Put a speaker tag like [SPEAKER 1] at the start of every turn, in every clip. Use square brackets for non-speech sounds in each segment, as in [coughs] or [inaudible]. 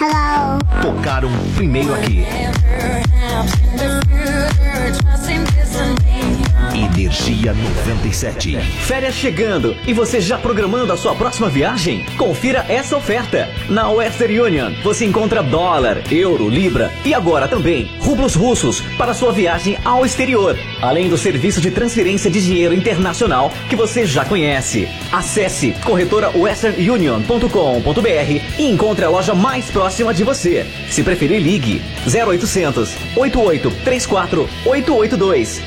[SPEAKER 1] Hello.
[SPEAKER 2] Tocaram primeiro aqui. Energia 97.
[SPEAKER 3] Férias chegando e você já programando a sua próxima viagem? Confira essa oferta. Na Western Union você encontra dólar, euro, libra e agora também rublos russos para sua viagem ao exterior. Além do serviço de transferência de dinheiro internacional que você já conhece. Acesse corretorawesternunion.com.br e encontre a loja mais próxima de você. Se preferir, ligue 0800 88 34 882.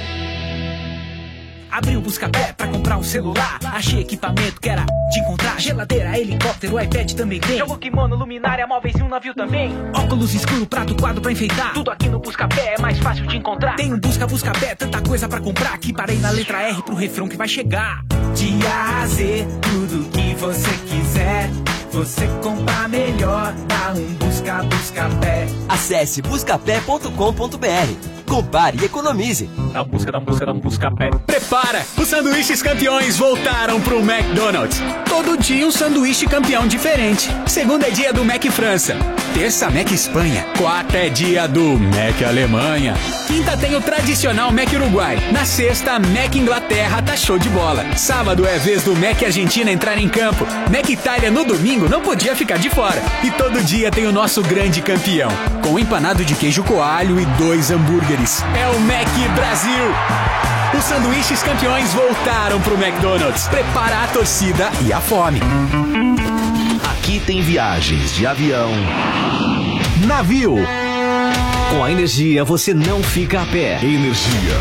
[SPEAKER 4] Abri o busca-pé pra comprar um celular. Achei equipamento que era de encontrar. Geladeira, helicóptero, iPad também tem. Jogo kimono, luminária, móveis e um navio também. Óculos escuro, prato, quadro pra enfeitar. Tudo aqui no busca-pé é mais fácil de encontrar. Tem um busca-busca-pé, tanta coisa pra comprar. Que parei na letra R pro refrão que vai chegar. De A a Z, tudo que você quiser. Você compra melhor, dá um busca-busca-pé.
[SPEAKER 5] Acesse buscapé.com.br. Compare e economize.
[SPEAKER 6] Na busca, na busca, na busca pé.
[SPEAKER 7] Prepara! Os sanduíches campeões voltaram pro McDonald's. Todo dia um sanduíche campeão diferente. Segunda é dia do Mac França. Terça, Mac Espanha. Quarta é dia do Mac Alemanha. Quinta tem o tradicional Mac Uruguai. Na sexta, Mac Inglaterra tá show de bola. Sábado é vez do Mac Argentina entrar em campo. Mac Itália no domingo não podia ficar de fora. E todo dia tem o nosso grande campeão. Com empanado de queijo coalho e dois hambúrgueres. É o Mac Brasil. Os sanduíches campeões voltaram pro McDonald's. Prepara a torcida e a fome.
[SPEAKER 2] Aqui tem viagens de avião. Navio.
[SPEAKER 3] Com a energia você não fica a pé.
[SPEAKER 2] Energia.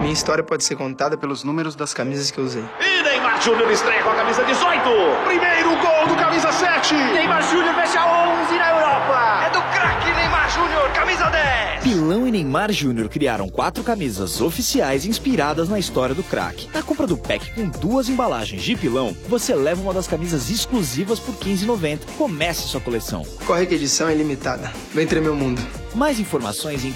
[SPEAKER 8] Minha história pode ser contada pelos números das camisas que eu usei.
[SPEAKER 9] E Neymar Júnior estreia com a camisa 18. Primeiro gol do camisa 7. Neymar Júnior fecha 11 na Europa. É do craque Neymar Júnior, camisa 10.
[SPEAKER 10] Pilão e Neymar Júnior criaram quatro camisas oficiais inspiradas na história do craque. Na compra do pack com duas embalagens de pilão, você leva uma das camisas exclusivas por R$ 15,90. Comece sua
[SPEAKER 2] [laughs]
[SPEAKER 10] coleção.
[SPEAKER 8] Corre que a edição é limitada. Vem tremer o mundo.
[SPEAKER 10] Mais informações em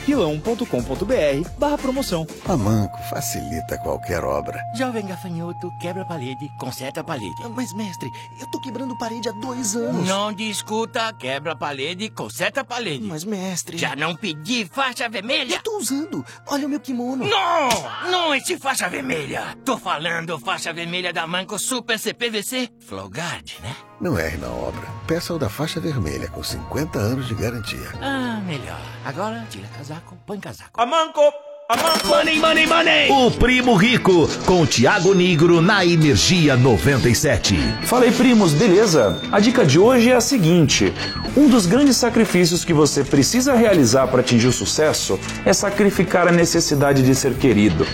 [SPEAKER 10] pilão.com.br barra promoção.
[SPEAKER 11] A Manco facilita qualquer obra.
[SPEAKER 12] Jovem gafanhoto, quebra a parede, conserta a parede.
[SPEAKER 13] Mas, mestre, eu tô quebrando parede há dois anos.
[SPEAKER 12] Não discuta, quebra a parede, conserta a parede.
[SPEAKER 13] Mas, mestre.
[SPEAKER 12] Já não pedi faixa vermelha?
[SPEAKER 13] Eu tô usando. Olha o meu kimono.
[SPEAKER 12] Não! Não esse faixa vermelha! Tô falando faixa vermelha da Manco Super CPVC Flowguard, né?
[SPEAKER 11] Não erre na obra. Peça o da faixa vermelha com 50 anos de garantia.
[SPEAKER 12] Ah, melhor. Agora, tira casaco, põe casaco.
[SPEAKER 9] A Manco. A Manco. Money, money, money.
[SPEAKER 2] O Primo Rico, com Tiago Negro na Energia 97.
[SPEAKER 14] Fala aí, primos, beleza? A dica de hoje é a seguinte: um dos grandes sacrifícios que você precisa realizar para atingir o sucesso é sacrificar a necessidade de ser querido.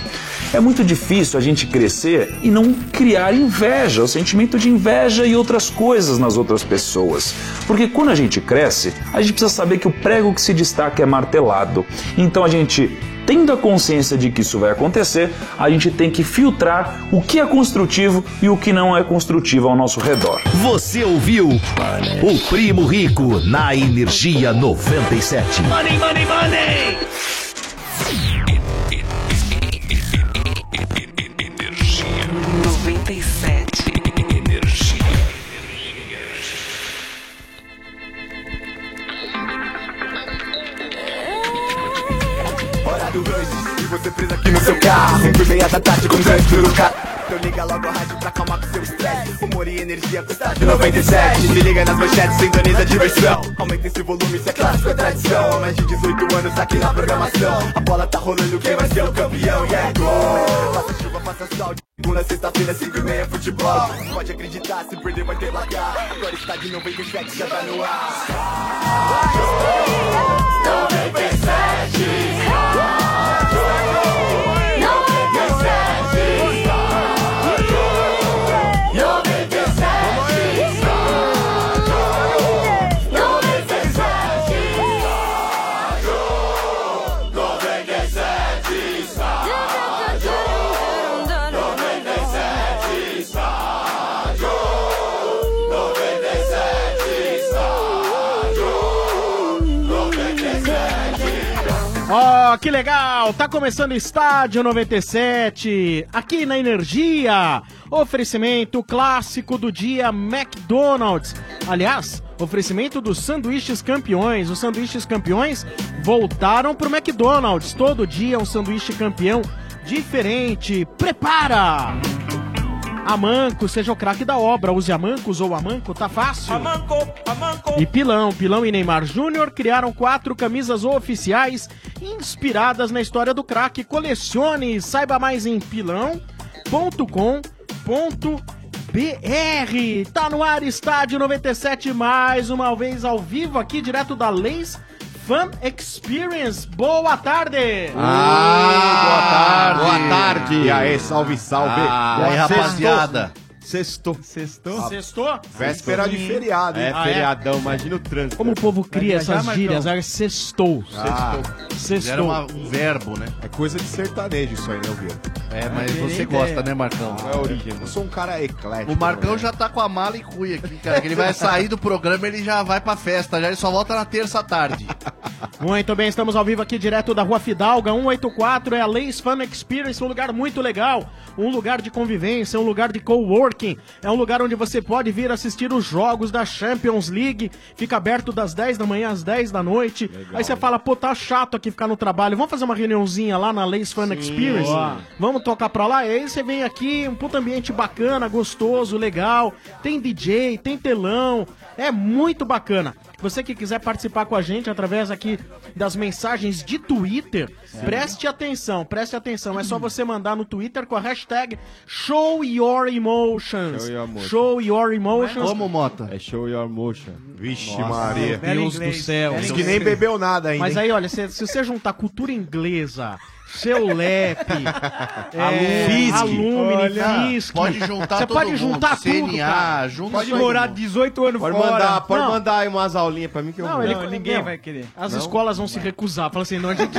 [SPEAKER 14] É muito difícil a gente crescer e não criar inveja, o sentimento de inveja e outras coisas nas outras pessoas. Porque quando a gente cresce, a gente precisa saber que o prego que se destaca é martelado. Então a gente tendo a consciência de que isso vai acontecer, a gente tem que filtrar o que é construtivo e o que não é construtivo ao nosso redor.
[SPEAKER 2] Você ouviu o Primo Rico na Energia 97.
[SPEAKER 9] Money, money, money.
[SPEAKER 15] [laughs]
[SPEAKER 16] Energia. 97.
[SPEAKER 2] Energia.
[SPEAKER 17] Então é tá é tá
[SPEAKER 18] Ó, que legal! Tá começando o Estádio 97, aqui na Energia.
[SPEAKER 19] Oferecimento clássico do dia McDonald's. Aliás, oferecimento dos sanduíches campeões. Os sanduíches campeões voltaram pro McDonald's. Todo dia um sanduíche campeão diferente. Prepara! Amanco, seja o craque da obra. Use Amancos ou Amanco, tá fácil.
[SPEAKER 20] Amanco, Amanco.
[SPEAKER 19] E Pilão, Pilão e Neymar Júnior criaram quatro camisas oficiais inspiradas na história do craque. Colecione, saiba mais em pilão.com.br. Tá no ar Estádio 97 mais uma vez ao vivo aqui direto da Leis Fan Experience. Boa tarde.
[SPEAKER 17] Ah, boa tarde.
[SPEAKER 21] Boa tarde.
[SPEAKER 17] E aí, salve, salve.
[SPEAKER 21] Ah,
[SPEAKER 17] Boa
[SPEAKER 21] e aí,
[SPEAKER 17] sextou.
[SPEAKER 21] rapaziada?
[SPEAKER 17] Sextou. Então,
[SPEAKER 19] Sextou? Sextou?
[SPEAKER 17] Véspera de feriado, hein?
[SPEAKER 21] Ah, É,
[SPEAKER 17] Ah, é?
[SPEAKER 21] feriadão, imagina o trânsito.
[SPEAKER 19] Como o povo cria
[SPEAKER 21] Vai viajar,
[SPEAKER 19] essas
[SPEAKER 21] Marcão?
[SPEAKER 19] gírias? Ah, Sextou.
[SPEAKER 21] Sextou.
[SPEAKER 19] Sextou.
[SPEAKER 21] Ah, Era uma- um verbo, né?
[SPEAKER 17] É coisa de sertanejo isso aí, né, Vieira?
[SPEAKER 21] É, mas você gosta, né, Marcão?
[SPEAKER 17] É a origem. Eu sou um cara eclético.
[SPEAKER 21] O Marcão
[SPEAKER 17] né?
[SPEAKER 21] já tá com a mala e cuia aqui, cara. Que ele vai sair do programa, ele já vai pra festa, já ele só volta na terça à tarde.
[SPEAKER 19] [laughs] Muito bem, estamos ao vivo aqui direto da Rua Fidalga, 184, é a Leis Fan Experience, um lugar muito legal, um lugar de convivência, um lugar de coworking, é um lugar onde você pode vir assistir os jogos da Champions League, fica aberto das 10 da manhã às 10 da noite, aí você fala, pô, tá chato aqui ficar no trabalho, vamos fazer uma reuniãozinha lá na Leis Fan Experience?
[SPEAKER 22] boa.
[SPEAKER 19] Vamos tocar pra lá, e aí você vem aqui, um puta ambiente bacana, gostoso, legal, tem DJ, tem telão, é muito bacana. Você que quiser participar com a gente através aqui das mensagens de Twitter, preste atenção, preste atenção, é só você mandar no Twitter com a hashtag Show Your Emotions.
[SPEAKER 22] Show Your Emotions.
[SPEAKER 19] Show Your Emotions.
[SPEAKER 21] Como, Mota?
[SPEAKER 22] É show your motion.
[SPEAKER 17] Vixe,
[SPEAKER 22] Nossa,
[SPEAKER 17] Maria.
[SPEAKER 22] Meu Deus do céu.
[SPEAKER 17] Diz que nem bebeu nada ainda.
[SPEAKER 19] Mas
[SPEAKER 17] hein?
[SPEAKER 19] aí, olha, se, se você juntar cultura inglesa, seu
[SPEAKER 22] [laughs]
[SPEAKER 19] lep,
[SPEAKER 17] Fisque.
[SPEAKER 19] alumínio,
[SPEAKER 17] Olha,
[SPEAKER 19] fisque,
[SPEAKER 21] pode juntar
[SPEAKER 19] Você
[SPEAKER 21] todo
[SPEAKER 19] pode
[SPEAKER 21] mundo,
[SPEAKER 19] juntar tudo,
[SPEAKER 21] CNA,
[SPEAKER 19] cara.
[SPEAKER 21] junta
[SPEAKER 22] Pode morar 18 anos
[SPEAKER 19] Pode
[SPEAKER 22] fora.
[SPEAKER 19] mandar, pode
[SPEAKER 22] Não.
[SPEAKER 19] mandar
[SPEAKER 22] aí umas aulinhas pra
[SPEAKER 21] é um
[SPEAKER 22] mim que
[SPEAKER 19] Não, ele- não. As
[SPEAKER 22] Não?
[SPEAKER 19] escolas vão se recusar. Fala assim, não, a gente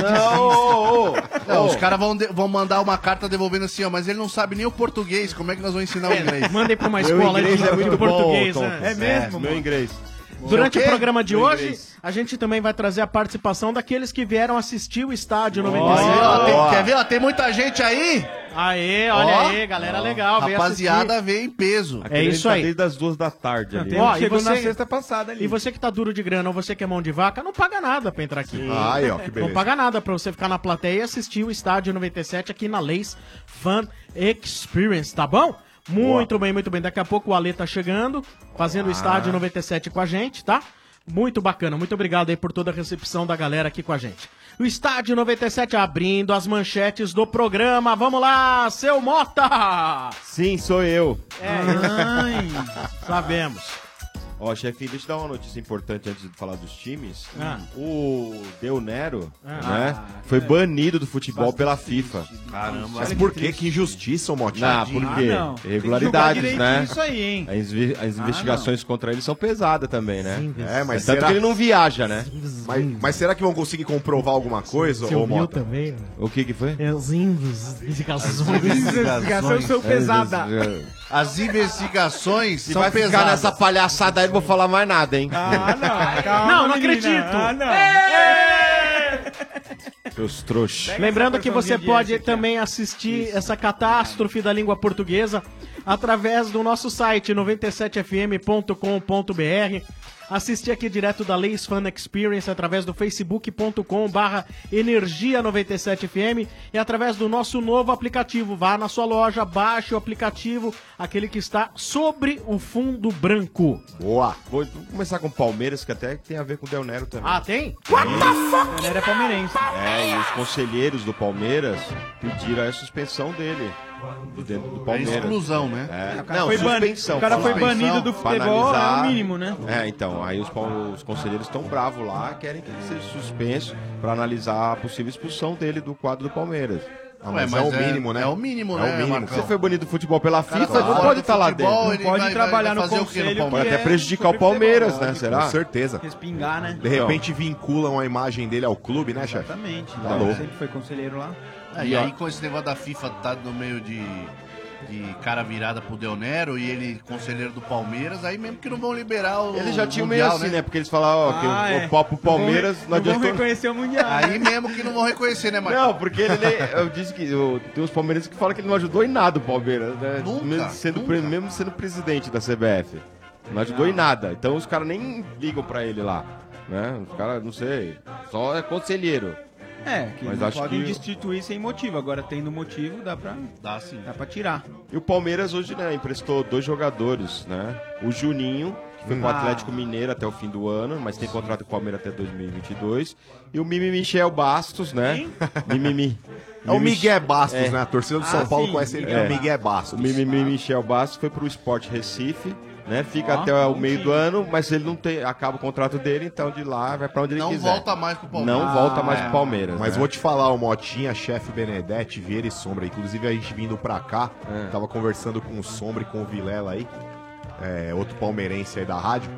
[SPEAKER 21] Não, os caras vão, de- vão mandar uma carta devolvendo assim, ó, mas ele não sabe nem o português, como é que nós vamos ensinar o inglês? é
[SPEAKER 19] Mandem pra uma escola aí
[SPEAKER 22] é
[SPEAKER 19] de português, né?
[SPEAKER 21] Tonto.
[SPEAKER 22] meu inglês.
[SPEAKER 21] É
[SPEAKER 19] Durante o,
[SPEAKER 22] quê?
[SPEAKER 19] programa de
[SPEAKER 22] Meu
[SPEAKER 19] hoje,
[SPEAKER 22] inglês.
[SPEAKER 19] a gente também vai trazer a participação daqueles que vieram assistir o estádio 96.
[SPEAKER 21] Olha, ó, tem- quer ver? Ó, tem muita gente aí.
[SPEAKER 19] Aê, olha aí, galera legal, veio
[SPEAKER 21] Rapaziada,
[SPEAKER 19] assistir.
[SPEAKER 21] vem em peso.
[SPEAKER 19] é isso aí.
[SPEAKER 22] tá Desde as duas da tarde um ali.
[SPEAKER 19] Ó, e você-
[SPEAKER 22] passada
[SPEAKER 19] E você que tá duro de grana ou você que é mão de vaca, não paga nada pra entrar aqui.
[SPEAKER 22] Ai, ó, que beleza.
[SPEAKER 19] Não paga nada pra você ficar na plateia e assistir o Estádio 97 aqui na Leis Fan Experience, tá bom? Muito bem, muito bem. Daqui a pouco o Ale tá chegando,
[SPEAKER 22] Ah.
[SPEAKER 19] fazendo o Estádio 97 com a gente, tá? Muito bacana, muito obrigado aí por toda a recepção da galera aqui com a gente. O Estádio 97 abrindo as manchetes do programa. Vamos lá, seu Mota!
[SPEAKER 22] Sim, sou eu.
[SPEAKER 19] É,
[SPEAKER 17] [laughs]
[SPEAKER 19] ai, sabemos.
[SPEAKER 22] Ó, chefe, deixa eu dar uma notícia importante antes de falar dos times.
[SPEAKER 19] Ah.
[SPEAKER 22] O Del Nero,
[SPEAKER 17] Ah.
[SPEAKER 22] né, foi banido do futebol pela FIFA.
[SPEAKER 17] Caramba, Mas por que que injustiça, o Motinho?
[SPEAKER 22] Não, por quê?
[SPEAKER 17] Ah, não.
[SPEAKER 22] Irregularidades,
[SPEAKER 17] Tem que jogar
[SPEAKER 22] né?
[SPEAKER 17] direitinho isso aí, hein?
[SPEAKER 22] As, inve- as
[SPEAKER 17] Ah,
[SPEAKER 22] investigações contra ele são pesadas também, né?
[SPEAKER 17] É, mas
[SPEAKER 22] Tanto
[SPEAKER 17] será-
[SPEAKER 22] que ele não viaja, né?
[SPEAKER 17] Mas, mas será que vão conseguir comprovar alguma coisa,
[SPEAKER 22] Você
[SPEAKER 17] ô
[SPEAKER 22] ouviu
[SPEAKER 17] Mota?
[SPEAKER 19] também,
[SPEAKER 22] O que que foi?
[SPEAKER 19] As investigações.
[SPEAKER 21] As investigações
[SPEAKER 22] Se
[SPEAKER 21] são
[SPEAKER 22] vai
[SPEAKER 21] pesadas.
[SPEAKER 22] ficar nessa palhaçada aí, não vou falar mais nada, hein?
[SPEAKER 19] Ah, não, não acredito.
[SPEAKER 18] Ah,
[SPEAKER 22] Seus trouxas.
[SPEAKER 19] Lembrando que você
[SPEAKER 17] um
[SPEAKER 19] pode também assistir essa catástrofe da língua portuguesa através do nosso site 97fm.com.br. Assistir aqui direto da Leis Fan Experience através do facebook.com barra energia97fm e através do nosso novo aplicativo. Vá na sua loja, baixe o aplicativo, aquele que está sobre o fundo branco.
[SPEAKER 22] Boa. Vou vou começar com o Palmeiras, que até tem a ver com o Del Nero também.
[SPEAKER 19] Ah, tem? What the fuck? Era palmeirense.
[SPEAKER 22] É, e os conselheiros do Palmeiras pediram a suspensão dele. De dentro do Palmeiras.
[SPEAKER 21] É exclusão, né?
[SPEAKER 22] É.
[SPEAKER 21] O cara
[SPEAKER 22] Não,
[SPEAKER 21] foi ban-
[SPEAKER 22] suspensão.
[SPEAKER 21] o cara foi
[SPEAKER 22] suspensão
[SPEAKER 21] banido do
[SPEAKER 22] pra
[SPEAKER 21] futebol,
[SPEAKER 22] analisar.
[SPEAKER 21] é o mínimo, né?
[SPEAKER 22] É, então, aí os, pal- os conselheiros estão bravos lá, querem que ele seja suspenso pra analisar a possível expulsão dele do quadro do Palmeiras.
[SPEAKER 21] Ah, Ué, mas mas é o é- mínimo, né? é o mínimo, né, Marcão?
[SPEAKER 22] Você foi banido do futebol pela
[SPEAKER 21] cara
[SPEAKER 22] FIFA,
[SPEAKER 21] foi
[SPEAKER 22] não
[SPEAKER 21] fora
[SPEAKER 22] pode
[SPEAKER 21] do
[SPEAKER 22] estar lá
[SPEAKER 21] futebol,
[SPEAKER 22] dentro.
[SPEAKER 21] ele Não pode vai- trabalhar vai no fazer o quê no conselho que
[SPEAKER 22] Pode
[SPEAKER 21] Palmeiras?
[SPEAKER 22] até
[SPEAKER 21] é
[SPEAKER 22] prejudicar o Palmeiras, né? Será?
[SPEAKER 17] Com certeza.
[SPEAKER 7] Respingar, né?
[SPEAKER 17] De repente vinculam a imagem dele ao clube, né, chefe?
[SPEAKER 7] Exatamente.
[SPEAKER 17] Tá louco.
[SPEAKER 7] Sempre foi conselheiro lá.
[SPEAKER 21] É, e aí com esse negócio da FIFA tá no meio de de cara virada pro Del Nero e ele conselheiro do Palmeiras, aí mesmo que não vão liberar o.
[SPEAKER 22] Ele já tinha
[SPEAKER 21] o
[SPEAKER 22] o meio
[SPEAKER 21] Mundial,
[SPEAKER 22] assim, né? Porque eles falaram, ó, que
[SPEAKER 21] Ah,
[SPEAKER 22] o-
[SPEAKER 21] é.
[SPEAKER 22] o papo
[SPEAKER 21] Não vão re-
[SPEAKER 22] Palmeiras
[SPEAKER 21] não vão
[SPEAKER 19] reconhecer o Mundial.
[SPEAKER 21] Aí mesmo que não vão reconhecer, né, Marcos?
[SPEAKER 22] Não, porque ele, eu disse que eu- tem os palmeirenses que falam que ele não ajudou em nada o Palmeiras, né?
[SPEAKER 21] Nunca,
[SPEAKER 22] mesmo, sendo, pre- mesmo sendo presidente da CBF. Não ajudou em nada. Então os caras nem ligam pra ele lá. Né? Os caras, não sei, só é conselheiro.
[SPEAKER 7] É, que
[SPEAKER 22] Mas
[SPEAKER 7] não
[SPEAKER 22] acho
[SPEAKER 7] podem
[SPEAKER 22] que-
[SPEAKER 7] destituir sem motivo. Agora, tendo motivo, dá pra,
[SPEAKER 21] dá, sim.
[SPEAKER 7] Dá pra tirar.
[SPEAKER 22] E o Palmeiras hoje, né, emprestou dois jogadores, né? O Juninho, que foi pro
[SPEAKER 7] Ah.
[SPEAKER 22] Atlético Mineiro até o fim do ano, mas tem contrato com o Palmeiras até 2022. E o Mimi Michel Bastos, [laughs] né? Mimimi.
[SPEAKER 17] É o
[SPEAKER 22] Mimi- Ah,
[SPEAKER 17] Miguel Bastos, né? A torcida do São Paulo conhece ele, que é o Miguel Bastos. Ah.
[SPEAKER 22] O Mimimi Michel Bastos foi pro Sport Recife, né? Fica
[SPEAKER 21] Ó,
[SPEAKER 22] até o
[SPEAKER 21] bom
[SPEAKER 22] meio
[SPEAKER 21] time.
[SPEAKER 22] do ano, mas ele não tem, acaba o contrato dele, então de lá vai pra onde ele
[SPEAKER 21] Não [laughs]
[SPEAKER 22] quiser.
[SPEAKER 21] volta mais pro Palmeiras.
[SPEAKER 22] Não volta mais
[SPEAKER 21] é.
[SPEAKER 22] pro Palmeiras.
[SPEAKER 17] Mas
[SPEAKER 22] né?
[SPEAKER 17] vou te falar, o Motinha, chefe Benedetti, Vieira e Sombra. Inclusive, a gente vindo pra cá,
[SPEAKER 22] É.
[SPEAKER 17] tava conversando com o Sombra e com o Vilela aí, é, outro palmeirense aí da rádio.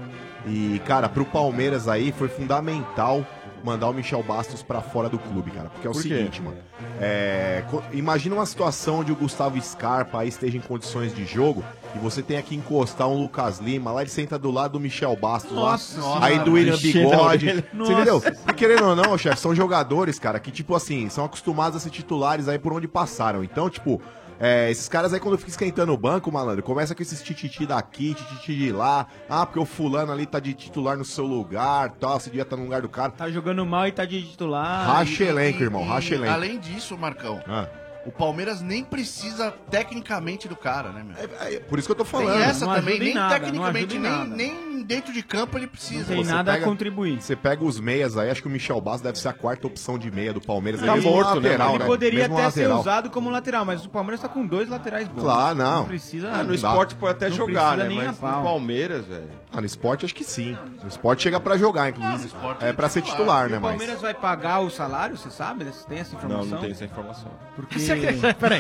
[SPEAKER 17] E, cara, pro Palmeiras aí foi fundamental mandar o Michel Bastos pra fora do clube, cara. Porque é o
[SPEAKER 22] Por quê?
[SPEAKER 17] seguinte, mano. é, co- imagina uma situação onde o Gustavo Scarpa aí esteja em condições de jogo e você tenha que encostar um Lucas Lima, lá ele senta do lado do Michel Bastos,
[SPEAKER 21] Nossa
[SPEAKER 17] lá,
[SPEAKER 21] senhora.
[SPEAKER 17] aí do William
[SPEAKER 21] Cheio da
[SPEAKER 17] Bigode.
[SPEAKER 21] orelha.
[SPEAKER 17] Você entendeu?
[SPEAKER 21] Nossa.
[SPEAKER 17] Porque, querendo ou não, chefe, são jogadores, cara, que, tipo assim, são acostumados a ser titulares aí por onde passaram. Então, tipo, é, esses caras aí, quando ficam esquentando o banco, malandro, começa com esses tititi daqui, tititi de lá. Ah, porque o fulano ali tá de titular no seu lugar, tal, você devia estar no lugar do cara.
[SPEAKER 7] Tá jogando mal e tá de titular.
[SPEAKER 17] Racha elenco,
[SPEAKER 21] E-
[SPEAKER 17] irmão,
[SPEAKER 21] e
[SPEAKER 17] racha elenco.
[SPEAKER 21] Além disso, Marcão,
[SPEAKER 17] Ah,
[SPEAKER 21] o Palmeiras nem precisa tecnicamente do cara, né, meu?
[SPEAKER 17] É, por isso que eu tô falando.
[SPEAKER 21] Tem essa
[SPEAKER 17] Não
[SPEAKER 21] também,
[SPEAKER 17] ajuda em
[SPEAKER 21] nem
[SPEAKER 17] nada, não
[SPEAKER 21] tecnicamente,
[SPEAKER 17] ajuda em
[SPEAKER 21] nem,
[SPEAKER 17] nada.
[SPEAKER 21] nem dentro de campo ele precisa.
[SPEAKER 17] Você pega- Você pega os meias aí, acho que o Michel Bastos deve ser a quarta opção de meia do Palmeiras.
[SPEAKER 7] Tá
[SPEAKER 17] mesmo
[SPEAKER 7] morto,
[SPEAKER 17] é lateral,
[SPEAKER 7] né? Ele poderia
[SPEAKER 17] Mesmo
[SPEAKER 7] até
[SPEAKER 17] lateral.
[SPEAKER 7] ser usado como lateral, mas o Palmeiras tá com dois laterais bons.
[SPEAKER 17] Claro, não.
[SPEAKER 7] precisa.
[SPEAKER 17] Ah,
[SPEAKER 22] Ah,
[SPEAKER 17] não
[SPEAKER 22] no
[SPEAKER 17] dá.
[SPEAKER 22] esporte pode até
[SPEAKER 7] Não
[SPEAKER 22] jogar,
[SPEAKER 7] precisa
[SPEAKER 22] né?
[SPEAKER 7] nem a
[SPEAKER 22] Mas no
[SPEAKER 7] pau.
[SPEAKER 22] Palmeiras, velho.
[SPEAKER 17] Ah, no esporte acho que sim. No esporte chega pra jogar, inclusive. é pra ser titular, né?
[SPEAKER 7] O
[SPEAKER 17] Mas.
[SPEAKER 7] Palmeiras vai pagar o salário, você sabe? Você tem essa informação?
[SPEAKER 22] Não, não tem essa informação.
[SPEAKER 7] Porque...
[SPEAKER 19] Peraí.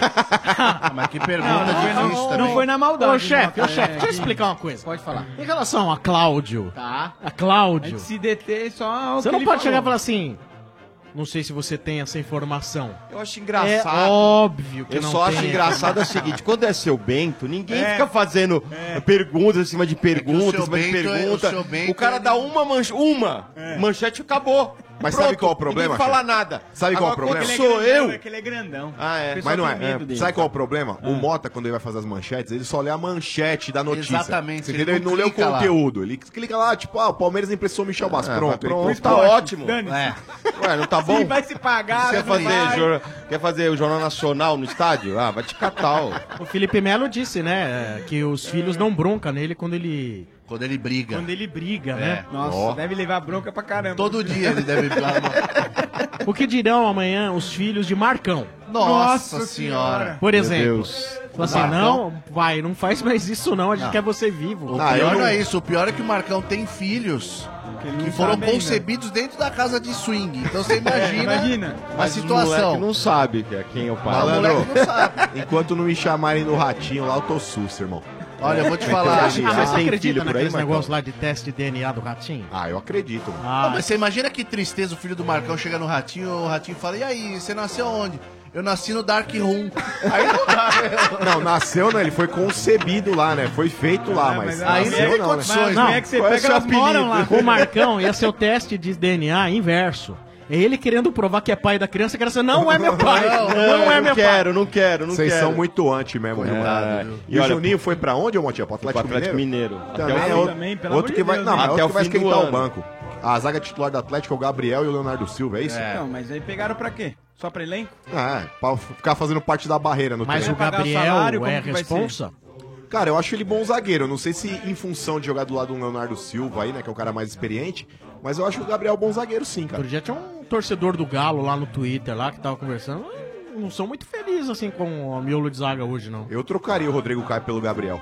[SPEAKER 21] Ah, mas
[SPEAKER 17] [laughs]
[SPEAKER 21] que
[SPEAKER 7] Não, não, não, não foi na maldade.
[SPEAKER 19] Ô, chefe, ô,
[SPEAKER 7] Jota,
[SPEAKER 19] chefe,
[SPEAKER 7] é,
[SPEAKER 19] deixa eu explicar uma coisa.
[SPEAKER 7] Pode falar.
[SPEAKER 19] Em relação a Cláudio,
[SPEAKER 7] Tá.
[SPEAKER 19] a
[SPEAKER 7] A
[SPEAKER 19] Cláudio,
[SPEAKER 7] gente se deter só ao
[SPEAKER 19] você
[SPEAKER 7] que
[SPEAKER 19] não
[SPEAKER 7] ele
[SPEAKER 19] pode
[SPEAKER 21] tá
[SPEAKER 7] falou.
[SPEAKER 19] chegar e falar assim, não sei se você tem essa informação.
[SPEAKER 22] Eu acho engraçado.
[SPEAKER 19] É óbvio que
[SPEAKER 22] Eu
[SPEAKER 19] não
[SPEAKER 22] só acho
[SPEAKER 19] tem.
[SPEAKER 22] engraçado é o seguinte, quando é seu Bento, ninguém
[SPEAKER 19] É.
[SPEAKER 22] fica fazendo perguntas em cima de
[SPEAKER 17] É
[SPEAKER 22] perguntas,
[SPEAKER 17] que o
[SPEAKER 22] em
[SPEAKER 17] seu
[SPEAKER 22] cima de
[SPEAKER 17] Bento é- o
[SPEAKER 22] pergunta.
[SPEAKER 17] seu
[SPEAKER 22] O,
[SPEAKER 17] Bento,
[SPEAKER 22] cara dá uma manchete, uma manchete e acabou.
[SPEAKER 17] Mas sabe qual é o problema,
[SPEAKER 22] Ninguém fala
[SPEAKER 17] chefe?
[SPEAKER 22] nada.
[SPEAKER 17] Sabe qual é o
[SPEAKER 22] Agora, quando
[SPEAKER 17] problema?
[SPEAKER 22] Sou eu.
[SPEAKER 7] É que ele é grandão.
[SPEAKER 22] Ah, é.
[SPEAKER 7] O pessoal
[SPEAKER 17] Mas não
[SPEAKER 7] tem
[SPEAKER 17] é.
[SPEAKER 7] medo dele.
[SPEAKER 17] Sabe qual é o problema? O Mota, quando ele vai fazer as manchetes, ele só lê a manchete da notícia.
[SPEAKER 21] Exatamente,
[SPEAKER 17] Você
[SPEAKER 21] ele
[SPEAKER 17] entendeu? Ele
[SPEAKER 21] não
[SPEAKER 17] não lê o
[SPEAKER 21] clica lá.
[SPEAKER 17] conteúdo. Ele clica lá, tipo, ah, o Palmeiras emprestou o Michel Bastos.
[SPEAKER 22] Ah,
[SPEAKER 17] pronto,
[SPEAKER 22] mas pronto,
[SPEAKER 17] pronto.
[SPEAKER 22] tá ótimo.
[SPEAKER 17] É.
[SPEAKER 22] Ué, não tá bom?
[SPEAKER 7] Se vai se pagar,
[SPEAKER 22] Quer
[SPEAKER 7] não
[SPEAKER 22] fazer,
[SPEAKER 7] vai.
[SPEAKER 22] jor- quer fazer o Jornal Nacional no estádio? Ah, vai te catar, ó.
[SPEAKER 19] O Felipe Melo disse, né, que os filhos não broncam nele quando ele...
[SPEAKER 21] Quando ele briga.
[SPEAKER 19] Quando ele briga,
[SPEAKER 21] É.
[SPEAKER 19] né?
[SPEAKER 7] Nossa, deve levar bronca pra caramba.
[SPEAKER 21] Todo dia ele deve
[SPEAKER 7] [laughs]
[SPEAKER 19] O que dirão amanhã os filhos de Marcão?
[SPEAKER 21] Nossa senhora.
[SPEAKER 19] Por
[SPEAKER 21] Meu
[SPEAKER 19] exemplo,
[SPEAKER 21] Deus.
[SPEAKER 19] fala assim,
[SPEAKER 21] Marcão.
[SPEAKER 19] não, vai, não faz mais isso não, a gente
[SPEAKER 21] Não.
[SPEAKER 19] quer você
[SPEAKER 21] O
[SPEAKER 19] vivo.
[SPEAKER 21] pior não... é isso, o pior é que o Marcão tem filhos que, foram
[SPEAKER 7] né?
[SPEAKER 19] não sabe ainda.
[SPEAKER 21] concebidos dentro da casa de swing. Então
[SPEAKER 7] [laughs]
[SPEAKER 21] você imagina, a
[SPEAKER 22] Mas o
[SPEAKER 21] situação.
[SPEAKER 22] moleque não sabe que é quem é o pai.
[SPEAKER 17] Malandro, [laughs] enquanto não me chamarem no ratinho lá, eu tô susto, irmão.
[SPEAKER 21] Olha, eu vou te
[SPEAKER 19] Ah,
[SPEAKER 21] falar.
[SPEAKER 19] mas você acredita naqueles negócios lá de teste de DNA do ratinho?
[SPEAKER 17] Ah, eu acredito.
[SPEAKER 21] Não, mas você imagina que tristeza o filho do Marcão chega no ratinho, o ratinho fala: E aí, você nasceu onde? Eu nasci no Dark
[SPEAKER 7] [laughs]
[SPEAKER 21] Room. Aí não dá, né?
[SPEAKER 17] Não, nasceu, né? Ele foi concebido lá, né? Foi feito lá, mas.
[SPEAKER 7] é
[SPEAKER 21] aí
[SPEAKER 17] nasceu,
[SPEAKER 21] tem
[SPEAKER 17] não,
[SPEAKER 21] condições,
[SPEAKER 17] né?
[SPEAKER 21] né?
[SPEAKER 17] Não,
[SPEAKER 21] Como é que você
[SPEAKER 17] qual é
[SPEAKER 21] pega
[SPEAKER 17] seu
[SPEAKER 21] elas moram
[SPEAKER 17] apelido? [laughs]
[SPEAKER 19] O Marcão ia ser o teste de DNA inverso. É ele querendo provar que é pai da criança, a criança não
[SPEAKER 17] [laughs]
[SPEAKER 19] é meu pai, não, é meu
[SPEAKER 22] quero, não quero, não
[SPEAKER 17] Vocês
[SPEAKER 22] quero.
[SPEAKER 17] são muito anti mesmo, viu?
[SPEAKER 22] É.
[SPEAKER 17] mano?
[SPEAKER 22] E
[SPEAKER 17] E, o
[SPEAKER 22] olha,
[SPEAKER 17] Juninho foi pra onde, ô Motinha? Pro Atlético,
[SPEAKER 22] pro Atlético
[SPEAKER 17] Mineiro.
[SPEAKER 22] Mineiro.
[SPEAKER 17] Também
[SPEAKER 22] Até o
[SPEAKER 17] é
[SPEAKER 22] fim.
[SPEAKER 17] outro,
[SPEAKER 22] Também, pelo
[SPEAKER 17] outro
[SPEAKER 22] amor
[SPEAKER 17] que
[SPEAKER 22] de
[SPEAKER 17] vai,
[SPEAKER 22] Deus,
[SPEAKER 17] não,
[SPEAKER 22] né?
[SPEAKER 17] é outro
[SPEAKER 22] Até o
[SPEAKER 17] que vai
[SPEAKER 22] fim do
[SPEAKER 17] esquentar o
[SPEAKER 22] ano.
[SPEAKER 17] banco. A zaga titular do Atlético é o Gabriel e o Leonardo Silva, é isso?
[SPEAKER 7] Não, mas aí pegaram pra quê? Só pra elenco?
[SPEAKER 17] Ah, é, pra ficar fazendo parte da barreira no
[SPEAKER 7] Mas
[SPEAKER 17] treino.
[SPEAKER 7] o Vai pagar Gabriel salário, como é que vai responsa?
[SPEAKER 17] Cara, eu acho ele bom zagueiro. Eu Não sei se em função de jogar do lado do Leonardo Silva aí, né, que é o cara mais experiente, mas eu acho o Gabriel bom zagueiro sim, cara.
[SPEAKER 19] Outro dia tinha um torcedor do Galo lá no Twitter, lá que tava conversando. "Eu Não sou muito feliz assim com o miolo de zaga hoje, não.
[SPEAKER 17] Eu trocaria o Rodrigo Caio pelo Gabriel.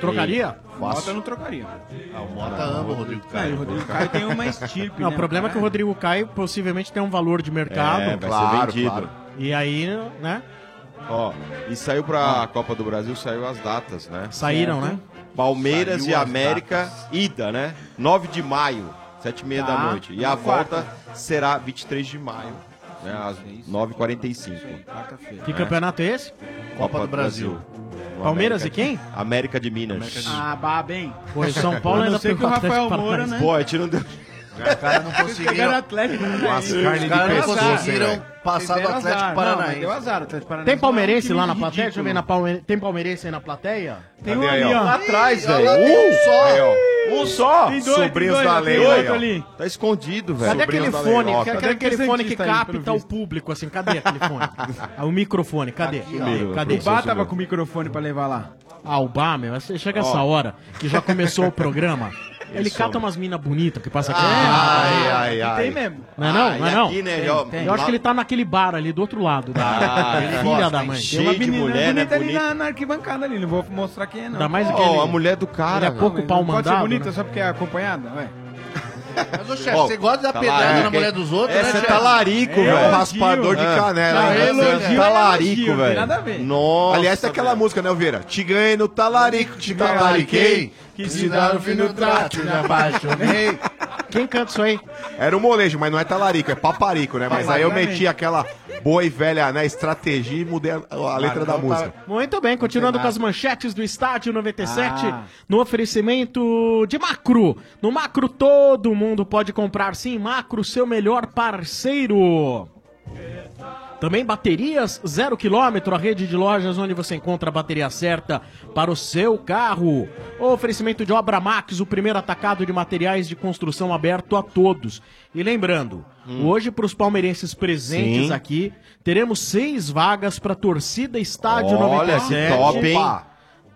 [SPEAKER 19] Trocaria?
[SPEAKER 7] Mota não trocaria.
[SPEAKER 21] Ah, o
[SPEAKER 17] Mota ama o Rodrigo Caio.
[SPEAKER 7] o Rodrigo Caio tem
[SPEAKER 19] [laughs]
[SPEAKER 7] uma estirpe.
[SPEAKER 19] Não, o
[SPEAKER 7] né,
[SPEAKER 19] problema é
[SPEAKER 7] cara?
[SPEAKER 19] que o Rodrigo Caio possivelmente tem um valor de mercado.
[SPEAKER 22] É, vai ser vendido.
[SPEAKER 19] E aí, né?
[SPEAKER 22] Ó, e saiu pra Copa do Brasil, saiu as datas, né?
[SPEAKER 19] Saíram, né?
[SPEAKER 22] Palmeiras
[SPEAKER 19] Saiu
[SPEAKER 22] e
[SPEAKER 19] as
[SPEAKER 22] América, ida, né? 9 de maio, 7 e meia
[SPEAKER 19] Tá.
[SPEAKER 22] da noite. E a
[SPEAKER 19] Vamos quarta.
[SPEAKER 22] volta será 23 de maio, né? Às 9h45.
[SPEAKER 19] Que campeonato é esse?
[SPEAKER 22] Copa do Brasil.
[SPEAKER 19] Palmeiras
[SPEAKER 22] América-
[SPEAKER 19] e quem?
[SPEAKER 22] América de Minas.
[SPEAKER 19] Ah,
[SPEAKER 23] bah, bem.
[SPEAKER 19] Pô, e São Paulo
[SPEAKER 22] A não
[SPEAKER 19] ainda
[SPEAKER 22] ser que o
[SPEAKER 19] pegou
[SPEAKER 22] Rafael
[SPEAKER 19] Atlético
[SPEAKER 22] Moura,
[SPEAKER 19] Paranaense.
[SPEAKER 22] né? Pô, a gente não deu-
[SPEAKER 21] Os caras não conseguiram.
[SPEAKER 7] Pegaram Atlético, né?
[SPEAKER 21] Os caras não conseguiram passar do
[SPEAKER 7] Fizeram
[SPEAKER 21] Atlético
[SPEAKER 7] azar. Não, mas
[SPEAKER 21] Paranaense.
[SPEAKER 7] deu azar, o Atlético Paranaense.
[SPEAKER 19] Tem palmeirense
[SPEAKER 7] é um
[SPEAKER 19] lá
[SPEAKER 7] time
[SPEAKER 19] na plateia? Deixa
[SPEAKER 7] ridículo.
[SPEAKER 19] eu ver na palme... Tem palmeirense aí na plateia?
[SPEAKER 7] Tem
[SPEAKER 19] um
[SPEAKER 22] Aí,
[SPEAKER 19] ali, ó.
[SPEAKER 22] ó. Lá atrás,
[SPEAKER 19] Ih,
[SPEAKER 22] velho.
[SPEAKER 19] olha lá, tem um só.
[SPEAKER 22] Aí, ó. Um só.
[SPEAKER 19] Tem dois, tem
[SPEAKER 22] Sobrinhos
[SPEAKER 19] dois,
[SPEAKER 22] da
[SPEAKER 19] tem
[SPEAKER 22] lei.
[SPEAKER 19] dois
[SPEAKER 22] aí, ó.
[SPEAKER 19] ali.
[SPEAKER 22] Tá escondido, velho.
[SPEAKER 19] Cadê
[SPEAKER 22] Sobrinhos
[SPEAKER 19] aquele
[SPEAKER 22] da lei,
[SPEAKER 19] fone?
[SPEAKER 22] ó,
[SPEAKER 19] Cadê,
[SPEAKER 22] tá-
[SPEAKER 19] aquele fone que
[SPEAKER 7] aí, pelo
[SPEAKER 19] capta o
[SPEAKER 7] visto.
[SPEAKER 19] público, assim? Cadê aquele fone? [laughs] Ah, o microfone, cadê?
[SPEAKER 7] Aqui, ó.
[SPEAKER 19] cadê?
[SPEAKER 7] O Bá tava com o microfone pra levar lá.
[SPEAKER 19] Ah, o Bá, meu, você chega
[SPEAKER 7] Ó.
[SPEAKER 19] essa hora que já começou o programa. Ele
[SPEAKER 7] Isso,
[SPEAKER 19] cata umas minas bonitas que passa aqui.
[SPEAKER 7] Ai,
[SPEAKER 19] É,
[SPEAKER 7] ai,
[SPEAKER 19] rapaz.
[SPEAKER 7] ai. Tem mesmo.
[SPEAKER 19] Não é não?
[SPEAKER 7] Ah,
[SPEAKER 19] não, é
[SPEAKER 7] e
[SPEAKER 19] não?
[SPEAKER 7] aqui, né,
[SPEAKER 19] Tem,
[SPEAKER 7] ó,
[SPEAKER 19] tem. é
[SPEAKER 7] tem.
[SPEAKER 19] Eu acho que ele tá naquele bar ali do outro lado.
[SPEAKER 7] [laughs]
[SPEAKER 19] Da...
[SPEAKER 22] Ah, ele
[SPEAKER 19] filha
[SPEAKER 22] gosta,
[SPEAKER 19] da
[SPEAKER 22] hein?
[SPEAKER 19] mãe.
[SPEAKER 22] Cheio de mulher, né,
[SPEAKER 7] bonita ali
[SPEAKER 22] bonita.
[SPEAKER 7] na, na arquibancada ali, não vou mostrar quem é, não.
[SPEAKER 19] Ainda mais
[SPEAKER 7] Ó,
[SPEAKER 19] aquele-
[SPEAKER 7] a mulher
[SPEAKER 22] do
[SPEAKER 19] Ele é pouco
[SPEAKER 7] Não, mas
[SPEAKER 19] pau
[SPEAKER 7] não Pode ser
[SPEAKER 19] mandado,
[SPEAKER 7] bonita
[SPEAKER 19] né?
[SPEAKER 7] só porque é acompanhada, ué.
[SPEAKER 21] Mas, ô, chefe, você gosta
[SPEAKER 22] tá
[SPEAKER 21] da pedrada na mulher dos outros,
[SPEAKER 22] Essa
[SPEAKER 21] né,
[SPEAKER 22] é
[SPEAKER 21] chefe?
[SPEAKER 22] talarico,
[SPEAKER 21] É
[SPEAKER 22] velho.
[SPEAKER 21] elogio.
[SPEAKER 17] um Raspador de
[SPEAKER 22] É.
[SPEAKER 17] canela. né?
[SPEAKER 22] Não,
[SPEAKER 17] hein?
[SPEAKER 22] é elogio, é elogio,
[SPEAKER 17] um talarico,
[SPEAKER 22] não tem nada a
[SPEAKER 17] velho.
[SPEAKER 22] ver.
[SPEAKER 17] Nossa. Aliás,
[SPEAKER 22] Nossa,
[SPEAKER 17] tem aquela música, né, Oveira? Te ganhei no talarico, te talariquei. Que se dá no fim do trato, me apaixonei. [laughs]
[SPEAKER 19] Quem canta isso aí?
[SPEAKER 17] Era o molejo, mas não é talarico, é paparico, né? Mas aí eu
[SPEAKER 19] Exatamente.
[SPEAKER 17] meti aquela boa e velha né, estratégia e mudei a, a letra da música.
[SPEAKER 19] Muito bem, continuando
[SPEAKER 17] Não tem
[SPEAKER 19] com as manchetes do Estádio 97,
[SPEAKER 17] Ah.
[SPEAKER 19] no oferecimento de Macro. No Macro todo mundo pode comprar, sim, Macro, seu melhor parceiro. Também baterias zero quilômetro, a rede de lojas onde você encontra a bateria certa para o seu carro. Oferecimento de Obra Max, o primeiro atacado de materiais de construção aberto a todos. E lembrando, hoje para os palmeirenses presentes
[SPEAKER 22] Hum. Sim.
[SPEAKER 19] aqui, teremos seis vagas para torcida estádio
[SPEAKER 22] Olha,
[SPEAKER 19] 97.
[SPEAKER 22] que top, hein?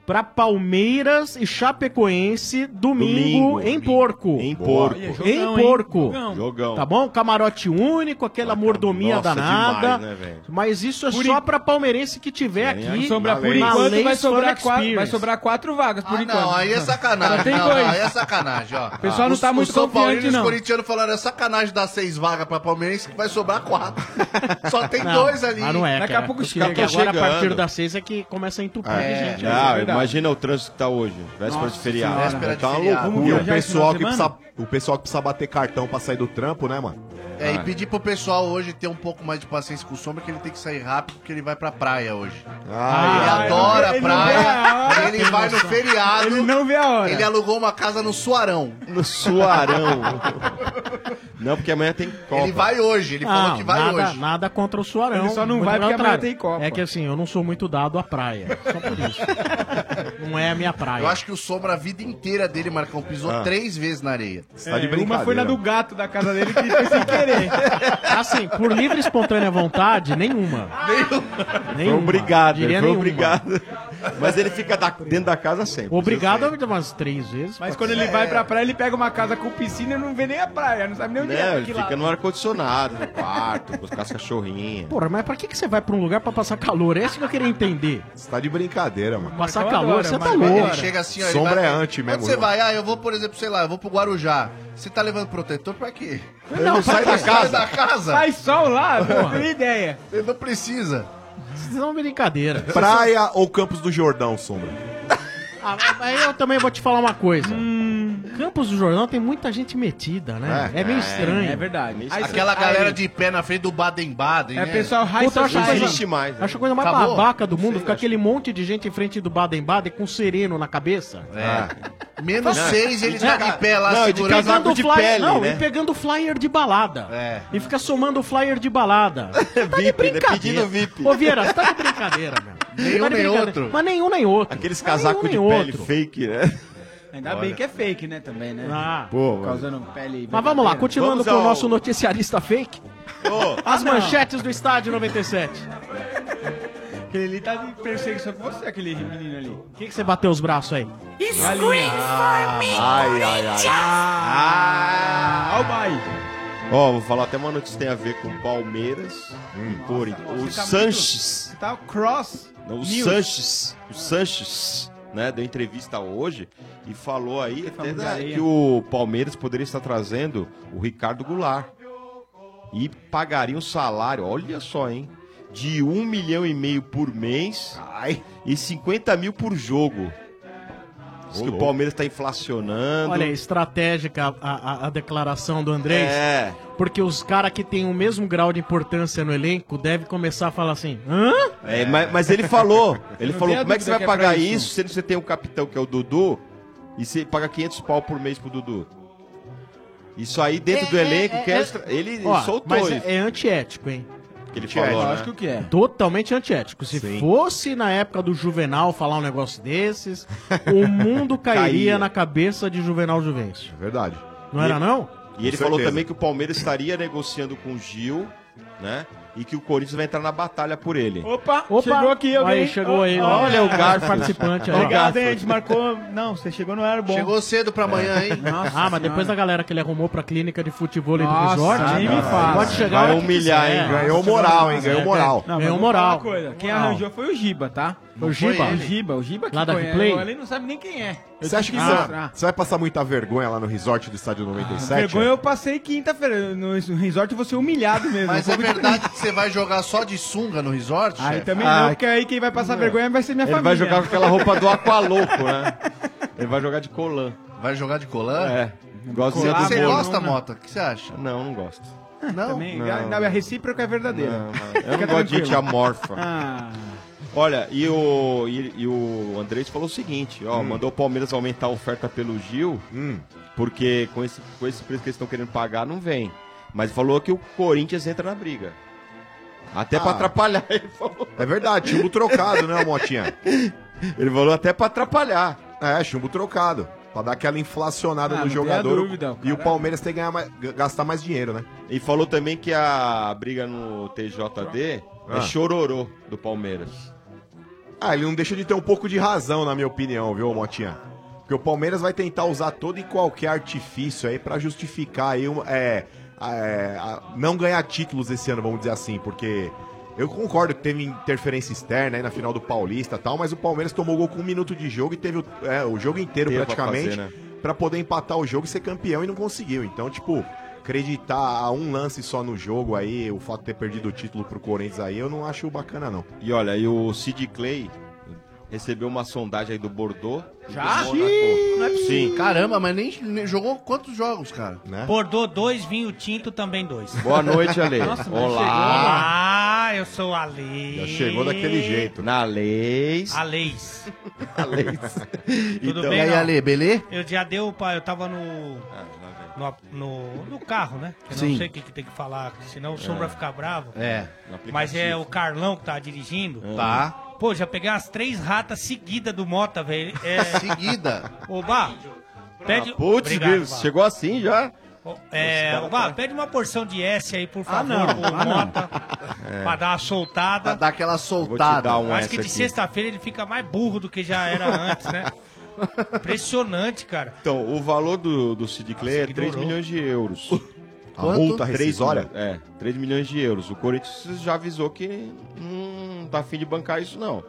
[SPEAKER 19] Para Palmeiras e Chapecoense, domingo,
[SPEAKER 22] Domingo.
[SPEAKER 19] em Porco.
[SPEAKER 22] Em Porco.
[SPEAKER 19] Em
[SPEAKER 22] Olha, jogão, hein?
[SPEAKER 19] Porco.
[SPEAKER 22] Jogão. Jogão.
[SPEAKER 19] Tá bom? Camarote único, aquela mordomia
[SPEAKER 22] nossa,
[SPEAKER 19] danada.
[SPEAKER 22] demais, né, velho?
[SPEAKER 19] Mas isso é só pra palmeirense que tiver aqui.
[SPEAKER 7] Sobrar, por
[SPEAKER 19] na
[SPEAKER 7] enquanto vai
[SPEAKER 19] Leis
[SPEAKER 7] sobrar,
[SPEAKER 19] Fan
[SPEAKER 7] quatro, vai
[SPEAKER 19] Experience.
[SPEAKER 7] sobrar quatro vagas, por
[SPEAKER 21] Ah,
[SPEAKER 7] enquanto.
[SPEAKER 21] não, aí é sacanagem.
[SPEAKER 7] Só tem
[SPEAKER 21] não,
[SPEAKER 7] dois.
[SPEAKER 21] não, aí é sacanagem, ó.
[SPEAKER 7] O pessoal não tá muito
[SPEAKER 21] São
[SPEAKER 7] confiante,
[SPEAKER 21] Paulino e os
[SPEAKER 7] não.
[SPEAKER 21] corintianos falaram, é sacanagem dar seis vagas pra Palmeirense que vai sobrar quatro.
[SPEAKER 7] [laughs]
[SPEAKER 21] Só tem
[SPEAKER 19] Não,
[SPEAKER 21] dois ali.
[SPEAKER 19] mas não é, cara. Os caras
[SPEAKER 21] Porque
[SPEAKER 19] tão Agora, a
[SPEAKER 22] chegando.
[SPEAKER 19] partir das seis é que começa a entupir de
[SPEAKER 22] É,
[SPEAKER 19] gente. né?
[SPEAKER 22] ah, imagina o trânsito que tá hoje. Véspera
[SPEAKER 17] Nossa
[SPEAKER 22] de feriado.
[SPEAKER 17] Senhora.
[SPEAKER 22] Véspera de
[SPEAKER 17] Tá uma
[SPEAKER 22] feriado.
[SPEAKER 17] loucura. E o pessoal, que
[SPEAKER 22] precisa-
[SPEAKER 17] precisa, o pessoal que precisa bater cartão pra sair do trampo, né, mano?
[SPEAKER 21] É, e pedir pro pessoal hoje ter um pouco mais de paciência com o Sombra, que ele tem que sair rápido, porque ele vai pra praia hoje.
[SPEAKER 7] é.
[SPEAKER 21] ele
[SPEAKER 17] Ah,
[SPEAKER 21] adora
[SPEAKER 17] ele não vê a
[SPEAKER 21] praia,
[SPEAKER 17] hora.
[SPEAKER 21] ele vai no feriado. Ele
[SPEAKER 7] não vê a hora.
[SPEAKER 21] Ele alugou uma casa no Suarão.
[SPEAKER 22] No Suarão.
[SPEAKER 21] [laughs]
[SPEAKER 22] Não, porque amanhã tem Copa.
[SPEAKER 21] Ele vai hoje, ele falou que vai
[SPEAKER 19] nada,
[SPEAKER 21] hoje.
[SPEAKER 19] Nada contra o Suarão.
[SPEAKER 21] Ele só não
[SPEAKER 19] muito
[SPEAKER 21] vai
[SPEAKER 19] pelo
[SPEAKER 21] porque amanhã
[SPEAKER 19] contrário.
[SPEAKER 21] tem Copa.
[SPEAKER 19] É que assim, eu não sou muito dado à praia. Só por isso. não é a minha praia.
[SPEAKER 21] Eu acho que o Sombra, a vida inteira dele, Marcão, pisou
[SPEAKER 19] Ah.
[SPEAKER 21] três vezes na areia.
[SPEAKER 19] Você tá de brincadeira.
[SPEAKER 7] É, Uma foi na do gato da casa dele que tipo foi sem querer.
[SPEAKER 19] Assim, por livre e espontânea vontade, nenhuma.
[SPEAKER 22] Foi
[SPEAKER 19] Nenhuma.
[SPEAKER 22] obrigado, ele
[SPEAKER 19] Diria
[SPEAKER 22] foi
[SPEAKER 19] nenhuma.
[SPEAKER 22] obrigado. [laughs] Mas ele fica da- dentro da casa sempre.
[SPEAKER 19] Obrigado umas três vezes.
[SPEAKER 7] Mas quando ele vai pra praia, ele pega uma casa com piscina e não vê nem a praia, não sabe nem onde
[SPEAKER 22] Não,
[SPEAKER 7] é.
[SPEAKER 22] Né, ele
[SPEAKER 7] que
[SPEAKER 22] fica
[SPEAKER 7] lado.
[SPEAKER 22] no ar-condicionado, no quarto, buscar as cachorrinhas.
[SPEAKER 19] Porra, mas pra que, que você vai pra um lugar pra passar calor? É isso que eu queria entender.
[SPEAKER 17] Você tá de brincadeira, mano.
[SPEAKER 19] Passar calor, você tá louco.
[SPEAKER 21] Ele chega assim, ó. ele
[SPEAKER 17] Sombra
[SPEAKER 21] vai-
[SPEAKER 17] é anti mesmo.
[SPEAKER 21] Quando você vai, ah, eu vou, por exemplo, sei lá, eu vou pro Guarujá. Você tá levando protetor pra quê?
[SPEAKER 17] Ele não sai da
[SPEAKER 21] Sai
[SPEAKER 17] casa.
[SPEAKER 21] da casa.
[SPEAKER 7] Faz sol [laughs] lá,
[SPEAKER 21] pô,
[SPEAKER 7] não tem ideia.
[SPEAKER 21] Você não precisa.
[SPEAKER 19] Vocês são brincadeira.
[SPEAKER 17] Praia ou Campos do Jordão, Sombra?
[SPEAKER 19] Ah, mas eu também vou te falar uma coisa.
[SPEAKER 21] Hum.
[SPEAKER 19] Campos do Jordão tem muita gente metida, né? É, meio estranho.
[SPEAKER 7] É verdade. Aí
[SPEAKER 21] Aquela
[SPEAKER 7] cê-
[SPEAKER 21] galera
[SPEAKER 7] aí-
[SPEAKER 21] de pé na frente do Baden-Baden,
[SPEAKER 7] É,
[SPEAKER 21] né?
[SPEAKER 7] pessoal, high
[SPEAKER 19] Puta, eu acho, a coisa,
[SPEAKER 22] mais,
[SPEAKER 19] acho a coisa mais
[SPEAKER 21] Acabou?
[SPEAKER 19] babaca do mundo, ficar aquele monte de gente em frente do Baden-Baden com sereno na cabeça.
[SPEAKER 21] É. Menos
[SPEAKER 19] Não,
[SPEAKER 21] seis,
[SPEAKER 19] e
[SPEAKER 21] ele
[SPEAKER 19] de
[SPEAKER 21] tá
[SPEAKER 19] ca-
[SPEAKER 21] de pé lá
[SPEAKER 19] não, e de
[SPEAKER 21] segurando.
[SPEAKER 19] casaco de
[SPEAKER 21] Pegando
[SPEAKER 19] pele, não,
[SPEAKER 21] né?
[SPEAKER 19] e pegando flyer de balada. E fica somando flyer
[SPEAKER 22] [laughs]
[SPEAKER 19] de balada. Tá de brincadeira.
[SPEAKER 22] É. né? pedindo VIP.
[SPEAKER 19] Ô, Vieira, você tá de brincadeira, meu.
[SPEAKER 22] [laughs] Nenhum
[SPEAKER 19] Tá de
[SPEAKER 22] nem
[SPEAKER 19] brincadeira.
[SPEAKER 22] outro.
[SPEAKER 19] Mas nenhum nem outro.
[SPEAKER 22] Aqueles
[SPEAKER 19] Mas
[SPEAKER 22] casacos
[SPEAKER 19] nenhum
[SPEAKER 22] de
[SPEAKER 19] nem
[SPEAKER 22] pele
[SPEAKER 19] outro.
[SPEAKER 22] fake, né?
[SPEAKER 7] Ainda bem que é fake, né, também, né?
[SPEAKER 19] Ah.
[SPEAKER 22] Pô,
[SPEAKER 7] Causando pele...
[SPEAKER 19] Mas vamos lá,
[SPEAKER 7] verdadeira.
[SPEAKER 19] continuando
[SPEAKER 7] Vamos
[SPEAKER 19] com o
[SPEAKER 7] ao-
[SPEAKER 19] nosso noticiarista fake. As
[SPEAKER 7] Ah, não.
[SPEAKER 19] manchetes do estádio 97.
[SPEAKER 7] Aquele ali tá de perseguição com você, aquele menino ali. O
[SPEAKER 19] que, que você bateu os braços aí?
[SPEAKER 7] Galinha.
[SPEAKER 22] Ai, ai, ai.
[SPEAKER 7] Ah, o Bahia.
[SPEAKER 22] Ó, vou falar até uma notícia que tem a ver com Palmeiras, Corinthians. O
[SPEAKER 7] Você tá
[SPEAKER 22] Sanches.
[SPEAKER 7] muito- Tá cross.
[SPEAKER 22] Não, o
[SPEAKER 7] news.
[SPEAKER 22] Sanches, o Sanches, né, deu entrevista hoje e falou aí até
[SPEAKER 7] falando
[SPEAKER 22] da-
[SPEAKER 7] galinha.
[SPEAKER 22] que o Palmeiras poderia estar trazendo o Ricardo Goulart e pagaria um salário, olha só, hein, de um milhão e meio por mês e 50 mil por jogo. Diz que o Palmeiras tá inflacionando.
[SPEAKER 19] Olha, estratégica a, a- a declaração do Andrés.
[SPEAKER 22] É.
[SPEAKER 19] Porque os caras que têm o mesmo grau de importância no elenco devem começar a falar assim: hã?
[SPEAKER 22] É, mas, mas ele
[SPEAKER 19] [laughs]
[SPEAKER 22] falou, ele
[SPEAKER 19] Não
[SPEAKER 22] falou,
[SPEAKER 19] tenha
[SPEAKER 22] como é que
[SPEAKER 19] dúvida
[SPEAKER 22] você vai
[SPEAKER 19] que é
[SPEAKER 22] pagar
[SPEAKER 19] pra isso.
[SPEAKER 22] isso, sendo que você tem um capitão que é o Dudu e você paga 500 pau por mês pro Dudu? Isso aí dentro do elenco, que é extra- ele
[SPEAKER 19] Ó,
[SPEAKER 22] soltou
[SPEAKER 19] Mas
[SPEAKER 22] isso.
[SPEAKER 19] é, é antiético, hein?
[SPEAKER 22] que ele falou, né?
[SPEAKER 7] Lógico que é.
[SPEAKER 19] Totalmente antiético. Se fosse na época do Juvenal falar um negócio desses,
[SPEAKER 22] [laughs]
[SPEAKER 19] o mundo cairia
[SPEAKER 22] Caía.
[SPEAKER 19] na cabeça de Juvenal Juvencio.
[SPEAKER 17] Verdade.
[SPEAKER 19] Não
[SPEAKER 22] E
[SPEAKER 19] era,
[SPEAKER 22] ele-
[SPEAKER 19] não?
[SPEAKER 22] E ele
[SPEAKER 17] Com
[SPEAKER 22] falou
[SPEAKER 17] certeza.
[SPEAKER 22] também que o Palmeiras estaria negociando com o Gil, né? E que o Corinthians vai entrar na batalha por ele.
[SPEAKER 7] Opa,
[SPEAKER 19] Opa,
[SPEAKER 7] chegou aqui alguém.
[SPEAKER 19] aí, chegou aí, ó.
[SPEAKER 22] Olha o [laughs] Garfo.
[SPEAKER 19] Participante aí.
[SPEAKER 7] Obrigado, hein? A gente marcou... Não, você chegou no bom.
[SPEAKER 21] Chegou cedo pra amanhã,
[SPEAKER 7] [laughs]
[SPEAKER 21] hein?
[SPEAKER 19] ah, mas depois da galera que ele arrumou pra clínica de futebol e do
[SPEAKER 7] Nossa,
[SPEAKER 19] resort,
[SPEAKER 7] nem me fala.
[SPEAKER 19] pode chegar. É. a
[SPEAKER 7] Vai
[SPEAKER 19] hora que
[SPEAKER 7] humilhar,
[SPEAKER 19] quiser.
[SPEAKER 7] hein? Ganhou moral, hein? Ganhou
[SPEAKER 19] É,
[SPEAKER 7] moral. Ah.
[SPEAKER 19] é.
[SPEAKER 7] Não, mas
[SPEAKER 19] ganhou
[SPEAKER 7] vou falar
[SPEAKER 19] moral.
[SPEAKER 7] uma coisa. Quem
[SPEAKER 19] Moral.
[SPEAKER 7] arranjou foi o Giba, tá?
[SPEAKER 19] Não foi Giba? ele.
[SPEAKER 7] O Giba, o Giba que
[SPEAKER 19] Lá da
[SPEAKER 7] conhece.
[SPEAKER 19] Replay?
[SPEAKER 7] Ele não sabe nem quem é. Eu
[SPEAKER 17] Você acha que
[SPEAKER 7] tive
[SPEAKER 17] você,
[SPEAKER 7] mostrar.
[SPEAKER 17] você vai passar muita vergonha lá no resort do estádio
[SPEAKER 22] Ah,
[SPEAKER 17] 97?
[SPEAKER 7] Vergonha eu passei quinta-feira no resort e vou ser humilhado mesmo.
[SPEAKER 21] Mas é verdade que você vai jogar só de sunga no resort?
[SPEAKER 7] Aí
[SPEAKER 21] chefe?
[SPEAKER 7] também não, porque aí quem vai passar vergonha Ah, vai ser minha
[SPEAKER 21] Ah, Ele
[SPEAKER 7] família.
[SPEAKER 21] vai jogar com aquela roupa do
[SPEAKER 22] Aqualoco, né? Ele vai jogar de colã.
[SPEAKER 21] Vai jogar de colã?
[SPEAKER 22] É. Gosto
[SPEAKER 21] Colã,
[SPEAKER 22] do
[SPEAKER 21] você
[SPEAKER 22] Moro.
[SPEAKER 21] gosta, Mota? O que você acha?
[SPEAKER 22] Não, não gosto. Ah,
[SPEAKER 21] Não?
[SPEAKER 7] Também,
[SPEAKER 22] Não.
[SPEAKER 7] não, a recíproca é verdadeira.
[SPEAKER 22] Não, não.
[SPEAKER 7] Fica
[SPEAKER 22] Eu não gosto de
[SPEAKER 7] tranquilo.
[SPEAKER 22] gente amorfa.
[SPEAKER 7] Ah.
[SPEAKER 22] Olha, e o, e, e o Andrés falou o seguinte,
[SPEAKER 7] Hum.
[SPEAKER 22] ó, mandou o Palmeiras aumentar a oferta pelo Gil, porque com esse, com esse preço que eles estão querendo pagar, não vem. Mas falou que o Corinthians entra na briga. Até pra
[SPEAKER 17] Ah.
[SPEAKER 22] atrapalhar, ele falou.
[SPEAKER 17] É verdade,
[SPEAKER 7] um
[SPEAKER 17] chumbo trocado, né, Motinha?
[SPEAKER 22] Ele falou até pra atrapalhar.
[SPEAKER 17] É, chumbo trocado. Pra dar aquela inflacionada
[SPEAKER 22] Ah,
[SPEAKER 17] no
[SPEAKER 22] não tenha
[SPEAKER 17] jogador.
[SPEAKER 22] dúvida, o
[SPEAKER 17] e o
[SPEAKER 22] cara-
[SPEAKER 17] Palmeiras tem que ganhar mais- g- gastar mais dinheiro, né?
[SPEAKER 22] E falou também que a briga no TJD
[SPEAKER 17] Ah.
[SPEAKER 22] é chororô do Palmeiras.
[SPEAKER 17] Ah, ele não deixa de ter um pouco de razão, na minha opinião, viu, Motinha? Porque o Palmeiras vai tentar usar todo e qualquer artifício aí pra justificar aí, um- é, a- é, a- não ganhar títulos esse ano, vamos dizer assim, porque eu concordo que teve interferência externa aí na final do Paulista e tal, mas o Palmeiras tomou gol com um minuto de jogo e teve o, é, o jogo inteiro
[SPEAKER 22] Inteiro pra
[SPEAKER 17] praticamente
[SPEAKER 22] fazer, né?
[SPEAKER 17] pra poder empatar o jogo e ser campeão e não conseguiu. Então, tipo, acreditar a um lance só no jogo aí, o fato de ter perdido o título pro Corinthians aí, eu não acho bacana não.
[SPEAKER 22] E olha, e o Sid Clay recebeu uma sondagem aí do Bordeaux.
[SPEAKER 21] Já?
[SPEAKER 22] E do Mônaco.
[SPEAKER 21] Não é
[SPEAKER 22] Sim.
[SPEAKER 21] possível. Caramba, mas nem, nem jogou quantos jogos, cara?
[SPEAKER 17] Né?
[SPEAKER 15] Bordô dois, vinho tinto também dois.
[SPEAKER 22] Boa noite, Ale.
[SPEAKER 15] Nossa, mas
[SPEAKER 22] Olá.
[SPEAKER 15] chegou lá. Ah, eu sou o Ale.
[SPEAKER 22] Já chegou daquele jeito. Na Leis.
[SPEAKER 15] Aleis.
[SPEAKER 22] Aleis.
[SPEAKER 15] [laughs] Tudo
[SPEAKER 22] Então-
[SPEAKER 15] bem?
[SPEAKER 22] E aí,
[SPEAKER 15] não?
[SPEAKER 22] Ale, belê? Ah,
[SPEAKER 15] Eu já deu, pa- eu tava no, no, no, no carro, né? Que eu
[SPEAKER 21] Sim.
[SPEAKER 15] não sei o que, que tem que falar, senão o Sombra
[SPEAKER 21] É.
[SPEAKER 15] fica bravo.
[SPEAKER 21] É. No
[SPEAKER 15] Mas é
[SPEAKER 21] aplicativo.
[SPEAKER 15] o Carlão que tá dirigindo.
[SPEAKER 21] Tá.
[SPEAKER 15] Pô, já peguei as três ratas seguidas do Mota, velho. É...
[SPEAKER 22] [laughs]
[SPEAKER 15] [laughs]
[SPEAKER 21] Seguida?
[SPEAKER 15] Ô, Bá, pede...
[SPEAKER 22] Ah, putz,
[SPEAKER 15] Obrigado,
[SPEAKER 22] viu?
[SPEAKER 15] Bá.
[SPEAKER 22] chegou assim já.
[SPEAKER 15] É,
[SPEAKER 22] Esse cara tá-
[SPEAKER 15] Bá, pede uma porção de S aí, por favor,
[SPEAKER 22] não,
[SPEAKER 15] pro
[SPEAKER 22] ah, não.
[SPEAKER 15] Mota, pra dar uma soltada.
[SPEAKER 21] Pra dar aquela
[SPEAKER 22] Ah,
[SPEAKER 21] soltada.
[SPEAKER 22] um
[SPEAKER 15] Acho que de sexta-feira ele fica mais burro do que já era antes,
[SPEAKER 22] [laughs]
[SPEAKER 15] né? Impressionante, cara.
[SPEAKER 22] Então, o valor do, do Sid Clay é 3
[SPEAKER 15] ignorou.
[SPEAKER 22] milhões de
[SPEAKER 21] [laughs]
[SPEAKER 22] euros.
[SPEAKER 17] A multa
[SPEAKER 22] Três
[SPEAKER 17] rescisória?
[SPEAKER 22] mil- É, 3 milhões de euros. O Corinthians já avisou que hum, não tá afim de bancar isso, não.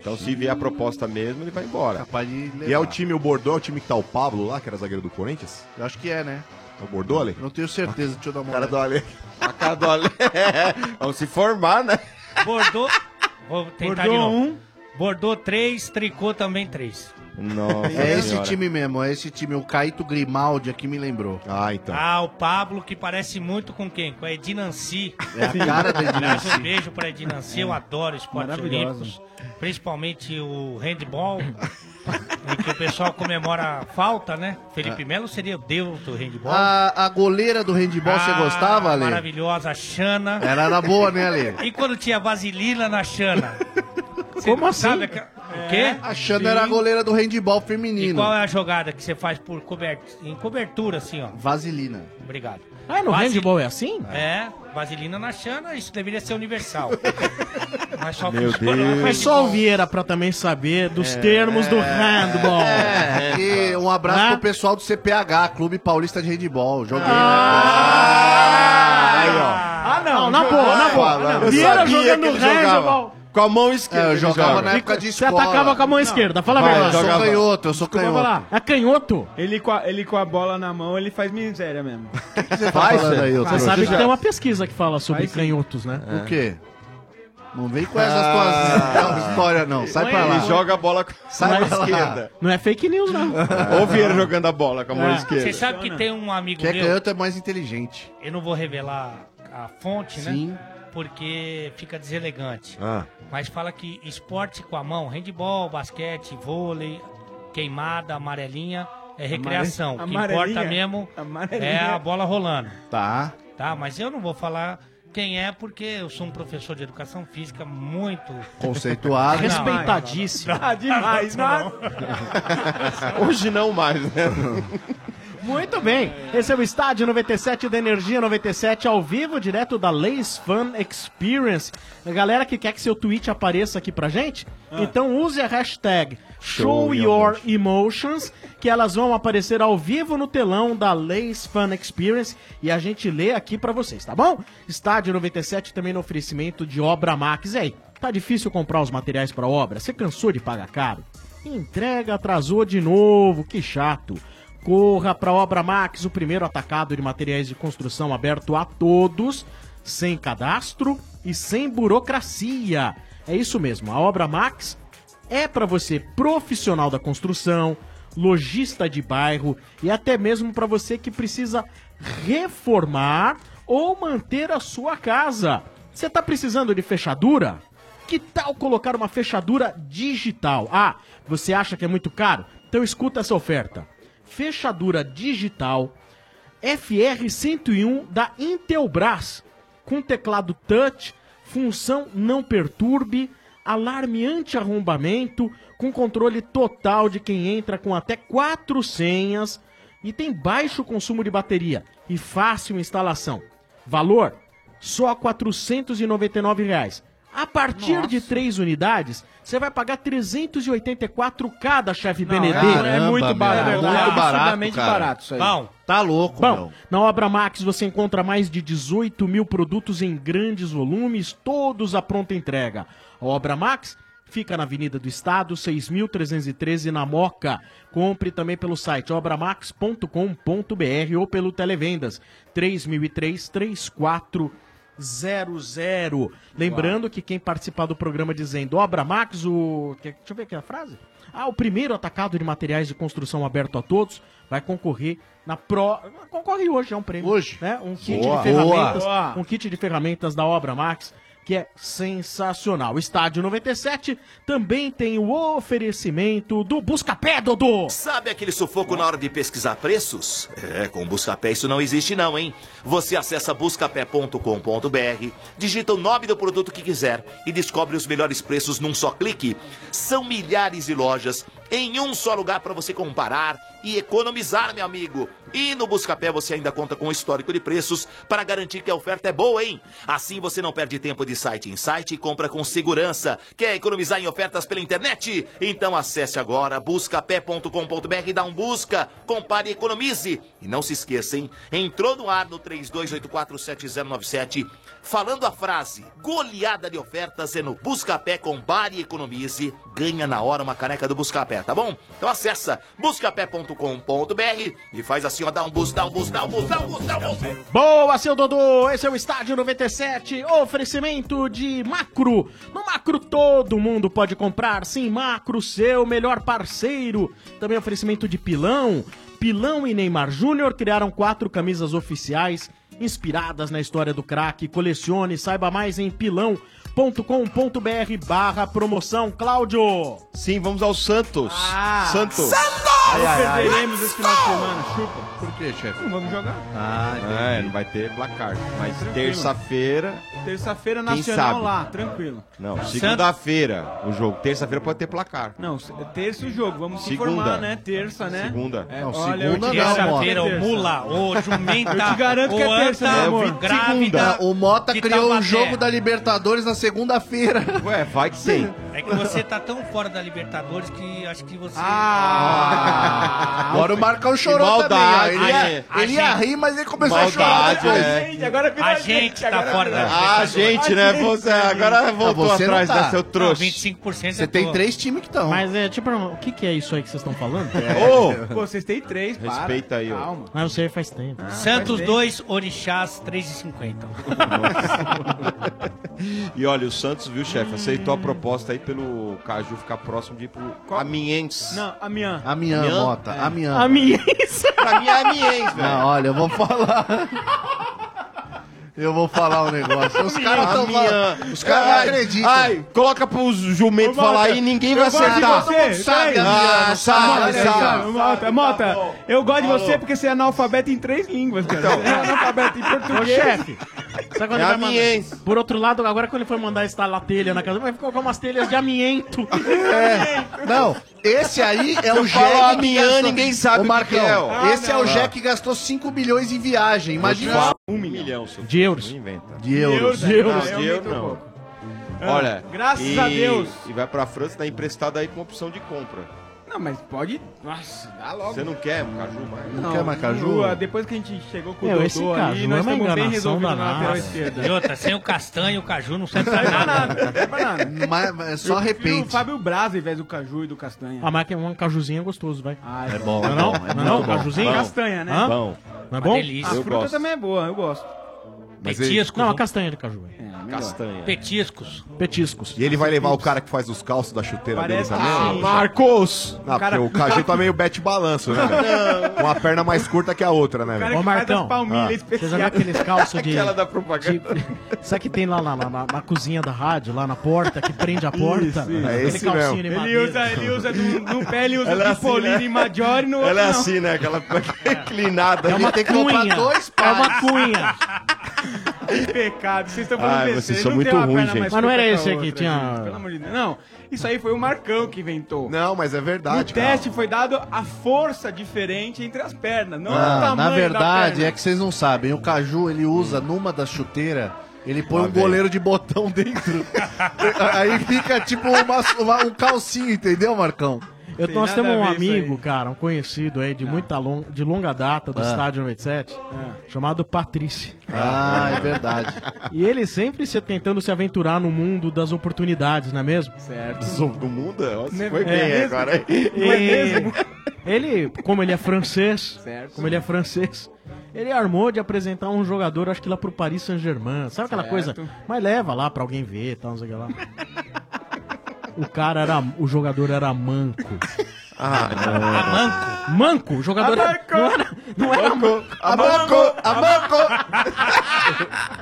[SPEAKER 22] Então, se vier a proposta mesmo, ele vai embora.
[SPEAKER 17] E é o time, o Bordeaux, é o time que tá o Pablo lá, que era zagueiro do Corinthians?
[SPEAKER 21] Eu acho que é, né?
[SPEAKER 17] É o Bordeaux, Ale?
[SPEAKER 21] Não tenho certeza, deixa eu dar uma
[SPEAKER 17] Cara do Ale.
[SPEAKER 22] A cara do Ale. [laughs] Vamos se formar, né?
[SPEAKER 15] Bordô. Vou tentar de
[SPEAKER 21] Bordô
[SPEAKER 15] novo.
[SPEAKER 22] um.
[SPEAKER 15] Bordô 3, tricô também 3.
[SPEAKER 22] Nossa
[SPEAKER 21] é esse
[SPEAKER 15] Senhora.
[SPEAKER 21] time mesmo, é esse time. O Caíto Grimaldi aqui me lembrou.
[SPEAKER 17] Ah, então.
[SPEAKER 15] Ah, o Pablo, que parece muito com quem? Com a Edinanci.
[SPEAKER 21] É a cara da É. Edinanci.
[SPEAKER 15] Um beijo pra Edinanci, eu adoro esportes
[SPEAKER 7] Maravilhosa.
[SPEAKER 15] olímpicos. Principalmente o handball, em que o pessoal comemora a falta, né?
[SPEAKER 21] É.
[SPEAKER 15] Felipe Melo seria o deus do handball.
[SPEAKER 21] A, a goleira do Ah, handball, você
[SPEAKER 15] Ah,
[SPEAKER 21] gostava, Ale?
[SPEAKER 15] Maravilhosa, a Xana.
[SPEAKER 21] Ela era boa, né, Ale?
[SPEAKER 15] E quando tinha vaselina na Xana? Como assim? Sabe, aquela- o quê?
[SPEAKER 21] É. A Xana era a goleira do handball
[SPEAKER 15] E
[SPEAKER 21] feminino.
[SPEAKER 15] qual é a jogada que você faz por cobert... em cobertura, assim, ó?
[SPEAKER 21] Vaselina.
[SPEAKER 15] Obrigado.
[SPEAKER 19] Ah, no
[SPEAKER 15] Vasi-
[SPEAKER 19] handball é assim?
[SPEAKER 15] É, vaselina na Xana, isso deveria ser universal. Mas É só
[SPEAKER 19] Meu
[SPEAKER 15] funciona-
[SPEAKER 19] Mas só o Vieira pra também saber dos termos do handball. Né?
[SPEAKER 21] É, e um abraço pro pessoal do CPH, Clube Paulista de Handball. Joguei.
[SPEAKER 7] Ah,
[SPEAKER 19] não, na boa, na boa.
[SPEAKER 21] Eu
[SPEAKER 19] Vieira
[SPEAKER 21] sabia
[SPEAKER 19] jogando
[SPEAKER 21] que ele jogava.
[SPEAKER 19] handball.
[SPEAKER 22] Com a mão né?
[SPEAKER 21] É, eu
[SPEAKER 19] ele
[SPEAKER 21] jogava
[SPEAKER 19] joga.
[SPEAKER 21] na época de
[SPEAKER 19] Você
[SPEAKER 21] escola.
[SPEAKER 19] atacava com a mão esquerda, fala a
[SPEAKER 21] Vai,
[SPEAKER 19] verdade.
[SPEAKER 21] eu sou canhoto, eu sou canhoto.
[SPEAKER 19] É canhoto?
[SPEAKER 7] Ele com, a, ele com a bola na mão, ele faz miséria mesmo. O que
[SPEAKER 21] você tá Faz, tá falando Zé? aí, ô
[SPEAKER 19] Você
[SPEAKER 21] trouxa?
[SPEAKER 19] sabe que
[SPEAKER 21] Já-
[SPEAKER 19] tem uma pesquisa que fala sobre
[SPEAKER 7] Faz sim.
[SPEAKER 19] canhotos, né?
[SPEAKER 21] O quê? Não vem com essas tuas histórias, não. Sai pra lá.
[SPEAKER 22] Ah. Ele joga a bola com
[SPEAKER 21] Sai
[SPEAKER 22] a mão
[SPEAKER 21] pra lá.
[SPEAKER 22] esquerda.
[SPEAKER 19] é Não é fake news, não.
[SPEAKER 22] Ou o Vieira jogando a bola com a mão
[SPEAKER 23] É.
[SPEAKER 22] esquerda.
[SPEAKER 23] Você sabe que tem um amigo
[SPEAKER 21] Quem é
[SPEAKER 23] meu.
[SPEAKER 21] canhoto é mais inteligente.
[SPEAKER 23] Eu não vou revelar a fonte,
[SPEAKER 21] Sim.
[SPEAKER 23] né? Porque fica deselegante.
[SPEAKER 21] Ah.
[SPEAKER 23] Mas fala que esporte com a mão, handball, basquete, vôlei, queimada, amarelinha, é recreação. O que importa
[SPEAKER 7] Amarelinha?
[SPEAKER 23] mesmo
[SPEAKER 7] Amarelinha.
[SPEAKER 23] é a bola rolando.
[SPEAKER 21] Tá.
[SPEAKER 23] Tá, mas eu não vou falar quem é porque eu sou um professor de educação física muito
[SPEAKER 21] Conceituado.
[SPEAKER 19] Respeitadíssimo.
[SPEAKER 23] Ah, demais, não.
[SPEAKER 22] [laughs]
[SPEAKER 23] [laughs]
[SPEAKER 22] Hoje não mais, né?
[SPEAKER 19] Muito bem, esse é o Estádio 97 da Energia 97, ao vivo, direto da Lays Fan Experience. A galera que quer que seu tweet apareça aqui pra gente, então use a hashtag
[SPEAKER 24] Show
[SPEAKER 19] ShowYourEmotions, que elas vão aparecer ao vivo no telão da Lays Fan Experience e a gente lê aqui pra vocês, tá bom? Estádio 97 também no oferecimento de Obra Max. E aí, tá difícil comprar os materiais pra obra? Você cansou de pagar caro? Entrega atrasou de novo, que chato. Corra para a Obra Max, o primeiro atacado de materiais de construção aberto a todos, sem cadastro e sem burocracia. É isso mesmo, a Obra Max é para você profissional da construção, lojista de bairro e até mesmo para você que precisa reformar ou manter a sua casa. Você está precisando de fechadura? Que tal colocar uma fechadura digital? Ah, você acha que é muito caro? Então escuta essa oferta. Fechadura digital FR101 da Intelbras, com teclado touch, função não perturbe, alarme anti-arrombamento, com controle total de quem entra com até quatro senhas e tem baixo consumo de bateria e fácil instalação. Valor só R$ 499 reais. A partir de três unidades, você vai pagar 384 cada chefe
[SPEAKER 7] Não,
[SPEAKER 19] Benedetto.
[SPEAKER 7] é- é muito Caramba, barato, meu, é muito é barato, absurdamente cara. barato isso aí. Bom.
[SPEAKER 21] Tá louco,
[SPEAKER 19] Bom, na Obra Max você encontra mais de 18 mil produtos em grandes volumes, todos à pronta entrega. A Obra Max fica na Avenida do Estado, 6.313 na Moca. Compre também pelo site obramax.com.br ou pelo Televendas 3003-3400. Lembrando que quem participar do programa dizendo Obra Max, o. que- Deixa eu ver aqui a frase. Ah, o primeiro atacado de materiais de construção aberto a todos vai concorrer na pro. Concorre hoje, é um prêmio. Hoje. Né? Um kit
[SPEAKER 21] Boa.
[SPEAKER 19] de ferramentas.
[SPEAKER 21] Boa.
[SPEAKER 19] Um kit de ferramentas da Obra Max, que é sensacional. O Estádio 97 também tem o oferecimento do Buscapé, Dodô!
[SPEAKER 2] Sabe aquele sufoco na hora de pesquisar preços? É, com o Buscapé isso não existe não, hein? Você acessa buscapé.com.br, digita o nome do produto que quiser e descobre os melhores preços num só clique. São milhares de lojas em um só lugar para você comparar e economizar, meu amigo. E no Buscapé você ainda conta com o histórico de preços para garantir que a oferta é boa, hein? Assim você não perde tempo de site em site e compra com segurança. Quer economizar em ofertas pela internet? Então acesse agora buscapé.com.br, dá um busca, compare e economize. E não se esqueça, hein? Entrou no ar no 32847097 falando a frase goleada de ofertas é no Buscapé, compare e economize. Ganha na hora uma caneca do Buscapé, tá bom? Então acessa buscapé.com.br e faz assim, ó, dá um bus, dá um bus, dá um bus, dá um bus, dá um bus.
[SPEAKER 19] Boa, seu Dodô! Esse é o Estádio 97, oferecimento de Macro. No Macro todo mundo pode comprar, sim, Macro, seu melhor parceiro. Também oferecimento de Pilão. Pilão e Neymar Júnior criaram quatro camisas oficiais inspiradas na história do craque. Colecione, saiba mais em pilão.com.br barra promoção. Cláudio! Ah.
[SPEAKER 22] Sim, vamos ao Santos. Santos!
[SPEAKER 7] Ai, ai, ai. Perderemos
[SPEAKER 19] esse final de semana,
[SPEAKER 7] chupa.
[SPEAKER 21] [laughs] Por quê, chefe?
[SPEAKER 7] Não vamos jogar.
[SPEAKER 22] Ah, é, não vai ter placar. Mas
[SPEAKER 7] Tranquilo.
[SPEAKER 22] terça-feira.
[SPEAKER 7] Terça-feira
[SPEAKER 22] Quem
[SPEAKER 7] nacional
[SPEAKER 22] sabe?
[SPEAKER 7] lá, tranquilo.
[SPEAKER 22] Não,
[SPEAKER 7] Santos-
[SPEAKER 22] segunda-feira o jogo. Terça-feira pode ter placar.
[SPEAKER 7] Não, se- terça o jogo, vamos se
[SPEAKER 22] Segunda.
[SPEAKER 7] informar, né? Terça, né?
[SPEAKER 22] Segunda.
[SPEAKER 7] É,
[SPEAKER 22] Não,
[SPEAKER 7] olha, eu
[SPEAKER 22] segunda
[SPEAKER 7] te
[SPEAKER 22] não,
[SPEAKER 7] garanto
[SPEAKER 22] mano.
[SPEAKER 7] que é
[SPEAKER 22] Terça.
[SPEAKER 7] terça.
[SPEAKER 23] Mula, ô jumenta,
[SPEAKER 19] [laughs]
[SPEAKER 7] Eu te garanto que
[SPEAKER 23] ô
[SPEAKER 7] é terça,
[SPEAKER 23] anta,
[SPEAKER 7] meu amor.
[SPEAKER 23] ô grávida. tá
[SPEAKER 21] O Mota
[SPEAKER 23] de
[SPEAKER 21] criou o
[SPEAKER 23] Taubaté.
[SPEAKER 21] jogo da Libertadores na segunda-feira.
[SPEAKER 22] Ué, vai que sim.
[SPEAKER 21] [laughs]
[SPEAKER 23] É que você tá tão fora da Libertadores que acho que você.
[SPEAKER 22] Ah!
[SPEAKER 21] [laughs] Agora o Marcão chorou
[SPEAKER 23] maldade,
[SPEAKER 21] também. ó. Ele,
[SPEAKER 23] hein?
[SPEAKER 21] ia, ele ia
[SPEAKER 23] A gente-
[SPEAKER 21] rir, mas ele começou a
[SPEAKER 22] Maldade,
[SPEAKER 21] chorar. depois.
[SPEAKER 22] né?
[SPEAKER 23] A gente tá fora da
[SPEAKER 22] Ah, a gente, né? Você
[SPEAKER 19] tá
[SPEAKER 22] agora voltou
[SPEAKER 19] Ah,
[SPEAKER 21] você não
[SPEAKER 22] atrás
[SPEAKER 21] tá.
[SPEAKER 22] da seu trouxa.
[SPEAKER 21] Não,
[SPEAKER 23] 25%
[SPEAKER 21] Você tem três times que estão.
[SPEAKER 19] Mas é, tipo, o que, que é isso aí que vocês estão falando?
[SPEAKER 22] É.
[SPEAKER 7] Pô, vocês têm três, para.
[SPEAKER 22] Respeita aí, ó.
[SPEAKER 7] Calma.
[SPEAKER 19] Mas você
[SPEAKER 23] Ah,
[SPEAKER 15] Ah,
[SPEAKER 19] faz tempo.
[SPEAKER 23] Santos 2, Orixás 3,50.
[SPEAKER 22] E olha, o Santos, viu, chefe, aceitou a proposta aí pelo Caju ficar próximo de ir pro Amiens.
[SPEAKER 19] Não, Amiens.
[SPEAKER 21] Amiens, Mota.
[SPEAKER 7] É.
[SPEAKER 21] Amiens.
[SPEAKER 19] Amiens.
[SPEAKER 22] pra mim é Amiens, velho.
[SPEAKER 21] Não, olha, eu vou falar. Eu vou falar um negócio. Os caras tão falando. Os caras não
[SPEAKER 22] Ai,
[SPEAKER 21] acreditam.
[SPEAKER 22] Ai, coloca pros jumentos
[SPEAKER 21] Ô, Mota,
[SPEAKER 22] falar aí, ninguém vai
[SPEAKER 21] eu gosto de
[SPEAKER 22] acertar.
[SPEAKER 21] você, Todo mundo sabe,
[SPEAKER 22] Ah,
[SPEAKER 21] Amiens, sabe,
[SPEAKER 22] sabe, sabe.
[SPEAKER 7] Mota, Mota, eu gosto de você
[SPEAKER 22] Falou.
[SPEAKER 7] porque você é analfabeto em três línguas, cara. Você é analfabeto em
[SPEAKER 19] Ô,
[SPEAKER 7] português.
[SPEAKER 19] chefe. Sabe quando
[SPEAKER 7] É
[SPEAKER 19] ele vai mandar-
[SPEAKER 7] Amiens.
[SPEAKER 19] Por outro lado, agora quando ele for mandar instalar telha na casa, vai colocar umas telhas de amiento.
[SPEAKER 21] É. Não, esse aí é
[SPEAKER 19] Eu
[SPEAKER 21] o
[SPEAKER 19] falo
[SPEAKER 21] Jack
[SPEAKER 19] Amiens, ninguém sabe
[SPEAKER 21] Ô,
[SPEAKER 19] o que
[SPEAKER 21] Marcão,
[SPEAKER 19] que é, ó. Ah,
[SPEAKER 21] esse é
[SPEAKER 19] não.
[SPEAKER 21] o Jack que gastou 5 bilhões em viagem. Imagina.
[SPEAKER 22] Imagina um milhão, seu
[SPEAKER 19] De euros.
[SPEAKER 22] Não inventa.
[SPEAKER 21] De euros.
[SPEAKER 22] De euros,
[SPEAKER 21] Ah,
[SPEAKER 22] de
[SPEAKER 21] eu
[SPEAKER 22] euros
[SPEAKER 21] aumento um
[SPEAKER 22] não.
[SPEAKER 21] pouco.
[SPEAKER 22] Olha.
[SPEAKER 7] Ah, graças
[SPEAKER 22] e-
[SPEAKER 7] a Deus.
[SPEAKER 22] E vai pra França, tá emprestado aí com opção de compra.
[SPEAKER 7] Não, mas pode. Nossa, dá logo.
[SPEAKER 22] Você não quer um caju mais?
[SPEAKER 7] ah, Depois que a gente chegou com
[SPEAKER 19] Meu,
[SPEAKER 7] o
[SPEAKER 19] esse
[SPEAKER 7] Dodô
[SPEAKER 19] caju
[SPEAKER 7] ali,
[SPEAKER 19] é
[SPEAKER 7] nós
[SPEAKER 19] uma
[SPEAKER 7] estamos bem
[SPEAKER 19] enganação
[SPEAKER 7] resolvidos na
[SPEAKER 19] danada.
[SPEAKER 7] lateral esquerda.
[SPEAKER 23] E outra, sem o castanho e o caju não serve pra nada.
[SPEAKER 21] Mas, mas só
[SPEAKER 7] Eu prefiro
[SPEAKER 21] repente.
[SPEAKER 7] O Fábio Braz ao invés do Caju e do Castanha.
[SPEAKER 19] A máquina um cajuzinho é gostoso, vai.
[SPEAKER 7] é
[SPEAKER 21] bom,
[SPEAKER 19] Não, é não,
[SPEAKER 21] é bom, é
[SPEAKER 19] não, não,
[SPEAKER 21] muito bom.
[SPEAKER 19] cajuzinho?
[SPEAKER 21] Bom.
[SPEAKER 7] Castanha, né?
[SPEAKER 19] Hã?
[SPEAKER 7] Bom.
[SPEAKER 19] Não
[SPEAKER 7] Uma
[SPEAKER 19] é bom?
[SPEAKER 7] A fruta também é boa, eu gosto.
[SPEAKER 17] Mas
[SPEAKER 23] Petiscos,
[SPEAKER 19] Não, a
[SPEAKER 23] né?
[SPEAKER 19] castanha de caju. É,
[SPEAKER 17] Castanha.
[SPEAKER 23] Petiscos.
[SPEAKER 19] Petiscos.
[SPEAKER 17] E ele vai levar o cara que faz os calços da chuteira
[SPEAKER 19] Parece
[SPEAKER 17] dele
[SPEAKER 19] que
[SPEAKER 17] também?
[SPEAKER 19] sim.
[SPEAKER 17] Marcos! Não,
[SPEAKER 19] O cara-
[SPEAKER 17] porque o Caju tá meio bete balanço, né? velho? Com a perna mais curta que a outra, né, velho?
[SPEAKER 19] Ô, Marcão,
[SPEAKER 17] Ah.
[SPEAKER 19] você já viu aqueles
[SPEAKER 22] [laughs]
[SPEAKER 19] calços de... [laughs]
[SPEAKER 17] Aquela da
[SPEAKER 19] propaganda. Sabe que tem lá na, na- na- na cozinha da rádio, lá na porta, que prende a porta?
[SPEAKER 7] Isso, É isso.
[SPEAKER 19] Aquele calcinho de
[SPEAKER 7] Ele
[SPEAKER 19] madeira.
[SPEAKER 7] usa, ele usa do, do pé, ele usa
[SPEAKER 19] Ela é
[SPEAKER 7] do
[SPEAKER 19] assim,
[SPEAKER 7] Polino
[SPEAKER 19] né?
[SPEAKER 7] e Maggiore no outro
[SPEAKER 19] Ela é
[SPEAKER 7] não.
[SPEAKER 22] assim, né? Aquela
[SPEAKER 7] [laughs]
[SPEAKER 22] inclinada.
[SPEAKER 19] É uma
[SPEAKER 7] Ele tem que comprar
[SPEAKER 19] cunha.
[SPEAKER 7] dois
[SPEAKER 19] é
[SPEAKER 7] pares.
[SPEAKER 19] uma cunha.
[SPEAKER 7] Que pecado, vocês estão falando
[SPEAKER 19] Ai,
[SPEAKER 7] besteira.
[SPEAKER 19] vocês
[SPEAKER 7] Não
[SPEAKER 19] são
[SPEAKER 7] tem
[SPEAKER 19] muito
[SPEAKER 7] uma
[SPEAKER 19] ruins,
[SPEAKER 7] perna
[SPEAKER 19] gente.
[SPEAKER 7] mais
[SPEAKER 19] Mas não
[SPEAKER 7] curta
[SPEAKER 19] era
[SPEAKER 7] que a
[SPEAKER 19] esse aqui,
[SPEAKER 7] outra,
[SPEAKER 19] tinha-
[SPEAKER 7] gente, Pelo amor de Deus. Não, isso aí foi o Marcão que inventou.
[SPEAKER 17] Não, mas é verdade, cara.
[SPEAKER 7] No teste foi dado a força diferente entre as pernas, não, é o
[SPEAKER 21] Não,
[SPEAKER 7] tamanho
[SPEAKER 21] Ah, na
[SPEAKER 7] da
[SPEAKER 21] verdade,
[SPEAKER 7] perna.
[SPEAKER 21] é que vocês não sabem. O Caju, ele usa numa das chuteiras, ele põe
[SPEAKER 7] Lá
[SPEAKER 21] um
[SPEAKER 7] vem.
[SPEAKER 21] goleiro de botão dentro. aí fica tipo uma, uma- um calcinho, entendeu, Marcão?
[SPEAKER 19] Eu- nós temos um amigo, cara, um conhecido aí
[SPEAKER 7] Ah.
[SPEAKER 19] de muita longa, de longa data do
[SPEAKER 21] Ah.
[SPEAKER 19] estádio 97, chamado Patrício.
[SPEAKER 21] Ah, é verdade.
[SPEAKER 19] E ele sempre se tentando se aventurar no mundo das oportunidades, não é mesmo?
[SPEAKER 7] Certo.
[SPEAKER 17] Do mundo? Nossa,
[SPEAKER 19] Né-
[SPEAKER 17] foi
[SPEAKER 19] é
[SPEAKER 17] bem
[SPEAKER 19] mesmo?
[SPEAKER 17] agora.
[SPEAKER 19] E- Ele, como ele é francês,
[SPEAKER 7] Certo.
[SPEAKER 19] como ele é francês, ele armou de apresentar um jogador, acho que lá pro Paris Saint-Germain. Sabe aquela
[SPEAKER 7] Certo.
[SPEAKER 19] coisa? Mas leva lá pra alguém ver e tal, não sei o que lá. O cara era. O jogador era manco.
[SPEAKER 23] Ah,
[SPEAKER 19] manco? Manco, o jogador era- não era. Não é era manco.
[SPEAKER 17] Amanco! Amanco!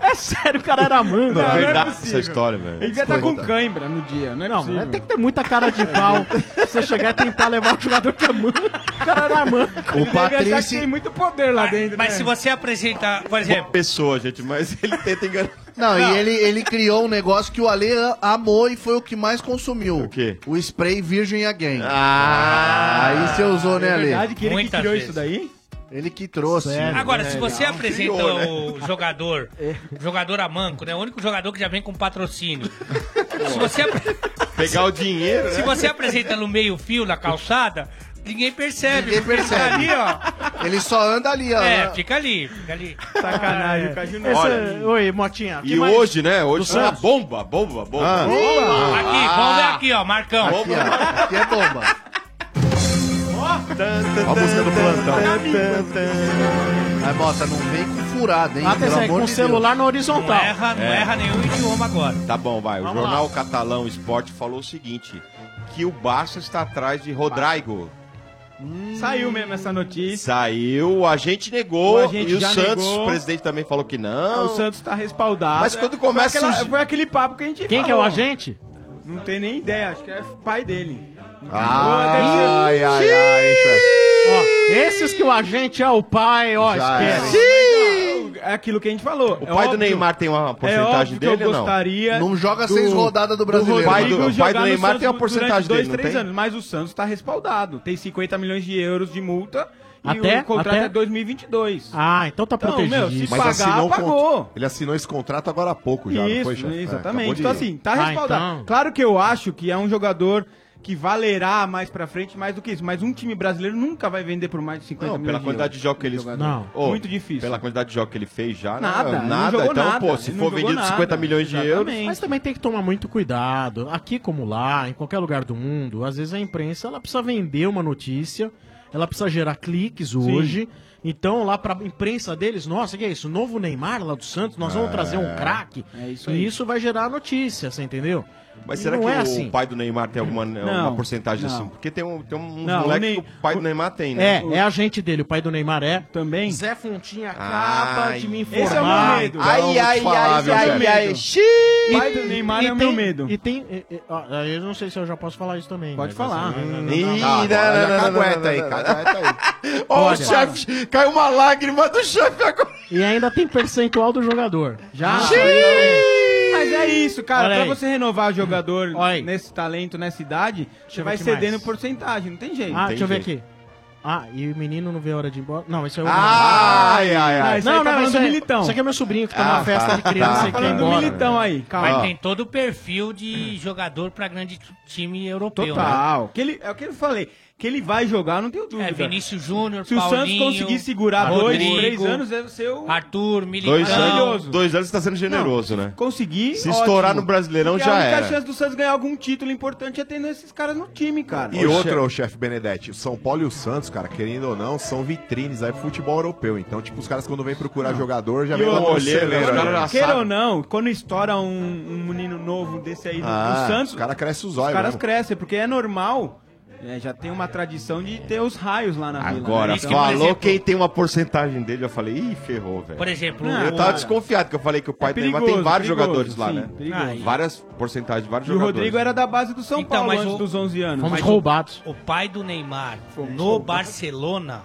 [SPEAKER 19] É sério, o cara era manco.
[SPEAKER 22] Não, é verdade
[SPEAKER 19] possível.
[SPEAKER 22] essa história, velho. tá.
[SPEAKER 7] Ele devia estar com cãibra no dia, não é
[SPEAKER 19] Não,
[SPEAKER 7] possível.
[SPEAKER 19] mas tem que ter muita cara de pau pra você chegar e tentar levar o jogador que é manco. O cara era manco.
[SPEAKER 7] Ele deve achar que tem muito poder lá dentro,
[SPEAKER 23] Mas
[SPEAKER 7] né?
[SPEAKER 23] se você apresentar, por
[SPEAKER 22] Uma
[SPEAKER 23] exemplo,
[SPEAKER 22] pessoa, gente, mas [laughs] ele tenta enganar.
[SPEAKER 21] Não, e ele, ele criou um negócio que o Ale a- amou e foi o que mais consumiu. O quê? O spray Virgin Again. Ah! Aí você usou, né,
[SPEAKER 7] É
[SPEAKER 21] Ale?
[SPEAKER 7] verdade que ele que Muitas criou vezes. isso
[SPEAKER 21] daí? Ele que trouxe.
[SPEAKER 15] né,
[SPEAKER 23] Agora,
[SPEAKER 7] É,
[SPEAKER 23] se você apresenta
[SPEAKER 21] Criou, né?
[SPEAKER 23] o jogador, jogador a manco, né? O único jogador que já vem com
[SPEAKER 7] [laughs]
[SPEAKER 23] patrocínio. se você, apre-
[SPEAKER 22] Pegar o dinheiro, né?
[SPEAKER 23] se você apresenta no meio-fio, na calçada, ninguém percebe.
[SPEAKER 21] Ninguém
[SPEAKER 23] porque
[SPEAKER 21] percebe.
[SPEAKER 23] tá Ali, ó.
[SPEAKER 21] Ele só anda ali, ó.
[SPEAKER 23] É, fica ali, fica ali. É.
[SPEAKER 19] Sacanagem,
[SPEAKER 23] o Caju
[SPEAKER 19] Esse- Oi, Motinha. que
[SPEAKER 22] E
[SPEAKER 19] mais?
[SPEAKER 22] hoje, né?
[SPEAKER 19] Do
[SPEAKER 22] Hoje foi uma
[SPEAKER 19] Santos?
[SPEAKER 22] bomba, bomba, bomba.
[SPEAKER 19] Ah.
[SPEAKER 15] tá
[SPEAKER 19] Bomba!
[SPEAKER 23] Aqui, vamos ver aqui, ó, Marcão.
[SPEAKER 21] Aqui é bomba.
[SPEAKER 17] A música do
[SPEAKER 22] Ah.
[SPEAKER 21] plantão. Aí, bota, não vem com furada, hein?
[SPEAKER 19] Atenção, é com o celular na horizontal. Não erra,
[SPEAKER 23] não erra nenhum idioma agora.
[SPEAKER 22] É. Tá bom, vai. O
[SPEAKER 19] Vamos
[SPEAKER 22] jornal
[SPEAKER 19] lá.
[SPEAKER 22] catalão Esporte falou o seguinte: que o Barça está atrás de Rodrigo.
[SPEAKER 7] Saiu mesmo essa notícia.
[SPEAKER 22] Saiu, a gente negou.
[SPEAKER 7] O agente
[SPEAKER 22] e o
[SPEAKER 7] já
[SPEAKER 22] Santos,
[SPEAKER 7] negou.
[SPEAKER 22] o presidente também falou que não.
[SPEAKER 7] O Santos tá respaldado.
[SPEAKER 22] Mas quando começa
[SPEAKER 7] Foi, aquela-
[SPEAKER 22] os-
[SPEAKER 7] foi aquele papo que a gente
[SPEAKER 22] Quem que é
[SPEAKER 7] falou.
[SPEAKER 22] o agente?
[SPEAKER 7] Não tem nem ideia, acho que é pai dele.
[SPEAKER 17] Ah, ai, ai, ai,
[SPEAKER 19] Ó, esses que o agente é o pai, ó, esquece.
[SPEAKER 7] É aquilo que a gente falou. O
[SPEAKER 22] pai do Neymar tem uma porcentagem dele
[SPEAKER 7] eu
[SPEAKER 22] ou não?
[SPEAKER 7] gostaria
[SPEAKER 22] Não joga
[SPEAKER 7] do-
[SPEAKER 22] seis rodadas do brasileiro.
[SPEAKER 7] Rodrigo
[SPEAKER 22] O pai do- o
[SPEAKER 7] jogar
[SPEAKER 22] pai do
[SPEAKER 7] no
[SPEAKER 22] Neymar
[SPEAKER 7] Santos
[SPEAKER 22] tem uma porcentagem
[SPEAKER 7] durante dois,
[SPEAKER 22] dele, não
[SPEAKER 7] três
[SPEAKER 22] tem?
[SPEAKER 7] anos, mas o Santos tá respaldado. Tem 50 milhões de euros de multa e
[SPEAKER 19] Até?
[SPEAKER 7] o contrato
[SPEAKER 19] Até?
[SPEAKER 7] é 2022.
[SPEAKER 19] Ah, então tá
[SPEAKER 7] Então,
[SPEAKER 19] protegido.
[SPEAKER 7] meu, se pagar,
[SPEAKER 17] o con-
[SPEAKER 7] pagou.
[SPEAKER 17] um Ele assinou esse contrato agora há pouco já, não foi,
[SPEAKER 7] Isso,
[SPEAKER 17] chefe? É,
[SPEAKER 7] exatamente.
[SPEAKER 17] acabou de-
[SPEAKER 7] Então, assim, tá
[SPEAKER 17] Ah,
[SPEAKER 7] respaldado.
[SPEAKER 17] então.
[SPEAKER 7] Claro que eu acho que é um jogador que valerá mais pra frente mais do que isso, mas um time brasileiro nunca vai vender por mais de 50
[SPEAKER 22] Não,
[SPEAKER 7] milhões
[SPEAKER 22] pela quantidade de jogo que ele
[SPEAKER 7] Não.
[SPEAKER 22] Ô,
[SPEAKER 7] Muito difícil.
[SPEAKER 22] Pela quantidade de jogo que ele fez já, né?
[SPEAKER 7] Nada, ele não
[SPEAKER 22] nada.
[SPEAKER 7] jogou
[SPEAKER 22] então,
[SPEAKER 7] nada,
[SPEAKER 22] pô, se
[SPEAKER 7] ele não jogou
[SPEAKER 22] for vendido
[SPEAKER 7] nada.
[SPEAKER 22] 50 milhões de euros.
[SPEAKER 19] Mas também tem que tomar muito cuidado. Aqui como lá, em qualquer lugar do mundo, às vezes a imprensa ela precisa vender uma notícia, ela precisa gerar cliques hoje. Então, lá pra imprensa deles, nossa, que é isso? Novo Neymar lá do Santos, nós vamos
[SPEAKER 22] É.
[SPEAKER 19] trazer um craque.
[SPEAKER 22] É isso
[SPEAKER 19] e
[SPEAKER 22] aí.
[SPEAKER 19] isso vai gerar notícia, você entendeu?
[SPEAKER 22] Mas
[SPEAKER 19] E
[SPEAKER 22] será
[SPEAKER 19] não
[SPEAKER 22] que
[SPEAKER 19] é
[SPEAKER 22] o
[SPEAKER 19] assim.
[SPEAKER 22] pai do Neymar tem alguma
[SPEAKER 19] Não,
[SPEAKER 22] é uma porcentagem
[SPEAKER 19] não.
[SPEAKER 22] assim? Porque tem um, tem um
[SPEAKER 19] Não,
[SPEAKER 22] moleque
[SPEAKER 19] o Ney-
[SPEAKER 22] que o pai do Neymar tem, né?
[SPEAKER 19] É, é agente dele, o pai do Neymar é. Também. Zé Fontinha acaba
[SPEAKER 22] Ai.
[SPEAKER 19] de me
[SPEAKER 22] Esse
[SPEAKER 19] informar.
[SPEAKER 22] é o meu medo. Ai,
[SPEAKER 19] Então, eu vou
[SPEAKER 22] ai,
[SPEAKER 19] te falar,
[SPEAKER 22] ai,
[SPEAKER 19] viu,
[SPEAKER 22] ai,
[SPEAKER 19] Zé?
[SPEAKER 22] ai, xiii. Pai do Neymar
[SPEAKER 19] e
[SPEAKER 22] é o
[SPEAKER 19] tem-
[SPEAKER 22] meu medo.
[SPEAKER 19] E tem. e- e- ó, eu não sei se eu já posso falar isso também.
[SPEAKER 22] Pode
[SPEAKER 19] mas
[SPEAKER 22] falar.
[SPEAKER 19] assim,
[SPEAKER 22] Hum.
[SPEAKER 19] não, não, não.
[SPEAKER 22] Ih,
[SPEAKER 19] Tá,
[SPEAKER 22] não, não,
[SPEAKER 19] agora já
[SPEAKER 22] não, não,
[SPEAKER 19] cagueta
[SPEAKER 22] não,
[SPEAKER 19] aí,
[SPEAKER 22] não,
[SPEAKER 19] cagueta aí.
[SPEAKER 22] Ó,
[SPEAKER 19] né, Olha.
[SPEAKER 22] o chefe, caiu uma lágrima do chefe agora.
[SPEAKER 19] E ainda tem percentual do jogador. Já.
[SPEAKER 7] Mas é isso, cara.
[SPEAKER 19] Olha
[SPEAKER 7] pra
[SPEAKER 19] aí. Hum.
[SPEAKER 7] você renovar jogador nesse talento, nessa idade, você
[SPEAKER 19] eu
[SPEAKER 7] vai
[SPEAKER 19] ver o que
[SPEAKER 7] cedendo
[SPEAKER 19] mais.
[SPEAKER 7] porcentagem. Não tem jeito.
[SPEAKER 19] Ah, deixa eu ver aqui. Ah, e o menino não vê a hora de ir embora? Não, esse é o.
[SPEAKER 7] Ah, Ai, ai, ai. Isso aí tá
[SPEAKER 19] Não, não,
[SPEAKER 7] falando
[SPEAKER 19] isso
[SPEAKER 7] do
[SPEAKER 19] aí-
[SPEAKER 7] militão.
[SPEAKER 19] Isso aqui é meu sobrinho que tá
[SPEAKER 7] Ah,
[SPEAKER 19] numa festa
[SPEAKER 7] tá,
[SPEAKER 19] de criança né?
[SPEAKER 7] tá
[SPEAKER 19] e quer ir
[SPEAKER 7] falando do
[SPEAKER 19] embora.
[SPEAKER 7] militão aí, calma.
[SPEAKER 15] Mas
[SPEAKER 7] Ó.
[SPEAKER 15] tem todo o perfil de jogador pra grande t- time europeu.
[SPEAKER 19] um,
[SPEAKER 7] Total.
[SPEAKER 15] Né?
[SPEAKER 7] Que ele, é o que eu falei. Que ele vai jogar, não tenho dúvida.
[SPEAKER 15] É, Vinícius Júnior,
[SPEAKER 7] Se o Santos
[SPEAKER 15] Paulinho,
[SPEAKER 7] conseguir segurar dois,
[SPEAKER 15] Rodrigo,
[SPEAKER 7] três anos, é deve ser o.
[SPEAKER 15] Arthur, Militão.
[SPEAKER 22] Dois anos, dois anos você tá sendo generoso, né?
[SPEAKER 7] Conseguir.
[SPEAKER 22] Se estourar
[SPEAKER 7] ótimo.
[SPEAKER 22] no Brasileirão,
[SPEAKER 7] Porque
[SPEAKER 22] já
[SPEAKER 7] A
[SPEAKER 22] era.
[SPEAKER 7] única chance do Santos ganhar algum título importante é tendo esses caras no time, cara.
[SPEAKER 17] E outra, ô chefe Benedetti, o São Paulo e o Santos, cara, querendo ou não, são vitrines aí pro futebol europeu. Então, tipo, os caras quando vêm procurar jogador já
[SPEAKER 7] E
[SPEAKER 17] vem
[SPEAKER 7] outra,
[SPEAKER 17] com o celeiro.
[SPEAKER 7] né?
[SPEAKER 17] aí.
[SPEAKER 7] Queira ou não, quando estoura um, um menino novo desse aí do,
[SPEAKER 17] Ah,
[SPEAKER 7] do Santos,
[SPEAKER 17] os caras crescem os
[SPEAKER 7] os
[SPEAKER 17] olhos. né?
[SPEAKER 7] caras crescem, porque é normal. né, já tem uma tradição de ter os raios lá na vila.
[SPEAKER 22] Agora,
[SPEAKER 7] né? Então-
[SPEAKER 22] falou quem tem uma porcentagem dele, eu falei, ih, ferrou, velho.
[SPEAKER 7] Por exemplo,
[SPEAKER 22] eu
[SPEAKER 7] o-
[SPEAKER 22] tava desconfiado, que eu falei que o pai
[SPEAKER 7] É
[SPEAKER 22] do Neymar
[SPEAKER 7] perigoso,
[SPEAKER 22] tem vários
[SPEAKER 7] perigoso,
[SPEAKER 22] jogadores lá,
[SPEAKER 7] sim,
[SPEAKER 22] né?
[SPEAKER 7] perigoso. Ah, e-
[SPEAKER 22] Várias porcentagens, vários
[SPEAKER 7] E o
[SPEAKER 22] jogadores.
[SPEAKER 7] Rodrigo era da base do São
[SPEAKER 22] Então,
[SPEAKER 7] Paulo
[SPEAKER 22] mas
[SPEAKER 7] antes
[SPEAKER 22] o-
[SPEAKER 7] dos 11 anos. Mas-
[SPEAKER 22] Fomos
[SPEAKER 19] roubados.
[SPEAKER 15] O pai do Neymar no Barcelona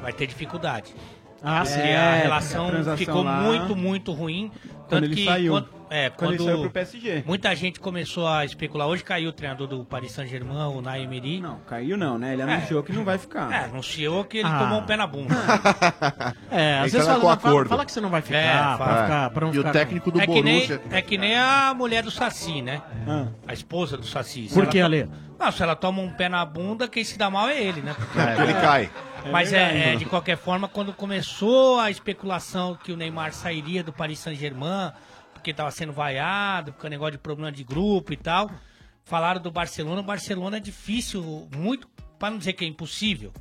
[SPEAKER 15] vai ter dificuldade.
[SPEAKER 19] Ah,
[SPEAKER 15] Porque
[SPEAKER 19] sim.
[SPEAKER 15] a
[SPEAKER 19] É,
[SPEAKER 15] relação
[SPEAKER 19] a transação
[SPEAKER 15] ficou
[SPEAKER 19] lá.
[SPEAKER 15] muito, muito ruim. Tanto
[SPEAKER 7] Quando ele
[SPEAKER 15] que
[SPEAKER 7] saiu.
[SPEAKER 15] Quando, é,
[SPEAKER 7] Quando
[SPEAKER 15] quando,
[SPEAKER 7] ele saiu pro PSG.
[SPEAKER 15] Muita gente começou a especular. Hoje caiu o treinador do Paris Saint-Germain, o Naim Emery.
[SPEAKER 7] Não, caiu não, né? Ele anunciou que não vai ficar.
[SPEAKER 15] É, anunciou que ele
[SPEAKER 7] Ah.
[SPEAKER 15] tomou um pé
[SPEAKER 19] [laughs]
[SPEAKER 15] na bunda.
[SPEAKER 19] É, às vezes fala, não, fala, fala que você não vai ficar. pra ficar pra não ficar com-
[SPEAKER 15] é que nem- é que nem a mulher do Saci, né? A esposa do Saci.
[SPEAKER 19] Ah.
[SPEAKER 15] Se
[SPEAKER 19] Por
[SPEAKER 15] ela
[SPEAKER 19] que,
[SPEAKER 15] to-
[SPEAKER 19] Ale?
[SPEAKER 15] Não, se ela toma um pé na bunda, quem se dá mal é ele, né?
[SPEAKER 19] É, ele cai.
[SPEAKER 15] Mas
[SPEAKER 19] É verdade.
[SPEAKER 15] é, é, de qualquer forma, quando começou a especulação que o Neymar sairia do Paris Saint-Germain, porque estava sendo vaiado, porque o negócio de problema de grupo e tal, falaram do Barcelona. O Barcelona é difícil, muito, para não dizer que é impossível,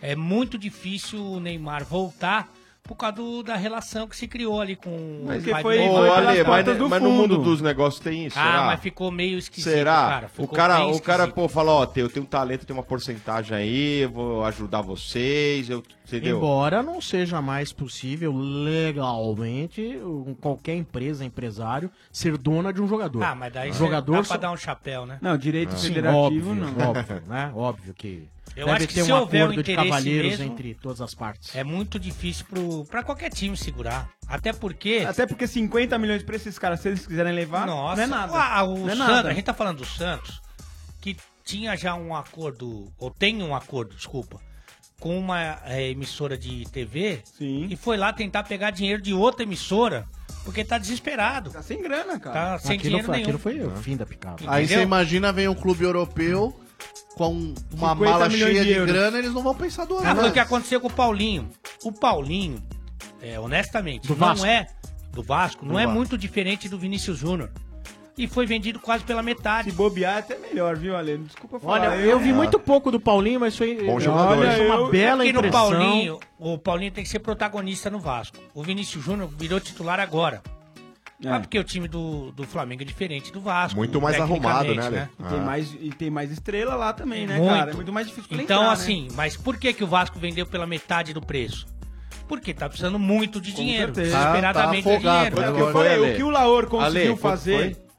[SPEAKER 15] é muito difícil o Neymar voltar por causa do- da relação que se criou ali com
[SPEAKER 22] Mas,
[SPEAKER 15] o pai
[SPEAKER 22] foi,
[SPEAKER 15] do
[SPEAKER 22] Ô,
[SPEAKER 15] Neymar.
[SPEAKER 22] Ale, mas, mas no mundo dos negócios tem isso,
[SPEAKER 15] Ah,
[SPEAKER 22] será?
[SPEAKER 15] mas ficou meio esquisito,
[SPEAKER 22] Será?
[SPEAKER 15] cara. Ficou
[SPEAKER 22] o cara,
[SPEAKER 15] bem
[SPEAKER 22] o cara
[SPEAKER 15] esquisito.
[SPEAKER 22] pô, fala, ó, eu tenho um talento, eu tenho uma porcentagem aí, eu vou ajudar vocês, eu, entendeu?
[SPEAKER 19] Embora não seja mais possível legalmente um- qualquer empresa, empresário, ser dona de um jogador.
[SPEAKER 15] Ah, mas daí
[SPEAKER 19] O
[SPEAKER 15] você
[SPEAKER 19] jogador
[SPEAKER 15] dá pra
[SPEAKER 19] só- Ah.
[SPEAKER 15] dar um chapéu, né?
[SPEAKER 7] Não, direito
[SPEAKER 19] Sim,
[SPEAKER 7] federativo
[SPEAKER 19] óbvio,
[SPEAKER 7] não.
[SPEAKER 19] Óbvio,
[SPEAKER 7] [laughs]
[SPEAKER 19] né? Óbvio que
[SPEAKER 15] Eu
[SPEAKER 19] deve
[SPEAKER 15] acho que
[SPEAKER 19] ter
[SPEAKER 15] se
[SPEAKER 19] um
[SPEAKER 15] houver um
[SPEAKER 19] acordo de
[SPEAKER 15] interesse
[SPEAKER 19] cavalheiros
[SPEAKER 15] mesmo-
[SPEAKER 19] entre todas as partes.
[SPEAKER 15] É muito difícil pro, pra qualquer time segurar. Até porque.
[SPEAKER 7] Até porque 50 milhões pra esses caras, se eles quiserem levar,
[SPEAKER 15] Nossa,
[SPEAKER 7] não é nada.
[SPEAKER 15] Ah, o
[SPEAKER 7] não é
[SPEAKER 15] Santos,
[SPEAKER 7] nada.
[SPEAKER 15] A gente tá falando do Santos, que tinha já um acordo, ou tem um acordo, desculpa, com uma eh, emissora de TV e foi lá tentar pegar dinheiro de outra emissora, porque tá desesperado. Tá
[SPEAKER 7] sem grana,
[SPEAKER 15] Tá sem
[SPEAKER 19] aquilo
[SPEAKER 15] dinheiro
[SPEAKER 19] foi,
[SPEAKER 15] nenhum.
[SPEAKER 19] aquilo foi o fim da picada.
[SPEAKER 21] Aí
[SPEAKER 15] Entendeu?
[SPEAKER 21] você imagina, vem um clube europeu com uma
[SPEAKER 15] 50
[SPEAKER 21] mala
[SPEAKER 15] milhões
[SPEAKER 21] cheia
[SPEAKER 15] de
[SPEAKER 21] de,
[SPEAKER 15] euros.
[SPEAKER 21] grana, eles não vão pensar duas
[SPEAKER 15] Ah, foi o
[SPEAKER 21] vezes.
[SPEAKER 15] que aconteceu com o Paulinho. O Paulinho, é, honestamente,
[SPEAKER 21] Do
[SPEAKER 15] não
[SPEAKER 21] Vasco.
[SPEAKER 15] é do Vasco, não
[SPEAKER 7] Do
[SPEAKER 15] é
[SPEAKER 7] Vasco.
[SPEAKER 15] muito diferente do Vinícius Júnior. E foi vendido quase pela metade.
[SPEAKER 7] Se bobear é até melhor, viu, Ale? Desculpa falar.
[SPEAKER 19] Olha, eu Ah, vi muito pouco do Paulinho, mas foi,
[SPEAKER 7] Bom jogador,
[SPEAKER 19] olha,
[SPEAKER 7] hein?
[SPEAKER 19] foi uma
[SPEAKER 7] Eu-
[SPEAKER 19] bela
[SPEAKER 15] Porque no
[SPEAKER 19] impressão.
[SPEAKER 15] Paulinho, o Paulinho tem que ser protagonista no Vasco. O Vinícius Júnior virou titular agora. Ah, porque o time do, do Flamengo é diferente do Vasco.
[SPEAKER 17] Muito mais
[SPEAKER 15] tecnicamente,
[SPEAKER 17] arrumado, né, Ale?
[SPEAKER 7] E tem, mais, e tem mais estrela lá também, né,
[SPEAKER 15] Muito.
[SPEAKER 7] cara? É muito mais difícil pra
[SPEAKER 15] Então,
[SPEAKER 7] entrar, né?
[SPEAKER 15] assim, mas por que, que o Vasco vendeu pela metade do preço? Porque tá precisando muito de
[SPEAKER 7] Com
[SPEAKER 15] dinheiro.
[SPEAKER 7] certeza.
[SPEAKER 15] Desesperadamente
[SPEAKER 7] Tá- tá
[SPEAKER 15] é
[SPEAKER 7] afogado,
[SPEAKER 15] dinheiro.
[SPEAKER 22] né,
[SPEAKER 7] Foi o que eu falei, Ale. o que o Laor conseguiu Ale, fazer-
[SPEAKER 15] Que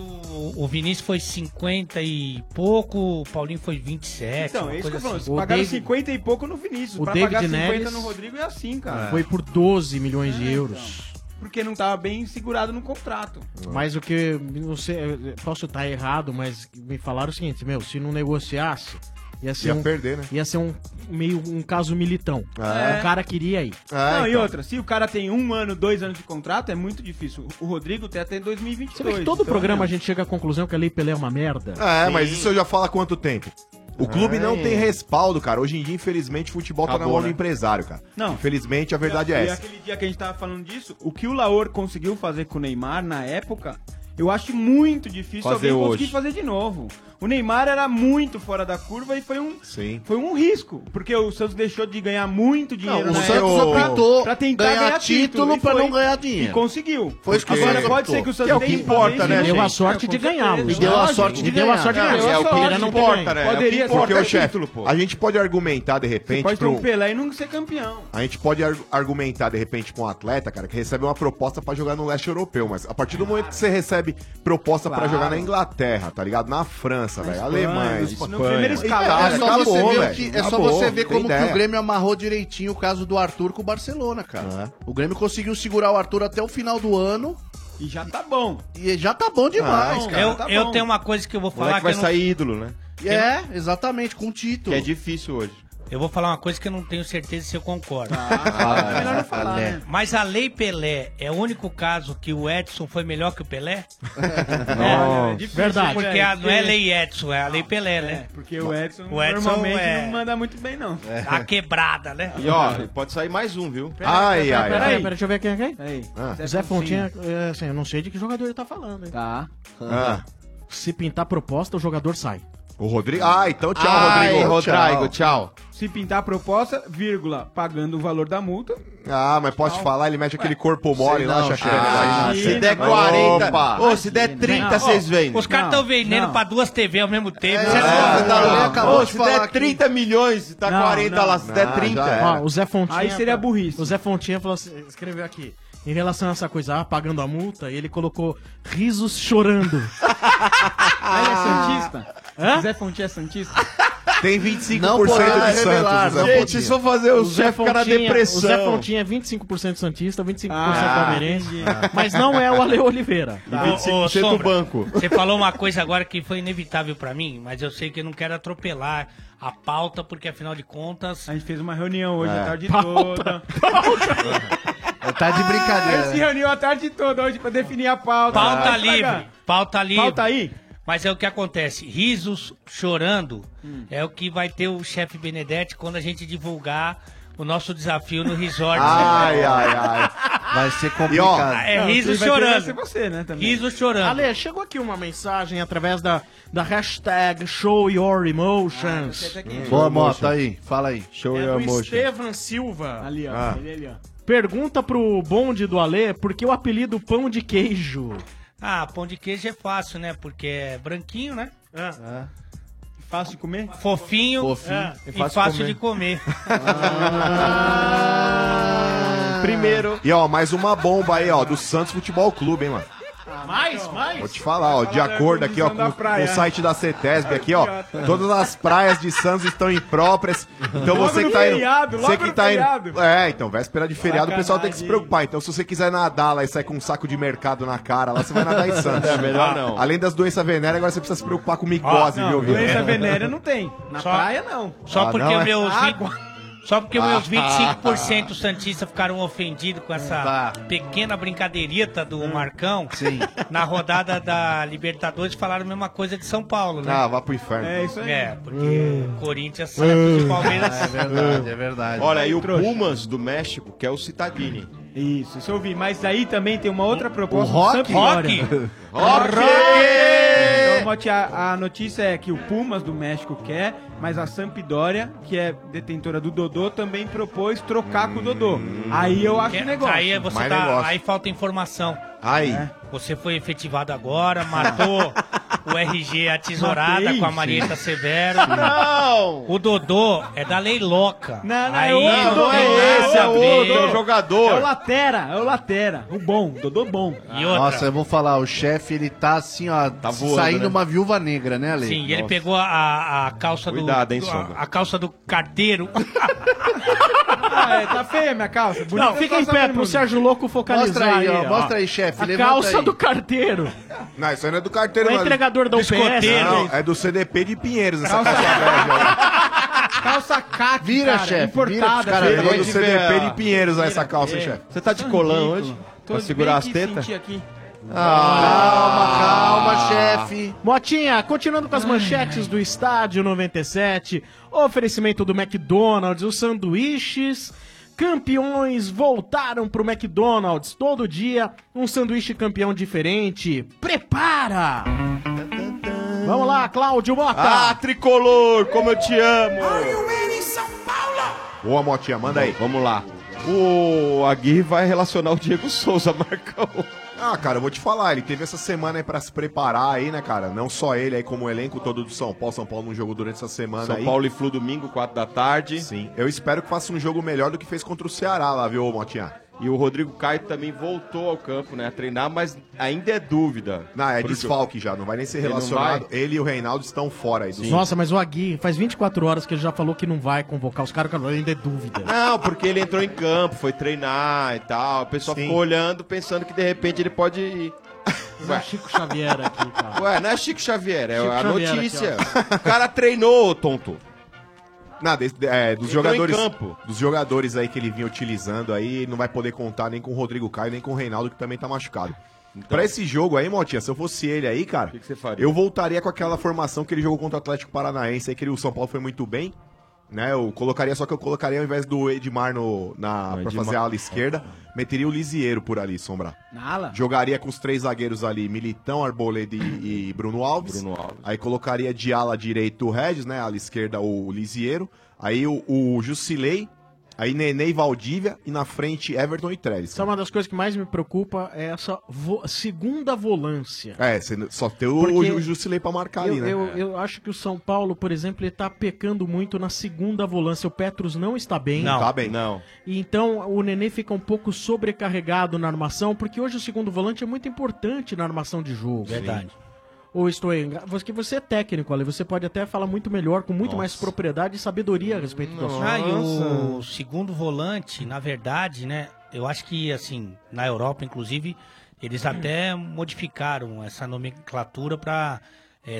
[SPEAKER 15] O, o Vinícius foi 50 e pouco, o Paulinho foi 27.
[SPEAKER 7] Então, é
[SPEAKER 15] uma
[SPEAKER 7] isso que eu
[SPEAKER 15] coisa
[SPEAKER 7] falo.
[SPEAKER 15] assim.
[SPEAKER 7] Vocês pagaram 50 e pouco no Vinícius.
[SPEAKER 19] o
[SPEAKER 7] pra
[SPEAKER 19] David
[SPEAKER 7] pagar 50
[SPEAKER 19] Neres
[SPEAKER 7] no Rodrigo é assim, cara. Então,
[SPEAKER 19] Foi por 12 milhões
[SPEAKER 7] É,
[SPEAKER 19] de euros.
[SPEAKER 7] Porque não tava bem segurado no contrato.
[SPEAKER 19] Mas o que, não sei, eu posso estar errado, mas me falaram o seguinte, meu, se não negociasse, ia ser
[SPEAKER 17] Ia
[SPEAKER 19] um,
[SPEAKER 17] perder, né? Ah,
[SPEAKER 19] Ia ser um meio um caso militão.
[SPEAKER 7] É.
[SPEAKER 19] O cara queria ir.
[SPEAKER 7] não,
[SPEAKER 17] então.
[SPEAKER 7] e outra, se o cara tem um ano, dois anos de contrato, é muito difícil. O Rodrigo tem até 2022.
[SPEAKER 19] Você vê que todo
[SPEAKER 7] então,
[SPEAKER 19] programa
[SPEAKER 7] não.
[SPEAKER 19] a gente chega à conclusão que a Lei Pelé é uma merda.
[SPEAKER 17] É, mas isso eu já falo há quanto tempo? O clube não
[SPEAKER 19] Ai.
[SPEAKER 17] tem respaldo, cara. Hoje em dia, infelizmente, o futebol tá na
[SPEAKER 7] Acabou,
[SPEAKER 17] mão do
[SPEAKER 7] né?
[SPEAKER 17] empresário, cara.
[SPEAKER 7] Não.
[SPEAKER 17] Infelizmente, a verdade é
[SPEAKER 7] e
[SPEAKER 17] essa.
[SPEAKER 7] aquele dia que a gente tava falando disso, o que o Laor conseguiu fazer com o Neymar na época Eu acho muito difícil
[SPEAKER 22] Fazer
[SPEAKER 7] alguém
[SPEAKER 22] hoje.
[SPEAKER 7] conseguir fazer de novo. O Neymar era muito fora da curva e foi um,
[SPEAKER 17] Sim.
[SPEAKER 7] foi um risco, porque o Santos deixou de ganhar muito dinheiro.
[SPEAKER 21] Não, o
[SPEAKER 7] na
[SPEAKER 21] Santos
[SPEAKER 7] época
[SPEAKER 21] optou
[SPEAKER 7] pra tentar
[SPEAKER 21] ganhar
[SPEAKER 7] ganhar,
[SPEAKER 21] título
[SPEAKER 7] e
[SPEAKER 21] pra
[SPEAKER 7] foi-
[SPEAKER 21] não ganhar dinheiro.
[SPEAKER 7] E conseguiu.
[SPEAKER 21] Foi isso que o
[SPEAKER 7] Agora
[SPEAKER 21] Santos
[SPEAKER 7] pode
[SPEAKER 21] optou.
[SPEAKER 7] ser que o
[SPEAKER 21] Que é
[SPEAKER 7] Santos
[SPEAKER 21] o que
[SPEAKER 7] tenha-
[SPEAKER 17] importa,
[SPEAKER 7] tenha-
[SPEAKER 17] né,
[SPEAKER 7] tenha-
[SPEAKER 17] gente?
[SPEAKER 19] Deu a sorte
[SPEAKER 7] É, com
[SPEAKER 19] de ganhar,
[SPEAKER 7] certeza.
[SPEAKER 19] Luiz. Deu a sorte
[SPEAKER 7] Lógico,
[SPEAKER 19] de ganhar.
[SPEAKER 7] Deu a
[SPEAKER 17] É o
[SPEAKER 7] sorte
[SPEAKER 17] que
[SPEAKER 7] de
[SPEAKER 17] não
[SPEAKER 7] ganhar.
[SPEAKER 17] importa, né?
[SPEAKER 7] Poderia
[SPEAKER 17] é o que importa, é o
[SPEAKER 7] ser
[SPEAKER 17] chefe. tipo,
[SPEAKER 7] título, pô.
[SPEAKER 17] A gente pode argumentar, de
[SPEAKER 7] Você
[SPEAKER 17] repente,
[SPEAKER 7] pode ter
[SPEAKER 17] pro-
[SPEAKER 7] um Pelé e nunca ser campeão.
[SPEAKER 17] A gente pode ar- argumentar, de repente, pra um atleta, cara, que recebe uma proposta pra jogar no leste europeu, mas a
[SPEAKER 21] Ah.
[SPEAKER 17] partir do momento que você recebe proposta pra
[SPEAKER 7] Claro.
[SPEAKER 17] jogar na Inglaterra, tá ligado? Na França, velho. Alemanha, Espanha.
[SPEAKER 21] É só você ver, o
[SPEAKER 17] velho.
[SPEAKER 21] que- é só
[SPEAKER 17] Acabou,
[SPEAKER 21] você ver
[SPEAKER 17] não tem
[SPEAKER 21] como que
[SPEAKER 17] ideia.
[SPEAKER 21] o Grêmio amarrou direitinho o caso do Arthur com o Barcelona, cara. O Grêmio conseguiu segurar o Arthur até o final do ano.
[SPEAKER 7] E já tá bom.
[SPEAKER 21] E já tá bom demais, cara.
[SPEAKER 15] eu,
[SPEAKER 21] Tá
[SPEAKER 15] eu
[SPEAKER 21] bom.
[SPEAKER 15] tenho uma coisa que eu vou
[SPEAKER 22] O Ah, moleque
[SPEAKER 15] falar que,
[SPEAKER 22] vai
[SPEAKER 15] eu não-
[SPEAKER 22] sair ídolo, né?
[SPEAKER 21] É, exatamente, com título.
[SPEAKER 22] Que é difícil hoje.
[SPEAKER 15] Eu vou falar uma coisa que eu não tenho certeza se eu concordo.
[SPEAKER 22] é melhor não falar, Pelé. né?
[SPEAKER 15] Mas a Lei Pelé é o único caso que o Edson foi melhor que o Pelé?
[SPEAKER 7] Nossa. É difícil,
[SPEAKER 15] Verdade. Porque a- não é
[SPEAKER 7] porque-
[SPEAKER 15] Lei Edson, é a Lei Pelé, né?
[SPEAKER 7] Porque o Edson,
[SPEAKER 15] O Edson
[SPEAKER 7] normalmente
[SPEAKER 15] é-
[SPEAKER 7] não manda muito bem, não.
[SPEAKER 17] É.
[SPEAKER 7] [laughs]
[SPEAKER 15] A quebrada, né?
[SPEAKER 22] E ó, pode sair mais um, viu?
[SPEAKER 19] Peraí, peraí, peraí, peraí, deixa eu ver quem é quem.
[SPEAKER 22] Ah.
[SPEAKER 19] Zé Fontinha, é, assim, eu não sei de que jogador ele tá falando, hein? Tá.
[SPEAKER 17] Ah.
[SPEAKER 19] Se pintar proposta, o jogador sai.
[SPEAKER 17] O Rodrigo. Ah, então tchau,
[SPEAKER 7] Ai,
[SPEAKER 17] Rodrigo.
[SPEAKER 7] Rodrigo,
[SPEAKER 17] tchau.
[SPEAKER 7] Se pintar a proposta, vírgula, pagando o valor da multa.
[SPEAKER 17] Ah, mas posso te falar, ele mete aquele corpo mole
[SPEAKER 7] sei
[SPEAKER 17] lá,
[SPEAKER 7] não,
[SPEAKER 17] Xaxé.
[SPEAKER 7] cara.
[SPEAKER 17] Ah,
[SPEAKER 7] Se
[SPEAKER 17] sei.
[SPEAKER 7] der
[SPEAKER 17] Opa.
[SPEAKER 7] 40,
[SPEAKER 17] Ô,
[SPEAKER 7] se der 30,
[SPEAKER 15] Não,
[SPEAKER 7] vocês
[SPEAKER 15] ó,
[SPEAKER 7] vendem.
[SPEAKER 15] Os caras
[SPEAKER 7] Não,
[SPEAKER 15] estão vendendo
[SPEAKER 7] não.
[SPEAKER 15] pra duas TV ao mesmo tempo. Você é
[SPEAKER 22] tá Ô, se der 30 milhões, se tá 40 lá, se
[SPEAKER 17] é
[SPEAKER 22] der 30.
[SPEAKER 19] Ah, Ó, o Zé Fontinha.
[SPEAKER 7] Aí seria burrice.
[SPEAKER 19] O Zé Fontinha falou assim, escreveu aqui. Em relação a essa coisa, ah, pagando a multa, ele colocou risos chorando.
[SPEAKER 7] Aí é Santista? Zé Fontinha é Santista?
[SPEAKER 17] [laughs] Tem 25%
[SPEAKER 7] Não
[SPEAKER 19] Ah, é
[SPEAKER 7] poderá
[SPEAKER 17] de
[SPEAKER 7] revelar,
[SPEAKER 17] Santos, o Zé
[SPEAKER 7] gente,
[SPEAKER 17] Fontinha.
[SPEAKER 7] se for fazer o
[SPEAKER 19] Zé
[SPEAKER 7] chefe ficar na
[SPEAKER 19] Fontinha-
[SPEAKER 7] depressão.
[SPEAKER 19] O Zé Fontinha é 25% Santista, 25%
[SPEAKER 7] Ah,
[SPEAKER 19] palmeirense.
[SPEAKER 7] entendi.
[SPEAKER 19] Mas não é o Ale Oliveira.
[SPEAKER 15] Tá. Ô, ô, Sombra, Você falou uma coisa agora que foi inevitável pra mim, mas eu sei que eu não quero atropelar a pauta, porque afinal de contas.
[SPEAKER 7] A gente fez uma reunião hoje
[SPEAKER 15] É.
[SPEAKER 7] a tarde
[SPEAKER 15] Pauta,
[SPEAKER 21] Tá
[SPEAKER 7] toda.
[SPEAKER 21] de
[SPEAKER 7] A gente Ah, se
[SPEAKER 21] brincadeira.
[SPEAKER 7] reuniu a tarde toda hoje pra definir a pauta.
[SPEAKER 15] [laughs] Pauta
[SPEAKER 7] Vai
[SPEAKER 15] livre.
[SPEAKER 7] estragar.
[SPEAKER 15] Pauta livre.
[SPEAKER 7] Pauta aí.
[SPEAKER 15] Mas é o que acontece. Risos chorando
[SPEAKER 7] Hum.
[SPEAKER 15] é o que vai ter o chefe Benedetti quando a gente divulgar o nosso desafio
[SPEAKER 21] [laughs]
[SPEAKER 15] no resort.
[SPEAKER 21] Ai, ai, ai. Vai ser complicado.
[SPEAKER 15] é riso chorando.
[SPEAKER 7] você, né,
[SPEAKER 15] Riso chorando.
[SPEAKER 19] Ale, chegou aqui uma mensagem através da, da hashtag Show Your Emotions.
[SPEAKER 21] Boa, Mota, aí. Fala aí.
[SPEAKER 22] Show
[SPEAKER 19] É do Estevam Silva.
[SPEAKER 7] Ali, ó.
[SPEAKER 19] Ah.
[SPEAKER 7] Ele ali, ó.
[SPEAKER 19] Pergunta pro bonde do Alê por que o apelido pão de queijo?
[SPEAKER 15] Ah, pão de queijo é fácil, né? Porque é branquinho, né?
[SPEAKER 7] Ah.
[SPEAKER 17] Ah.
[SPEAKER 7] Fácil de comer?
[SPEAKER 15] Fofinho,
[SPEAKER 7] Fofinho.
[SPEAKER 15] é,
[SPEAKER 7] E fácil
[SPEAKER 15] e
[SPEAKER 7] de
[SPEAKER 15] fácil, de comer.
[SPEAKER 17] Ah. Primeiro. E ó, mais uma bomba aí, ó, do Santos Futebol Clube, hein, mano.
[SPEAKER 19] mais, mais.
[SPEAKER 17] Vou te falar, ó, de acordo aqui, ó, com,
[SPEAKER 19] da praia.
[SPEAKER 17] com o site da CETESB aqui, ó, todas as praias de Santos estão impróprias. Então
[SPEAKER 7] Logo
[SPEAKER 17] você
[SPEAKER 7] no
[SPEAKER 17] que tá indo,
[SPEAKER 7] feriado,
[SPEAKER 17] você
[SPEAKER 7] logo
[SPEAKER 17] que
[SPEAKER 7] no
[SPEAKER 17] tá indo,
[SPEAKER 7] feriado.
[SPEAKER 17] é, então véspera de feriado, o pessoal tem que se
[SPEAKER 7] Sacanagem.
[SPEAKER 17] preocupar. Então se você quiser nadar lá e sair com um saco de mercado na cara, lá você vai nadar
[SPEAKER 22] [laughs]
[SPEAKER 17] em Santos. Ah,
[SPEAKER 22] É, melhor não.
[SPEAKER 17] Além das doenças venéreas, agora você precisa se preocupar com micose,
[SPEAKER 7] Ah, não,
[SPEAKER 17] viu, viu? [laughs]
[SPEAKER 7] doença venérea
[SPEAKER 22] [laughs]
[SPEAKER 7] não tem. Na
[SPEAKER 15] Só-
[SPEAKER 7] praia, não.
[SPEAKER 15] Só
[SPEAKER 17] Ah,
[SPEAKER 15] porque
[SPEAKER 17] não, é?
[SPEAKER 15] meus vi- Só porque meus
[SPEAKER 17] Ah.
[SPEAKER 15] 25% santistas ficaram ofendidos com essa pequena brincadeirita do
[SPEAKER 17] Hum.
[SPEAKER 15] Marcão na rodada da Libertadores falaram a mesma coisa de São Paulo, né?
[SPEAKER 17] Ah, vá pro inferno.
[SPEAKER 7] É isso aí.
[SPEAKER 15] É, porque Corinthians,
[SPEAKER 17] Hum.
[SPEAKER 15] Santos e Palmeiras.
[SPEAKER 17] É verdade, é verdade.
[SPEAKER 22] Olha, e o
[SPEAKER 7] Trouxa.
[SPEAKER 22] Pumas do México, que é o Citadini.
[SPEAKER 7] Isso, isso eu vi. Mas aí também tem uma outra proposta.
[SPEAKER 22] o Rock?
[SPEAKER 7] do Sampdoria.
[SPEAKER 22] Rock?
[SPEAKER 7] Rock!
[SPEAKER 22] Rock!
[SPEAKER 7] Então, Motti, a, a notícia é que o Pumas do México quer, mas a Sampdoria, que é detentora do Dodô, também propôs trocar com o Dodô. Aí eu acho
[SPEAKER 15] Que-
[SPEAKER 7] um negócio.
[SPEAKER 15] Hum. É,
[SPEAKER 7] É.
[SPEAKER 15] Aí você tá- aí falta informação.
[SPEAKER 17] Aí.
[SPEAKER 15] Você foi efetivado agora, matou o RG a tesourada
[SPEAKER 7] Matei,
[SPEAKER 15] com a Marieta Severo.
[SPEAKER 7] Não!
[SPEAKER 15] O Dodô é da Leiloca.
[SPEAKER 7] Não, não,
[SPEAKER 15] aí
[SPEAKER 7] é outro,
[SPEAKER 15] não
[SPEAKER 7] é
[SPEAKER 15] tem
[SPEAKER 7] outro,
[SPEAKER 15] nada a
[SPEAKER 7] é outro,
[SPEAKER 15] ver.
[SPEAKER 7] é
[SPEAKER 22] jogador.
[SPEAKER 7] É o Latera, é o Latera. O bom, o Dodô bom.
[SPEAKER 21] Nossa, eu vou falar, o chefe, ele tá assim, ó,
[SPEAKER 7] voando,
[SPEAKER 21] saindo
[SPEAKER 7] né?
[SPEAKER 21] uma viúva negra, né, Ale?
[SPEAKER 15] Sim, e ele pegou a, a calça
[SPEAKER 21] Cuidado,
[SPEAKER 15] do.
[SPEAKER 21] hein,
[SPEAKER 15] do-
[SPEAKER 21] Sombra.
[SPEAKER 15] É a, a calça do carteiro.
[SPEAKER 7] Ah, é, tá feia minha calça. Bonita
[SPEAKER 19] Não, fica em
[SPEAKER 7] calça
[SPEAKER 19] pé
[SPEAKER 7] mesmo.
[SPEAKER 19] pro Sérgio Louco focalizar
[SPEAKER 7] Mostra aí, ó, mostra aí,
[SPEAKER 17] é,
[SPEAKER 21] chefe,
[SPEAKER 19] A
[SPEAKER 21] levanta
[SPEAKER 19] calça
[SPEAKER 21] aí.
[SPEAKER 19] do carteiro.
[SPEAKER 17] Não, isso aí não é do carteiro,
[SPEAKER 19] É
[SPEAKER 17] não.
[SPEAKER 19] entregador da UPS,
[SPEAKER 17] Não,
[SPEAKER 19] né?
[SPEAKER 17] é do CDP de Pinheiros, essa
[SPEAKER 19] Calça-
[SPEAKER 17] calça
[SPEAKER 7] Calça caqui,
[SPEAKER 21] Vira,
[SPEAKER 7] cara, é
[SPEAKER 21] chefe,
[SPEAKER 7] importada.
[SPEAKER 17] vira, cara,
[SPEAKER 7] feia.
[SPEAKER 17] negócio do CDP de Pinheiros, ó,
[SPEAKER 7] Vira,
[SPEAKER 17] essa calça,
[SPEAKER 7] vira.
[SPEAKER 17] chefe.
[SPEAKER 22] Você tá de colã hoje?
[SPEAKER 7] Tô
[SPEAKER 22] Pra
[SPEAKER 7] de
[SPEAKER 22] segurar as
[SPEAKER 7] bem que
[SPEAKER 22] tetas?
[SPEAKER 7] senti aqui.
[SPEAKER 22] Ah.
[SPEAKER 21] Calma, chefe.
[SPEAKER 19] Motinha, continuando com as manchetes do Estádio 97, oferecimento do McDonald's, os sanduíches Campeões voltaram pro McDonald's. Todo dia, um sanduíche campeão diferente. Prepara! Vamos lá, Cláudio Mota!
[SPEAKER 22] Ah, tricolor, como eu te amo!
[SPEAKER 17] Boa, Motinha, manda aí.
[SPEAKER 22] Vamos lá. O Aguirre vai relacionar o Diego Souza, Marcão.
[SPEAKER 17] Ah, cara, eu vou te falar, ele teve essa semana aí pra se preparar aí, né, cara? Não só ele aí, como o elenco todo do São Paulo. São Paulo não jogou durante essa semana
[SPEAKER 22] São
[SPEAKER 17] aí.
[SPEAKER 22] Paulo e Flu domingo, 4 da tarde.
[SPEAKER 17] Sim. Eu espero que faça um jogo melhor do que fez contra o Ceará lá, viu, Motinha?
[SPEAKER 22] E o Rodrigo Caio também voltou ao campo, né, a treinar, mas ainda é dúvida.
[SPEAKER 17] Não, é
[SPEAKER 22] Pro
[SPEAKER 17] desfalque já, não vai nem ser
[SPEAKER 22] Ele não
[SPEAKER 17] relacionado.
[SPEAKER 22] vai?
[SPEAKER 17] Ele, e o Reinaldo estão fora aí do
[SPEAKER 19] Nossa, mas o Agui faz 24 horas que ele já falou que não vai convocar os caras, cara, ainda é dúvida.
[SPEAKER 22] Não, porque ele entrou em campo, foi treinar e tal. O pessoal ficou olhando, pensando que de repente ele pode ir. Ué.
[SPEAKER 19] Chico Xavier aqui, cara.
[SPEAKER 22] Ué, não é Chico Xavier, é
[SPEAKER 17] Chico
[SPEAKER 22] a
[SPEAKER 17] Xavier aqui,
[SPEAKER 22] notícia.
[SPEAKER 17] ó.
[SPEAKER 22] o cara treinou, ô tonto.
[SPEAKER 17] Nada, esse- é, dos
[SPEAKER 22] Entrou
[SPEAKER 17] jogadores.
[SPEAKER 22] em campo.
[SPEAKER 17] Dos jogadores aí que ele vinha utilizando aí, não vai poder contar nem com o Rodrigo Caio, nem com o Reinaldo, que também tá machucado. Pra esse jogo aí, Motinha, se eu fosse ele aí, cara,
[SPEAKER 22] O Então. que, que você faria?
[SPEAKER 17] eu voltaria com aquela formação que ele jogou contra o Atlético Paranaense aí, que ele- o São Paulo foi muito bem. Né, eu colocaria, só que eu colocaria ao invés do Edmar no, na, pra
[SPEAKER 22] Edmar. É.
[SPEAKER 17] fazer a ala esquerda, meteria o Lisieiro por ali, Sombra.
[SPEAKER 7] Nala.
[SPEAKER 17] Jogaria com os três zagueiros ali, Militão, Arboleda e, e Bruno Alves.
[SPEAKER 22] Bruno Alves.
[SPEAKER 17] Aí colocaria de ala direito o Regis, né? Ala esquerda o Lisieiro. Aí o, o Jusilei. Aí Nenê e Valdívia. E na frente Everton e Trellis.
[SPEAKER 19] Isso é uma das coisas que mais me preocupa, é essa vo- segunda volância.
[SPEAKER 17] É, você n- só tem o,
[SPEAKER 19] Porque
[SPEAKER 17] o Jusilei pra marcar ali,
[SPEAKER 19] Eu,
[SPEAKER 17] né?
[SPEAKER 19] eu, eu acho que o São Paulo, por exemplo, ele tá pecando muito na segunda volância. O Petros não está bem.
[SPEAKER 17] Não tá bem. Não.
[SPEAKER 19] E Então o Nenê fica um pouco sobrecarregado na armação, porque hoje o segundo volante é muito importante na armação de jogo.
[SPEAKER 15] Verdade.
[SPEAKER 19] Ou estou enganado? Porque você é técnico, Ale, você pode até falar muito melhor, com muito mais propriedade e sabedoria a respeito do assunto.
[SPEAKER 15] Ah, e o segundo volante, na verdade, né? Eu acho que, assim, na Europa, inclusive, eles até modificaram essa nomenclatura para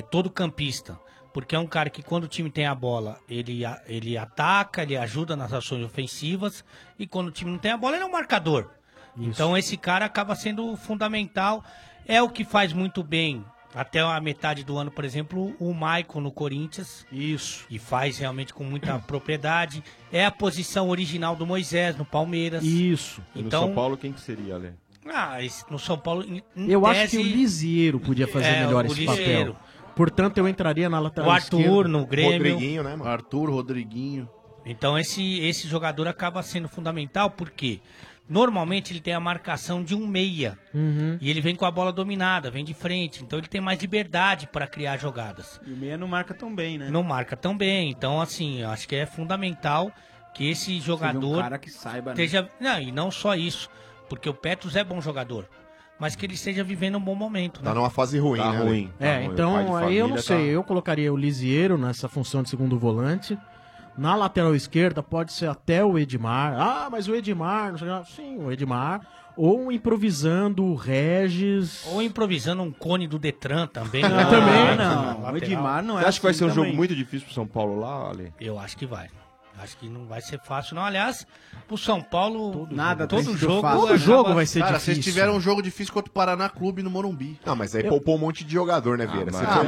[SPEAKER 15] todo campista. Porque é um cara que, quando o time tem a bola, ele, a- ele ataca, ele ajuda nas ações ofensivas. E quando o time não tem a bola, ele é um marcador. Então, esse cara acaba sendo fundamental. É o que faz muito bem até a metade do ano, por exemplo, o Maicon no Corinthians.
[SPEAKER 19] Isso.
[SPEAKER 15] E faz realmente com muita [coughs] propriedade. É a posição original do Moisés no Palmeiras.
[SPEAKER 19] Isso.
[SPEAKER 22] E no
[SPEAKER 15] Então-
[SPEAKER 22] São Paulo, quem que seria, Ale?
[SPEAKER 15] Ah, esse- no São Paulo. em- em
[SPEAKER 19] Eu acho
[SPEAKER 15] tese,
[SPEAKER 19] que o Lisieiro podia fazer
[SPEAKER 15] É,
[SPEAKER 19] melhor
[SPEAKER 15] o
[SPEAKER 19] esse
[SPEAKER 15] Lisieiro.
[SPEAKER 19] papel. Portanto, eu entraria na lateral
[SPEAKER 15] O Arthur
[SPEAKER 19] esquerda.
[SPEAKER 15] no Grêmio.
[SPEAKER 17] Rodriguinho, né, mano?
[SPEAKER 21] Arthur, Rodriguinho.
[SPEAKER 15] Então esse, esse jogador acaba sendo fundamental porque normalmente ele tem a marcação de um meia.
[SPEAKER 19] Uhum.
[SPEAKER 15] E ele vem com a bola dominada, vem de frente. Então ele tem mais liberdade para criar jogadas.
[SPEAKER 7] E o meia não marca tão bem, né?
[SPEAKER 15] Não marca tão bem. Então, assim, eu acho que é fundamental que esse jogador.
[SPEAKER 7] um cara que saiba, né?
[SPEAKER 15] Esteja... Não, e não só isso. Porque o Petros é bom jogador. Mas que ele esteja vivendo um bom momento.
[SPEAKER 17] Tá
[SPEAKER 15] né?
[SPEAKER 17] numa fase ruim,
[SPEAKER 22] Tá
[SPEAKER 17] né?
[SPEAKER 22] ruim.
[SPEAKER 19] É,
[SPEAKER 17] pai de
[SPEAKER 19] então aí eu não
[SPEAKER 17] família
[SPEAKER 19] sei.
[SPEAKER 17] tá-
[SPEAKER 19] Eu colocaria o Lisieiro nessa função de segundo volante. Na lateral esquerda pode ser até o Edmar. Ah, mas o Edmar, não sei lá. Sim, o Edmar. Ou improvisando o Regis.
[SPEAKER 15] Ou improvisando um cone do Detran também.
[SPEAKER 19] Não,
[SPEAKER 15] né?
[SPEAKER 19] também
[SPEAKER 15] Na
[SPEAKER 19] não.
[SPEAKER 15] lateral.
[SPEAKER 7] O Edmar não é
[SPEAKER 22] Você acha que vai
[SPEAKER 7] assim
[SPEAKER 22] ser um jogo
[SPEAKER 7] também.
[SPEAKER 22] muito difícil pro São Paulo lá, Ale?
[SPEAKER 15] Eu acho que vai. Acho que não vai ser fácil, não. Aliás, pro São Paulo, todo
[SPEAKER 7] Nada
[SPEAKER 15] todo
[SPEAKER 7] tem sido
[SPEAKER 15] jogo,
[SPEAKER 7] fácil.
[SPEAKER 15] acaba-
[SPEAKER 21] Cara, vocês tiveram um jogo difícil contra o Paraná Clube no Morumbi.
[SPEAKER 17] Não, mas aí
[SPEAKER 21] Eu-
[SPEAKER 17] poupou um monte de jogador, né, Vieira?
[SPEAKER 21] mas-
[SPEAKER 17] Você
[SPEAKER 21] Ah,
[SPEAKER 17] tá
[SPEAKER 21] mas-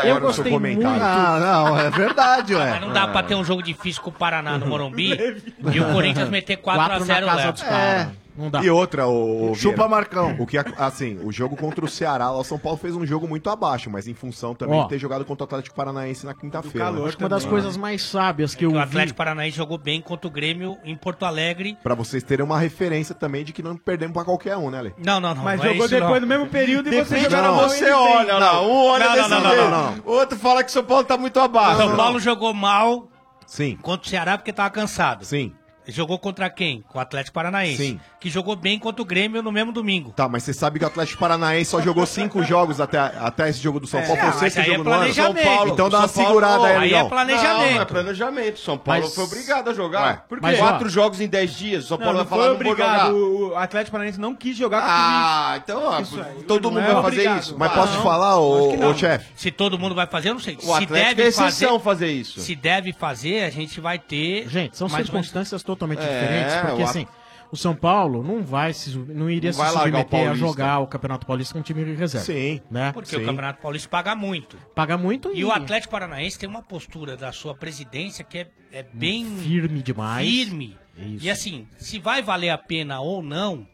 [SPEAKER 21] eu
[SPEAKER 17] agora no seu
[SPEAKER 21] gostei
[SPEAKER 17] comentário.
[SPEAKER 21] muito. Ah, não, é verdade, ué.
[SPEAKER 15] Mas não dá pra ter um jogo difícil com o Paraná no Morumbi e o Corinthians meter 4x0 lá.
[SPEAKER 19] Não dá.
[SPEAKER 17] E outra, o. o
[SPEAKER 21] Chupa,
[SPEAKER 17] Vieira,
[SPEAKER 21] Marcão.
[SPEAKER 17] O que, ac- assim, o jogo contra o Ceará, lá, o São Paulo fez um jogo muito abaixo, mas em função também
[SPEAKER 19] Ó.
[SPEAKER 17] de ter jogado contra o Atlético Paranaense na quinta-feira. né?
[SPEAKER 19] Acho que uma das coisas mais sábias que eu
[SPEAKER 15] É O
[SPEAKER 19] vi.
[SPEAKER 15] Atlético Paranaense jogou bem contra o Grêmio em Porto Alegre.
[SPEAKER 17] Pra vocês terem uma referência também de que não perdemos pra qualquer um, né, Ale?
[SPEAKER 15] Não, não, não.
[SPEAKER 7] Mas
[SPEAKER 15] não é
[SPEAKER 7] jogou
[SPEAKER 15] isso,
[SPEAKER 7] depois
[SPEAKER 15] não.
[SPEAKER 7] do mesmo período e você
[SPEAKER 17] Depende
[SPEAKER 7] jogaram
[SPEAKER 17] de
[SPEAKER 7] mal.
[SPEAKER 17] você
[SPEAKER 7] ele tem.
[SPEAKER 17] olha lá, um olha
[SPEAKER 7] Não,
[SPEAKER 17] desse
[SPEAKER 7] não, não,
[SPEAKER 17] jeito.
[SPEAKER 7] não, não, não.
[SPEAKER 22] Outro fala que o São Paulo tá muito abaixo.
[SPEAKER 15] São Paulo jogou mal
[SPEAKER 17] Ah, Sim.
[SPEAKER 15] contra o Ceará porque tava cansado.
[SPEAKER 17] Sim.
[SPEAKER 15] Jogou contra quem? Com o Atlético Paranaense.
[SPEAKER 17] Sim.
[SPEAKER 15] Que jogou bem contra o Grêmio no mesmo domingo.
[SPEAKER 17] Tá, mas você sabe que o Atlético Paranaense só jogou cinco jogos até, até esse jogo do São Paulo. Foi o
[SPEAKER 15] mas
[SPEAKER 17] sexto
[SPEAKER 15] aí é
[SPEAKER 17] jogo do ano.
[SPEAKER 15] planejamento.
[SPEAKER 17] então dá uma
[SPEAKER 22] São Paulo-
[SPEAKER 17] segurada aí,
[SPEAKER 22] Não,
[SPEAKER 17] Leão.
[SPEAKER 22] Não, é planejamento. São Paulo
[SPEAKER 17] Mas-
[SPEAKER 22] foi obrigado a
[SPEAKER 17] Ué,
[SPEAKER 22] jogar. Por quê?
[SPEAKER 17] mas, ó,
[SPEAKER 22] Quatro jogos em dez dias. o São
[SPEAKER 7] Não,
[SPEAKER 22] Paulo
[SPEAKER 7] não
[SPEAKER 22] vai falar
[SPEAKER 7] foi
[SPEAKER 22] não vou jogar.
[SPEAKER 7] obrigado. O o Atlético Paranaense não quis jogar com
[SPEAKER 22] Ah,
[SPEAKER 7] o
[SPEAKER 22] então, ó,
[SPEAKER 7] Isso aí,
[SPEAKER 22] todo
[SPEAKER 7] não
[SPEAKER 22] mundo
[SPEAKER 7] é
[SPEAKER 22] vai fazer
[SPEAKER 7] obrigado.
[SPEAKER 22] isso.
[SPEAKER 17] Mas
[SPEAKER 22] Ah,
[SPEAKER 17] posso te
[SPEAKER 22] não.
[SPEAKER 17] falar, ô,
[SPEAKER 15] que não.
[SPEAKER 17] ô chefe?
[SPEAKER 15] Se todo mundo vai fazer, eu não sei.
[SPEAKER 22] O
[SPEAKER 15] se
[SPEAKER 22] Atlético
[SPEAKER 15] deve
[SPEAKER 22] é exceção
[SPEAKER 15] fazer,
[SPEAKER 22] fazer isso.
[SPEAKER 15] Se deve fazer, a gente vai ter.
[SPEAKER 19] Gente, são
[SPEAKER 15] mais ou menos-
[SPEAKER 19] circunstâncias totalmente
[SPEAKER 15] É,
[SPEAKER 19] diferentes, porque
[SPEAKER 15] o At-
[SPEAKER 19] assim, o São Paulo não vai se, su- não iria
[SPEAKER 15] Não vai
[SPEAKER 19] se
[SPEAKER 15] largar o
[SPEAKER 19] submeter a
[SPEAKER 15] Paulista.
[SPEAKER 19] jogar o Campeonato Paulista com um time de reserva.
[SPEAKER 17] Sim.
[SPEAKER 19] Né? Então,
[SPEAKER 15] Porque o Campeonato Paulista paga muito.
[SPEAKER 19] Paga muito
[SPEAKER 15] E o Atlético Paranaense tem uma postura da sua presidência que é, é bem
[SPEAKER 19] firme demais.
[SPEAKER 15] firme
[SPEAKER 23] E assim, se vai valer a pena ou não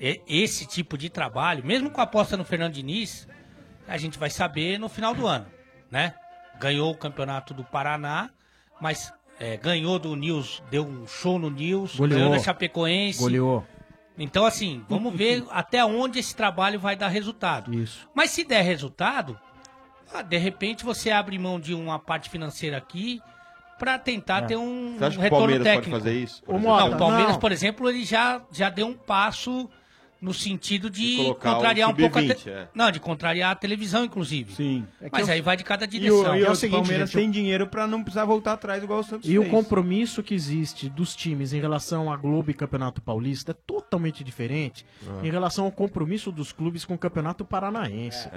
[SPEAKER 23] e- esse tipo de trabalho, mesmo com a aposta no Fernando Diniz, a gente vai saber no final do ano, né? Ganhou o campeonato do Paraná, mas é, ganhou do News, deu um show no News, ganhou da Chapecoense.
[SPEAKER 7] Goleou.
[SPEAKER 23] Então, assim,
[SPEAKER 7] [laughs]
[SPEAKER 23] vamos ver até onde esse trabalho vai dar resultado.
[SPEAKER 7] Isso.
[SPEAKER 23] Mas se der resultado, ah, de repente você abre mão de uma parte financeira aqui para tentar
[SPEAKER 22] É.
[SPEAKER 23] ter um,
[SPEAKER 22] Você acha
[SPEAKER 23] um
[SPEAKER 22] que o
[SPEAKER 23] retorno
[SPEAKER 22] Palmeiras pode
[SPEAKER 23] técnico.
[SPEAKER 22] fazer isso, por
[SPEAKER 23] Não,
[SPEAKER 22] exemplo?
[SPEAKER 23] o Palmeiras,
[SPEAKER 22] Não.
[SPEAKER 23] por exemplo, ele já, já deu um passo no sentido de,
[SPEAKER 22] De colocar o
[SPEAKER 23] contrariar um pouco a
[SPEAKER 22] sub-vinte,
[SPEAKER 23] te-
[SPEAKER 22] é.
[SPEAKER 23] não de contrariar a televisão inclusive sim mas
[SPEAKER 7] É que
[SPEAKER 23] aí
[SPEAKER 7] o-
[SPEAKER 23] vai de cada
[SPEAKER 7] E o,
[SPEAKER 23] direção
[SPEAKER 19] é
[SPEAKER 7] e o Palmeiras tem dinheiro pra não precisar voltar atrás igual o Santos
[SPEAKER 19] E o
[SPEAKER 7] fez.
[SPEAKER 19] compromisso que existe dos times em relação à Globo e Campeonato Paulista é totalmente diferente
[SPEAKER 7] É.
[SPEAKER 19] em relação ao compromisso dos clubes com o Campeonato Paranaense.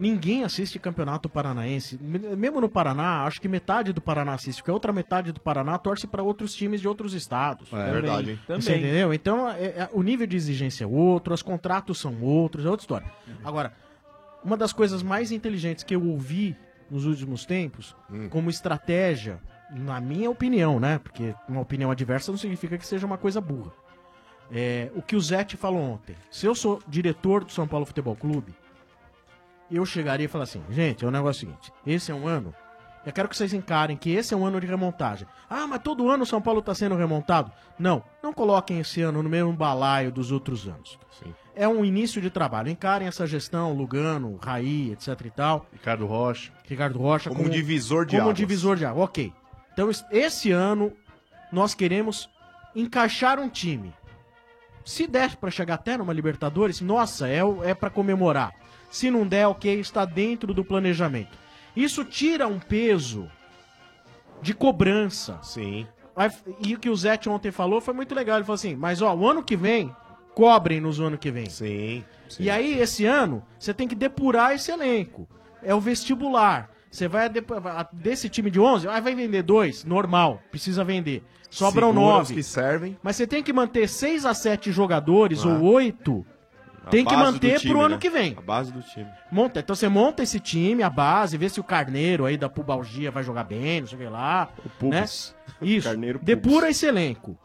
[SPEAKER 19] Ninguém assiste Campeonato Paranaense. Me- Mesmo no Paraná, acho que metade do Paraná assiste, porque a outra metade do Paraná torce para outros times de outros estados.
[SPEAKER 17] É verdade, hein?
[SPEAKER 19] Você
[SPEAKER 17] Também.
[SPEAKER 19] entendeu? Então, é- é- o nível de exigência é outro, os contratos são outros, é outra história. Agora, uma das coisas mais inteligentes que eu ouvi nos últimos tempos, como estratégia, na minha opinião, né? Porque uma opinião adversa não significa que seja uma coisa burra. É, o que o Zete falou ontem. Se eu sou diretor do São Paulo Futebol Clube, eu chegaria e falaria assim, gente, é o negócio seguinte, esse é um ano, eu quero que vocês encarem que esse é um ano de remontagem. Ah, mas todo ano o São Paulo está sendo remontado? Não, não coloquem esse ano no mesmo balaio dos outros anos. É um início de trabalho. Encarem essa gestão, Lugano, Raí, etc e tal. Ricardo Rocha. Ricardo Rocha.
[SPEAKER 17] Como um divisor de
[SPEAKER 19] Como um
[SPEAKER 17] águas.
[SPEAKER 19] divisor de água, ok. Então, es- esse ano, nós queremos encaixar um time. Se der para chegar até numa Libertadores, nossa, é, o- é para comemorar. Se não der, ok, está dentro do planejamento. Isso tira um peso de cobrança.
[SPEAKER 17] Sim.
[SPEAKER 19] E o que o Zete ontem falou foi muito legal. Ele falou assim: mas ó, o ano que vem, cobrem-nos o ano que vem.
[SPEAKER 17] Sim.
[SPEAKER 19] E aí, esse ano, você tem que depurar esse elenco. É o vestibular. Você vai adep- a- desse time de 11, aí vai vender dois, normal, precisa vender.
[SPEAKER 17] Segura
[SPEAKER 19] Sobram
[SPEAKER 17] os
[SPEAKER 19] um nove.
[SPEAKER 17] que servem.
[SPEAKER 19] Mas você tem que manter seis a sete jogadores
[SPEAKER 17] Ah.
[SPEAKER 19] ou oito.
[SPEAKER 22] A
[SPEAKER 19] Tem que
[SPEAKER 22] base do
[SPEAKER 19] manter
[SPEAKER 22] time,
[SPEAKER 19] pro ano
[SPEAKER 22] né?
[SPEAKER 19] que vem.
[SPEAKER 22] A base do time.
[SPEAKER 19] Monta, então você monta esse time, a base, vê se o Carneiro aí da Pubalgia vai jogar bem, não sei o que lá. né? Isso. Depura esse elenco.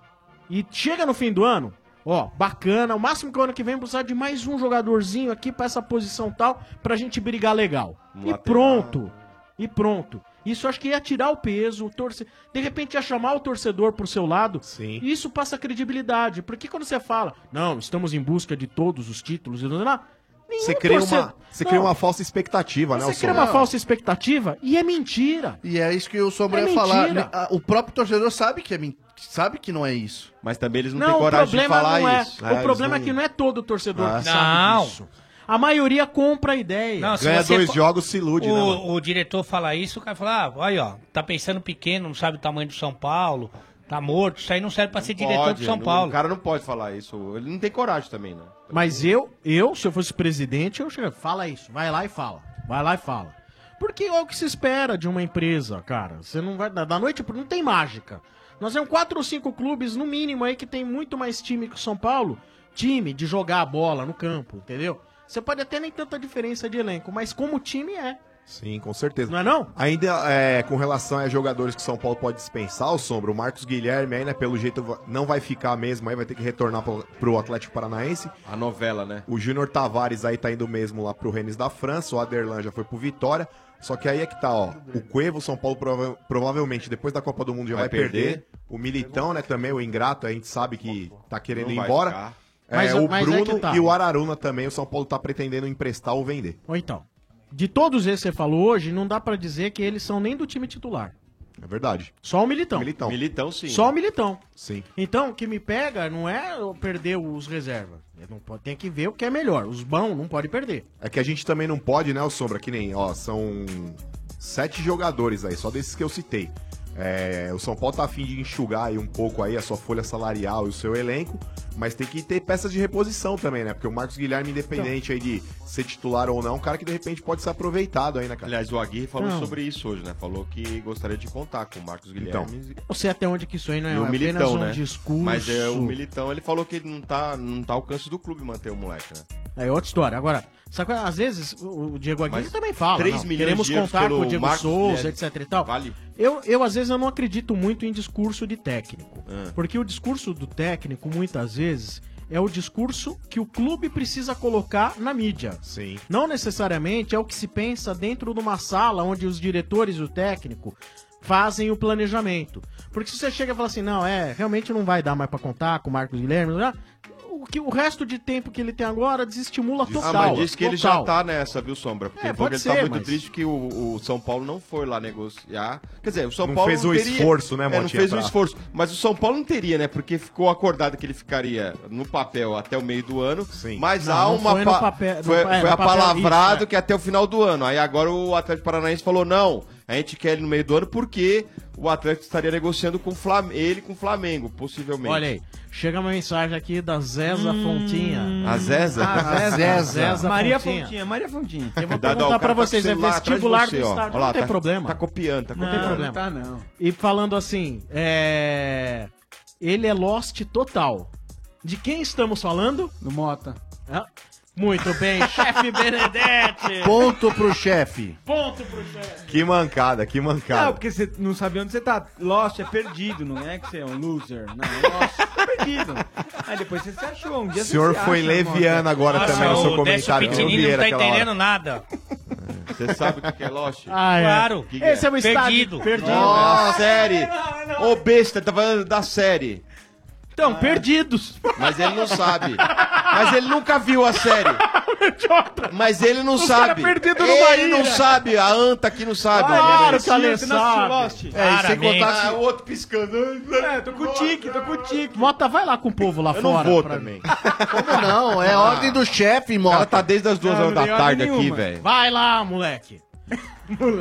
[SPEAKER 19] E chega no fim do ano, ó, bacana. O máximo que o ano que vem precisar de mais um jogadorzinho aqui pra essa posição tal, pra gente brigar legal.
[SPEAKER 17] Um
[SPEAKER 19] e
[SPEAKER 17] lateral.
[SPEAKER 19] pronto. E pronto. Isso acho que ia tirar o peso, o torce... de repente ia chamar o torcedor pro seu lado.
[SPEAKER 17] Sim.
[SPEAKER 19] E isso passa credibilidade. Porque quando você fala, não, estamos em busca de todos os títulos, e não, não, não, nenhum
[SPEAKER 17] Você cria,
[SPEAKER 19] torce-
[SPEAKER 17] uma, você
[SPEAKER 19] Não.
[SPEAKER 17] cria uma falsa expectativa, né,
[SPEAKER 19] Você
[SPEAKER 17] o
[SPEAKER 19] cria
[SPEAKER 17] Sombra?
[SPEAKER 19] uma falsa expectativa e é mentira.
[SPEAKER 21] E é isso que o Sombra
[SPEAKER 19] É
[SPEAKER 21] ia falar.
[SPEAKER 19] mentira.
[SPEAKER 21] né? Ah, O próprio torcedor sabe que, é men- sabe que não é isso.
[SPEAKER 22] Mas também eles
[SPEAKER 19] Não, o problema não é. O problema é que não é todo torcedor
[SPEAKER 21] Ah.
[SPEAKER 19] que sabe
[SPEAKER 21] Não.
[SPEAKER 19] disso. A maioria compra a ideia.
[SPEAKER 23] Não, se você fa-
[SPEAKER 22] né,
[SPEAKER 17] né,
[SPEAKER 23] o, O diretor fala isso, o cara fala, ah, olha, ó, tá pensando pequeno, não sabe o tamanho do São Paulo, tá morto, isso aí não serve pra ser diretor
[SPEAKER 22] Pode,
[SPEAKER 23] do São
[SPEAKER 22] não-
[SPEAKER 23] Paulo.
[SPEAKER 22] O cara não pode falar isso. Ele não tem coragem também, né?
[SPEAKER 19] Mas eu, eu, se eu fosse presidente, eu chegaria, fala isso, vai lá e fala. Vai lá e fala. Porque é o que se espera de uma empresa, cara. Você não vai. Da da noite pro. Não tem mágica. Nós temos quatro ou cinco clubes, no mínimo, aí, que tem muito mais time que o São Paulo. Time de jogar a bola no campo, entendeu? Você pode até nem tanta diferença de elenco, mas como time é.
[SPEAKER 17] Sim, com certeza. Não
[SPEAKER 19] é não?
[SPEAKER 17] Ainda é, com relação a jogadores que o São Paulo pode dispensar, o Sombra, o Marcos Guilherme aí, né, pelo jeito va- não vai ficar mesmo, aí vai ter que retornar pro, pro Atlético Paranaense.
[SPEAKER 22] A novela, né?
[SPEAKER 17] O Júnior Tavares aí tá indo mesmo lá pro Rennes da França, o Aderlan já foi pro Vitória. Só que aí é que tá, ó. O Cuevo, o São Paulo prova- provavelmente depois da Copa do Mundo já vai,
[SPEAKER 22] Vai
[SPEAKER 17] perder.
[SPEAKER 22] perder.
[SPEAKER 17] O Militão, né, também, o Ingrato, a gente sabe que tá querendo
[SPEAKER 22] Não
[SPEAKER 17] ir
[SPEAKER 22] vai
[SPEAKER 17] embora.
[SPEAKER 22] ficar.
[SPEAKER 17] É,
[SPEAKER 19] Mas-
[SPEAKER 17] o
[SPEAKER 19] mas é
[SPEAKER 17] Bruno
[SPEAKER 19] que tá.
[SPEAKER 17] e o Araruna também, o São Paulo tá pretendendo emprestar ou vender.
[SPEAKER 19] Ou então, de todos esses que você falou hoje, não dá pra dizer que eles são nem do time titular.
[SPEAKER 17] É verdade.
[SPEAKER 19] Só o Militão.
[SPEAKER 17] Militão.
[SPEAKER 22] Militão, sim.
[SPEAKER 19] Só o Militão.
[SPEAKER 17] Sim.
[SPEAKER 19] Então, o que me pega não é eu perder os reservas. Eu não po- Tem que ver o que é melhor. Os bons não pode perder.
[SPEAKER 17] É que a gente também não pode, né, o Sombra? Que nem, ó, são sete jogadores aí, só desses que eu citei. É, o São Paulo tá afim de enxugar aí um pouco aí a sua folha salarial e o seu elenco, mas tem que ter peças de reposição também, né? Porque o Marcos Guilherme, independente aí de ser titular ou não, é um cara que de repente pode ser aproveitado aí, né, cara?
[SPEAKER 22] Aliás, o Aguirre falou
[SPEAKER 17] Não.
[SPEAKER 22] sobre isso hoje, né? Falou que gostaria de contar com o Marcos Guilherme.
[SPEAKER 19] Não sei até onde que isso aí não é
[SPEAKER 22] E o
[SPEAKER 19] apenas
[SPEAKER 22] Militão,
[SPEAKER 19] um
[SPEAKER 22] né?
[SPEAKER 19] discurso.
[SPEAKER 22] Mas é, o Militão, ele falou que ele não tá, não tá ao alcance do clube manter o moleque, né?
[SPEAKER 19] É outra história. Agora, sabe, qual é? às vezes o o Diego Aguirre
[SPEAKER 22] Mas
[SPEAKER 19] também fala.
[SPEAKER 22] três
[SPEAKER 19] não,
[SPEAKER 22] milhões
[SPEAKER 19] Queremos
[SPEAKER 22] de euros
[SPEAKER 19] contar com
[SPEAKER 22] pelo
[SPEAKER 19] o Diego
[SPEAKER 22] Marcos
[SPEAKER 19] Souza,
[SPEAKER 22] Guedes.
[SPEAKER 19] etc e tal. Eu, eu, às vezes, eu não acredito muito em discurso de técnico.
[SPEAKER 22] É.
[SPEAKER 19] Porque o discurso do técnico, muitas vezes, é o discurso que o clube precisa colocar na mídia.
[SPEAKER 17] Sim.
[SPEAKER 19] Não necessariamente é o que se pensa dentro de uma sala onde os diretores e o técnico fazem o planejamento. Porque se você chega e fala assim, não, é, realmente não vai dar mais pra contar com o Marcos Guilherme, blá, o que o resto de tempo que ele tem agora desestimula
[SPEAKER 22] ah,
[SPEAKER 19] total.
[SPEAKER 22] mas diz que ele já
[SPEAKER 19] total.
[SPEAKER 22] tá nessa, viu, Sombra? Porque
[SPEAKER 19] É,
[SPEAKER 22] ele, falou
[SPEAKER 19] pode
[SPEAKER 22] que ele
[SPEAKER 19] ser,
[SPEAKER 22] tá muito
[SPEAKER 19] mas-
[SPEAKER 22] triste que o, o São Paulo não foi lá negociar. Quer dizer, o São
[SPEAKER 17] Não
[SPEAKER 22] Paulo
[SPEAKER 17] fez o esforço, né,
[SPEAKER 22] é, Não
[SPEAKER 17] Motinha,
[SPEAKER 22] fez
[SPEAKER 17] pra-
[SPEAKER 22] o esforço. Mas o São Paulo não teria, né? Porque ficou acordado que ele ficaria no papel até o meio do ano. Sim. Mas
[SPEAKER 19] Não,
[SPEAKER 22] há
[SPEAKER 19] não
[SPEAKER 22] uma.
[SPEAKER 19] foi no
[SPEAKER 22] pa-
[SPEAKER 19] papel- no
[SPEAKER 22] foi
[SPEAKER 19] pa- é,
[SPEAKER 22] foi
[SPEAKER 19] no papel,
[SPEAKER 22] apalavrado
[SPEAKER 19] isso, é.
[SPEAKER 22] que até o final do ano. Aí agora o Atlético Paranaense falou: não, a gente quer ele no meio do ano porque o Atlético estaria negociando com o Flam- ele com o Flamengo, possivelmente.
[SPEAKER 19] Olha aí, chega uma mensagem aqui da Zeza Fontinha.
[SPEAKER 22] A Zeza?
[SPEAKER 19] Ah,
[SPEAKER 22] [laughs]
[SPEAKER 19] a Zeza. Zeza
[SPEAKER 7] Hum. Maria
[SPEAKER 19] Fontinha.
[SPEAKER 7] Fontinha, Maria Fontinha.
[SPEAKER 19] Eu vou
[SPEAKER 22] Cuidado, ó, o
[SPEAKER 19] perguntar
[SPEAKER 22] cara
[SPEAKER 19] pra
[SPEAKER 22] tá com
[SPEAKER 19] vocês,
[SPEAKER 22] o
[SPEAKER 19] é
[SPEAKER 22] celular atrás de
[SPEAKER 19] vestibular do
[SPEAKER 22] você, ó.
[SPEAKER 19] estádio,
[SPEAKER 22] Ó lá,
[SPEAKER 19] não tem
[SPEAKER 22] tá-
[SPEAKER 19] problema.
[SPEAKER 22] Tá copiando, tá
[SPEAKER 19] Não,
[SPEAKER 22] copiando.
[SPEAKER 19] tem problema.
[SPEAKER 7] tá não.
[SPEAKER 19] E falando assim, é... ele é Lost total. De quem estamos falando? Ah,
[SPEAKER 7] Do Mota.
[SPEAKER 19] Muito
[SPEAKER 7] [laughs]
[SPEAKER 19] bem, chefe Benedetti.
[SPEAKER 17] Ponto pro chefe.
[SPEAKER 19] Ponto pro chefe.
[SPEAKER 17] Que mancada, que
[SPEAKER 7] Não,
[SPEAKER 17] mancada.
[SPEAKER 7] porque você não sabia onde você tá. Lost é perdido, não é que você é um loser. Não, Lost é perdido. Aí depois você se achou. Um dia
[SPEAKER 17] O senhor
[SPEAKER 7] você se
[SPEAKER 17] foi
[SPEAKER 7] acha,
[SPEAKER 22] Tá
[SPEAKER 17] leviano
[SPEAKER 7] Mota.
[SPEAKER 17] agora também no seu comentário.
[SPEAKER 23] né? Décio Pitinini
[SPEAKER 17] Vieira,
[SPEAKER 23] não tá
[SPEAKER 17] aquela hora.
[SPEAKER 22] [laughs]
[SPEAKER 23] entendendo nada. Ah,
[SPEAKER 22] Você sabe o que que é Lost?
[SPEAKER 7] Ah,
[SPEAKER 23] Claro.
[SPEAKER 22] O que que
[SPEAKER 19] Esse é um
[SPEAKER 23] Perdido.
[SPEAKER 19] estádio perdido.
[SPEAKER 22] Ó, a série. Ô, besta, tá falando da série.
[SPEAKER 19] Então, perdidos.
[SPEAKER 22] Mas ele não sabe. Mas ele nunca viu a
[SPEAKER 19] [laughs]
[SPEAKER 22] série. Mas ele não
[SPEAKER 20] Os caras
[SPEAKER 22] sabe.
[SPEAKER 20] perdido
[SPEAKER 22] ele
[SPEAKER 20] numa
[SPEAKER 22] não
[SPEAKER 20] ilha.
[SPEAKER 22] sabe. A Anta aqui não sabe.
[SPEAKER 20] Claro que
[SPEAKER 22] Mentira,
[SPEAKER 20] ela
[SPEAKER 22] você não assistiu
[SPEAKER 20] sabe.
[SPEAKER 22] Lost? É, e sem
[SPEAKER 20] Claramente.
[SPEAKER 22] contar que o outro piscando. É,
[SPEAKER 7] tô com o tique, tô com o tique.
[SPEAKER 19] Mota, vai lá com o povo lá
[SPEAKER 22] Eu não
[SPEAKER 19] fora.
[SPEAKER 22] vou
[SPEAKER 19] pra-
[SPEAKER 22] também.
[SPEAKER 21] Como não? É ordem do chefe, moto. Ela
[SPEAKER 22] tá desde as
[SPEAKER 19] duas Não, horas não da tem ordem tarde aqui, nenhuma. velho. Vai lá, [laughs] moleque.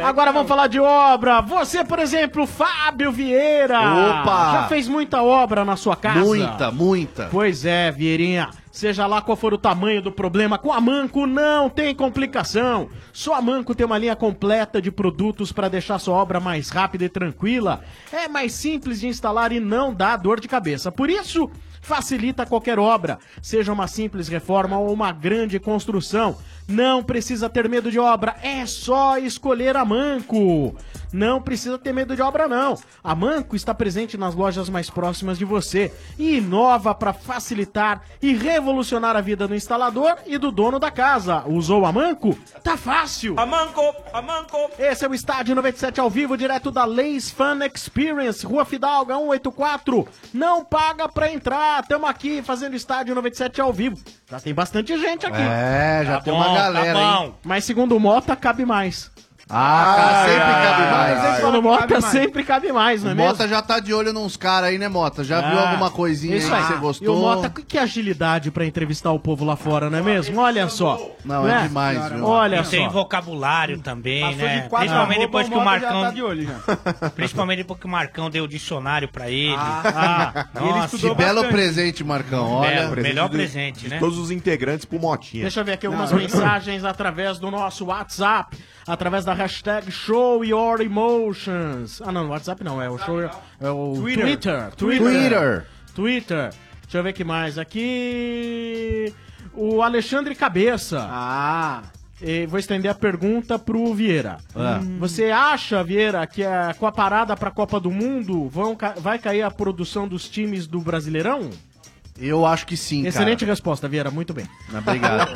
[SPEAKER 19] Agora vamos falar de obra. Você, por exemplo, Fábio Vieira.
[SPEAKER 21] Opa!
[SPEAKER 19] Já fez muita obra na sua casa?
[SPEAKER 21] Muita, muita.
[SPEAKER 19] Pois é, Vieirinha. Seja lá qual for o tamanho do problema, com a Manco não tem complicação. Só a Manco tem uma linha completa de produtos para deixar sua obra mais rápida e tranquila. É mais simples de instalar e não dá dor de cabeça. Por isso, facilita qualquer obra, seja uma simples reforma ou uma grande construção. Não precisa ter medo de obra, é só escolher a Manco. Não precisa ter medo de obra, não. A Manco está presente nas lojas mais próximas de você e inova para facilitar e revolucionar a vida do instalador e do dono da casa. Usou a Manco? Tá fácil! A Manco! A Manco! Esse é o Estádio 97 ao vivo, direto da Leis Fan Experience, Rua Fidalga 184. Não paga pra entrar, tamo aqui fazendo Estádio 97 ao vivo. Já tem bastante gente aqui.
[SPEAKER 21] É, já tem uma galera, hein?
[SPEAKER 19] Mas segundo o Mota, cabe mais.
[SPEAKER 21] Ah, cara, sempre cabe mais.
[SPEAKER 19] Segundo o Mota, sempre cabe mais, não é
[SPEAKER 21] O
[SPEAKER 19] mesmo?
[SPEAKER 21] Mota já tá de olho nos caras aí, né, Mota? Já viu
[SPEAKER 19] Ah,
[SPEAKER 21] alguma coisinha aí
[SPEAKER 19] isso
[SPEAKER 21] que você gostou?
[SPEAKER 19] E o Mota, que, que agilidade pra entrevistar o povo lá fora, não é mesmo? Olha só. Né?
[SPEAKER 21] Não, é demais, viu?
[SPEAKER 19] Olha
[SPEAKER 23] E Tem
[SPEAKER 19] só.
[SPEAKER 23] vocabulário também,
[SPEAKER 7] Passou
[SPEAKER 23] né?
[SPEAKER 7] de quatro
[SPEAKER 23] Principalmente
[SPEAKER 7] arroba,
[SPEAKER 23] depois
[SPEAKER 7] o
[SPEAKER 23] que o
[SPEAKER 7] Mota já
[SPEAKER 23] Marcão.
[SPEAKER 7] tá de olho,
[SPEAKER 23] [laughs] Principalmente depois que o Marcão deu o dicionário pra ele.
[SPEAKER 21] Ah,
[SPEAKER 7] [laughs]
[SPEAKER 23] Ah,
[SPEAKER 21] ele
[SPEAKER 23] nossa.
[SPEAKER 21] estudou Que belo bastante. presente, Marcão. Olha,
[SPEAKER 23] Belo, melhor presente, né?
[SPEAKER 17] Todos os integrantes pro Motinha.
[SPEAKER 19] Deixa eu ver aqui algumas mensagens através do nosso WhatsApp, através da hashtag Show Your Emotions. Ah, não, no WhatsApp não, é o Show Your... É o
[SPEAKER 21] Twitter.
[SPEAKER 19] Twitter.
[SPEAKER 21] Twitter.
[SPEAKER 19] Twitter. Deixa eu ver o que mais. Aqui... O Alexandre Cabeça. Ah... vou estender a pergunta pro Vieira.
[SPEAKER 21] Ah.
[SPEAKER 19] Hum. Você acha, Vieira, que é, com a parada pra Copa do Mundo vão ca- vai cair a produção dos times do Brasileirão?
[SPEAKER 21] Eu acho que sim,
[SPEAKER 19] Excelente resposta, Vieira. Muito bem.
[SPEAKER 22] [laughs]
[SPEAKER 21] Obrigado.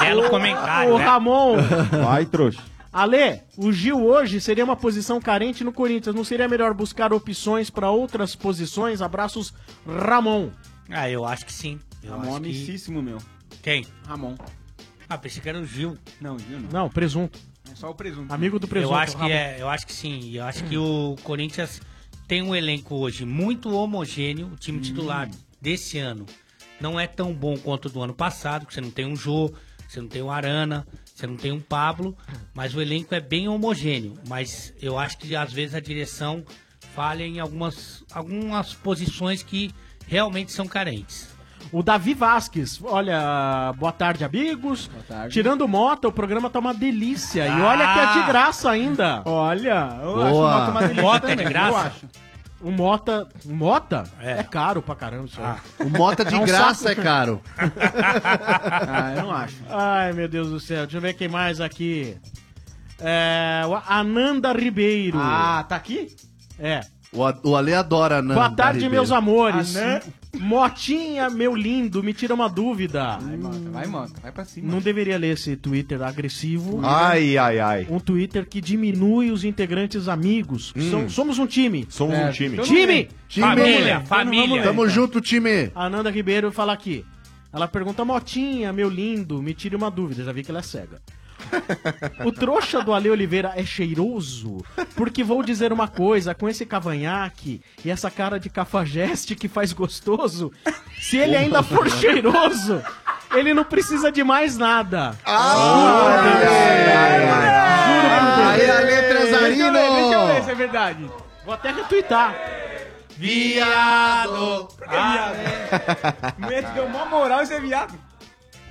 [SPEAKER 23] Belo
[SPEAKER 19] O
[SPEAKER 23] comentário, né?
[SPEAKER 19] Ramon.
[SPEAKER 22] Vai, trouxa.
[SPEAKER 19] Ale, o Gil hoje seria uma posição carente no Corinthians. Não seria melhor buscar opções para outras posições? Abraços, Ramon.
[SPEAKER 23] Ah, eu acho que sim. Eu
[SPEAKER 7] Ramon é
[SPEAKER 23] acho que-
[SPEAKER 7] amicíssimo meu.
[SPEAKER 23] Quem?
[SPEAKER 7] Ramon.
[SPEAKER 23] Ah, pensei que era o Gil.
[SPEAKER 7] Não, Gil não.
[SPEAKER 19] Não, presunto.
[SPEAKER 7] É só o presunto.
[SPEAKER 19] Amigo do presunto.
[SPEAKER 23] Eu acho que
[SPEAKER 19] Ramon.
[SPEAKER 23] é, eu acho que sim. Eu acho que o Corinthians tem um elenco hoje muito homogêneo, o
[SPEAKER 7] Hum.
[SPEAKER 23] time titular desse ano. Não é tão bom quanto o do ano passado, porque você não tem um Jô, você não tem um Arana, você não tem um Pablo, mas o elenco é bem homogêneo. Mas eu acho que às vezes a direção falha em algumas, algumas posições que realmente são carentes.
[SPEAKER 19] O Davi Vasques. Olha, boa tarde, amigos. Tirando Mota, o programa tá uma delícia.
[SPEAKER 21] Ah.
[SPEAKER 19] E olha que é de graça ainda.
[SPEAKER 7] Olha, eu
[SPEAKER 19] Boa.
[SPEAKER 7] acho o Mota uma delícia
[SPEAKER 19] Mota é de
[SPEAKER 7] também,
[SPEAKER 19] graça?
[SPEAKER 7] Eu acho.
[SPEAKER 19] O Mota. O Mota? É. caro pra caramba isso aí.
[SPEAKER 7] Ah.
[SPEAKER 21] O Mota de
[SPEAKER 19] um
[SPEAKER 21] graça
[SPEAKER 19] saco.
[SPEAKER 21] é caro.
[SPEAKER 7] [laughs]
[SPEAKER 19] ah, eu não acho. Ai, meu Deus do céu. Deixa eu ver quem mais aqui. É, o Ananda Ribeiro.
[SPEAKER 7] Ah, tá aqui?
[SPEAKER 19] É.
[SPEAKER 21] O, A- o Ale adora, né?
[SPEAKER 19] Boa tarde, meus amores.
[SPEAKER 21] Ah,
[SPEAKER 7] Anã-
[SPEAKER 19] Motinha, meu lindo, me tira uma dúvida. Vai, Mota,
[SPEAKER 7] vai, Mota, vai pra cima.
[SPEAKER 19] Não deveria ler esse Twitter agressivo.
[SPEAKER 17] Ai, ai, ai.
[SPEAKER 19] Um Twitter que diminui os integrantes amigos.
[SPEAKER 17] Hum.
[SPEAKER 19] São- somos um time.
[SPEAKER 17] Somos um time.
[SPEAKER 21] Então
[SPEAKER 19] Time! Então
[SPEAKER 21] Time! Tamo junto, time!
[SPEAKER 19] A Ananda Ribeiro fala aqui. Ela pergunta, Motinha, meu lindo, me tire uma dúvida. Já vi que ela é cega. O trouxa do Ale Oliveira é cheiroso? Porque vou dizer uma coisa, com esse cavanhaque e essa cara de cafajeste que faz gostoso, se ele ainda for cheiroso, ele não precisa de mais nada.
[SPEAKER 21] Aê, Ale Trezarino!
[SPEAKER 19] Deixa eu ver se é verdade. Vou até retweetar.
[SPEAKER 7] Viado! [laughs] Mete deu mó moral esse é viado.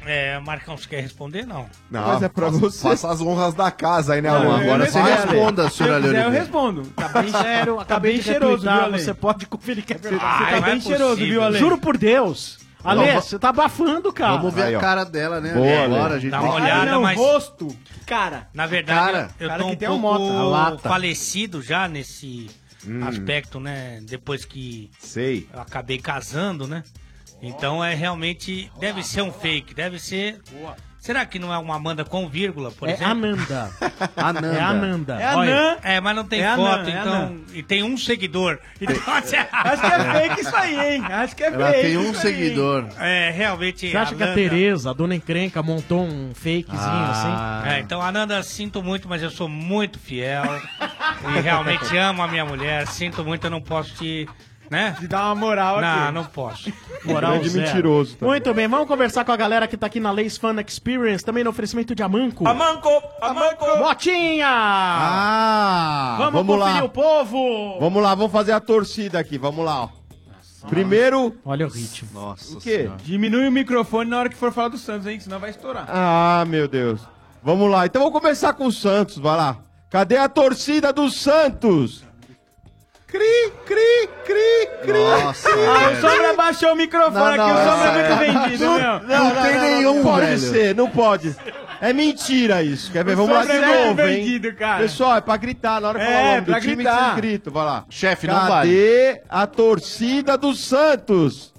[SPEAKER 15] É, Marcão, você quer responder? Não.
[SPEAKER 17] Não,
[SPEAKER 7] Mas é pra
[SPEAKER 17] Ah, faça,
[SPEAKER 7] você.
[SPEAKER 17] faça as honras da casa aí, né, Alô?
[SPEAKER 7] agora você responda,
[SPEAKER 17] senhor
[SPEAKER 7] Se eu quiser, eu respondo. Tá [laughs] bem
[SPEAKER 19] Sério,
[SPEAKER 7] tá
[SPEAKER 19] acabei
[SPEAKER 7] bem
[SPEAKER 19] de cheiroso,
[SPEAKER 7] cheiroso, viu, Ale?
[SPEAKER 19] Você pode conferir que é verdade.
[SPEAKER 7] Você tá
[SPEAKER 19] Ai, não
[SPEAKER 7] bem
[SPEAKER 19] é
[SPEAKER 7] cheiroso,
[SPEAKER 19] possível.
[SPEAKER 7] viu, Ale?
[SPEAKER 19] Juro por Deus. Ale,
[SPEAKER 7] Não,
[SPEAKER 19] você tá abafando, cara.
[SPEAKER 21] Vamos ver a cara dela, né?
[SPEAKER 19] Boa,
[SPEAKER 21] Ale?
[SPEAKER 19] Ale.
[SPEAKER 21] Agora a gente
[SPEAKER 15] Dá
[SPEAKER 21] tem
[SPEAKER 15] uma
[SPEAKER 21] que-
[SPEAKER 15] olhada,
[SPEAKER 21] Não,
[SPEAKER 15] mas...
[SPEAKER 7] rosto, cara.
[SPEAKER 15] Na verdade,
[SPEAKER 21] Cara,
[SPEAKER 15] eu
[SPEAKER 21] cara
[SPEAKER 15] tô
[SPEAKER 21] que
[SPEAKER 15] um
[SPEAKER 21] tem um
[SPEAKER 15] pouco
[SPEAKER 21] moto, a lata.
[SPEAKER 15] falecido já nesse
[SPEAKER 17] Hum.
[SPEAKER 15] aspecto, né? Depois que
[SPEAKER 17] Sei.
[SPEAKER 15] eu acabei casando, né? Então é realmente... Deve ser um fake, deve ser... Será que não é uma Amanda com vírgula, por
[SPEAKER 19] É
[SPEAKER 15] exemplo? [laughs]
[SPEAKER 19] Ananda.
[SPEAKER 21] Ananda.
[SPEAKER 19] É Ananda.
[SPEAKER 15] É,
[SPEAKER 19] Olha.
[SPEAKER 15] é, mas não tem
[SPEAKER 19] É Anã,
[SPEAKER 15] foto,
[SPEAKER 19] é
[SPEAKER 15] então...
[SPEAKER 19] Anã.
[SPEAKER 15] E tem um seguidor. [laughs] Então, assim,
[SPEAKER 7] Acho que
[SPEAKER 15] [laughs]
[SPEAKER 7] é fake isso aí, hein? Acho que é
[SPEAKER 19] Ela
[SPEAKER 7] fake.
[SPEAKER 19] tem
[SPEAKER 7] isso
[SPEAKER 19] um
[SPEAKER 7] aí, hein?
[SPEAKER 19] seguidor.
[SPEAKER 15] É, realmente...
[SPEAKER 19] Você acha que a
[SPEAKER 15] Ananda-
[SPEAKER 19] Tereza, a dona encrenca, montou um fakezinho assim?
[SPEAKER 15] É, então, Ananda, sinto muito, mas eu sou muito fiel. e realmente amo a minha mulher. Sinto muito, eu não posso te. Né? Te
[SPEAKER 7] dar uma moral
[SPEAKER 15] não,
[SPEAKER 7] aqui.
[SPEAKER 15] Não, não posso.
[SPEAKER 19] Moral
[SPEAKER 22] É.
[SPEAKER 7] Grande
[SPEAKER 19] zero.
[SPEAKER 7] mentiroso
[SPEAKER 17] também.
[SPEAKER 19] Muito bem, vamos conversar com a galera que tá aqui na Leis Fan Experience, também no oferecimento de Amanco.
[SPEAKER 15] Amanco! Amanco!
[SPEAKER 19] Motinha!
[SPEAKER 22] Ah,
[SPEAKER 19] vamos,
[SPEAKER 22] vamos lá.
[SPEAKER 19] conferir o povo!
[SPEAKER 22] Vamos lá, vamos fazer a torcida aqui, vamos lá, ó. Primeiro.
[SPEAKER 19] Olha o ritmo.
[SPEAKER 22] Nossa. O quê?
[SPEAKER 7] quê? Diminui o microfone na hora que for falar do Santos, hein? que Senão vai estourar.
[SPEAKER 22] Ah, meu Deus. Vamos lá, então vamos começar com o Santos, vai lá. Cadê a torcida do Santos? Cri, cri, cri, cri.
[SPEAKER 21] Nossa,
[SPEAKER 7] Ah, o Sombra baixou o microfone
[SPEAKER 22] Não, não,
[SPEAKER 7] aqui, o Sombra
[SPEAKER 22] essa-
[SPEAKER 7] é muito vendido,
[SPEAKER 22] Não,
[SPEAKER 7] meu.
[SPEAKER 22] não, não, não, Não pode ser, não pode. É mentira isso. Quer ver? Vamos lá de
[SPEAKER 7] Sombra é
[SPEAKER 22] novo, hein?
[SPEAKER 7] vendido, cara.
[SPEAKER 22] Pessoal, é pra gritar na hora que
[SPEAKER 7] É,
[SPEAKER 22] falar o nome do
[SPEAKER 7] pra
[SPEAKER 22] time
[SPEAKER 7] gritar.
[SPEAKER 22] que você grita. Vai lá.
[SPEAKER 21] Chefe, não
[SPEAKER 22] Cadê Cadê a torcida do Santos?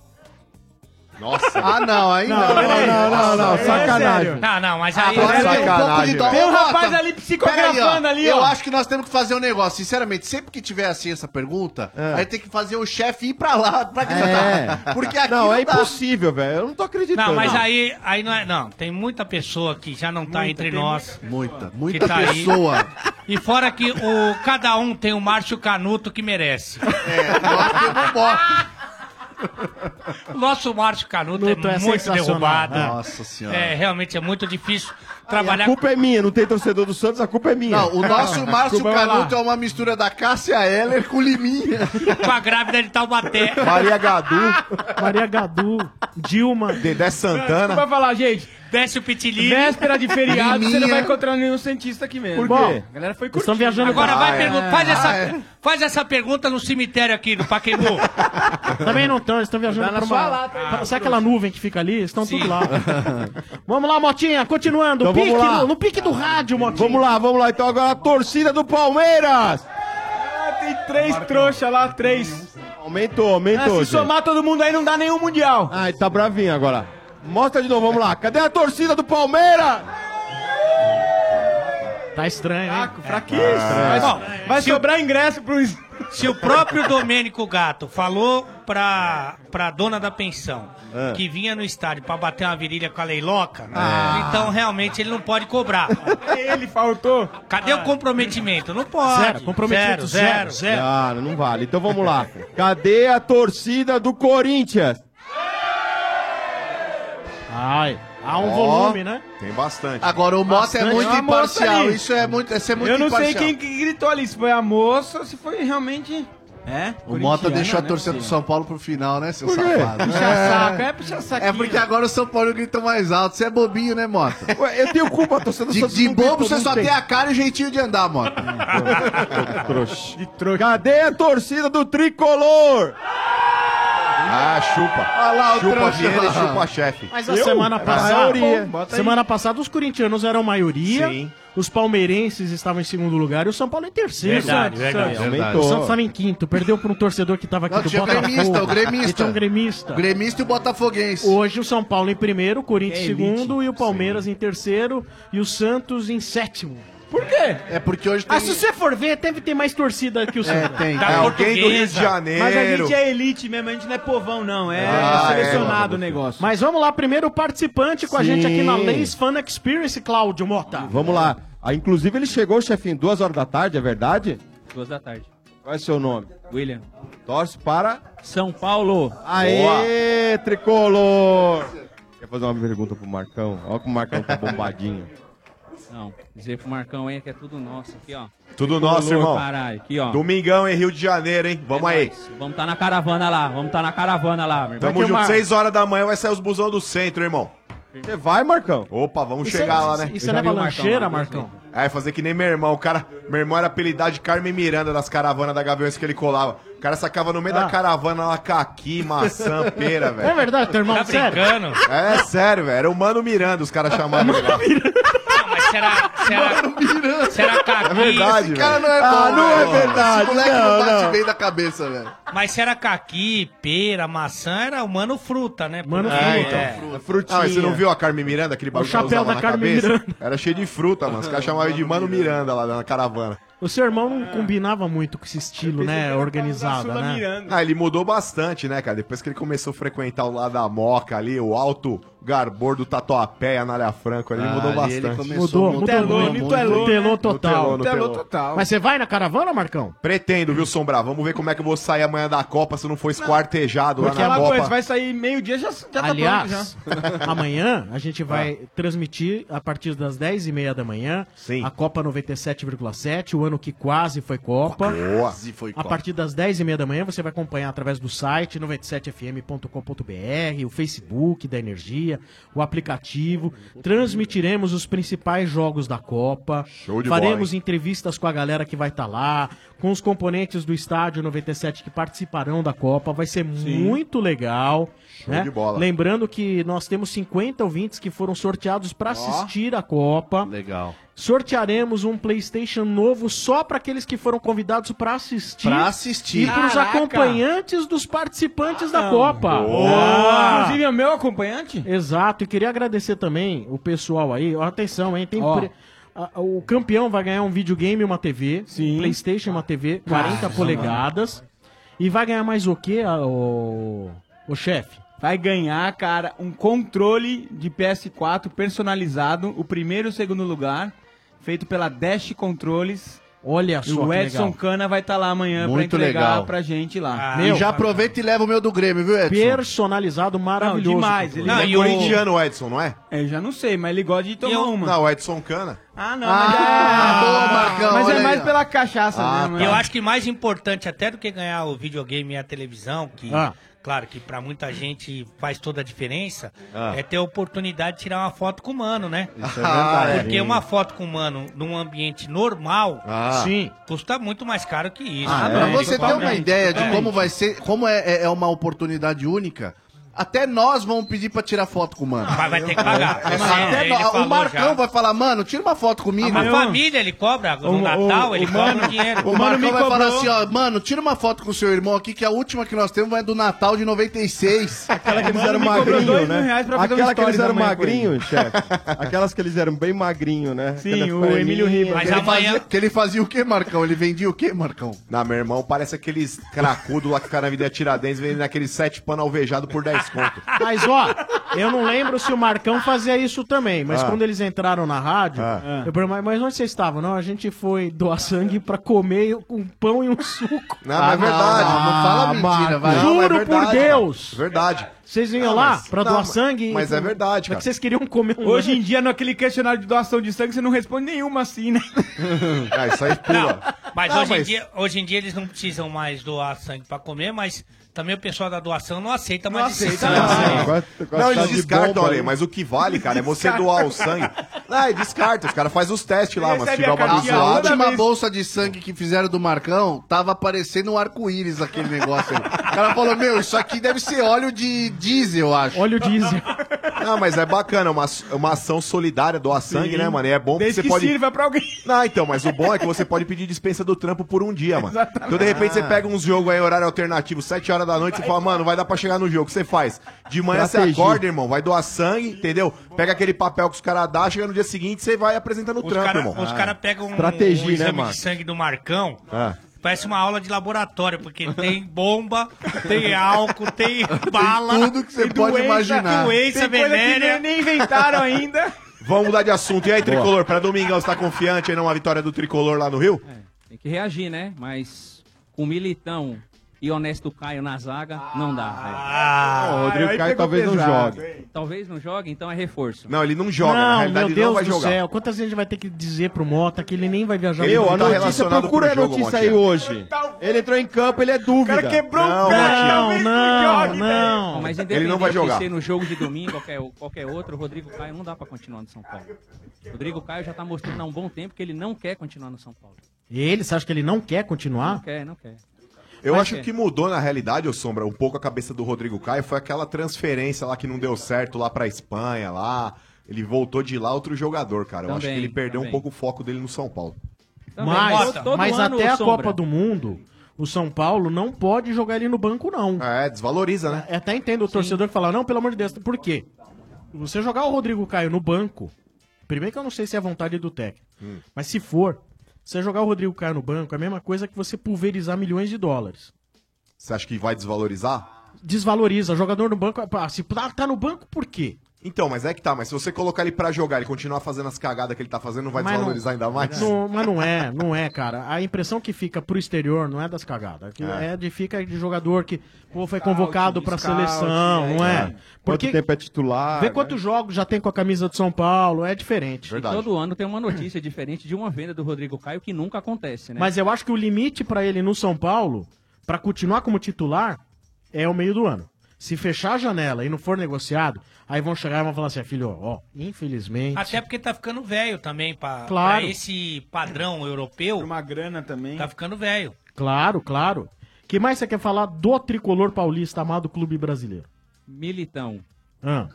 [SPEAKER 17] Nossa.
[SPEAKER 21] Ah, não, ainda
[SPEAKER 22] Não, não, não, não, não, sacanagem.
[SPEAKER 15] Não, não, mas aí. é
[SPEAKER 21] Agora tem
[SPEAKER 22] Agora
[SPEAKER 21] um pouco de
[SPEAKER 22] sacanagem.
[SPEAKER 21] dó.
[SPEAKER 22] Tem um
[SPEAKER 21] Ô, Mota,
[SPEAKER 7] rapaz ali psicografando
[SPEAKER 21] peraí, ó,
[SPEAKER 7] ali,
[SPEAKER 21] Eu
[SPEAKER 7] ó.
[SPEAKER 21] acho que nós temos que fazer um negócio. Sinceramente, sempre que tiver assim essa pergunta,
[SPEAKER 15] É.
[SPEAKER 21] aí tem que fazer o chefe ir pra lá, pra gritar.
[SPEAKER 22] É.
[SPEAKER 21] Porque aqui
[SPEAKER 22] não, é
[SPEAKER 21] dá.
[SPEAKER 22] impossível, velho. Eu não tô acreditando.
[SPEAKER 15] Não, mas aí, aí não é. Não, tem muita pessoa que já não tá entre nós.
[SPEAKER 21] Muita,
[SPEAKER 15] que
[SPEAKER 21] muita
[SPEAKER 15] tá aí.
[SPEAKER 21] pessoa.
[SPEAKER 15] E fora que o, cada um tem o Márcio Canuto que merece. Nosso Márcio Canuto
[SPEAKER 19] Nuto,
[SPEAKER 15] é,
[SPEAKER 19] é
[SPEAKER 15] muito
[SPEAKER 19] sensacional.
[SPEAKER 15] derrubado.
[SPEAKER 21] Nossa Senhora.
[SPEAKER 15] É, realmente é muito difícil
[SPEAKER 22] A
[SPEAKER 15] trabalhar
[SPEAKER 22] culpa é minha, não tem torcedor do Santos, a culpa é minha.
[SPEAKER 21] Não, o
[SPEAKER 22] [laughs]
[SPEAKER 15] [laughs]
[SPEAKER 21] nosso Márcio
[SPEAKER 22] Desculpa, vai lá.
[SPEAKER 21] Canuto é uma mistura da Cássia Heller com Liminha.
[SPEAKER 15] com a grávida de Taubaté.
[SPEAKER 22] Maria Gadu,
[SPEAKER 19] Maria Gadu, Dilma,
[SPEAKER 17] Dedé
[SPEAKER 7] Não vai
[SPEAKER 17] Santana.
[SPEAKER 7] falar, gente.
[SPEAKER 15] Desce o pitilinho.
[SPEAKER 7] Véspera de feriado, você não
[SPEAKER 21] Liminha.
[SPEAKER 7] vai encontrar nenhum cientista aqui mesmo.
[SPEAKER 19] Por quê?
[SPEAKER 7] A galera foi
[SPEAKER 19] Vocês
[SPEAKER 7] curtindo.
[SPEAKER 19] estão viajando
[SPEAKER 15] Agora
[SPEAKER 19] pra-
[SPEAKER 15] vai
[SPEAKER 19] Ah, é.
[SPEAKER 15] pergunta, faz, essa,
[SPEAKER 19] Ah, é.
[SPEAKER 15] faz essa pergunta no cemitério aqui no Paquembu.
[SPEAKER 19] Também não estão, eles estão viajando
[SPEAKER 7] Tá na
[SPEAKER 19] pra
[SPEAKER 7] sua
[SPEAKER 19] uma...
[SPEAKER 7] lata,
[SPEAKER 19] pra-
[SPEAKER 7] hein?
[SPEAKER 19] sabe aquela nuvem que fica ali? Estão
[SPEAKER 7] [laughs]
[SPEAKER 19] tudo lá. vamos lá, Motinha, continuando.
[SPEAKER 22] Então
[SPEAKER 19] pique,
[SPEAKER 22] vamos lá.
[SPEAKER 19] No, no pique do rádio, Motinha.
[SPEAKER 22] Vamos lá, vamos lá. Então agora a torcida do Palmeiras.
[SPEAKER 7] Ah, tem três trouxas lá, três.
[SPEAKER 22] Aumentou,
[SPEAKER 19] É.
[SPEAKER 7] Ah,
[SPEAKER 22] aumentou.
[SPEAKER 7] se
[SPEAKER 22] gente.
[SPEAKER 7] somar todo mundo aí, não dá nenhum mundial.
[SPEAKER 19] Ah,
[SPEAKER 22] Ai, tá bravinho agora. Mostra de novo, vamos lá. Cadê a torcida do Palmeiras?
[SPEAKER 19] Tá estranho, hein? Ah,
[SPEAKER 7] Fraquíssimo.
[SPEAKER 15] Ah.
[SPEAKER 7] Vai,
[SPEAKER 15] Bom,
[SPEAKER 7] vai
[SPEAKER 15] se o-
[SPEAKER 7] sobrar ingresso pro...
[SPEAKER 15] Se o próprio Domênico Gato falou pra, pra dona da pensão que vinha no estádio pra bater uma virilha com a leiloca, então realmente ele não pode cobrar.
[SPEAKER 7] Ele faltou.
[SPEAKER 15] Cadê o comprometimento? Não pode.
[SPEAKER 19] Zero, comprometimento, zero, zero.
[SPEAKER 22] Ah, não vale. Então vamos lá. Cadê a torcida do Corinthians? [laughs]
[SPEAKER 19] Ai, há um
[SPEAKER 17] Ó.
[SPEAKER 19] volume, né?
[SPEAKER 17] Tem bastante.
[SPEAKER 21] Agora, o Mota é
[SPEAKER 19] Bastante.
[SPEAKER 21] muito
[SPEAKER 7] É
[SPEAKER 22] Ah,
[SPEAKER 7] uma moça
[SPEAKER 21] imparcial.
[SPEAKER 7] ali.
[SPEAKER 21] Isso é muito, é ser muito
[SPEAKER 7] Eu não
[SPEAKER 21] imparcial.
[SPEAKER 7] sei quem que gritou ali, se foi a moça ou se foi realmente... É?
[SPEAKER 21] O Mota
[SPEAKER 7] Corintiana,
[SPEAKER 21] deixou a
[SPEAKER 7] né,
[SPEAKER 21] torcida do
[SPEAKER 7] Luciano?
[SPEAKER 21] São Paulo pro final, né, seu
[SPEAKER 7] Por quê?
[SPEAKER 21] safado?
[SPEAKER 7] Puxa saco, é puxa saquinho.
[SPEAKER 21] É porque agora o São Paulo grita mais alto. Você é bobinho, né, Mota?
[SPEAKER 22] Ué, eu tenho culpa, torcida
[SPEAKER 21] do De, de bobo você só tem a cara e o jeitinho de andar, Mota.
[SPEAKER 22] Trouxa. Cadê a torcida do tricolor?
[SPEAKER 17] Ah, chupa.
[SPEAKER 21] Olha lá o É
[SPEAKER 17] chupa
[SPEAKER 21] trouxa [laughs]
[SPEAKER 17] Vieira e
[SPEAKER 21] lá.
[SPEAKER 17] chupa chefe.
[SPEAKER 19] Mas a semana passada, semana passada os corintianos eram maioria,
[SPEAKER 17] Sim.
[SPEAKER 19] os palmeirenses estavam em segundo lugar e o São Paulo em terceiro.
[SPEAKER 17] Verdade,
[SPEAKER 19] Santos,
[SPEAKER 17] verdade,
[SPEAKER 19] Santos.
[SPEAKER 17] verdade.
[SPEAKER 19] O Santos estava em quinto, perdeu para um torcedor que estava aqui
[SPEAKER 21] Não,
[SPEAKER 19] do
[SPEAKER 21] tinha o
[SPEAKER 19] Botafogo.
[SPEAKER 21] gremista, o gremista.
[SPEAKER 19] E tinha um gremista.
[SPEAKER 21] O gremista e o botafoguense.
[SPEAKER 19] Hoje o São Paulo em primeiro, o Corinthians em
[SPEAKER 21] É elite.
[SPEAKER 19] segundo e o Palmeiras em terceiro e o Santos em sétimo.
[SPEAKER 7] Por quê?
[SPEAKER 21] É porque hoje
[SPEAKER 19] Ah, se você for ver, deve ter mais torcida que o Santos.
[SPEAKER 21] tem.
[SPEAKER 17] Tá
[SPEAKER 19] Da
[SPEAKER 21] É, alguém
[SPEAKER 19] portuguesa.
[SPEAKER 21] do Rio de Janeiro.
[SPEAKER 7] Mas a gente é elite mesmo, a gente não é povão, não. É
[SPEAKER 19] Ah,
[SPEAKER 7] selecionado né?
[SPEAKER 19] é.
[SPEAKER 7] o negócio.
[SPEAKER 19] Mas vamos lá, primeiro o participante com a
[SPEAKER 22] Sim.
[SPEAKER 19] gente aqui na Leis Fan Experience, Cláudio Mota.
[SPEAKER 22] Vamos lá. Ah, inclusive, ele chegou, chefinho, duas horas da tarde, é verdade?
[SPEAKER 15] Duas da tarde.
[SPEAKER 22] Qual é seu nome?
[SPEAKER 15] William.
[SPEAKER 22] Torce para...
[SPEAKER 15] São Paulo.
[SPEAKER 22] Aê, tricolor! Quer fazer uma pergunta pro Marcão? Olha como o Marcão tá bombadinho.
[SPEAKER 15] Não, dizer pro Marcão aí que é tudo nosso aqui, ó.
[SPEAKER 17] Tudo
[SPEAKER 15] Tricolor,
[SPEAKER 17] nosso, irmão.
[SPEAKER 15] Caralho, aqui, ó.
[SPEAKER 17] Domingão em Rio de Janeiro, hein? Vamos aí.
[SPEAKER 15] Vamos tá na caravana lá, vamos tá na caravana lá, meu irmão. é
[SPEAKER 17] Tamo junto, 6 horas da manhã vai sair os busão do centro, irmão.
[SPEAKER 22] Você vai, Marcão?
[SPEAKER 17] Opa, vamos
[SPEAKER 19] E cê-
[SPEAKER 17] chegar lá, né?
[SPEAKER 19] e cê Eu já leva vi o Marcão lancheira, lá, Marcão?
[SPEAKER 17] É, fazer que nem meu irmão. O cara, meu irmão era apelidado de Carmen Miranda nas caravanas da Gaviões que ele colava. O cara sacava no meio da caravana lá caqui,
[SPEAKER 19] [laughs]
[SPEAKER 17] maçã, pera, velho.
[SPEAKER 19] Ah. É verdade, teu irmão,
[SPEAKER 17] Tá
[SPEAKER 19] sério?
[SPEAKER 17] brincando? É sério, velho. Era o Mano Miranda, os caras chamavam ele lá.
[SPEAKER 15] Mas será. será será caqui?
[SPEAKER 17] É verdade,
[SPEAKER 21] Esse cara
[SPEAKER 17] velho.
[SPEAKER 21] não é bom,
[SPEAKER 17] Ah, não
[SPEAKER 21] velho.
[SPEAKER 17] é verdade,
[SPEAKER 21] Esse moleque não,
[SPEAKER 17] não,
[SPEAKER 21] bate
[SPEAKER 17] não.
[SPEAKER 21] bem da cabeça, velho.
[SPEAKER 15] Mas será caqui, pera, maçã, era o mano fruta, né?
[SPEAKER 17] Mano
[SPEAKER 15] É,
[SPEAKER 17] fruta.
[SPEAKER 15] é.
[SPEAKER 17] Ah, mas você não viu a Carmen Miranda, aquele bagulho
[SPEAKER 19] chapéu
[SPEAKER 17] que ela usava
[SPEAKER 19] da
[SPEAKER 17] na
[SPEAKER 19] Carmen
[SPEAKER 17] cabeça?
[SPEAKER 19] Miranda.
[SPEAKER 17] Era cheio de fruta, mano. Os caras chamavam ele de Mano Miranda lá na caravana.
[SPEAKER 19] O seu irmão não combinava muito com esse estilo, né? Organizado, né?
[SPEAKER 17] Ah, ele mudou bastante, né, cara? Depois que ele começou a frequentar o lado da Moca ali, o alto garbor do Tatuapé, a Nália Franco ali, ele
[SPEAKER 21] Ah,
[SPEAKER 17] mudou
[SPEAKER 21] ali
[SPEAKER 17] bastante.
[SPEAKER 21] ele
[SPEAKER 19] Mudou, mudou. muito, muito. Telou total.
[SPEAKER 17] Telou
[SPEAKER 19] total. Mas você vai na caravana, Marcão?
[SPEAKER 17] Pretendo, viu, Sombrar? Vamos ver como é que eu vou sair amanhã da Copa se eu não for esquartejado lá
[SPEAKER 7] Porque
[SPEAKER 17] na
[SPEAKER 7] uma coisa,
[SPEAKER 17] Copa.
[SPEAKER 7] vai sair meio-dia, já, já tá
[SPEAKER 19] Aliás,
[SPEAKER 7] pronto já.
[SPEAKER 19] [laughs]
[SPEAKER 7] Tá.
[SPEAKER 19] amanhã a gente vai transmitir a partir das 10h30 da manhã a Copa 97,7, o ano que quase foi Copa.
[SPEAKER 17] Quase foi
[SPEAKER 19] A
[SPEAKER 17] Copa.
[SPEAKER 19] partir das 10h30 da manhã você vai acompanhar através do site 97fm.com.br, o Facebook da Energia, o aplicativo. Transmitiremos os principais jogos da Copa.
[SPEAKER 17] de bola,
[SPEAKER 19] Faremos
[SPEAKER 17] hein?
[SPEAKER 19] Teremos entrevistas com a galera que vai estar lá, com os componentes do estádio 97 que participarão da Copa. Vai ser muito legal. né?
[SPEAKER 17] Show de bola.
[SPEAKER 19] Lembrando que nós temos 50 ouvintes que foram sorteados para assistir a Copa.
[SPEAKER 21] Legal.
[SPEAKER 19] Sortearemos um PlayStation novo só para aqueles que foram convidados para assistir.
[SPEAKER 21] Pra assistir. Ah,
[SPEAKER 19] E para os
[SPEAKER 21] Caraca.
[SPEAKER 19] acompanhantes dos participantes da
[SPEAKER 7] Não.
[SPEAKER 19] Copa.
[SPEAKER 7] Boa. Inclusive,
[SPEAKER 19] é meu acompanhante? Exato. E queria agradecer também o pessoal aí. Ó, Atenção, hein? Tem
[SPEAKER 7] Ó.
[SPEAKER 19] pre- a- O campeão vai ganhar um videogame e uma TV. Sim. PlayStation e uma TV, 40
[SPEAKER 7] Caramba.
[SPEAKER 19] polegadas. E vai ganhar mais o quê, a- o, o chefe?
[SPEAKER 7] Vai ganhar, cara, um controle de PS4 personalizado, o primeiro e o segundo lugar, feito pela Dash Controles.
[SPEAKER 19] Olha
[SPEAKER 7] E
[SPEAKER 21] só,
[SPEAKER 7] o
[SPEAKER 21] que
[SPEAKER 7] Edson
[SPEAKER 21] legal.
[SPEAKER 7] Cana vai estar lá amanhã pra
[SPEAKER 21] Muito
[SPEAKER 7] entregar
[SPEAKER 21] legal.
[SPEAKER 7] pra gente
[SPEAKER 15] Ah,
[SPEAKER 7] lá.
[SPEAKER 21] e Ah, já aproveita e leva o meu do Grêmio, viu, Edson?
[SPEAKER 19] Personalizado, maravilhoso.
[SPEAKER 7] demais, ele-
[SPEAKER 17] Não,
[SPEAKER 7] Não,
[SPEAKER 17] é
[SPEAKER 7] e o-
[SPEAKER 17] corintiano o Edson, não é?
[SPEAKER 7] Eu já não sei, mas ele gosta de tomar uma.
[SPEAKER 17] Não, o Edson Cana.
[SPEAKER 7] Ah, não. mas é- Mas é mais pela cachaça
[SPEAKER 17] Ah,
[SPEAKER 7] mesmo.
[SPEAKER 17] tá.
[SPEAKER 7] né?
[SPEAKER 15] Eu acho que mais importante até do que ganhar o videogame e a televisão, que
[SPEAKER 7] Ah.
[SPEAKER 15] claro que pra muita gente faz toda a diferença,
[SPEAKER 7] Ah.
[SPEAKER 15] é ter a oportunidade de tirar uma foto com o mano, né?
[SPEAKER 7] é verdade.
[SPEAKER 15] Porque uma foto com o mano num ambiente normal,
[SPEAKER 17] Ah.
[SPEAKER 19] Sim.
[SPEAKER 15] custa muito mais caro que isso.
[SPEAKER 21] Ah,
[SPEAKER 15] né? É.
[SPEAKER 21] pra você ter uma
[SPEAKER 15] Totalmente,
[SPEAKER 21] ideia de
[SPEAKER 15] totalmente.
[SPEAKER 21] como vai ser, como é, é- é uma oportunidade única, até nós vamos pedir pra tirar foto com o mano.
[SPEAKER 15] Mas Ah, vai ter que pagar.
[SPEAKER 21] É,
[SPEAKER 15] Ele
[SPEAKER 21] até
[SPEAKER 15] falou
[SPEAKER 21] nó- o Marcão
[SPEAKER 15] já.
[SPEAKER 21] vai falar, mano, tira uma foto
[SPEAKER 15] Ah,
[SPEAKER 21] comigo.
[SPEAKER 15] mas a família ele cobra, no Natal ele cobra um dinheiro.
[SPEAKER 21] O Marcão vai falar assim, ó, mano, tira uma foto com o seu irmão aqui, que a última que nós temos vai do Natal de 96. Aquela
[SPEAKER 22] que eles eram magrinho, né?
[SPEAKER 21] um
[SPEAKER 22] Aquela que eles eram magrinho, chefe. Aquelas que eles eram bem magrinho, né?
[SPEAKER 19] assim,
[SPEAKER 22] Aquelas perninhas.
[SPEAKER 21] que, ele fazia, assim, que ele fazia o quê, Marcão? Ele vendia o quê, Marcão?
[SPEAKER 17] Não, meu irmão, parece aqueles cracudo lá que fica na vida Tiradentes, vem naqueles sete pano alvejado por 10 conto.
[SPEAKER 19] Mas ó, eu não lembro se o Marcão fazia isso também, mas
[SPEAKER 17] Ah.
[SPEAKER 19] quando eles entraram na rádio,
[SPEAKER 17] Ah.
[SPEAKER 19] eu perguntei, mas onde vocês estavam? Não, a gente foi doar sangue pra comer um pão e um suco.
[SPEAKER 17] Não, mas é verdade.
[SPEAKER 19] Ah,
[SPEAKER 17] Não, é
[SPEAKER 19] Juro
[SPEAKER 17] verdade,
[SPEAKER 19] por Deus.
[SPEAKER 17] cara. É Verdade.
[SPEAKER 19] Vocês vinham
[SPEAKER 17] Não,
[SPEAKER 19] lá
[SPEAKER 17] mas-
[SPEAKER 19] pra
[SPEAKER 17] não,
[SPEAKER 19] doar
[SPEAKER 17] mas-
[SPEAKER 19] sangue? e-
[SPEAKER 17] Mas é verdade,
[SPEAKER 19] Mas
[SPEAKER 17] cara.
[SPEAKER 19] que vocês queriam comer um
[SPEAKER 7] Hoje
[SPEAKER 17] [laughs]
[SPEAKER 7] em dia, naquele questionário de doação de sangue, você não responde nenhuma assim, né?
[SPEAKER 17] Ah, isso aí pula.
[SPEAKER 15] Mas,
[SPEAKER 19] Não,
[SPEAKER 15] hoje, Em
[SPEAKER 19] mas-
[SPEAKER 15] dia, hoje em dia eles não precisam mais doar sangue pra comer, mas também o pessoal da doação não aceita mais esse sangue.
[SPEAKER 17] Não,
[SPEAKER 19] tá
[SPEAKER 17] não eles descartam,
[SPEAKER 19] né?
[SPEAKER 17] Ale, mas o que vale, cara, é você
[SPEAKER 15] Descarta.
[SPEAKER 17] doar o sangue. Não, e descarta, os caras fazem os testes lá, mas se
[SPEAKER 19] é
[SPEAKER 21] Recebe
[SPEAKER 17] tiver
[SPEAKER 21] a
[SPEAKER 17] uma
[SPEAKER 21] cartinha
[SPEAKER 17] abençoada-
[SPEAKER 21] A última bolsa de sangue que fizeram do Marcão tava parecendo um arco-íris aquele negócio aí. O cara falou, meu, isso aqui deve ser óleo de diesel, eu acho.
[SPEAKER 19] Óleo diesel.
[SPEAKER 17] Não, mas é bacana, é uma, é uma ação solidária doar sangue,
[SPEAKER 21] Sim.
[SPEAKER 17] né, mano? E é bom porque
[SPEAKER 21] Desde
[SPEAKER 17] você
[SPEAKER 21] que
[SPEAKER 17] pode.
[SPEAKER 21] sirva
[SPEAKER 7] pra alguém.
[SPEAKER 17] Não, então, mas o bom é que você pode pedir dispensa do trampo por um dia, mano.
[SPEAKER 21] Exatamente.
[SPEAKER 17] Então, de repente, você
[SPEAKER 21] Ah.
[SPEAKER 17] pega uns jogos aí, horário alternativo, 7 horas da noite, você fala, mano, vai dar pra chegar no jogo. O que você faz? De manhã
[SPEAKER 21] Estratégia.
[SPEAKER 17] você acorda, irmão, vai doar sangue, entendeu? Pega aquele papel que os caras dão, chega no dia seguinte, você vai apresentando o trampo,
[SPEAKER 15] cara-
[SPEAKER 17] irmão. ah,
[SPEAKER 15] os caras pegam um,
[SPEAKER 17] Estratégia,
[SPEAKER 15] um
[SPEAKER 17] né,
[SPEAKER 15] exame
[SPEAKER 17] mano?
[SPEAKER 15] de sangue do Marcão.
[SPEAKER 17] Ah.
[SPEAKER 15] Parece uma aula de laboratório, porque tem bomba, tem álcool, tem bala.
[SPEAKER 21] tudo que você
[SPEAKER 15] tem
[SPEAKER 21] pode imaginar.
[SPEAKER 15] Doença
[SPEAKER 21] Tem coisa que nem-
[SPEAKER 15] venérea.
[SPEAKER 21] nem inventaram
[SPEAKER 17] [laughs]
[SPEAKER 21] ainda.
[SPEAKER 17] Ah. Vamos mudar de assunto. E aí,
[SPEAKER 23] Boa.
[SPEAKER 17] Tricolor, pra domingão, você tá confiante aí numa vitória do Tricolor lá no Rio?
[SPEAKER 23] Tem que reagir, né? Mas com Militão e honesto Caio na zaga, não dá. velho.
[SPEAKER 17] Ah, o Rodrigo aí Caio pegou talvez não pesado, jogue.
[SPEAKER 23] Talvez não jogue, então é reforço.
[SPEAKER 17] Não, ele não joga, na realidade
[SPEAKER 19] meu
[SPEAKER 17] ele
[SPEAKER 19] Deus
[SPEAKER 17] não vai
[SPEAKER 19] do
[SPEAKER 17] jogar.
[SPEAKER 19] céu, quantas vezes a gente vai ter que dizer pro Mota que ele nem vai viajar
[SPEAKER 22] Meu,
[SPEAKER 19] muito?
[SPEAKER 22] a notícia, procura a notícia aí hoje. Ele entrou em campo, ele é dúvida.
[SPEAKER 19] cara quebrou
[SPEAKER 23] o tá
[SPEAKER 19] Não, não, não.
[SPEAKER 23] Mas independente de ser no jogo de domingo, qualquer, qualquer outro, o Rodrigo Caio não dá pra continuar no São Paulo. O Rodrigo Caio já tá mostrando há um bom tempo que ele não quer continuar no São Paulo.
[SPEAKER 19] Ele, você acha que ele não quer
[SPEAKER 23] Não
[SPEAKER 19] continuar?
[SPEAKER 23] quer, não quer.
[SPEAKER 17] Eu
[SPEAKER 23] Mas
[SPEAKER 17] acho
[SPEAKER 23] é.
[SPEAKER 17] que mudou na realidade, ô Sombra, um pouco a cabeça do Rodrigo Caio. Foi aquela transferência lá que não deu certo lá pra Espanha, lá. Ele voltou de lá outro jogador, cara. Eu acho que
[SPEAKER 23] Também,
[SPEAKER 17] ele perdeu um
[SPEAKER 23] também.
[SPEAKER 17] pouco o foco dele no São Paulo.
[SPEAKER 23] Também,
[SPEAKER 19] mas
[SPEAKER 23] todo- todo
[SPEAKER 19] mas
[SPEAKER 23] ano,
[SPEAKER 19] até a
[SPEAKER 23] Sombra.
[SPEAKER 19] Copa do Mundo, o São Paulo não pode jogar ele no banco, não.
[SPEAKER 17] É, desvaloriza, né?
[SPEAKER 19] até entendo o torcedor que fala, não, pelo amor de Deus, por quê? Você jogar o Rodrigo Caio no banco, primeiro que eu não sei se é a vontade do técnico, mas se for, você jogar o Rodrigo Caio no banco é a mesma coisa que você pulverizar milhões de dólares.
[SPEAKER 17] Você acha que vai desvalorizar?
[SPEAKER 19] Desvaloriza, jogador no banco, ah, se tá, tá no banco, por quê?
[SPEAKER 17] Então, mas é que tá. Mas se você colocar ele pra jogar e continuar fazendo as cagadas que ele tá fazendo, não vai
[SPEAKER 19] Mas não-
[SPEAKER 17] desvalorizar ainda mais?
[SPEAKER 19] Não, mas não é, não é, cara. A impressão que fica pro exterior não é das cagadas. que
[SPEAKER 17] É.
[SPEAKER 19] É, de fica de jogador que pô, foi convocado pra seleção, não é?
[SPEAKER 22] Porque... Quanto
[SPEAKER 19] Porque
[SPEAKER 22] tempo é titular?
[SPEAKER 19] vê quantos jogos já tem com a camisa do São Paulo, é diferente.
[SPEAKER 23] Todo ano tem uma notícia diferente de uma venda do Rodrigo Caio que nunca acontece, né?
[SPEAKER 19] Mas é um eu acho que o limite pra ele no São Paulo, pra continuar como titular, é o meio do ano. Se fechar a janela e não for negociado, aí vão chegar e vão falar assim, "Ah, filho, ó, infelizmente.
[SPEAKER 23] Ah.
[SPEAKER 15] Até porque tá ficando velho também pra,
[SPEAKER 19] Claro.
[SPEAKER 15] pra esse padrão europeu.
[SPEAKER 7] uma grana também.
[SPEAKER 15] Tá ficando velho.
[SPEAKER 19] Claro, claro. que mais você quer falar do tricolor paulista, amado clube brasileiro?
[SPEAKER 23] Militão.
[SPEAKER 19] Hã?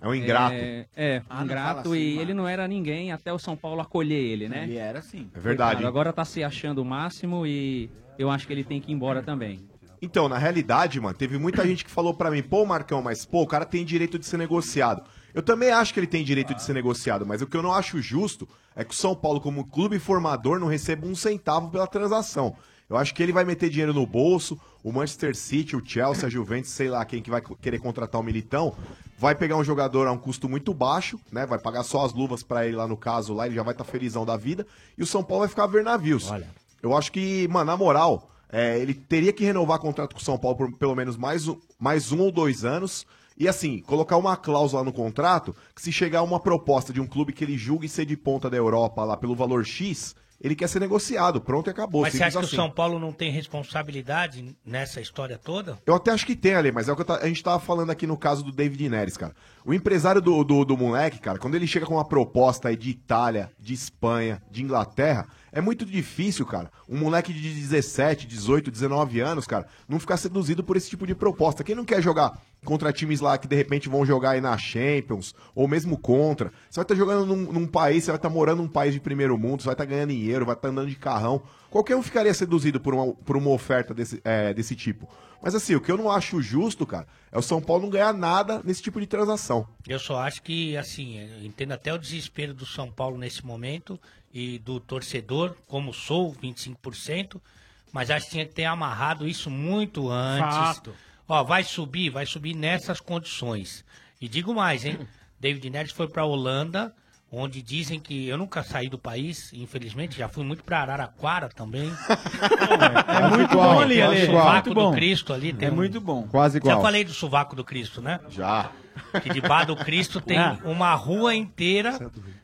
[SPEAKER 17] É um
[SPEAKER 23] É, é,
[SPEAKER 7] Ah, não
[SPEAKER 23] ingrato
[SPEAKER 7] fala assim,
[SPEAKER 23] e
[SPEAKER 7] mano.
[SPEAKER 23] ele não era ninguém até o São Paulo acolher ele, né?
[SPEAKER 7] Ele era sim.
[SPEAKER 17] É verdade.
[SPEAKER 23] Coitado, Agora tá se achando o máximo e eu acho que ele tem que ir embora também.
[SPEAKER 17] Então, na realidade, mano, teve muita gente que falou pra mim, pô, Marcão, mas pô, o cara tem direito de ser negociado. Eu também acho que ele tem direito de ser negociado, mas o que eu não acho justo é que o São Paulo, como clube formador, não receba um centavo pela transação. Eu acho que ele vai meter dinheiro no bolso, o Manchester City, o Chelsea, a Juventus, sei lá quem que vai co- querer contratar o Militão, vai pegar um jogador a um custo muito baixo, né? Vai pagar só as luvas pra ele lá no caso, lá ele já vai estar felizão da vida, e o São Paulo vai ficar a ver navios. Eu acho que, mano, na moral, é, ele teria que renovar contrato com o São Paulo por pelo menos mais um, mais um ou dois anos. E assim, colocar uma cláusula no contrato que se chegar uma proposta de um clube que ele julgue ser de ponta da Europa lá pelo valor X, ele quer ser negociado. Pronto e acabou.
[SPEAKER 15] Mas você
[SPEAKER 17] simples
[SPEAKER 15] acha que
[SPEAKER 17] assim.
[SPEAKER 15] o São Paulo não tem responsabilidade nessa história toda?
[SPEAKER 17] Eu até acho que tem ali, mas é o que eu ta- a gente tava falando aqui no caso do David Neres, cara. O empresário do, do, do moleque, cara, quando ele chega com uma proposta aí de Itália, de Espanha, de Inglaterra, é muito difícil, cara. Um moleque de 17, 18, 19 anos, cara, não ficar seduzido por esse tipo de proposta. Quem não quer jogar contra times lá que de repente vão jogar aí na Champions, ou mesmo contra. Você vai estar jogando num, num país, você vai estar morando num país de primeiro mundo, você vai estar ganhando dinheiro, vai estar andando de carrão. Qualquer um ficaria seduzido por uma, por uma oferta desse, é, desse tipo. Mas assim, o que eu não acho justo, cara, é o São Paulo não ganhar nada nesse tipo de transação.
[SPEAKER 15] Eu só acho que, assim, eu entendo até o desespero do São Paulo nesse momento e do torcedor, como sou, 25%, mas acho que tinha que ter amarrado isso muito antes.
[SPEAKER 19] Fato.
[SPEAKER 15] Ó, vai subir, vai subir nessas condições. E digo mais, hein? David Neres foi pra Holanda, onde dizem que eu nunca saí do país, infelizmente, já fui muito pra Araraquara
[SPEAKER 7] [laughs]
[SPEAKER 15] também.
[SPEAKER 7] É muito bom ali,
[SPEAKER 15] Tem o
[SPEAKER 7] ali.
[SPEAKER 15] sovaco
[SPEAKER 7] Muito
[SPEAKER 15] do
[SPEAKER 7] bom.
[SPEAKER 15] Cristo ali. Tem
[SPEAKER 7] É
[SPEAKER 15] um-
[SPEAKER 7] muito bom.
[SPEAKER 15] Já falei do sovaco do Cristo, né?
[SPEAKER 17] Já.
[SPEAKER 15] Que de bar do Cristo tem
[SPEAKER 7] Ah.
[SPEAKER 15] uma rua inteira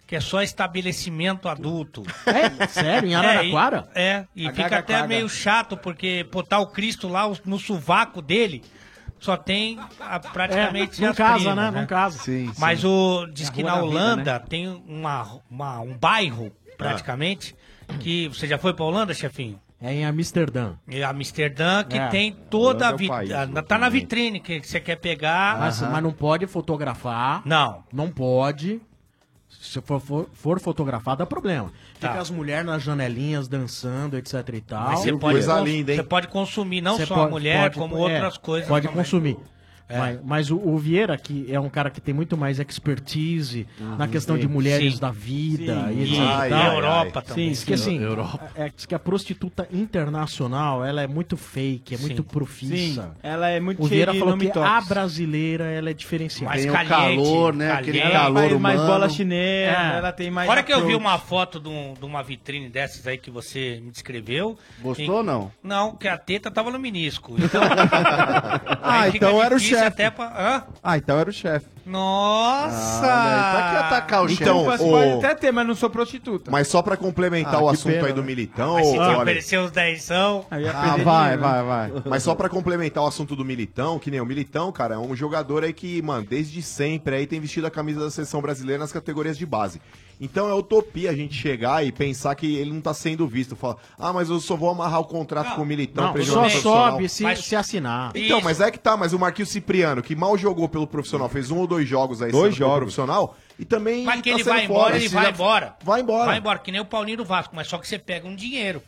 [SPEAKER 15] que é só estabelecimento adulto.
[SPEAKER 19] É? Sério? Em Araraquara?
[SPEAKER 15] É, e, é, e fica até meio chato, porque botar o Cristo lá o- no sovaco dele só tem a- praticamente
[SPEAKER 19] É, não
[SPEAKER 15] as
[SPEAKER 19] casa,
[SPEAKER 15] primas,
[SPEAKER 19] né? Não casa.
[SPEAKER 21] Sim,
[SPEAKER 15] Mas o, diz
[SPEAKER 19] É a
[SPEAKER 15] que
[SPEAKER 19] rua
[SPEAKER 15] na
[SPEAKER 19] da vida,
[SPEAKER 15] Holanda
[SPEAKER 19] né?
[SPEAKER 15] tem uma, uma- um bairro, praticamente, que... Você já foi pra Holanda, chefinho?
[SPEAKER 19] É em Amsterdã.
[SPEAKER 15] É Amsterdã, que
[SPEAKER 19] É,
[SPEAKER 15] tem toda a
[SPEAKER 19] Holanda é o país,
[SPEAKER 15] vitrine. Tá na vitrine que você quer pegar.
[SPEAKER 19] Mas, mas não pode fotografar.
[SPEAKER 15] Não.
[SPEAKER 19] Não pode. Se for, for, for fotografar, dá problema. Fica
[SPEAKER 15] Tá.
[SPEAKER 19] as mulheres nas janelinhas dançando, etc e tal.
[SPEAKER 15] Mas você pode, cons- você pode consumir não
[SPEAKER 19] Você
[SPEAKER 15] só a
[SPEAKER 19] pode-
[SPEAKER 15] mulher,
[SPEAKER 19] pode-
[SPEAKER 15] como
[SPEAKER 19] é,
[SPEAKER 15] outras coisas.
[SPEAKER 19] Pode
[SPEAKER 15] também. É.
[SPEAKER 19] consumir. Mas, mas o, o Vieira, que é um cara que tem muito mais expertise
[SPEAKER 7] Ah,
[SPEAKER 19] na questão de
[SPEAKER 15] Sim.
[SPEAKER 19] mulheres
[SPEAKER 15] Sim.
[SPEAKER 19] da vida
[SPEAKER 15] Sim.
[SPEAKER 19] e, etc
[SPEAKER 15] E-
[SPEAKER 19] e
[SPEAKER 15] e
[SPEAKER 19] tal.
[SPEAKER 15] Europa
[SPEAKER 19] Sim,
[SPEAKER 15] também.
[SPEAKER 19] diz que assim,
[SPEAKER 15] Eu-
[SPEAKER 19] Europa. É, diz que a prostituta internacional, ela é muito fake, é muito profissa.
[SPEAKER 7] Sim, ela é muito
[SPEAKER 19] O
[SPEAKER 7] cheia
[SPEAKER 19] Vieira
[SPEAKER 7] de
[SPEAKER 19] falou que
[SPEAKER 7] nome
[SPEAKER 19] a
[SPEAKER 7] tóxico.
[SPEAKER 19] brasileira ela é diferenciada.
[SPEAKER 7] Mais Tem o caliente, calor, né? Aquele caliente. calor Ela faz mais humano. Então, bola chinesa, ela tem mais
[SPEAKER 15] Agora É. que eu vi
[SPEAKER 7] approach.
[SPEAKER 15] uma foto de, um- de uma vitrine dessas aí que você me descreveu.
[SPEAKER 21] Gostou
[SPEAKER 15] em-
[SPEAKER 21] ou não?
[SPEAKER 15] Não, que a teta tava no menisco. Então...
[SPEAKER 22] Ah,
[SPEAKER 15] Aí fica
[SPEAKER 22] então era o chefe.
[SPEAKER 15] difícil até pra- Hã?
[SPEAKER 22] Ah, então era o chefe.
[SPEAKER 7] Ah.
[SPEAKER 17] Ah,
[SPEAKER 15] Nossa!
[SPEAKER 17] né, Então,
[SPEAKER 7] Desculpas,
[SPEAKER 17] o-
[SPEAKER 7] pode até ter, mas não sou prostituta.
[SPEAKER 17] Mas só pra complementar
[SPEAKER 7] Tá. Ah,
[SPEAKER 17] o
[SPEAKER 7] que
[SPEAKER 17] assunto
[SPEAKER 7] pena,
[SPEAKER 17] aí do
[SPEAKER 7] né? é
[SPEAKER 17] militão,
[SPEAKER 15] Mas se
[SPEAKER 17] ô,
[SPEAKER 15] te
[SPEAKER 17] olha-
[SPEAKER 15] oferecer os dezão...
[SPEAKER 17] Ah, vai,
[SPEAKER 22] né?
[SPEAKER 17] vai, vai. Mas só pra complementar o assunto do Militão, que nem o Militão, cara, é um jogador aí que, mano, desde sempre aí tem vestido a camisa da seleção brasileira nas categorias de base. Então é utopia a gente chegar e pensar que ele não tá sendo visto. Fala, ah, mas eu só vou amarrar o contrato com o Militão
[SPEAKER 19] Não,
[SPEAKER 17] pra ele
[SPEAKER 19] só
[SPEAKER 17] jogar profissional."
[SPEAKER 19] sobe se, se assinar.
[SPEAKER 17] Então, mas é que tá, mas o Marquinhos Cipriano, que mal jogou pelo profissional, fez um ou dois jogos aí
[SPEAKER 22] Dois
[SPEAKER 17] sendo pelo
[SPEAKER 22] jogos.
[SPEAKER 17] profissional, e também.
[SPEAKER 15] Mas que
[SPEAKER 17] tá
[SPEAKER 15] ele
[SPEAKER 17] sendo
[SPEAKER 15] vai
[SPEAKER 17] fora.
[SPEAKER 15] embora, ele
[SPEAKER 17] Esse
[SPEAKER 15] vai
[SPEAKER 17] já-
[SPEAKER 15] embora.
[SPEAKER 17] Vai embora.
[SPEAKER 15] Vai embora, que nem o Paulinho do Vasco, mas só que você pega um dinheiro.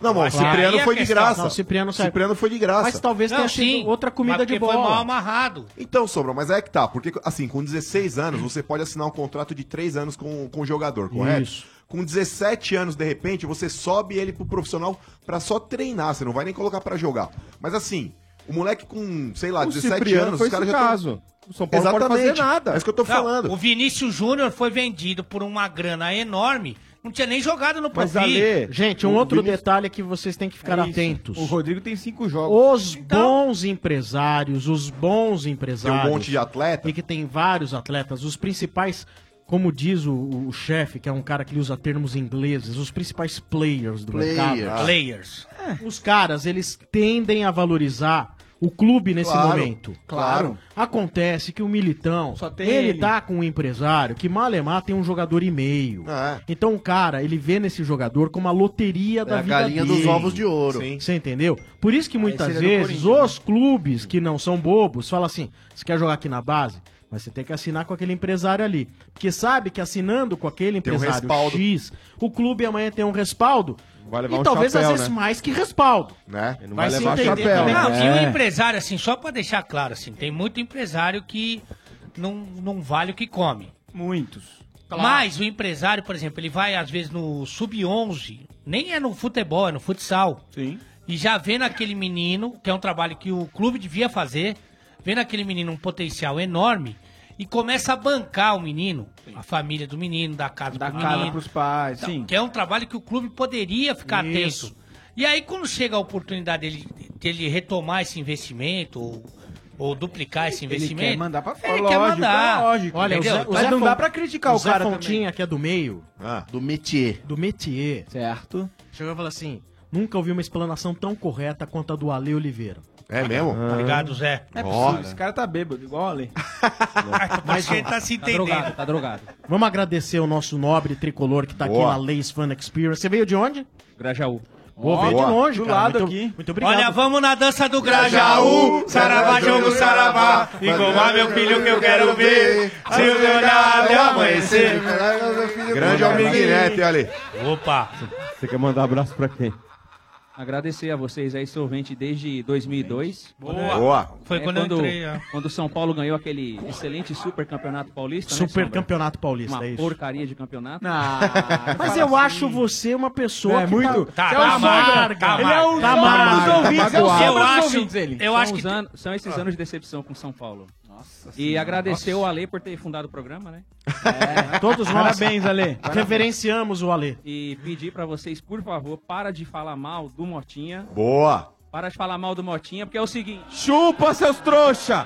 [SPEAKER 17] Não, mas o
[SPEAKER 15] Aí
[SPEAKER 17] Cipriano
[SPEAKER 15] é a
[SPEAKER 17] foi de
[SPEAKER 15] questão.
[SPEAKER 17] graça.
[SPEAKER 15] Não,
[SPEAKER 19] Cipriano saiu.
[SPEAKER 17] foi de graça.
[SPEAKER 19] Mas talvez tenha sido outra comida
[SPEAKER 15] mas
[SPEAKER 19] de
[SPEAKER 15] porque foi
[SPEAKER 19] bola.
[SPEAKER 15] mal amarrado.
[SPEAKER 17] Então, Sombra, mas é que tá. Porque, assim, com 16 anos, você pode assinar um contrato de 3 anos com, com o jogador, correto?
[SPEAKER 19] Isso.
[SPEAKER 17] Com 17 anos, de repente, você sobe ele pro profissional pra só treinar. Você não vai nem colocar pra jogar. Mas, assim, o moleque com, sei lá,
[SPEAKER 22] O
[SPEAKER 17] 17
[SPEAKER 22] Cipriano
[SPEAKER 17] anos,
[SPEAKER 22] foi
[SPEAKER 17] os caras
[SPEAKER 22] esse
[SPEAKER 17] já tão-
[SPEAKER 22] caso. O São Paulo não pode fazer nada.
[SPEAKER 17] É isso que eu tô
[SPEAKER 15] Não,
[SPEAKER 17] falando.
[SPEAKER 15] O Vinícius Júnior foi vendido por uma grana enorme, não tinha nem jogado no Profi.
[SPEAKER 19] Gente, um outro detalhe que vocês têm que ficar
[SPEAKER 15] É isso.
[SPEAKER 19] atentos.
[SPEAKER 7] O Rodrigo tem cinco jogos.
[SPEAKER 19] Os bons empresários, os bons empresários.
[SPEAKER 17] Tem um monte de atleta.
[SPEAKER 19] E que tem vários atletas. Os principais, como diz o, o chefe, que é um cara que usa termos ingleses, os principais players do
[SPEAKER 15] Players. Ah,
[SPEAKER 19] mercado.
[SPEAKER 15] Players.
[SPEAKER 19] É. Os caras, eles tendem a valorizar o clube nesse
[SPEAKER 21] Claro,
[SPEAKER 19] momento.
[SPEAKER 21] claro.
[SPEAKER 19] Acontece que o militão,
[SPEAKER 21] tem
[SPEAKER 19] ele,
[SPEAKER 21] ele.
[SPEAKER 19] tá com um empresário que Malemar tem um jogador e meio.
[SPEAKER 21] É.
[SPEAKER 19] Então o cara, ele vê nesse jogador como a loteria da
[SPEAKER 21] a
[SPEAKER 19] vida
[SPEAKER 21] galinha dos
[SPEAKER 19] dele.
[SPEAKER 21] ovos de ouro. Sim.
[SPEAKER 19] Você entendeu? Por isso que muitas
[SPEAKER 21] seria do né?
[SPEAKER 19] vezes os clubes que não são bobos falam assim: você quer jogar aqui na base? Mas você tem que assinar com aquele empresário ali. Porque sabe que assinando com aquele
[SPEAKER 22] Tem um
[SPEAKER 19] empresário
[SPEAKER 22] respaldo.
[SPEAKER 19] X, o clube amanhã tem um respaldo.
[SPEAKER 22] Vai levar
[SPEAKER 19] e
[SPEAKER 22] um
[SPEAKER 19] talvez
[SPEAKER 22] chapéu,
[SPEAKER 19] às vezes
[SPEAKER 22] né?
[SPEAKER 19] mais que respaldo.
[SPEAKER 17] Né?
[SPEAKER 22] Ele não
[SPEAKER 19] Vai
[SPEAKER 22] vai,
[SPEAKER 19] se
[SPEAKER 22] levar
[SPEAKER 19] entender
[SPEAKER 22] chapéu.
[SPEAKER 19] também.
[SPEAKER 22] né?
[SPEAKER 15] Não,
[SPEAKER 19] É.
[SPEAKER 15] e o empresário, assim, só pra deixar claro, assim, tem muito empresário que não, não vale o que come.
[SPEAKER 7] Muitos.
[SPEAKER 15] Mas o empresário, por exemplo, ele vai às vezes no sub-11, nem é no futebol, é no futsal.
[SPEAKER 7] Sim.
[SPEAKER 15] E já vendo aquele menino, que é um trabalho que o clube devia fazer, vendo aquele menino um potencial enorme e começa a bancar o menino, a família do menino, da casa
[SPEAKER 7] Da
[SPEAKER 15] do
[SPEAKER 7] casa
[SPEAKER 15] menino.
[SPEAKER 7] pros pais,
[SPEAKER 15] Então,
[SPEAKER 7] sim.
[SPEAKER 15] Que é um trabalho que o clube poderia ficar atento. E aí, quando chega a oportunidade dele, dele retomar esse investimento ou, ou duplicar esse
[SPEAKER 7] Ele
[SPEAKER 15] investimento.
[SPEAKER 7] quer mandar pra fora.
[SPEAKER 15] Ele quer
[SPEAKER 7] Lógico,
[SPEAKER 15] mandar.
[SPEAKER 7] é lógico.
[SPEAKER 19] Olha, o
[SPEAKER 15] entendeu?
[SPEAKER 19] Zé, o
[SPEAKER 15] Mas
[SPEAKER 19] Zé
[SPEAKER 15] não
[SPEAKER 19] Fon-
[SPEAKER 15] dá pra criticar o
[SPEAKER 19] Zé
[SPEAKER 15] cara
[SPEAKER 19] Fontinha, que é do meio.
[SPEAKER 21] Do métier.
[SPEAKER 19] Do métier.
[SPEAKER 7] Certo.
[SPEAKER 19] Chegou e falou assim: nunca ouvi uma explanação tão correta quanto a do Ale Oliveira.
[SPEAKER 17] É mesmo?
[SPEAKER 21] Ah.
[SPEAKER 15] Obrigado, Zé.
[SPEAKER 7] É
[SPEAKER 19] Ora.
[SPEAKER 7] possível, esse cara tá bêbado, igual a
[SPEAKER 15] [laughs]
[SPEAKER 7] lei.
[SPEAKER 15] Mas ele tá se entendendo.
[SPEAKER 7] drogado, tá drogado.
[SPEAKER 19] Vamos agradecer o nosso nobre tricolor que tá aqui
[SPEAKER 7] Boa.
[SPEAKER 19] na Lays Fan Experience. Você veio de onde?
[SPEAKER 7] Grajaú.
[SPEAKER 19] Boa, veio de
[SPEAKER 7] Boa.
[SPEAKER 19] longe,
[SPEAKER 7] Do
[SPEAKER 19] cara.
[SPEAKER 7] lado
[SPEAKER 19] muito,
[SPEAKER 7] aqui.
[SPEAKER 19] Muito obrigado.
[SPEAKER 15] Olha, vamos na dança do Grajaú, saravá, jogo, saravá, e gomar meu filho que eu quero ver, se eu me olhar até amanhecer.
[SPEAKER 17] Grande
[SPEAKER 19] Tá
[SPEAKER 17] Almig Neto, hein, Ale.
[SPEAKER 15] Opa!
[SPEAKER 22] Você quer mandar abraço pra quem?
[SPEAKER 23] Agradecer a vocês aí, sorvente desde 2002.
[SPEAKER 22] Boa. Boa.
[SPEAKER 15] Foi quando eu entrei, é.
[SPEAKER 23] Quando o São Paulo ganhou aquele excelente super campeonato paulista. né,
[SPEAKER 19] Super
[SPEAKER 23] Sombra?
[SPEAKER 19] Campeonato Paulista,
[SPEAKER 23] Uma
[SPEAKER 19] é isso.
[SPEAKER 23] porcaria de campeonato.
[SPEAKER 19] Ah, mas eu acho você uma pessoa
[SPEAKER 23] É,
[SPEAKER 19] que
[SPEAKER 23] muito.
[SPEAKER 19] tá,
[SPEAKER 23] Tá amargo, tá
[SPEAKER 19] Ele
[SPEAKER 23] amargo.
[SPEAKER 19] é um
[SPEAKER 23] Tá
[SPEAKER 19] tá
[SPEAKER 23] amargo.
[SPEAKER 19] amargo.
[SPEAKER 23] Tá ouvintes, é o
[SPEAKER 19] magoado.
[SPEAKER 23] Sombra dos
[SPEAKER 15] eu
[SPEAKER 23] são
[SPEAKER 15] acho
[SPEAKER 23] os
[SPEAKER 15] que-
[SPEAKER 23] anos- são esses
[SPEAKER 15] Ah.
[SPEAKER 23] anos de decepção com São Paulo. Nossa. E
[SPEAKER 15] Senhora.
[SPEAKER 23] agradecer
[SPEAKER 15] Nossa.
[SPEAKER 23] o Ale por ter fundado o programa, né?
[SPEAKER 19] Todos
[SPEAKER 23] [laughs]
[SPEAKER 19] nós.
[SPEAKER 23] Parabéns, Ale.
[SPEAKER 19] Reverenciamos o Ale.
[SPEAKER 23] E pedir pra vocês, por favor, para de falar mal do Motinha.
[SPEAKER 17] Boa.
[SPEAKER 23] Para de falar mal do Motinha, porque é o seguinte.
[SPEAKER 7] Chupa, seus trouxa!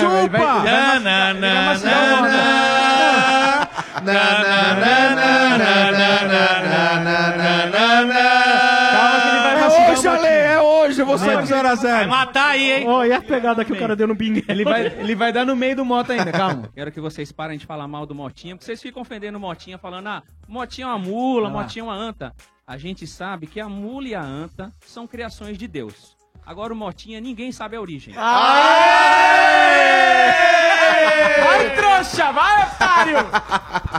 [SPEAKER 7] Chupa!
[SPEAKER 23] ele vai- ele vai mastigar- ele vai mastigar o Motinha.
[SPEAKER 7] Ah, Na, na, na, Deixa eu ler, é hoje, eu vou sair do 0 a 0.
[SPEAKER 15] Vai matar aí, hein?
[SPEAKER 19] Ó, e a pegada que o cara deu no bingo?
[SPEAKER 7] Ele vai,
[SPEAKER 23] [laughs]
[SPEAKER 7] ele vai dar no meio do Mota ainda, calma.
[SPEAKER 24] Quero que vocês parem de falar mal do Motinha, porque vocês ficam ofendendo o Motinha, falando, ah, Motinha é uma mula,
[SPEAKER 7] Ah.
[SPEAKER 24] Motinha é uma anta. A gente sabe que a mula e a anta são criações de Deus. Agora o Motinha, ninguém sabe a origem.
[SPEAKER 7] Vai, trouxa, vai, otário!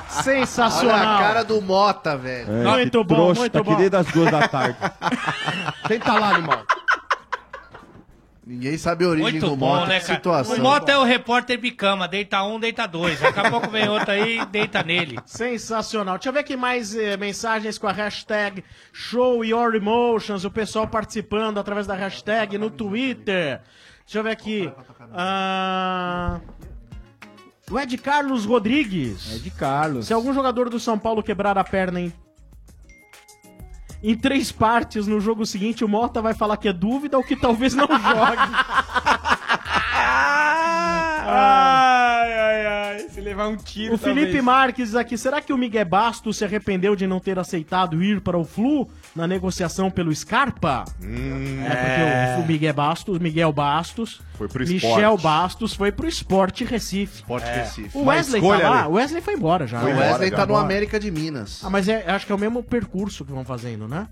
[SPEAKER 19] Sensacional.
[SPEAKER 21] Olha a cara do Mota, velho.
[SPEAKER 22] É, que trouxa, tá aqui desde as duas da tarde.
[SPEAKER 21] [laughs] Senta lá, animal. Ninguém sabe a origem
[SPEAKER 15] Muito
[SPEAKER 21] do
[SPEAKER 15] bom,
[SPEAKER 21] Mota.
[SPEAKER 15] né,
[SPEAKER 21] que
[SPEAKER 15] cara?
[SPEAKER 21] situação.
[SPEAKER 15] O Mota é o repórter bicama, deita um, deita dois. Daqui a pouco vem outro aí e deita nele.
[SPEAKER 19] Sensacional. Deixa eu ver aqui mais eh, mensagens com a hashtag Show Your Emotions, o pessoal participando através da hashtag no Twitter. Deixa eu ver aqui. Ah, O Ed Carlos Rodrigues. Ed
[SPEAKER 7] Carlos.
[SPEAKER 19] Se algum jogador do São Paulo quebrar a perna em, em três partes no jogo seguinte, o Mota vai falar que é dúvida ou que talvez
[SPEAKER 7] [laughs]
[SPEAKER 19] não jogue. Ah.
[SPEAKER 7] Ai, ai, ai. Se levar um tiro.
[SPEAKER 19] O Felipe
[SPEAKER 7] talvez.
[SPEAKER 19] Marques aqui, será que o Miguel Bastos se arrependeu de não ter aceitado ir para o Flu na negociação pelo Scarpa? é,
[SPEAKER 17] é.
[SPEAKER 19] porque o, o Miguel Bastos, Miguel Bastos,
[SPEAKER 17] Foi pro
[SPEAKER 19] Michel
[SPEAKER 17] esporte.
[SPEAKER 19] Bastos foi pro Esporte Recife.
[SPEAKER 17] Esporte Recife.
[SPEAKER 19] O
[SPEAKER 17] Uma
[SPEAKER 19] Wesley tá
[SPEAKER 17] escolha
[SPEAKER 19] lá,
[SPEAKER 17] ali.
[SPEAKER 19] o Wesley foi embora já.
[SPEAKER 21] É. O
[SPEAKER 19] né?
[SPEAKER 21] Wesley tá no América de Minas.
[SPEAKER 19] Ah, mas é- acho que é o mesmo percurso que vão fazendo, né?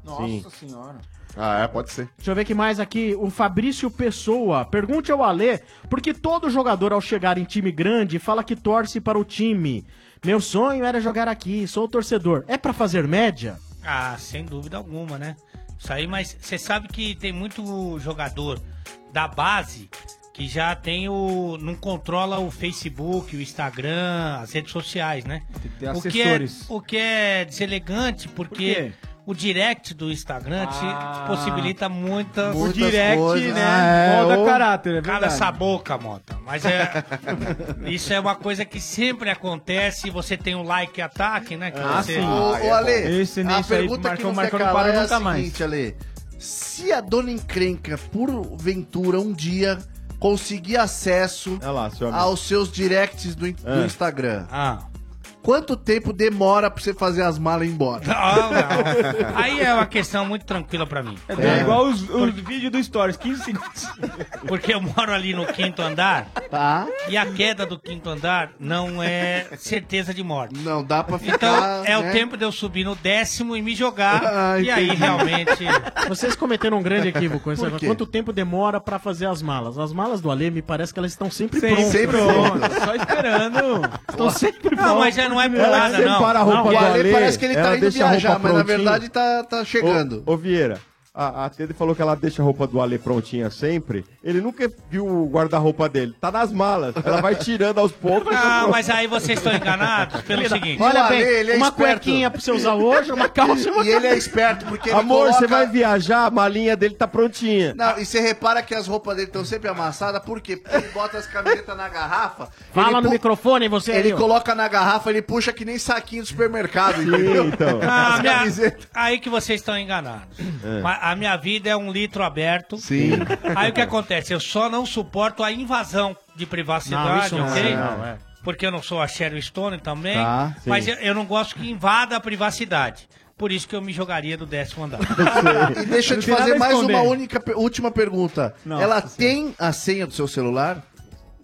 [SPEAKER 21] senhora.
[SPEAKER 17] Ah, é, pode ser.
[SPEAKER 19] Deixa eu ver que mais aqui. O Fabrício Pessoa. Pergunte ao Alê, por que todo jogador ao chegar em time grande fala que torce para o time? Meu sonho era jogar aqui, sou torcedor. É pra fazer média?
[SPEAKER 15] Ah, sem dúvida alguma, né? Isso aí, mas você sabe que tem muito jogador da base que já tem o. não controla o Facebook, o Instagram, as redes sociais, né?
[SPEAKER 7] ter
[SPEAKER 15] o, que é,
[SPEAKER 7] assessores.
[SPEAKER 15] o que é deselegante, porque
[SPEAKER 7] quê? Ah.
[SPEAKER 15] o direct do Instagram te possibilita Ah. muitas. Ah,
[SPEAKER 7] O direct, né? Molda caráter, é verdade.
[SPEAKER 15] Cala essa boca, Mota. Mas
[SPEAKER 20] [laughs]
[SPEAKER 15] é. isso é uma coisa que sempre acontece. Você tem o like e ataque, né? Que
[SPEAKER 21] Ah,
[SPEAKER 15] você-
[SPEAKER 21] sim. Ô, ô, Ale, a
[SPEAKER 7] nisso aí,
[SPEAKER 21] pergunta que
[SPEAKER 7] Marcão,
[SPEAKER 21] não
[SPEAKER 7] Marcão
[SPEAKER 21] quer
[SPEAKER 7] não
[SPEAKER 21] calar
[SPEAKER 7] para
[SPEAKER 21] é
[SPEAKER 7] nunca
[SPEAKER 21] a
[SPEAKER 7] mais.
[SPEAKER 21] seguinte, Ale. Se a dona encrenca, porventura, um dia conseguir acesso aos seus directs do, in- do
[SPEAKER 22] Ah.
[SPEAKER 21] Instagram,
[SPEAKER 15] Ah.
[SPEAKER 21] quanto tempo demora pra você fazer as malas e ir embora?
[SPEAKER 15] Não, não. [laughs] Aí é uma questão muito tranquila pra mim.
[SPEAKER 21] É, é igual
[SPEAKER 7] os, vídeos do Stories, 15 segundos.
[SPEAKER 15] Porque eu moro ali no quinto andar.
[SPEAKER 21] Tá.
[SPEAKER 15] E a queda do quinto andar não é certeza de morte.
[SPEAKER 21] Não dá pra ficar,
[SPEAKER 15] Então é
[SPEAKER 21] né?
[SPEAKER 15] o tempo de eu subir no décimo e me jogar.
[SPEAKER 19] Ah,
[SPEAKER 15] e aí
[SPEAKER 19] entendi.
[SPEAKER 15] realmente.
[SPEAKER 19] [laughs] Vocês cometeram um grande equívoco. essa-
[SPEAKER 15] Por quê?
[SPEAKER 19] Quanto tempo demora pra fazer as malas? As malas do Alê, me parece que elas estão sempre
[SPEAKER 7] Sempre
[SPEAKER 19] prontas.
[SPEAKER 7] prontas. Só esperando.
[SPEAKER 19] Estão sempre
[SPEAKER 15] Não, mas já não é
[SPEAKER 19] Ela
[SPEAKER 15] pulada, não.
[SPEAKER 19] separa a roupa
[SPEAKER 21] o
[SPEAKER 19] do
[SPEAKER 21] Ale
[SPEAKER 22] Ale,
[SPEAKER 21] parece que ele
[SPEAKER 22] ela
[SPEAKER 21] tá indo
[SPEAKER 22] deixa a
[SPEAKER 21] viajar,
[SPEAKER 22] roupa
[SPEAKER 21] mas na
[SPEAKER 22] prontinha.
[SPEAKER 21] verdade tá, tá chegando.
[SPEAKER 22] Ô, ô, Vieira, a, a Tede falou que ela deixa a roupa do Ale prontinha sempre. Ele nunca viu o guarda-roupa dele. Tá nas malas. Ela vai tirando aos poucos.
[SPEAKER 15] Ah,
[SPEAKER 21] é
[SPEAKER 15] mas aí vocês estão enganados pelo seguinte.
[SPEAKER 19] Olha bem, uma cuequinha pra você usar hoje, uma calça
[SPEAKER 21] [laughs]
[SPEAKER 19] uma
[SPEAKER 21] E ele é esperto, porque ele
[SPEAKER 22] Amor,
[SPEAKER 21] coloca-
[SPEAKER 22] você vai viajar, a malinha dele tá prontinha.
[SPEAKER 21] Não, e você repara que as roupas dele estão sempre amassadas, por quê? Porque ele bota as camisetas na garrafa.
[SPEAKER 19] Fala
[SPEAKER 21] ele
[SPEAKER 19] no
[SPEAKER 21] pu-
[SPEAKER 19] microfone, você
[SPEAKER 21] Ele
[SPEAKER 19] aí, ó.
[SPEAKER 21] coloca na garrafa, ele puxa que nem saquinho do supermercado, entendeu?
[SPEAKER 22] então.
[SPEAKER 15] Ah,
[SPEAKER 21] As
[SPEAKER 15] minha-
[SPEAKER 21] camisetas.
[SPEAKER 15] Aí que vocês estão enganados. Ma- A minha vida é um litro aberto.
[SPEAKER 21] Sim.
[SPEAKER 15] Aí o que acontece? Eu só não suporto a invasão de
[SPEAKER 19] Não,
[SPEAKER 15] privacidade,
[SPEAKER 19] isso não,
[SPEAKER 15] ok?
[SPEAKER 19] não, é.
[SPEAKER 15] Porque eu não sou a Sharon Stone também.
[SPEAKER 19] Tá, sim.
[SPEAKER 15] mas eu, eu não gosto que invada a privacidade. Por isso que eu me jogaria do
[SPEAKER 19] [laughs]
[SPEAKER 15] décimo andar.
[SPEAKER 21] [laughs] E deixa eu te fazer mais uma única, pe- última pergunta.
[SPEAKER 15] Não,
[SPEAKER 21] Ela tem a senha do seu celular?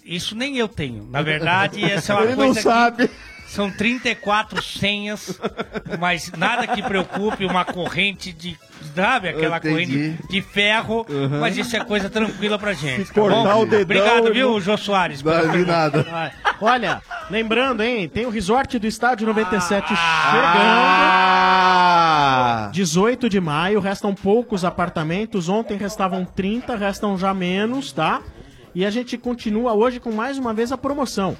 [SPEAKER 15] Isso nem eu tenho. Na verdade, essa é
[SPEAKER 19] [laughs]
[SPEAKER 15] uma
[SPEAKER 21] Ele
[SPEAKER 15] coisa
[SPEAKER 21] não
[SPEAKER 15] que-
[SPEAKER 21] sabe.
[SPEAKER 15] São 34 senhas, mas nada que preocupe uma corrente de. Sabe, aquela
[SPEAKER 21] Entendi.
[SPEAKER 15] corrente de ferro,
[SPEAKER 17] Uhum.
[SPEAKER 15] mas isso é coisa tranquila pra gente. tá
[SPEAKER 19] Se cortar o dedão,
[SPEAKER 15] Obrigado,
[SPEAKER 19] eu
[SPEAKER 15] viu,
[SPEAKER 19] Então, não-
[SPEAKER 15] Jô Soares?
[SPEAKER 19] Não,
[SPEAKER 15] pela
[SPEAKER 19] de
[SPEAKER 15] pergunta.
[SPEAKER 19] nada. Olha, lembrando, hein, tem o resort do Estádio 97
[SPEAKER 15] Ah.
[SPEAKER 19] chegando. 18 de maio, restam poucos apartamentos. Ontem restavam 30, restam já menos, tá? E a gente continua hoje com mais uma vez a promoção.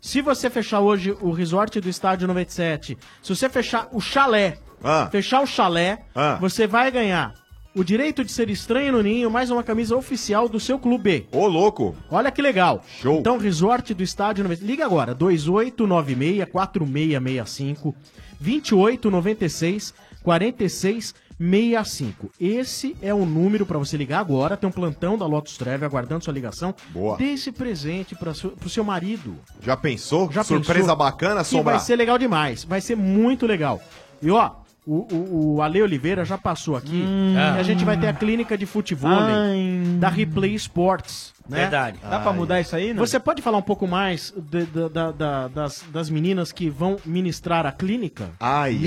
[SPEAKER 19] Se você fechar hoje o resort do Estádio 97, se você fechar o chalé,
[SPEAKER 17] Ah.
[SPEAKER 9] Ah.
[SPEAKER 19] fechar o chalé, você vai ganhar o direito de ser estranho no ninho, mais uma camisa oficial do seu clube.
[SPEAKER 17] Ô, louco!
[SPEAKER 19] Olha que legal. Show. Então, resort do estádio. 90 Liga agora, 2896-4665, 2896-4665. Esse é o número para você ligar agora. Tem um plantão da Lotus Treve aguardando sua ligação.
[SPEAKER 17] Boa.
[SPEAKER 19] Dê esse presente para o seu marido.
[SPEAKER 17] Já pensou?
[SPEAKER 19] Já
[SPEAKER 17] Surpresa
[SPEAKER 19] pensou?
[SPEAKER 17] bacana,
[SPEAKER 19] Que
[SPEAKER 17] Sombra?
[SPEAKER 19] Vai ser legal demais. Vai ser muito legal. E ó, O, o, o Ale Oliveira já passou aqui. E a gente vai ter a clínica de futebol
[SPEAKER 7] Ai.
[SPEAKER 19] da Replay Sports. né?
[SPEAKER 7] Verdade. Dá pra mudar isso aí, não?
[SPEAKER 19] Você pode falar um pouco mais de- da- da- da- das, das meninas que vão ministrar a clínica?
[SPEAKER 17] Ai,
[SPEAKER 15] A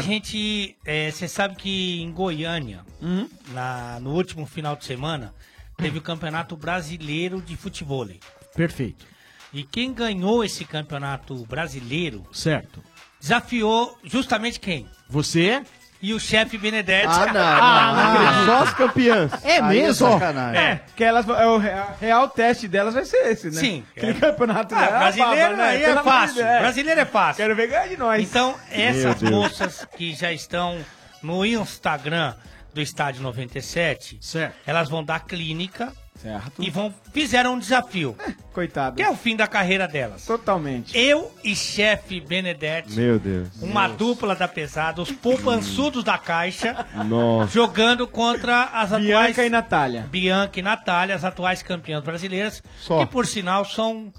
[SPEAKER 15] gente, você sabe que em Goiânia,
[SPEAKER 17] Hum?
[SPEAKER 15] na- no último final de semana, teve o Campeonato Brasileiro de Futebol.
[SPEAKER 19] Perfeito.
[SPEAKER 15] E quem ganhou esse Campeonato Brasileiro
[SPEAKER 19] Certo.
[SPEAKER 15] desafiou justamente quem?
[SPEAKER 19] Você?
[SPEAKER 15] E o chefe Benedetti.
[SPEAKER 7] Ah, não, Ah, não, não acredito. não. Só as campeãs.
[SPEAKER 19] É
[SPEAKER 7] Aí é
[SPEAKER 19] mesmo?
[SPEAKER 7] sacanagem. É, que elas, é, o rea- real teste delas vai ser esse, né?
[SPEAKER 15] Sim.
[SPEAKER 7] Aquele campeonato
[SPEAKER 15] Ah,
[SPEAKER 7] lá,
[SPEAKER 15] brasileiro
[SPEAKER 7] baba, né?
[SPEAKER 15] aí
[SPEAKER 7] Pelo
[SPEAKER 15] é
[SPEAKER 7] amor de
[SPEAKER 15] fácil.
[SPEAKER 7] Deus.
[SPEAKER 15] Brasileiro é fácil.
[SPEAKER 7] Quero ver ganhar de nós.
[SPEAKER 15] Então,
[SPEAKER 7] Meu
[SPEAKER 15] essas
[SPEAKER 7] Deus.
[SPEAKER 15] moças que já estão no Instagram do Estádio 97, elas vão dar clínica
[SPEAKER 7] é
[SPEAKER 15] e vão fizeram um desafio.
[SPEAKER 7] Coitado.
[SPEAKER 15] Que é o fim da carreira delas.
[SPEAKER 7] Totalmente.
[SPEAKER 15] Eu e chefe Benedetti,
[SPEAKER 22] Meu Deus.
[SPEAKER 15] uma dupla da pesada, os poupançudos da caixa,
[SPEAKER 22] Nossa.
[SPEAKER 15] jogando contra as atuais... Bianca e
[SPEAKER 7] Natália.
[SPEAKER 15] Bianca e Natália, as atuais campeãs brasileiras, que por sinal são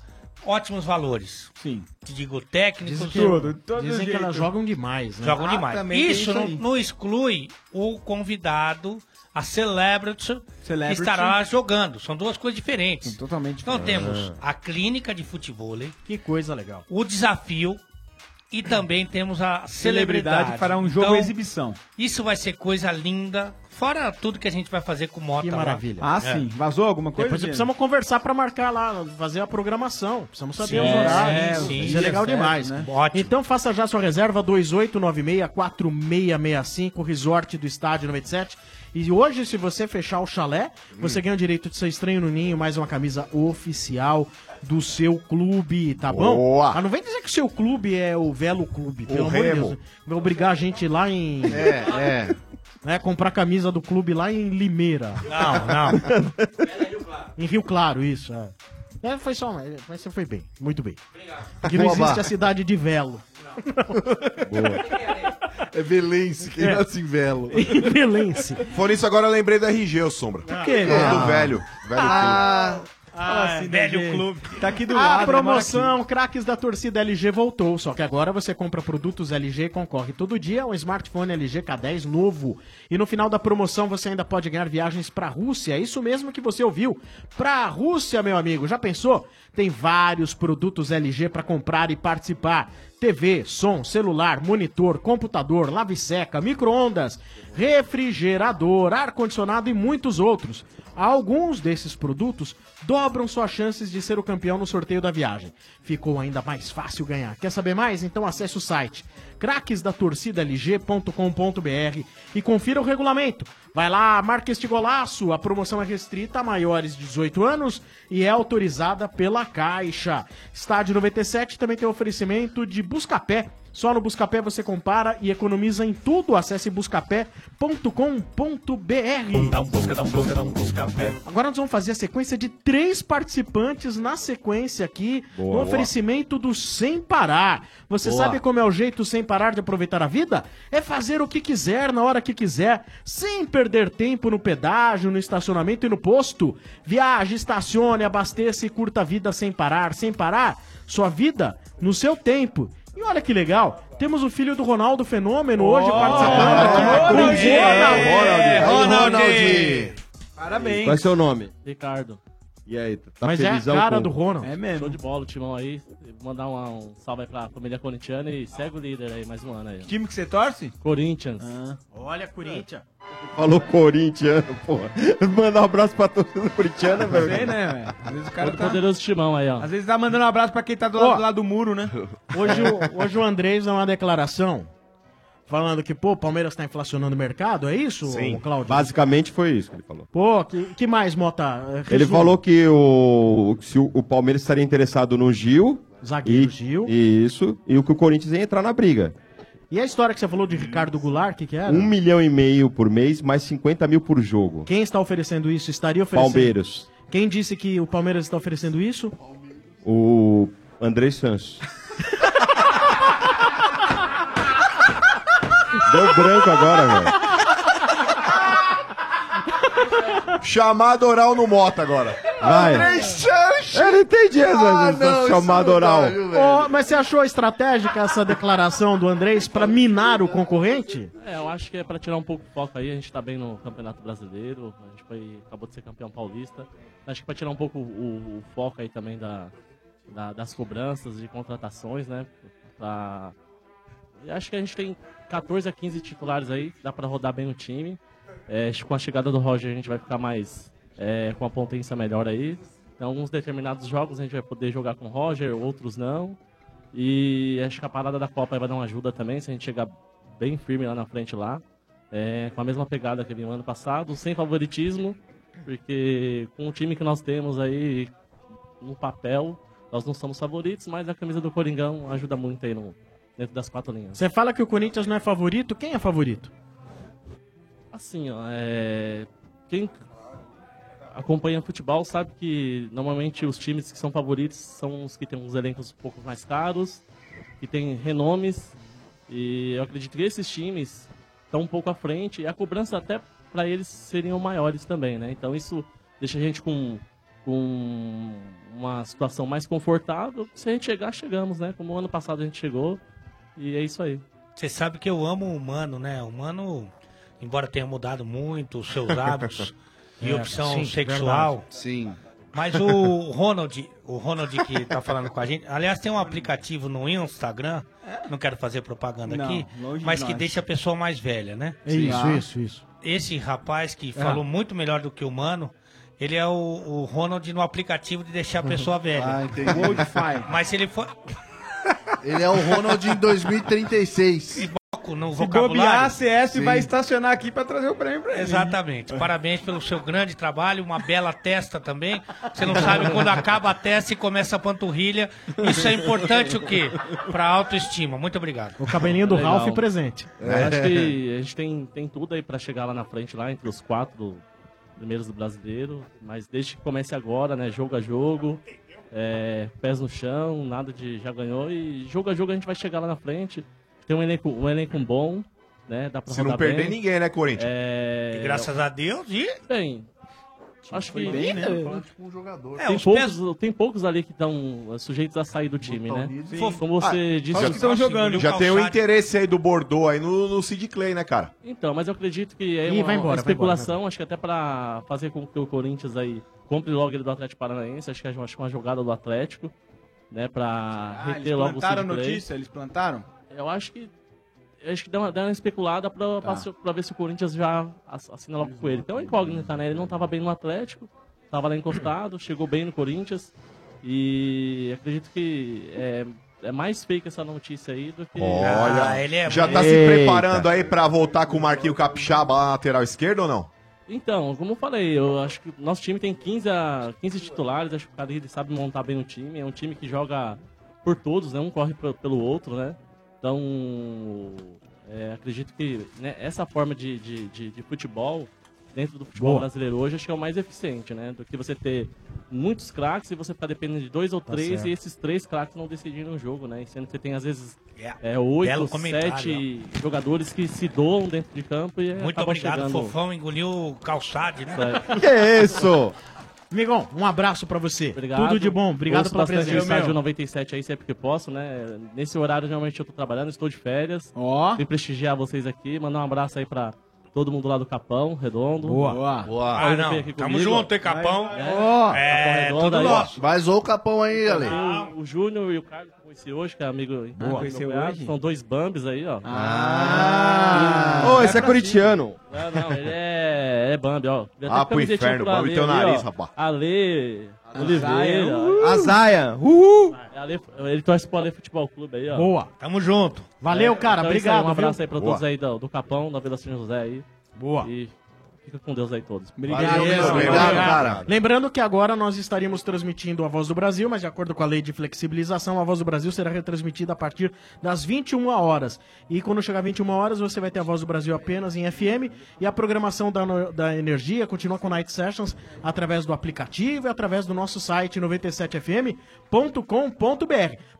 [SPEAKER 15] ótimos valores.
[SPEAKER 7] Sim.
[SPEAKER 15] Te digo, técnicos...
[SPEAKER 19] Dizem que, dizem que elas jogam demais, né?
[SPEAKER 15] Jogam demais.
[SPEAKER 7] é
[SPEAKER 15] Isso, não, não exclui o convidado, a celebrity,
[SPEAKER 7] Celebrity.
[SPEAKER 15] que estará lá jogando. São duas coisas diferentes.
[SPEAKER 7] Totalmente
[SPEAKER 15] Então
[SPEAKER 7] diferente.
[SPEAKER 15] temos a clínica de futebol,
[SPEAKER 19] Ah. Que coisa legal.
[SPEAKER 15] o desafio e também temos a celebridade.
[SPEAKER 7] Celebridade fará um jogo
[SPEAKER 15] Então,
[SPEAKER 7] exibição.
[SPEAKER 15] Isso vai ser coisa linda. Fora tudo que a gente vai fazer com o Mota.
[SPEAKER 19] Que
[SPEAKER 15] lá.
[SPEAKER 19] maravilha.
[SPEAKER 7] Ah,
[SPEAKER 15] É.
[SPEAKER 7] sim. Vazou alguma coisa?
[SPEAKER 19] Depois
[SPEAKER 7] Diego?
[SPEAKER 19] precisamos conversar pra marcar lá, fazer a programação. Precisamos saber
[SPEAKER 7] Sim,
[SPEAKER 19] os horários.
[SPEAKER 7] sim, sim.
[SPEAKER 19] Isso é legal
[SPEAKER 7] Certo,
[SPEAKER 19] demais,
[SPEAKER 7] né?
[SPEAKER 19] né? Então faça já sua reserva 2896-4665, Resort do Estádio 97. E hoje, se você fechar o chalé, você ganha o direito de ser estranho no ninho, mais uma camisa oficial do seu clube, tá bom?
[SPEAKER 17] Boa.
[SPEAKER 19] Mas não vem dizer que o seu clube é o Velo Clube, pelo amor de
[SPEAKER 17] Remo.
[SPEAKER 19] Deus. Vai obrigar a gente lá em...
[SPEAKER 17] É, é.
[SPEAKER 19] Né, comprar camisa do clube lá em Limeira.
[SPEAKER 15] Não, não.
[SPEAKER 19] [laughs] Em Rio Claro, isso. É. É, foi só, uma- mas você foi bem, muito bem.
[SPEAKER 21] Obrigado.
[SPEAKER 19] Que não
[SPEAKER 21] Boa,
[SPEAKER 19] existe
[SPEAKER 21] Bá.
[SPEAKER 19] a cidade de Velo.
[SPEAKER 21] É Belense, quem
[SPEAKER 19] É.
[SPEAKER 21] nasce em Velo.
[SPEAKER 19] Belense.
[SPEAKER 17] Por isso agora eu lembrei da RG, ô Sombra. Por
[SPEAKER 21] quê?
[SPEAKER 17] Do
[SPEAKER 21] Ah.
[SPEAKER 17] velho. Velho
[SPEAKER 21] Ah.
[SPEAKER 19] Ah,
[SPEAKER 15] velho clube.
[SPEAKER 7] assim, Tá aqui do
[SPEAKER 19] a
[SPEAKER 7] lado. né,
[SPEAKER 19] Ah, promoção Craques da Torcida LG voltou, só que agora você compra produtos LG e concorre todo dia a um smartphone LG K10 novo. E no final da promoção você ainda pode ganhar viagens pra Rússia, É isso mesmo que você ouviu. Pra Rússia, meu amigo, já pensou? Tem vários produtos LG pra comprar e participar. TV, som, celular, monitor, computador, lave-seca, micro-ondas, refrigerador, ar-condicionado e muitos outros. Alguns desses produtos dobram suas chances de ser o campeão no sorteio da viagem. Ficou ainda mais fácil ganhar. Quer saber mais? Então acesse o site craquesdatorcidalg.com.br e confira o regulamento. Vai lá, marca este golaço. A promoção é restrita a maiores de 18 anos e é autorizada pela Caixa. Estádio 97 também tem oferecimento de Buscapé. Só no Buscapé você compara e economiza em tudo. Acesse buscapé.com.br. Agora nós vamos fazer a sequência de três participantes na sequência aqui,
[SPEAKER 17] Boa,
[SPEAKER 19] no
[SPEAKER 17] boa.
[SPEAKER 19] oferecimento do Sem Parar. Você
[SPEAKER 17] Boa.
[SPEAKER 19] sabe como é o jeito sem parar de aproveitar a vida? É fazer o que quiser na hora que quiser, sem perder tempo no pedágio, no estacionamento e no posto. Viaje, estacione, abasteça e curta a vida sem parar, sem parar. Sua vida no seu tempo. E olha que legal, temos o filho do Ronaldo Fenômeno hoje participando aqui.
[SPEAKER 7] Ronaldinho!
[SPEAKER 19] O Ronaldo!
[SPEAKER 7] É, Ronaldinho!
[SPEAKER 19] Ronaldinho!
[SPEAKER 7] Parabéns.
[SPEAKER 22] Qual é seu nome?
[SPEAKER 25] Ricardo.
[SPEAKER 22] E aí, tá
[SPEAKER 25] Mas é a
[SPEAKER 22] felizão
[SPEAKER 25] cara
[SPEAKER 22] com-
[SPEAKER 25] do
[SPEAKER 19] Ronald.
[SPEAKER 7] É mesmo.
[SPEAKER 25] Show de bola o timão aí. Mandar um, um salve aí pra família corintiana e segue o líder aí mais um ano aí.
[SPEAKER 7] Time que você torce? Ah.
[SPEAKER 25] Corinthians.
[SPEAKER 19] Olha, Corinthians.
[SPEAKER 22] Falou Corinthians, porra. Mandar um abraço pra torcida corintiana, velho.
[SPEAKER 7] Sei, né, velho? Às vezes o cara
[SPEAKER 25] Todo
[SPEAKER 7] tá...
[SPEAKER 25] poderoso timão aí, ó.
[SPEAKER 7] Às vezes tá mandando um abraço pra quem tá do,
[SPEAKER 19] Ó.
[SPEAKER 7] lado, do lado do muro, né?
[SPEAKER 19] Hoje
[SPEAKER 7] [laughs]
[SPEAKER 19] o, hoje o Andrés dá uma declaração falando que, pô, o Palmeiras tá inflacionando o mercado, é isso,
[SPEAKER 22] Sim.
[SPEAKER 19] Claudio?
[SPEAKER 22] Basicamente foi isso que ele falou.
[SPEAKER 19] Pô, que, que mais, Mota? Resumo.
[SPEAKER 22] Ele falou que o, se o, o Palmeiras estaria interessado no Gil.
[SPEAKER 19] Zagueiro
[SPEAKER 22] e, Gil. Isso. E o que o Corinthians ia entrar na briga.
[SPEAKER 19] E a história que você falou de Ricardo Goulart, o que, é? que era?
[SPEAKER 22] Um milhão e meio por mês, mais 50 mil por jogo.
[SPEAKER 19] Quem está oferecendo isso? Estaria oferecendo?
[SPEAKER 22] Palmeiras.
[SPEAKER 19] Quem disse que o Palmeiras está oferecendo isso?
[SPEAKER 22] O André Santos. Deu branco agora, velho.
[SPEAKER 18] [laughs]
[SPEAKER 17] Chamada oral no Mota agora.
[SPEAKER 22] Vai.
[SPEAKER 17] Andrei Sanches!
[SPEAKER 22] Eu não entendi essa
[SPEAKER 19] Ah, não,
[SPEAKER 22] essa
[SPEAKER 19] isso
[SPEAKER 22] chamada
[SPEAKER 19] não dá,
[SPEAKER 22] oral.
[SPEAKER 19] viu, velho? Ô, mas você achou estratégica essa declaração do Andrés pra minar o concorrente?
[SPEAKER 25] É, eu acho que é pra tirar um pouco o foco aí. A gente tá bem no Campeonato Brasileiro, a gente foi, acabou de ser campeão paulista. Acho que pra tirar um pouco o, o foco aí também da, da- das cobranças de contratações, né? Pra- eu Acho que a gente tem 14 a 15 titulares aí, dá pra rodar bem o time. É, acho que com a chegada do Roger a gente vai ficar mais é, com a potência melhor aí. Então, alguns determinados jogos a gente vai poder jogar com o Roger, outros não. E acho que a parada da Copa aí vai dar uma ajuda também, se a gente chegar bem firme lá na frente lá. É, com a mesma pegada que vinha no ano passado, sem favoritismo, porque com o time que nós temos aí no papel, nós não somos favoritos, mas a camisa do Coringão ajuda muito aí no, dentro das quatro linhas.
[SPEAKER 19] Você fala que o Corinthians não é favorito, quem é favorito?
[SPEAKER 25] Assim, ó, é... quem acompanha futebol sabe que normalmente os times que são favoritos são os que têm uns elencos um pouco mais caros, que têm renomes, e eu acredito que esses times estão um pouco à frente, e a cobrança até para eles seriam maiores também, né? Então isso deixa a gente com, com uma situação mais confortável, se a gente chegar, chegamos, né? Como ano passado a gente chegou, e é isso aí.
[SPEAKER 15] Você sabe que eu amo o humano, né? O humano, embora tenha mudado muito os seus
[SPEAKER 24] [laughs]
[SPEAKER 15] hábitos e
[SPEAKER 23] [laughs] É,
[SPEAKER 15] opção
[SPEAKER 23] sim,
[SPEAKER 15] sexual.
[SPEAKER 23] verdade.
[SPEAKER 15] Sim.
[SPEAKER 22] [laughs]
[SPEAKER 15] Mas o Ronald, o Ronald que tá falando com a gente, aliás, tem um aplicativo no Instagram, não quero fazer propaganda
[SPEAKER 19] Não,
[SPEAKER 15] aqui,
[SPEAKER 19] longe de
[SPEAKER 15] mas que
[SPEAKER 19] nós.
[SPEAKER 15] deixa a pessoa mais velha, né?
[SPEAKER 19] É isso, isso, isso.
[SPEAKER 15] Esse rapaz que falou muito melhor do que o humano, ele é o, o Ronald no aplicativo de deixar a pessoa velha.
[SPEAKER 21] Ah, entendi.
[SPEAKER 15] Mas se ele for.
[SPEAKER 21] Ele é o Ronald em
[SPEAKER 15] [laughs]
[SPEAKER 21] 2036.
[SPEAKER 15] No
[SPEAKER 7] Se bobear, a
[SPEAKER 15] vocabulário.
[SPEAKER 7] CS vai
[SPEAKER 15] Sim.
[SPEAKER 7] estacionar aqui pra trazer o prêmio pra ele.
[SPEAKER 15] Exatamente. Parabéns pelo seu grande trabalho, uma bela testa também. Você não sabe quando acaba a testa e começa a panturrilha. Isso é importante o quê? Para autoestima. Muito obrigado.
[SPEAKER 19] O cabelinho do
[SPEAKER 25] Legal.
[SPEAKER 19] Ralph presente.
[SPEAKER 17] É.
[SPEAKER 25] Eu acho que a gente tem, tem tudo aí pra chegar lá na frente, lá entre os quatro primeiros do brasileiro. Mas desde que comece agora, né? Jogo a jogo, é, pés no chão, nada de já ganhou. E jogo a jogo a gente vai chegar lá na frente. Tem um elenco, um elenco bom, né? Dá pra
[SPEAKER 17] Se não
[SPEAKER 25] rodar
[SPEAKER 17] perder
[SPEAKER 25] bem.
[SPEAKER 17] ninguém, né, Corinthians?
[SPEAKER 25] É...
[SPEAKER 17] E graças
[SPEAKER 15] a Deus, e.
[SPEAKER 25] Bem. Acho que.
[SPEAKER 21] Foi bem, né?
[SPEAKER 25] É,
[SPEAKER 21] Foi Tipo um jogador.
[SPEAKER 17] É,
[SPEAKER 25] tem, poucos, tem poucos ali que estão eh, sujeitos a sair do time, né?
[SPEAKER 17] Sim.
[SPEAKER 25] Como você
[SPEAKER 17] Ah,
[SPEAKER 25] disse,
[SPEAKER 17] já- Já tem um o interesse aí do Bordeaux aí no, no Sid Clay, né, cara?
[SPEAKER 25] Então, mas eu acredito que é
[SPEAKER 17] Ih,
[SPEAKER 25] uma,
[SPEAKER 17] vai embora,
[SPEAKER 25] uma
[SPEAKER 17] vai
[SPEAKER 25] especulação, acho que até pra fazer com que o Corinthians aí compre logo ele do Atlético Paranaense, acho que é uma, acho que é uma jogada do Atlético, né, pra
[SPEAKER 7] Ah, eles
[SPEAKER 25] reter logo o
[SPEAKER 7] plantaram
[SPEAKER 25] Sid
[SPEAKER 7] notícia?
[SPEAKER 25] Clay.
[SPEAKER 7] Eles plantaram?
[SPEAKER 25] Eu acho que acho que dá uma, dá uma especulada
[SPEAKER 17] Tá.
[SPEAKER 25] pra, pra, se- pra ver se o Corinthians já ass- assina logo com ele. Então é incógnita, né? Ele não tava bem no Atlético, tava lá encostado, chegou bem no Corinthians e acredito que é, é mais fake essa notícia aí do que...
[SPEAKER 17] Olha,
[SPEAKER 7] Ah, é
[SPEAKER 25] é
[SPEAKER 17] já tá se preparando aí pra voltar com o Marquinho Capixaba lá na lateral esquerda ou não?
[SPEAKER 25] Então, como eu falei, eu acho que nosso time tem 15, a, 15 titulares, acho que o cara ele sabe montar bem o time, é um time que joga por todos, né? Um corre pe- pelo outro, né? Então, é, acredito que né, essa forma de, de, de- de futebol, dentro do futebol
[SPEAKER 19] Boa.
[SPEAKER 25] brasileiro hoje, acho que é o mais eficiente, né? Do que você ter muitos craques e você ficar dependendo de dois ou
[SPEAKER 19] Tá
[SPEAKER 25] três
[SPEAKER 19] certo.
[SPEAKER 25] e esses três craques não decidirem o jogo, né? E sendo que você tem, às vezes,
[SPEAKER 15] É.
[SPEAKER 25] é,
[SPEAKER 15] Belo
[SPEAKER 25] oito,
[SPEAKER 15] comentário,
[SPEAKER 25] sete jogadores que se doam dentro de campo e
[SPEAKER 15] Muito
[SPEAKER 25] acabam
[SPEAKER 15] obrigado,
[SPEAKER 25] chegando...
[SPEAKER 15] Fofão. Engoliu o calçade, né? [laughs]
[SPEAKER 25] Que
[SPEAKER 19] é isso? Migão, um abraço pra você. Tudo de bom. Obrigado
[SPEAKER 25] Ouço
[SPEAKER 19] pela
[SPEAKER 25] bastante
[SPEAKER 19] presença.
[SPEAKER 25] o estádio 97 aí sempre que posso, né? Nesse horário, geralmente eu tô trabalhando, estou de férias.
[SPEAKER 7] Ó.
[SPEAKER 25] Vim prestigiar vocês aqui, mandar um abraço aí pra todo mundo lá do Capão, Redondo.
[SPEAKER 19] Boa.
[SPEAKER 25] Boa.
[SPEAKER 15] Ah, não. Tamo junto, hein, Capão? É,
[SPEAKER 25] É. Capão Redondo
[SPEAKER 15] tudo
[SPEAKER 25] aí,
[SPEAKER 15] nosso.
[SPEAKER 21] Mas ou o capão aí, Ale.
[SPEAKER 25] O, o Júnior e o Carlos que eu conheci hoje, que é amigo
[SPEAKER 7] Ah,
[SPEAKER 25] meu
[SPEAKER 7] conheceu
[SPEAKER 25] cunhado,
[SPEAKER 7] hoje?
[SPEAKER 25] São dois Bambis aí, ó.
[SPEAKER 7] Ah!
[SPEAKER 25] E-
[SPEAKER 7] Ô, esse é corintiano.
[SPEAKER 25] Não, não, ele é, é Bambi, ó. Deu até
[SPEAKER 7] Ah, pro
[SPEAKER 25] camisetinha
[SPEAKER 7] inferno,
[SPEAKER 25] pro
[SPEAKER 7] Bambi
[SPEAKER 25] Ale
[SPEAKER 7] tem o
[SPEAKER 25] ali,
[SPEAKER 7] nariz,
[SPEAKER 25] ó.
[SPEAKER 7] rapaz.
[SPEAKER 25] Ale,
[SPEAKER 7] Zaia,
[SPEAKER 25] Oliveira.
[SPEAKER 7] uhul. A uh! Zaia,
[SPEAKER 25] uhul! Ele torce pro Ale Futebol Clube aí, ó.
[SPEAKER 19] Boa.
[SPEAKER 15] Tamo junto.
[SPEAKER 25] É, então é isso aí, Um abraço aí pra todos aí do, do Capão, da Vila São José aí.
[SPEAKER 19] Boa.
[SPEAKER 25] E fica com Deus aí todos.
[SPEAKER 19] Valeu, Leandro. Lembrando que agora nós estaríamos transmitindo a Voz do Brasil, mas de acordo com a lei de flexibilização, a Voz do Brasil será retransmitida a partir das 21 horas. E quando chegar 21 horas, você vai ter a Voz do Brasil apenas em FM e a programação da, no- da energia continua com Night Sessions através do aplicativo e através do nosso site 97fm.com.br.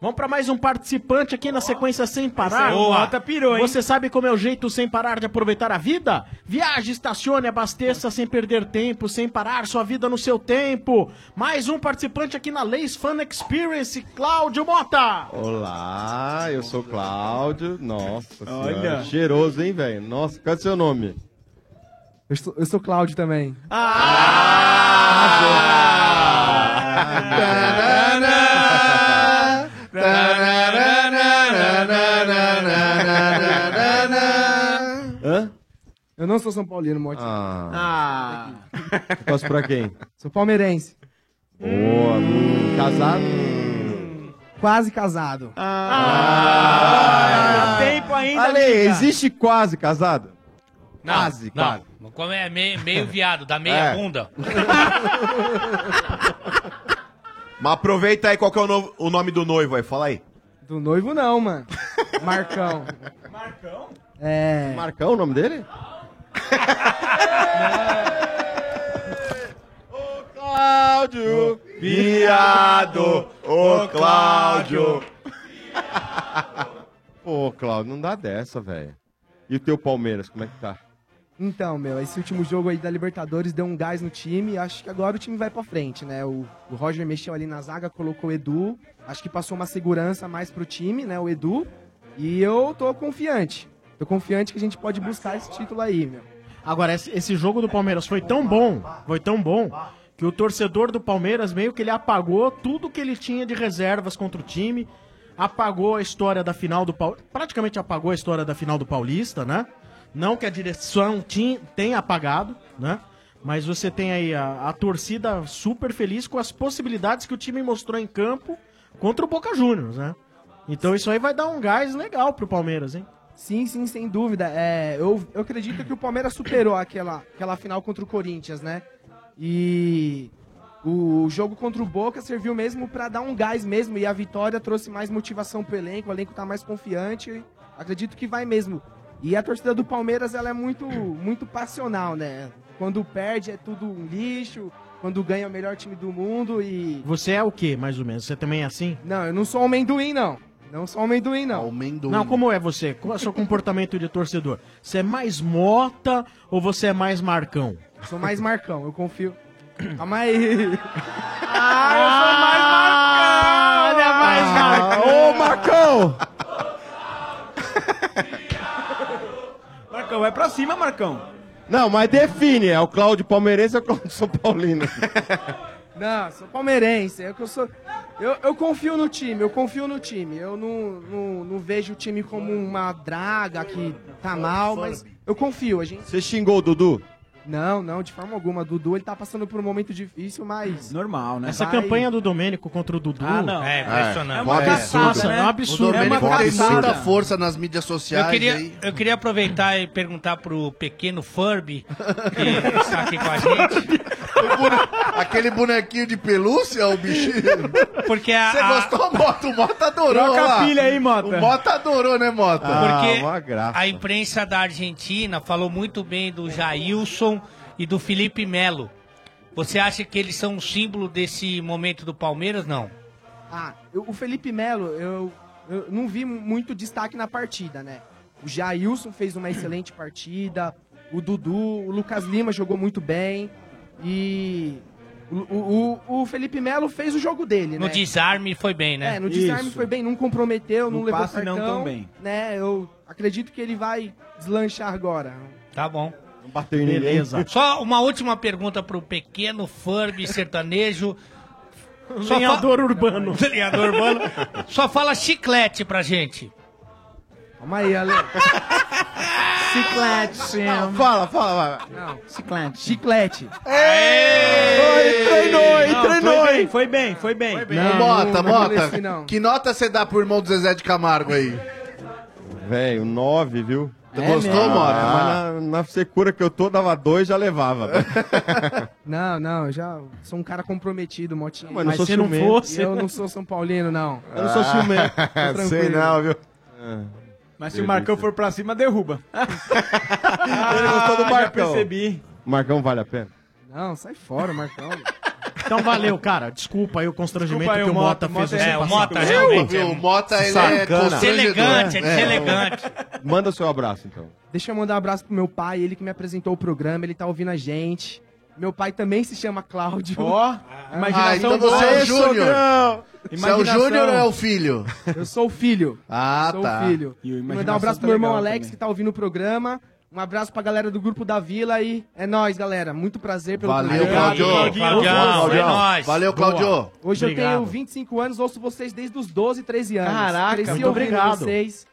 [SPEAKER 19] Vamos para mais um participante aqui na sequência sem parar.
[SPEAKER 7] Esse é o Mota pirou, hein?
[SPEAKER 19] Você sabe como é o jeito sem parar de aproveitar a vida? Viaje, estacione, abasteça sem perder tempo, sem parar sua vida no seu tempo. Mais um participante aqui na Leis Fan Experience, Cláudio Mota.
[SPEAKER 22] Olá, eu sou Cláudio. Nossa
[SPEAKER 19] Olha.
[SPEAKER 22] senhora, cheiroso, hein, velho? Nossa, qual é o seu nome? Ah,
[SPEAKER 26] Eu sou, eu sou Cláudio também.
[SPEAKER 22] Hã?
[SPEAKER 26] Eu não sou São Paulino, Mote.
[SPEAKER 22] Ah. Eu Torce pra quem?
[SPEAKER 26] Sou palmeirense.
[SPEAKER 22] Boa. Casado?
[SPEAKER 26] Quase casado.
[SPEAKER 19] Ah. tempo ainda,
[SPEAKER 22] Ah. Ale,
[SPEAKER 19] amiga.
[SPEAKER 22] existe quase casado?
[SPEAKER 15] Não,
[SPEAKER 22] quase,
[SPEAKER 15] não.
[SPEAKER 22] quase.
[SPEAKER 15] Como é meio, meio viado, dá meia
[SPEAKER 17] É.
[SPEAKER 15] bunda.
[SPEAKER 19] um
[SPEAKER 17] Mas aproveita aí qual que é o, no- o nome do noivo aí, fala aí.
[SPEAKER 26] Do noivo não,
[SPEAKER 17] [laughs]
[SPEAKER 26] mano. Marcão. Marcão? É.
[SPEAKER 22] Marcão o nome dele? Cláudio!
[SPEAKER 20] Viado,
[SPEAKER 22] Ô,
[SPEAKER 20] Cláudio.
[SPEAKER 22] Pô, Cláudio, não dá dessa, velho. E o teu Palmeiras, como é que tá?
[SPEAKER 26] Então, meu, esse último jogo aí da Libertadores deu um gás no time. Acho que agora o time vai pra frente, né? O, o Roger mexeu ali na zaga, colocou o Edu. Acho que passou uma segurança mais pro time, né? O Edu. E eu tô confiante. Tô confiante que a gente pode buscar esse título aí, meu.
[SPEAKER 19] Agora, esse, esse jogo do Palmeiras foi tão bom, foi tão bom, que o torcedor do Palmeiras meio que ele apagou tudo que ele tinha de reservas contra o time, apagou a história da final do Paulista, praticamente apagou a história da final do Paulista, né? Não que a direção tin- tenha apagado, né? Mas você tem aí a, a torcida super feliz com as possibilidades que o time mostrou em campo contra o Boca Juniors, né? Então isso aí vai dar um gás legal pro Palmeiras, hein?
[SPEAKER 26] Sim, sim, sem dúvida. É, eu, eu acredito que o Palmeiras superou aquela, aquela final contra o Corinthians, né? E o jogo contra o Boca serviu mesmo pra dar um gás mesmo. E a vitória trouxe mais motivação pro elenco. O elenco tá mais confiante. Acredito que vai mesmo. E a torcida do Palmeiras, ela é muito, muito passional, né? Quando perde é tudo um lixo. Quando ganha é o melhor time do mundo e...
[SPEAKER 19] Você é o quê, mais ou menos? Você também é assim?
[SPEAKER 26] Não, eu não sou um amendoim, não. Não sou um amendoim, não. Amendoim.
[SPEAKER 19] Não, como é você? Qual é o seu comportamento de torcedor? Você é mais mota ou você é mais marcão?
[SPEAKER 26] Sou mais Marcão, eu confio. Tá Calma aí. eu
[SPEAKER 19] Ah,
[SPEAKER 26] sou mais Marcão! Ô, Marcão!
[SPEAKER 7] Marcão, vai pra cima, Marcão.
[SPEAKER 22] Não, mas define, é o Cláudio Palmeirense ou é o Cláudio São Paulino?
[SPEAKER 26] Não, sou palmeirense. É que eu, sou... eu, eu confio no time, eu confio no time. Eu não, não, não vejo o time como uma draga que tá mal, mas eu confio, a gente.
[SPEAKER 22] Você xingou o Dudu?
[SPEAKER 26] Não, não, de forma alguma. Dudu, ele tá passando por um momento difícil, mas.
[SPEAKER 7] Normal, né?
[SPEAKER 19] Essa
[SPEAKER 26] Vai-
[SPEAKER 19] campanha do Domênico contra o Dudu.
[SPEAKER 26] Ah, não.
[SPEAKER 19] É,
[SPEAKER 26] impressionante.
[SPEAKER 19] impressionante.
[SPEAKER 26] É
[SPEAKER 19] uma
[SPEAKER 15] absurdo.
[SPEAKER 19] caçada, né? É um absurdo.
[SPEAKER 21] O
[SPEAKER 19] É uma
[SPEAKER 21] Domênico tem muita
[SPEAKER 19] caçada.
[SPEAKER 21] força nas mídias sociais.
[SPEAKER 15] Eu queria,
[SPEAKER 21] aí.
[SPEAKER 15] eu queria aproveitar e perguntar pro pequeno Furby, que
[SPEAKER 21] [laughs]
[SPEAKER 15] está aqui com a gente.
[SPEAKER 21] Aquele bonequinho de pelúcia, o bichinho.
[SPEAKER 15] Porque a-
[SPEAKER 21] Você
[SPEAKER 15] a-
[SPEAKER 21] gostou, Mota? O Mota adorou.
[SPEAKER 15] Troca
[SPEAKER 21] olha
[SPEAKER 15] a
[SPEAKER 21] lá.
[SPEAKER 15] pilha aí, Mota.
[SPEAKER 21] O Mota adorou, né, Mota?
[SPEAKER 15] Ah, Porque a imprensa da Argentina falou muito bem do Jailson e do Felipe Melo. Você acha que eles são um símbolo desse momento do Palmeiras? Não.
[SPEAKER 26] Ah, eu- o Felipe Melo, eu, eu não vi muito destaque na partida, né? O Jailson fez uma excelente partida, o Dudu, o Lucas Lima jogou muito bem e o, o- o- o Felipe Melo fez o jogo dele,
[SPEAKER 15] No
[SPEAKER 26] né?
[SPEAKER 15] desarme foi bem, né?
[SPEAKER 26] É, no desarme foi bem, não comprometeu, não
[SPEAKER 15] No
[SPEAKER 26] levou
[SPEAKER 15] passe não
[SPEAKER 26] cartão,
[SPEAKER 15] também.
[SPEAKER 26] né? Eu acredito que ele vai deslanchar agora.
[SPEAKER 15] Tá bom.
[SPEAKER 22] Não bateu em
[SPEAKER 15] Beleza.
[SPEAKER 22] ninguém.
[SPEAKER 15] Só uma última pergunta pro pequeno Furby sertanejo. Só
[SPEAKER 19] Lenhador urbano.
[SPEAKER 15] [laughs] Lenhador urbano. Só fala chiclete pra gente.
[SPEAKER 26] Calma aí,
[SPEAKER 15] [laughs]
[SPEAKER 26] Ale.
[SPEAKER 20] Chiclete.
[SPEAKER 26] Não,
[SPEAKER 22] fala, fala, vai.
[SPEAKER 26] Não, chiclete. Chiclete.
[SPEAKER 21] Ei!
[SPEAKER 26] treinou, hein, treinou,
[SPEAKER 7] Foi
[SPEAKER 26] hein?
[SPEAKER 7] bem, foi bem, foi bem.
[SPEAKER 21] Ô, Mota, Mota,
[SPEAKER 7] mereci, não.
[SPEAKER 21] que nota você dá pro irmão do Zezé de Camargo aí?
[SPEAKER 22] Velho, nove, viu?
[SPEAKER 21] Tu É gostou, mesmo? Mota?
[SPEAKER 22] mas na, na secura que eu tô, dava dois, já levava.
[SPEAKER 26] Não, não, eu já sou um cara comprometido, Motinha.
[SPEAKER 22] Mas não sou ciumento.
[SPEAKER 26] Eu não sou São Paulino, não.
[SPEAKER 22] Eu não sou
[SPEAKER 26] [laughs]
[SPEAKER 22] ciumento.
[SPEAKER 26] Tô tranquilo.
[SPEAKER 22] viu? Ah.
[SPEAKER 7] Mas se o Marcão for pra cima, derruba.
[SPEAKER 22] Ele gostou do
[SPEAKER 7] Ah, Já
[SPEAKER 22] Marcão.
[SPEAKER 7] percebi.
[SPEAKER 22] Marcão vale a pena.
[SPEAKER 7] [laughs]
[SPEAKER 26] Não, sai fora, Marcão.
[SPEAKER 19] Então valeu, cara. Desculpa aí o constrangimento
[SPEAKER 7] Desculpa aí,
[SPEAKER 19] que o
[SPEAKER 7] o
[SPEAKER 19] Mota,
[SPEAKER 7] Mota,
[SPEAKER 19] fez
[SPEAKER 7] Mota
[SPEAKER 19] você
[SPEAKER 7] é- o
[SPEAKER 19] passar
[SPEAKER 7] Mota
[SPEAKER 19] por isso.
[SPEAKER 7] realmente Viu? é um- O Mota, ele é
[SPEAKER 26] Deselegante, é
[SPEAKER 22] deselegante. Manda seu abraço, então.
[SPEAKER 26] Deixa eu mandar um abraço pro meu pai, ele que me apresentou o programa, ele tá ouvindo a gente. Meu pai também se chama Cláudio.
[SPEAKER 7] Ó,
[SPEAKER 21] Ah, então você é o Júnior. Você é o Júnior ou é o filho?
[SPEAKER 26] Eu sou o filho.
[SPEAKER 21] Ah,
[SPEAKER 26] sou
[SPEAKER 21] tá.
[SPEAKER 26] O filho.
[SPEAKER 21] E o
[SPEAKER 26] E mandar um
[SPEAKER 21] imaginação
[SPEAKER 26] abraço
[SPEAKER 21] tá
[SPEAKER 26] pro meu irmão
[SPEAKER 21] legal
[SPEAKER 26] Alex,
[SPEAKER 21] também.
[SPEAKER 26] que tá ouvindo o programa. Um abraço pra galera do Grupo da Vila e é nóis, galera. Muito prazer pelo
[SPEAKER 21] Valeu,
[SPEAKER 26] programa.
[SPEAKER 21] Claudio. Valeu, Claudio. Claudio. É nóis. Valeu, Claudio.
[SPEAKER 26] Boa. Hoje eu tenho
[SPEAKER 21] Obrigado.
[SPEAKER 26] 25 anos, ouço vocês desde os 12, 13 anos.
[SPEAKER 19] Caraca,
[SPEAKER 26] Cresci
[SPEAKER 19] muito
[SPEAKER 26] ouvindo
[SPEAKER 19] obrigado.
[SPEAKER 26] vocês.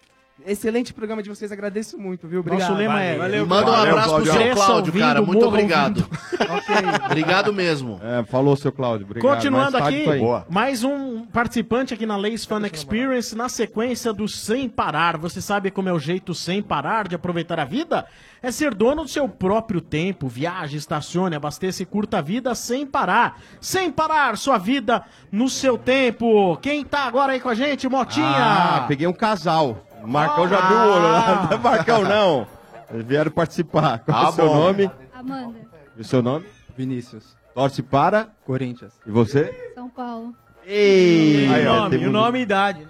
[SPEAKER 26] Excelente programa de vocês, agradeço muito, viu? Obrigado.
[SPEAKER 19] Nosso lema é.
[SPEAKER 21] Manda um abraço pro seu Cláudio, cara. Muito obrigado.
[SPEAKER 26] [laughs]
[SPEAKER 22] Obrigado mesmo. É, falou, seu Cláudio. Obrigado.
[SPEAKER 19] Continuando
[SPEAKER 22] Mais tarde
[SPEAKER 19] aqui,
[SPEAKER 22] tá aí.
[SPEAKER 19] mais um participante aqui na Lays Fan Experience, na sequência do Sem Parar. Você sabe como é o jeito sem parar de aproveitar a vida? É ser dono do seu próprio tempo. Viaje, estacione, abasteça e curta a vida sem parar. Sem parar sua vida no seu tempo. Quem tá agora aí com a gente,
[SPEAKER 22] Ah,
[SPEAKER 19] Motinha?
[SPEAKER 22] peguei um casal. O Marcão já viu o olho lá. [laughs] Não é Marcão, não. Eles vieram participar. Qual é o
[SPEAKER 27] Ah,
[SPEAKER 22] seu
[SPEAKER 27] bom.
[SPEAKER 22] nome?
[SPEAKER 27] Amanda,
[SPEAKER 22] E o seu nome? Vinícius. Torce para? Corinthians. E você?
[SPEAKER 27] São Paulo.
[SPEAKER 22] Ei!
[SPEAKER 7] E o nome,
[SPEAKER 22] tem
[SPEAKER 7] e o
[SPEAKER 22] muito-
[SPEAKER 7] nome e idade.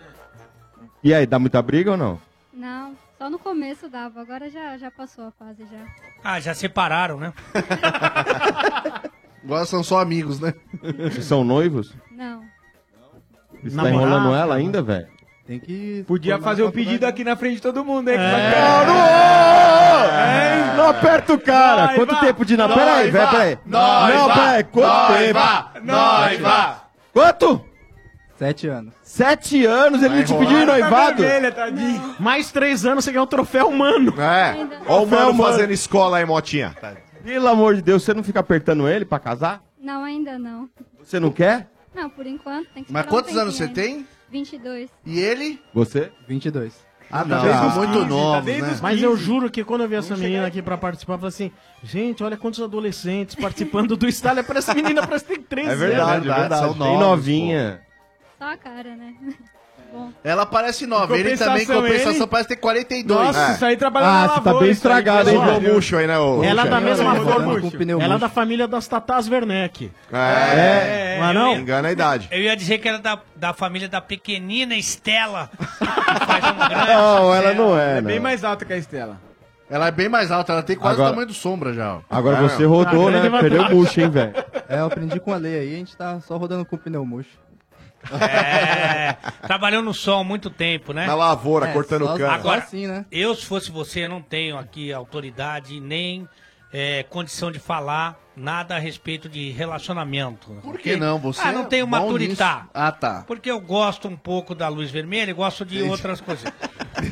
[SPEAKER 22] E aí, dá muita briga ou não?
[SPEAKER 27] Não, só no começo dava, agora já, já passou a fase já.
[SPEAKER 15] Ah, já separaram, né?
[SPEAKER 21] Agora são só amigos, né?
[SPEAKER 22] Vocês são noivos?
[SPEAKER 27] Não.
[SPEAKER 22] Você tá
[SPEAKER 7] Namorar,
[SPEAKER 22] enrolando ela ainda, velho?
[SPEAKER 7] Tem que. Podia fazer o pedido aqui na frente de todo mundo,
[SPEAKER 15] É.
[SPEAKER 7] hein?
[SPEAKER 22] Não, não aperta o cara.
[SPEAKER 7] Noiva,
[SPEAKER 22] quanto tempo de namoro?
[SPEAKER 7] noiva,
[SPEAKER 22] Peraí, velho, peraí.
[SPEAKER 7] noiva,
[SPEAKER 22] não, peraí, quanto
[SPEAKER 7] noiva,
[SPEAKER 22] tempo?
[SPEAKER 7] noiva.
[SPEAKER 22] Quanto?
[SPEAKER 19] Sete anos.
[SPEAKER 22] Sete anos ele
[SPEAKER 19] Vai
[SPEAKER 22] te
[SPEAKER 19] rolar.
[SPEAKER 22] pediu em noivado?
[SPEAKER 19] Tá Mais três anos você ganha um troféu humano.
[SPEAKER 17] É. Ó o mano fazendo escola aí, Motinha.
[SPEAKER 22] Pelo amor de Deus, você não fica apertando ele pra casar?
[SPEAKER 27] Não, ainda não.
[SPEAKER 22] Você não quer?
[SPEAKER 27] Não, por enquanto tem que
[SPEAKER 22] Mas
[SPEAKER 27] esperar um
[SPEAKER 21] quantos anos
[SPEAKER 27] tempinho
[SPEAKER 21] você
[SPEAKER 27] ainda. 22.
[SPEAKER 21] E ele?
[SPEAKER 22] Você?
[SPEAKER 24] 22.
[SPEAKER 21] Ah,
[SPEAKER 19] Não,
[SPEAKER 21] tá. Vocês são muito novos,
[SPEAKER 19] desde
[SPEAKER 21] né?
[SPEAKER 19] os Mas eu juro que quando eu vi essa menina aqui pra participar, eu falei assim: gente, olha quantos adolescentes participando do Stalin. Parece que a menina, parece que tem 13
[SPEAKER 22] É verdade, é verdade.
[SPEAKER 21] são
[SPEAKER 22] Tem
[SPEAKER 21] novos,
[SPEAKER 22] novinha.
[SPEAKER 27] Só a cara, né? [laughs] Bom.
[SPEAKER 21] Ela parece nova. Ele
[SPEAKER 19] Compensação,
[SPEAKER 21] também, em compensação,
[SPEAKER 19] ele-
[SPEAKER 21] parece ter 42.
[SPEAKER 19] Nossa, isso aí trabalha
[SPEAKER 22] Ah,
[SPEAKER 21] Ah,
[SPEAKER 19] na
[SPEAKER 22] tá
[SPEAKER 21] tá
[SPEAKER 19] lavoura, isso
[SPEAKER 17] [laughs]
[SPEAKER 19] aí, pessoal.
[SPEAKER 21] Ó,
[SPEAKER 19] Ela é da mesma forma.
[SPEAKER 21] Com pneu
[SPEAKER 19] Ela é
[SPEAKER 21] murcho.
[SPEAKER 19] da família das Tatás Werneck.
[SPEAKER 17] É.
[SPEAKER 19] Não é não?
[SPEAKER 17] Engana a idade.
[SPEAKER 15] Eu ia dizer que era da, da família da pequenina Estela.
[SPEAKER 22] Não, ela não é. não.
[SPEAKER 7] mais alta que a Estela.
[SPEAKER 21] Ela é bem mais alta, ela tem quase
[SPEAKER 22] Agora-
[SPEAKER 21] o tamanho do sombra já. ó.
[SPEAKER 22] Agora
[SPEAKER 21] Ah,
[SPEAKER 22] você
[SPEAKER 21] não.
[SPEAKER 22] rodou,
[SPEAKER 21] Ah,
[SPEAKER 22] né?
[SPEAKER 21] grande
[SPEAKER 22] Perdeu o
[SPEAKER 21] vantagem.
[SPEAKER 22] bucho, hein, velho?
[SPEAKER 28] É, eu aprendi com a lei aí, a gente tá só rodando com o pneu murcho.
[SPEAKER 15] É, trabalhou no sol há muito tempo, né?
[SPEAKER 28] Na lavoura, É, cortando só- cana. só
[SPEAKER 15] Agora,
[SPEAKER 28] assim, né?
[SPEAKER 15] eu, se fosse você, não tenho aqui autoridade nem é, condição de falar nada a respeito de relacionamento.
[SPEAKER 21] Por que não? Você
[SPEAKER 15] Ah, não
[SPEAKER 21] é
[SPEAKER 15] tenho
[SPEAKER 21] bom
[SPEAKER 15] maturidade.
[SPEAKER 21] nisso. Ah, tá.
[SPEAKER 15] Porque eu gosto um pouco da luz vermelha e gosto de
[SPEAKER 21] Entendi.
[SPEAKER 15] outras
[SPEAKER 7] [laughs]
[SPEAKER 15] coisas.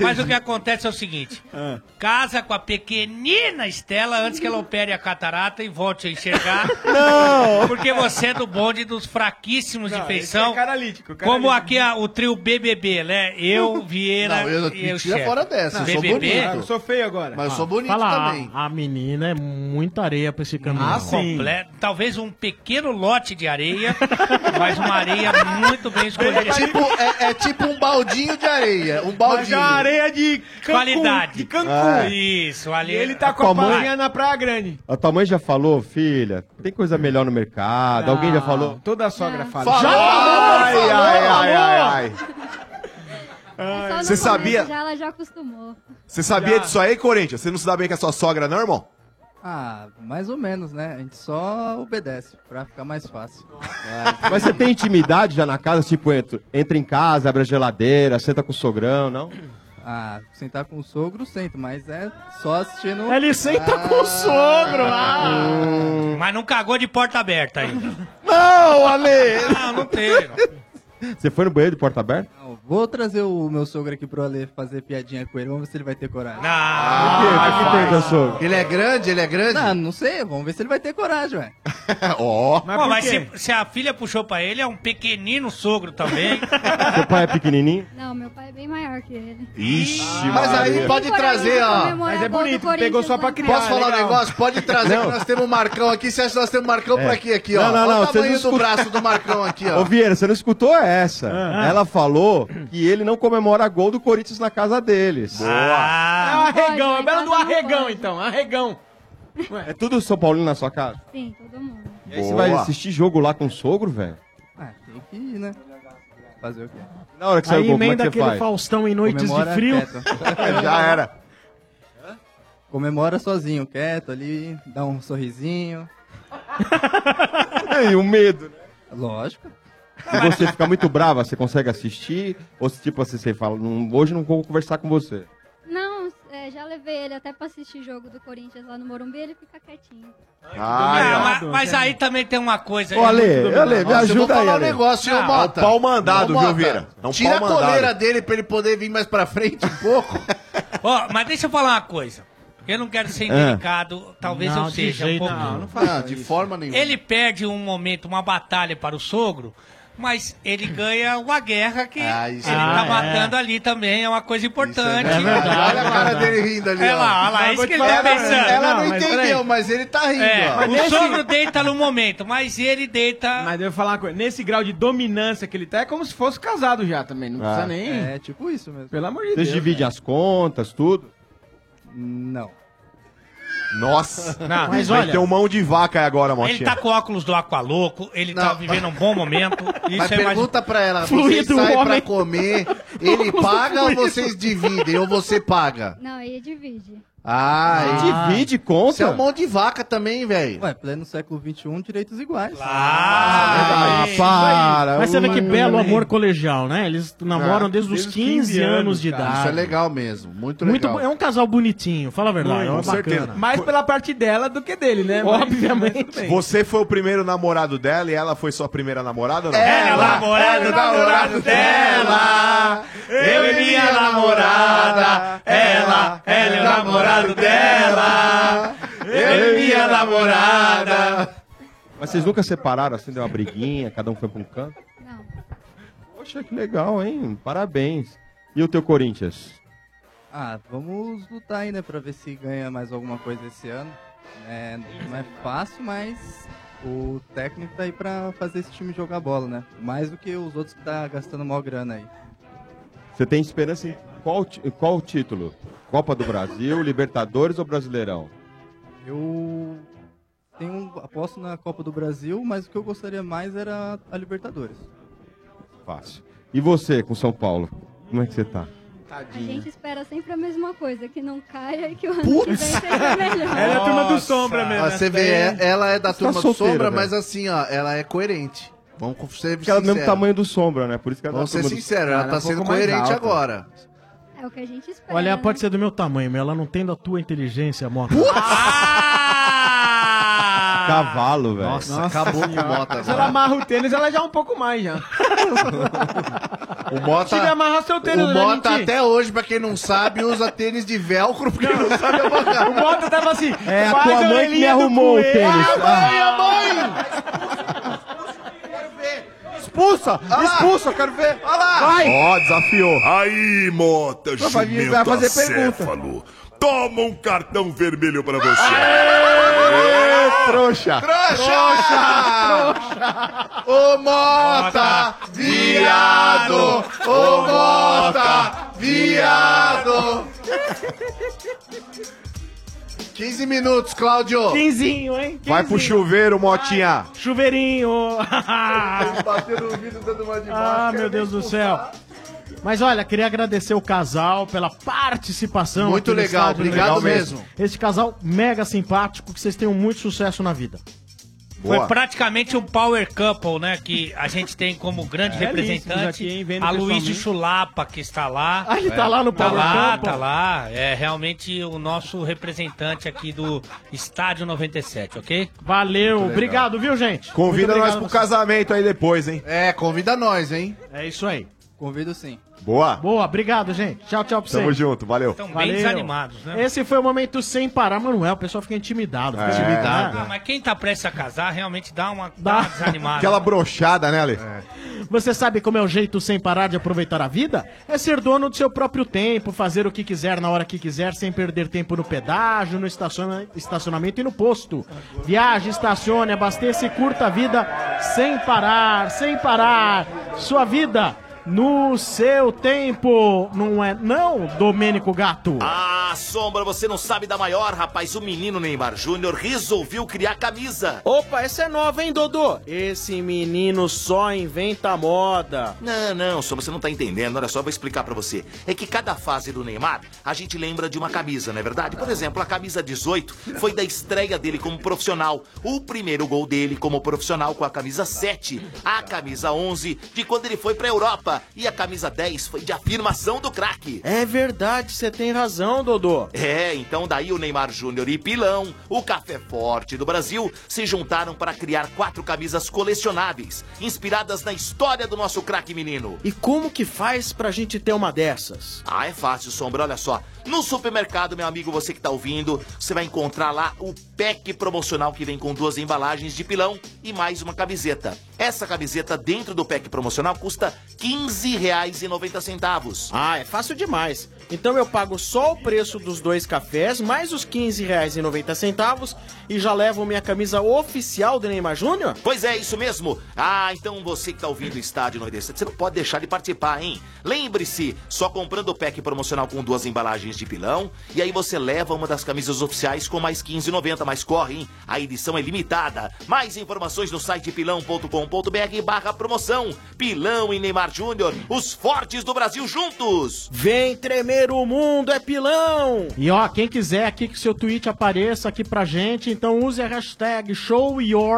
[SPEAKER 15] Mas o que acontece é o seguinte:
[SPEAKER 7] Ah.
[SPEAKER 15] casa com a pequenina Estela antes que ela opere a catarata e volte a
[SPEAKER 7] [laughs]
[SPEAKER 15] enxergar.
[SPEAKER 20] Não!
[SPEAKER 15] Porque você é do bonde dos fraquíssimos de feição.
[SPEAKER 7] Feição. Caralítico,
[SPEAKER 15] Como aqui a- o trio BBB, né? Eu, Vieira
[SPEAKER 7] Não, eu-
[SPEAKER 15] e
[SPEAKER 7] me
[SPEAKER 15] o
[SPEAKER 7] tira
[SPEAKER 15] chefe.
[SPEAKER 7] fora dessa,
[SPEAKER 15] Não,
[SPEAKER 7] eu sou
[SPEAKER 15] BBB,
[SPEAKER 7] bonito. Eu sou feio agora. Mas eu sou bonito
[SPEAKER 19] Ah, Fala,
[SPEAKER 7] também.
[SPEAKER 19] A, a menina é muita areia pra esse caminhão.
[SPEAKER 15] Ah, completo. Talvez um pequeno lote de areia, [laughs] mas uma areia muito bem escolhida.
[SPEAKER 21] É tipo, é, é tipo um baldinho de areia. Um baldinho.
[SPEAKER 15] Mas é uma areia
[SPEAKER 7] de
[SPEAKER 15] Qualidade.
[SPEAKER 7] De
[SPEAKER 22] É.
[SPEAKER 15] Isso, ali. é
[SPEAKER 7] E ele tá com a
[SPEAKER 22] Aquaman.
[SPEAKER 7] palhinha na Praia Grande.
[SPEAKER 22] A tua mãe já falou, filha? Tem coisa melhor no mercado? Alguém
[SPEAKER 15] Ah.
[SPEAKER 22] já falou?
[SPEAKER 7] Toda sogra fala.
[SPEAKER 22] Já falou,
[SPEAKER 17] Ai,
[SPEAKER 22] falou,
[SPEAKER 17] ai, ai,
[SPEAKER 22] falou.
[SPEAKER 17] ai,
[SPEAKER 27] É Só no
[SPEAKER 17] Você
[SPEAKER 27] começo
[SPEAKER 17] sabia-
[SPEAKER 27] Já, ela já acostumou.
[SPEAKER 17] Você sabia
[SPEAKER 28] Já.
[SPEAKER 17] disso aí, Corinthians? Você não se dá bem com a sua sogra, não, irmão?
[SPEAKER 28] Ah, mais ou menos, né? A gente só obedece pra ficar mais fácil.
[SPEAKER 22] Mas você tem intimidade já na casa? Tipo, entra, entra em casa, abre a geladeira, senta com o sogrão, não?
[SPEAKER 28] Ah, sentar com o sogro, sento, mas é só assistindo. Ah.
[SPEAKER 19] Ele senta com o sogro!
[SPEAKER 15] Mas não cagou de porta aberta ainda.
[SPEAKER 24] ah!
[SPEAKER 22] Não, Ale!
[SPEAKER 15] Não, não teve.
[SPEAKER 22] Você foi no banheiro de porta aberta?
[SPEAKER 28] Vou trazer o meu sogro aqui pro Ale fazer piadinha com ele, vamos ver se ele vai ter coragem.
[SPEAKER 22] Ah, que tem, sogro?
[SPEAKER 28] Ele é grande, ele é grande? Não, não sei, vamos ver se ele vai ter coragem, [laughs] ué.
[SPEAKER 17] Ó.
[SPEAKER 15] Mas, Pô, mas se, se a filha puxou pra ele, é um pequenino
[SPEAKER 21] [laughs]
[SPEAKER 15] sogro também.
[SPEAKER 22] Seu pai é pequenininho?
[SPEAKER 27] Não, meu pai é bem maior que ele.
[SPEAKER 22] Ixi,
[SPEAKER 21] Ah. Mas aí pode trazer, ó.
[SPEAKER 27] Mas é bonito,
[SPEAKER 21] pegou só pra
[SPEAKER 27] criar,
[SPEAKER 21] Posso falar um
[SPEAKER 27] legal.
[SPEAKER 21] negócio? Pode trazer
[SPEAKER 22] Não.
[SPEAKER 21] que nós temos um Marcão aqui. Você acha que nós temos um Marcão
[SPEAKER 22] É.
[SPEAKER 21] por aqui, aqui, ó?
[SPEAKER 22] Não, não, não,
[SPEAKER 21] Olha o
[SPEAKER 22] vocês
[SPEAKER 21] tamanho
[SPEAKER 22] não
[SPEAKER 21] do
[SPEAKER 22] escutam.
[SPEAKER 21] braço do Marcão aqui, ó.
[SPEAKER 22] Ô Vieira, você não escutou essa?
[SPEAKER 21] Ah.
[SPEAKER 22] Ela falou que ele não comemora gol do Corinthians na casa deles.
[SPEAKER 7] É
[SPEAKER 15] Ah.
[SPEAKER 7] o arregão, é bela do arregão, então. Arregão.
[SPEAKER 22] É tudo São Paulino na sua casa?
[SPEAKER 27] Sim, todo mundo.
[SPEAKER 22] E aí você vai
[SPEAKER 28] Boa.
[SPEAKER 22] assistir jogo lá com o sogro, velho?
[SPEAKER 28] Ah, tem que ir, né? Fazer o quê?
[SPEAKER 22] Na hora que sair o
[SPEAKER 28] Aí
[SPEAKER 22] gol, como é
[SPEAKER 28] emenda
[SPEAKER 22] que você
[SPEAKER 28] aquele
[SPEAKER 22] faz?
[SPEAKER 28] fa-
[SPEAKER 19] Faustão em noites
[SPEAKER 28] Comemora
[SPEAKER 19] de frio.
[SPEAKER 28] [laughs] quieto.
[SPEAKER 17] Já era.
[SPEAKER 28] Comemora sozinho, quieto ali, dá um sorrisinho.
[SPEAKER 22] [laughs] e o medo, né?
[SPEAKER 28] Lógico.
[SPEAKER 22] Se você ficar muito brava, você consegue assistir? Ou se, tipo assim, você fala, "Não, hoje não vou conversar com você?
[SPEAKER 27] Não, é, já levei ele até pra assistir jogo do Corinthians lá no Morumbi, ele fica quietinho.
[SPEAKER 21] é.
[SPEAKER 15] Ah,
[SPEAKER 17] Ah,
[SPEAKER 15] mas, mas aí também tem uma coisa.
[SPEAKER 17] Ô, Ale,
[SPEAKER 15] muito dominado.
[SPEAKER 17] Ale, me Nossa, eu vou ajuda falar aí, um Ale.
[SPEAKER 21] negócio,
[SPEAKER 15] Ah,
[SPEAKER 21] eu Mota.
[SPEAKER 17] é um pau mandado,
[SPEAKER 21] Ô, Mota,
[SPEAKER 17] viu, Vira? É um
[SPEAKER 21] Tira a
[SPEAKER 17] pau mandado.
[SPEAKER 21] coleira dele pra ele poder vir mais pra frente um pouco.
[SPEAKER 15] Ó, mas deixa eu falar uma coisa. Eu não quero ser indelicado, [laughs] talvez
[SPEAKER 21] É. Não,
[SPEAKER 15] eu
[SPEAKER 21] de
[SPEAKER 15] seja.
[SPEAKER 21] jeito
[SPEAKER 15] um pouquinho.
[SPEAKER 21] nenhum. Não fala Ah, de isso. forma nenhuma.
[SPEAKER 15] Ele perde um momento, uma batalha para o sogro, mas ele ganha uma guerra que ele
[SPEAKER 21] é
[SPEAKER 15] tá
[SPEAKER 21] verdade.
[SPEAKER 15] matando ali também, é uma coisa importante.
[SPEAKER 21] É verdade. Olha a cara
[SPEAKER 15] verdade.
[SPEAKER 21] dele rindo ali.
[SPEAKER 15] Olha lá, olha lá, é isso que ele tá pensando.
[SPEAKER 21] Ela não,
[SPEAKER 15] mas
[SPEAKER 21] entendeu,
[SPEAKER 15] peraí.
[SPEAKER 21] mas ele tá rindo.
[SPEAKER 15] É,
[SPEAKER 21] ó.
[SPEAKER 15] o sogro deita no momento, mas ele deita.
[SPEAKER 7] Mas eu vou falar uma coisa, nesse grau de dominância que ele tá, é como se fosse casado já também, não precisa
[SPEAKER 22] Ah.
[SPEAKER 7] nem...
[SPEAKER 28] É, tipo isso mesmo.
[SPEAKER 7] Pelo amor de
[SPEAKER 22] Vocês
[SPEAKER 7] Deus.
[SPEAKER 22] dividem as contas, tudo?
[SPEAKER 28] Não.
[SPEAKER 17] Nossa.
[SPEAKER 22] [laughs]
[SPEAKER 15] Não, mas
[SPEAKER 17] Vai
[SPEAKER 15] olha-
[SPEAKER 17] ter um mão de vaca aí agora, Motinha.
[SPEAKER 19] é.
[SPEAKER 15] Ele tá com óculos do Aqualoco, ele tá vivendo um bom
[SPEAKER 21] [laughs]
[SPEAKER 15] momento.
[SPEAKER 17] Mas
[SPEAKER 15] é mais-
[SPEAKER 17] pergunta
[SPEAKER 21] pra ela,
[SPEAKER 15] Fluido,
[SPEAKER 21] vocês saem pra
[SPEAKER 15] homem. [laughs]
[SPEAKER 21] comer, ele paga ou vocês dividem? Ou você paga?
[SPEAKER 27] Não, ele divide.
[SPEAKER 21] Ah,
[SPEAKER 28] Ah.
[SPEAKER 21] divide
[SPEAKER 22] conta?
[SPEAKER 21] Você é um monte de vaca também, velho.
[SPEAKER 28] Ué, pleno século XXI, direitos iguais.
[SPEAKER 21] Ah,
[SPEAKER 28] Verdade.
[SPEAKER 21] para.
[SPEAKER 19] Mas você vê que belo
[SPEAKER 28] Ui.
[SPEAKER 19] amor colegial, né? Eles namoram
[SPEAKER 21] Ah,
[SPEAKER 19] desde os
[SPEAKER 21] desde os
[SPEAKER 19] 15, anos de
[SPEAKER 21] cara.
[SPEAKER 19] idade.
[SPEAKER 21] Isso é legal mesmo, muito legal.
[SPEAKER 19] Muito bom, é um casal bonitinho, fala a verdade. é uma bacana.
[SPEAKER 7] Mais pela parte dela do que dele, né? Mas- mas tudo bem.
[SPEAKER 17] Você foi o primeiro namorado dela e ela foi sua primeira namorada? ou Não?
[SPEAKER 20] Ela,
[SPEAKER 17] namorada,
[SPEAKER 20] namorado, namorado dela. Eu e minha namorada. Ela, ela é o namorado dela. Eu e minha namorada.
[SPEAKER 22] Mas vocês nunca separaram, assim, deu uma briguinha, cada um foi pra um canto? Não. Poxa, que legal, hein? Parabéns. E o teu Corinthians?
[SPEAKER 28] Ah, vamos lutar aí, né? Pra ver se ganha mais alguma coisa esse ano. É, não é fácil, mas o técnico tá aí pra fazer esse time jogar bola, né? Mais do que os outros que tá gastando maior grana aí.
[SPEAKER 22] Você tem esperança em qual, ti- qual título? Copa do Brasil, Libertadores ou Brasileirão?
[SPEAKER 28] Eu tenho um, aposto na Copa do Brasil, mas o que eu gostaria mais era a Libertadores.
[SPEAKER 22] Fácil. E você, com São Paulo? Como é que você tá?
[SPEAKER 27] A gente espera sempre a mesma coisa, que não caia e que o ano que vem seja melhor.
[SPEAKER 21] Ela é a turma do
[SPEAKER 22] Sombra mesmo,
[SPEAKER 21] Ó,
[SPEAKER 22] né?
[SPEAKER 21] você vê, é- ela é da
[SPEAKER 22] Você
[SPEAKER 21] turma
[SPEAKER 22] tá
[SPEAKER 21] do
[SPEAKER 22] solteira,
[SPEAKER 21] Sombra,
[SPEAKER 22] velho.
[SPEAKER 21] mas assim, ó, ela é coerente. Vamos com- ser
[SPEAKER 22] Porque ela é do mesmo
[SPEAKER 21] sincero.
[SPEAKER 22] tamanho do Sombra, né? Por isso que ela
[SPEAKER 21] Vamos
[SPEAKER 22] é da
[SPEAKER 21] ser
[SPEAKER 22] turma do-
[SPEAKER 21] sinceros, ela
[SPEAKER 22] Cara,
[SPEAKER 21] tá
[SPEAKER 22] um
[SPEAKER 21] sendo
[SPEAKER 22] pouco mais
[SPEAKER 21] coerente
[SPEAKER 22] alta.
[SPEAKER 21] agora.
[SPEAKER 27] É o que a gente espera.
[SPEAKER 19] Olha,
[SPEAKER 27] né?
[SPEAKER 19] pode ser do meu tamanho, mas ela não tem da tua inteligência, Mota. Ah!
[SPEAKER 22] Cavalo, velho.
[SPEAKER 19] Nossa, acabou com o Mota,
[SPEAKER 7] Tá Se
[SPEAKER 19] velho.
[SPEAKER 7] ela amarra o tênis, ela já é um pouco mais, já.
[SPEAKER 22] tá-
[SPEAKER 21] O Mota,
[SPEAKER 7] Se ele amarrar seu tênis,
[SPEAKER 21] o
[SPEAKER 7] não vai
[SPEAKER 21] Mota
[SPEAKER 7] mentir.
[SPEAKER 21] até hoje, pra quem não sabe, usa tênis de velcro, porque não, sabe
[SPEAKER 7] O Mota tava assim,
[SPEAKER 21] É, a
[SPEAKER 7] faz
[SPEAKER 21] tua mãe que me
[SPEAKER 7] orelhinha do
[SPEAKER 21] arrumou o
[SPEAKER 7] coelho.
[SPEAKER 21] tênis.
[SPEAKER 7] Ah, mãe,
[SPEAKER 21] Ah.
[SPEAKER 7] a mãe!
[SPEAKER 21] Expulsa! expulsa, quero ver! Olha lá!
[SPEAKER 17] Ó, desafiou.
[SPEAKER 29] Aí, Mota,
[SPEAKER 21] Não, vai vir-
[SPEAKER 29] jumenta
[SPEAKER 21] vai fazer
[SPEAKER 29] céfalo. Toma um cartão vermelho pra você.
[SPEAKER 17] Ê, trouxa.
[SPEAKER 21] Ah, Trouxa! Ô Mota, viado! Ô Mota, viado! 15 minutos, Cláudio!
[SPEAKER 19] Quinzinho, hein?
[SPEAKER 17] Vai pro chuveiro, Motinha.
[SPEAKER 19] Chuveirinho!
[SPEAKER 21] Bateu no vidro dando uma de
[SPEAKER 19] Ah, meu Deus do céu. Mas olha, queria agradecer o casal pela participação.
[SPEAKER 21] Muito
[SPEAKER 19] aqui no
[SPEAKER 21] legal,
[SPEAKER 19] estádio,
[SPEAKER 21] obrigado
[SPEAKER 19] né?
[SPEAKER 21] mesmo.
[SPEAKER 19] Esse casal mega simpático, que vocês tenham muito sucesso na vida.
[SPEAKER 15] Foi praticamente um power couple, né? Que a gente tem como grande
[SPEAKER 19] Belíssimos
[SPEAKER 15] representante
[SPEAKER 19] aqui, hein, vendo
[SPEAKER 15] a
[SPEAKER 19] pessoalmente.
[SPEAKER 15] Luísio Chulapa, que está lá.
[SPEAKER 19] Ah, ele tá lá no
[SPEAKER 15] Tá
[SPEAKER 19] power
[SPEAKER 15] lá,
[SPEAKER 19] couple.
[SPEAKER 15] tá lá. É realmente o nosso representante aqui do Estádio 97, ok?
[SPEAKER 19] Valeu,
[SPEAKER 15] Muito legal.
[SPEAKER 19] obrigado, viu, gente?
[SPEAKER 17] Convida
[SPEAKER 19] Muito
[SPEAKER 17] nós
[SPEAKER 19] obrigado
[SPEAKER 17] pro
[SPEAKER 19] a vocês.
[SPEAKER 17] casamento aí depois, hein?
[SPEAKER 21] É, convida nós, hein?
[SPEAKER 19] É isso aí.
[SPEAKER 28] Convido sim.
[SPEAKER 17] Boa.
[SPEAKER 19] Boa, obrigado, gente. Tchau, tchau pra vocês.
[SPEAKER 17] Tamo junto, valeu.
[SPEAKER 19] Tão
[SPEAKER 15] bem desanimados, né?
[SPEAKER 19] Esse foi o momento sem parar, Manuel. O pessoal fica intimidado.
[SPEAKER 17] É.
[SPEAKER 19] Fica
[SPEAKER 15] Ah,
[SPEAKER 19] intimidado.
[SPEAKER 15] mas quem tá prestes a casar realmente dá uma, dá
[SPEAKER 19] Dá.
[SPEAKER 15] uma desanimada.
[SPEAKER 17] Aquela brochada, né, Ale?
[SPEAKER 19] É. Você sabe como é o jeito sem parar de aproveitar a vida? É ser dono do seu próprio tempo, fazer o que quiser na hora que quiser, sem perder tempo no pedágio, no estaciona- estacionamento e no posto. Viaje, estacione, abasteça e curta a vida sem parar, sem parar. Sua vida No seu tempo, não é não, Domênico Gato?
[SPEAKER 2] Ah, Sombra, você não sabe da maior, rapaz. O menino Neymar Júnior resolveu criar camisa.
[SPEAKER 16] Opa, essa é nova, hein, Dodô? Esse menino só inventa moda.
[SPEAKER 2] Não, não, Sombra, você não tá entendendo. Olha só, eu vou explicar pra você. É que cada fase do Neymar, a gente lembra de uma camisa, não é verdade? Por exemplo, a camisa 18 foi da estreia dele como profissional. O primeiro gol dele como profissional com a camisa 7. A camisa 11 de quando ele foi pra Europa. E a camisa 10 foi de afirmação do craque.
[SPEAKER 16] É verdade, você tem razão, Dodô.
[SPEAKER 2] É, então daí o Neymar Júnior e Pilão, o Café Forte do Brasil, se juntaram para criar quatro camisas colecionáveis, inspiradas na história do nosso craque menino.
[SPEAKER 16] E como que faz pra gente ter uma dessas?
[SPEAKER 2] Ah, é fácil, Sombra, olha só. No supermercado, meu amigo, você que tá ouvindo, você vai encontrar lá o pack promocional que vem com duas embalagens de pilão e mais uma camiseta. Essa camiseta dentro do pack promocional custa R$ 15,90.
[SPEAKER 16] Ah, é fácil demais. Então eu pago só o preço dos dois cafés, mais os R$ 15,90 e já levo minha camisa oficial do Neymar Júnior?
[SPEAKER 2] Pois é, isso mesmo. Ah, então você que tá ouvindo o Estádio 97, você não pode deixar de participar, hein? Lembre-se, só comprando o pack promocional com duas embalagens de pilão, e aí você leva uma das camisas oficiais com mais 15,90, mas corre, hein? A edição é limitada. Mais informações no site pilão.com.br barra promoção. Pilão e Neymar Júnior, os fortes do Brasil juntos!
[SPEAKER 16] Vem tremer o mundo, é pilão!
[SPEAKER 19] E ó, quem quiser aqui que seu tweet apareça aqui pra gente, então use a hashtag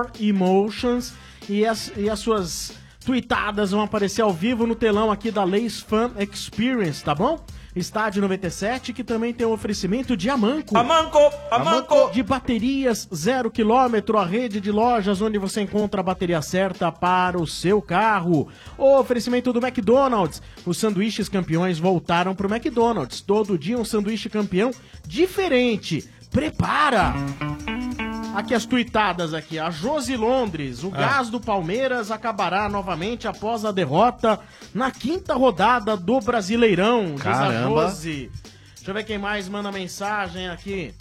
[SPEAKER 19] ShowYourEmotions e as, e as suas tweetadas vão aparecer ao vivo no telão aqui da Leis Fan Experience, tá bom? Estádio 97, que também tem um oferecimento de Amanco.
[SPEAKER 16] Amanco, Amanco.
[SPEAKER 19] De baterias zero quilômetro, a rede de lojas onde você encontra a bateria certa para o seu carro. O oferecimento do McDonald's. Os sanduíches campeões voltaram pro McDonald's. Todo dia um sanduíche campeão diferente. Prepara! Aqui as tuitadas aqui. A Josi Londres,
[SPEAKER 16] Ah.
[SPEAKER 19] o gás do Palmeiras acabará novamente após a derrota na quinta rodada do Brasileirão. Diz a
[SPEAKER 21] Caramba.
[SPEAKER 19] Josi. Deixa eu ver quem mais manda mensagem aqui.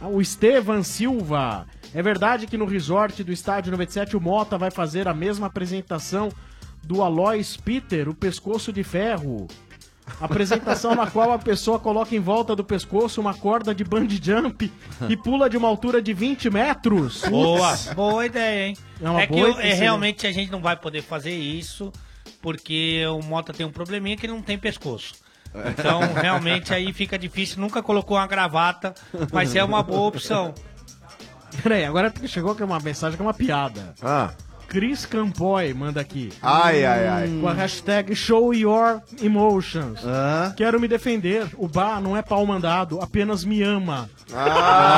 [SPEAKER 19] Ah, O Estevan Silva. É verdade que no resort do Estádio 97 o Mota vai fazer a mesma apresentação do Alois Peter, o pescoço de ferro. Apresentação na qual a pessoa coloca em volta do pescoço uma corda de bungee jump e pula de uma altura de 20 metros.
[SPEAKER 15] Boa, boa ideia, hein?
[SPEAKER 19] É uma
[SPEAKER 15] é que
[SPEAKER 19] boa
[SPEAKER 15] eu-
[SPEAKER 19] ideia,
[SPEAKER 15] é,
[SPEAKER 19] sim.
[SPEAKER 15] realmente a gente não vai poder fazer isso, porque o Mota tem um probleminha que ele não tem pescoço. Então,
[SPEAKER 19] [laughs]
[SPEAKER 15] realmente, aí fica difícil. Nunca colocou uma gravata, mas é uma
[SPEAKER 19] [laughs]
[SPEAKER 15] boa opção.
[SPEAKER 19] Peraí, agora chegou aqui uma mensagem que é uma piada.
[SPEAKER 17] Ah.
[SPEAKER 19] Cris Campoy manda aqui.
[SPEAKER 17] Ai, ai, ai.
[SPEAKER 19] Com a hashtag Show Your Emotions. Quero me defender. O bar não é pau mandado, apenas me ama.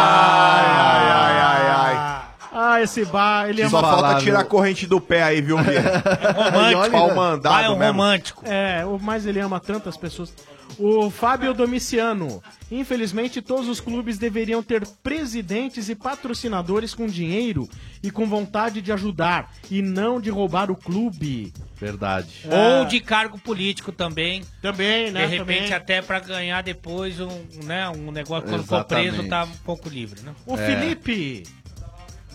[SPEAKER 17] Ai, ai, ai, ai.
[SPEAKER 19] Ah, esse bar, ele ama
[SPEAKER 17] Só falta tirar a corrente do pé aí, viu, Bia?
[SPEAKER 19] romântico.
[SPEAKER 17] Pau mandado
[SPEAKER 15] um
[SPEAKER 21] é um
[SPEAKER 17] mesmo.
[SPEAKER 19] É, o- mas ele ama tantas pessoas. O Fábio Domiciano. Infelizmente, todos os clubes deveriam ter presidentes e patrocinadores com dinheiro e com vontade de ajudar, e não de roubar o clube.
[SPEAKER 21] Verdade.
[SPEAKER 15] É. Ou de cargo político também.
[SPEAKER 19] Ah. Também, né,
[SPEAKER 15] De repente,
[SPEAKER 19] também.
[SPEAKER 15] até pra ganhar depois um, né, um negócio, quando for preso,
[SPEAKER 19] Exatamente. É.
[SPEAKER 15] tá um pouco livre, né?
[SPEAKER 19] O Felipe.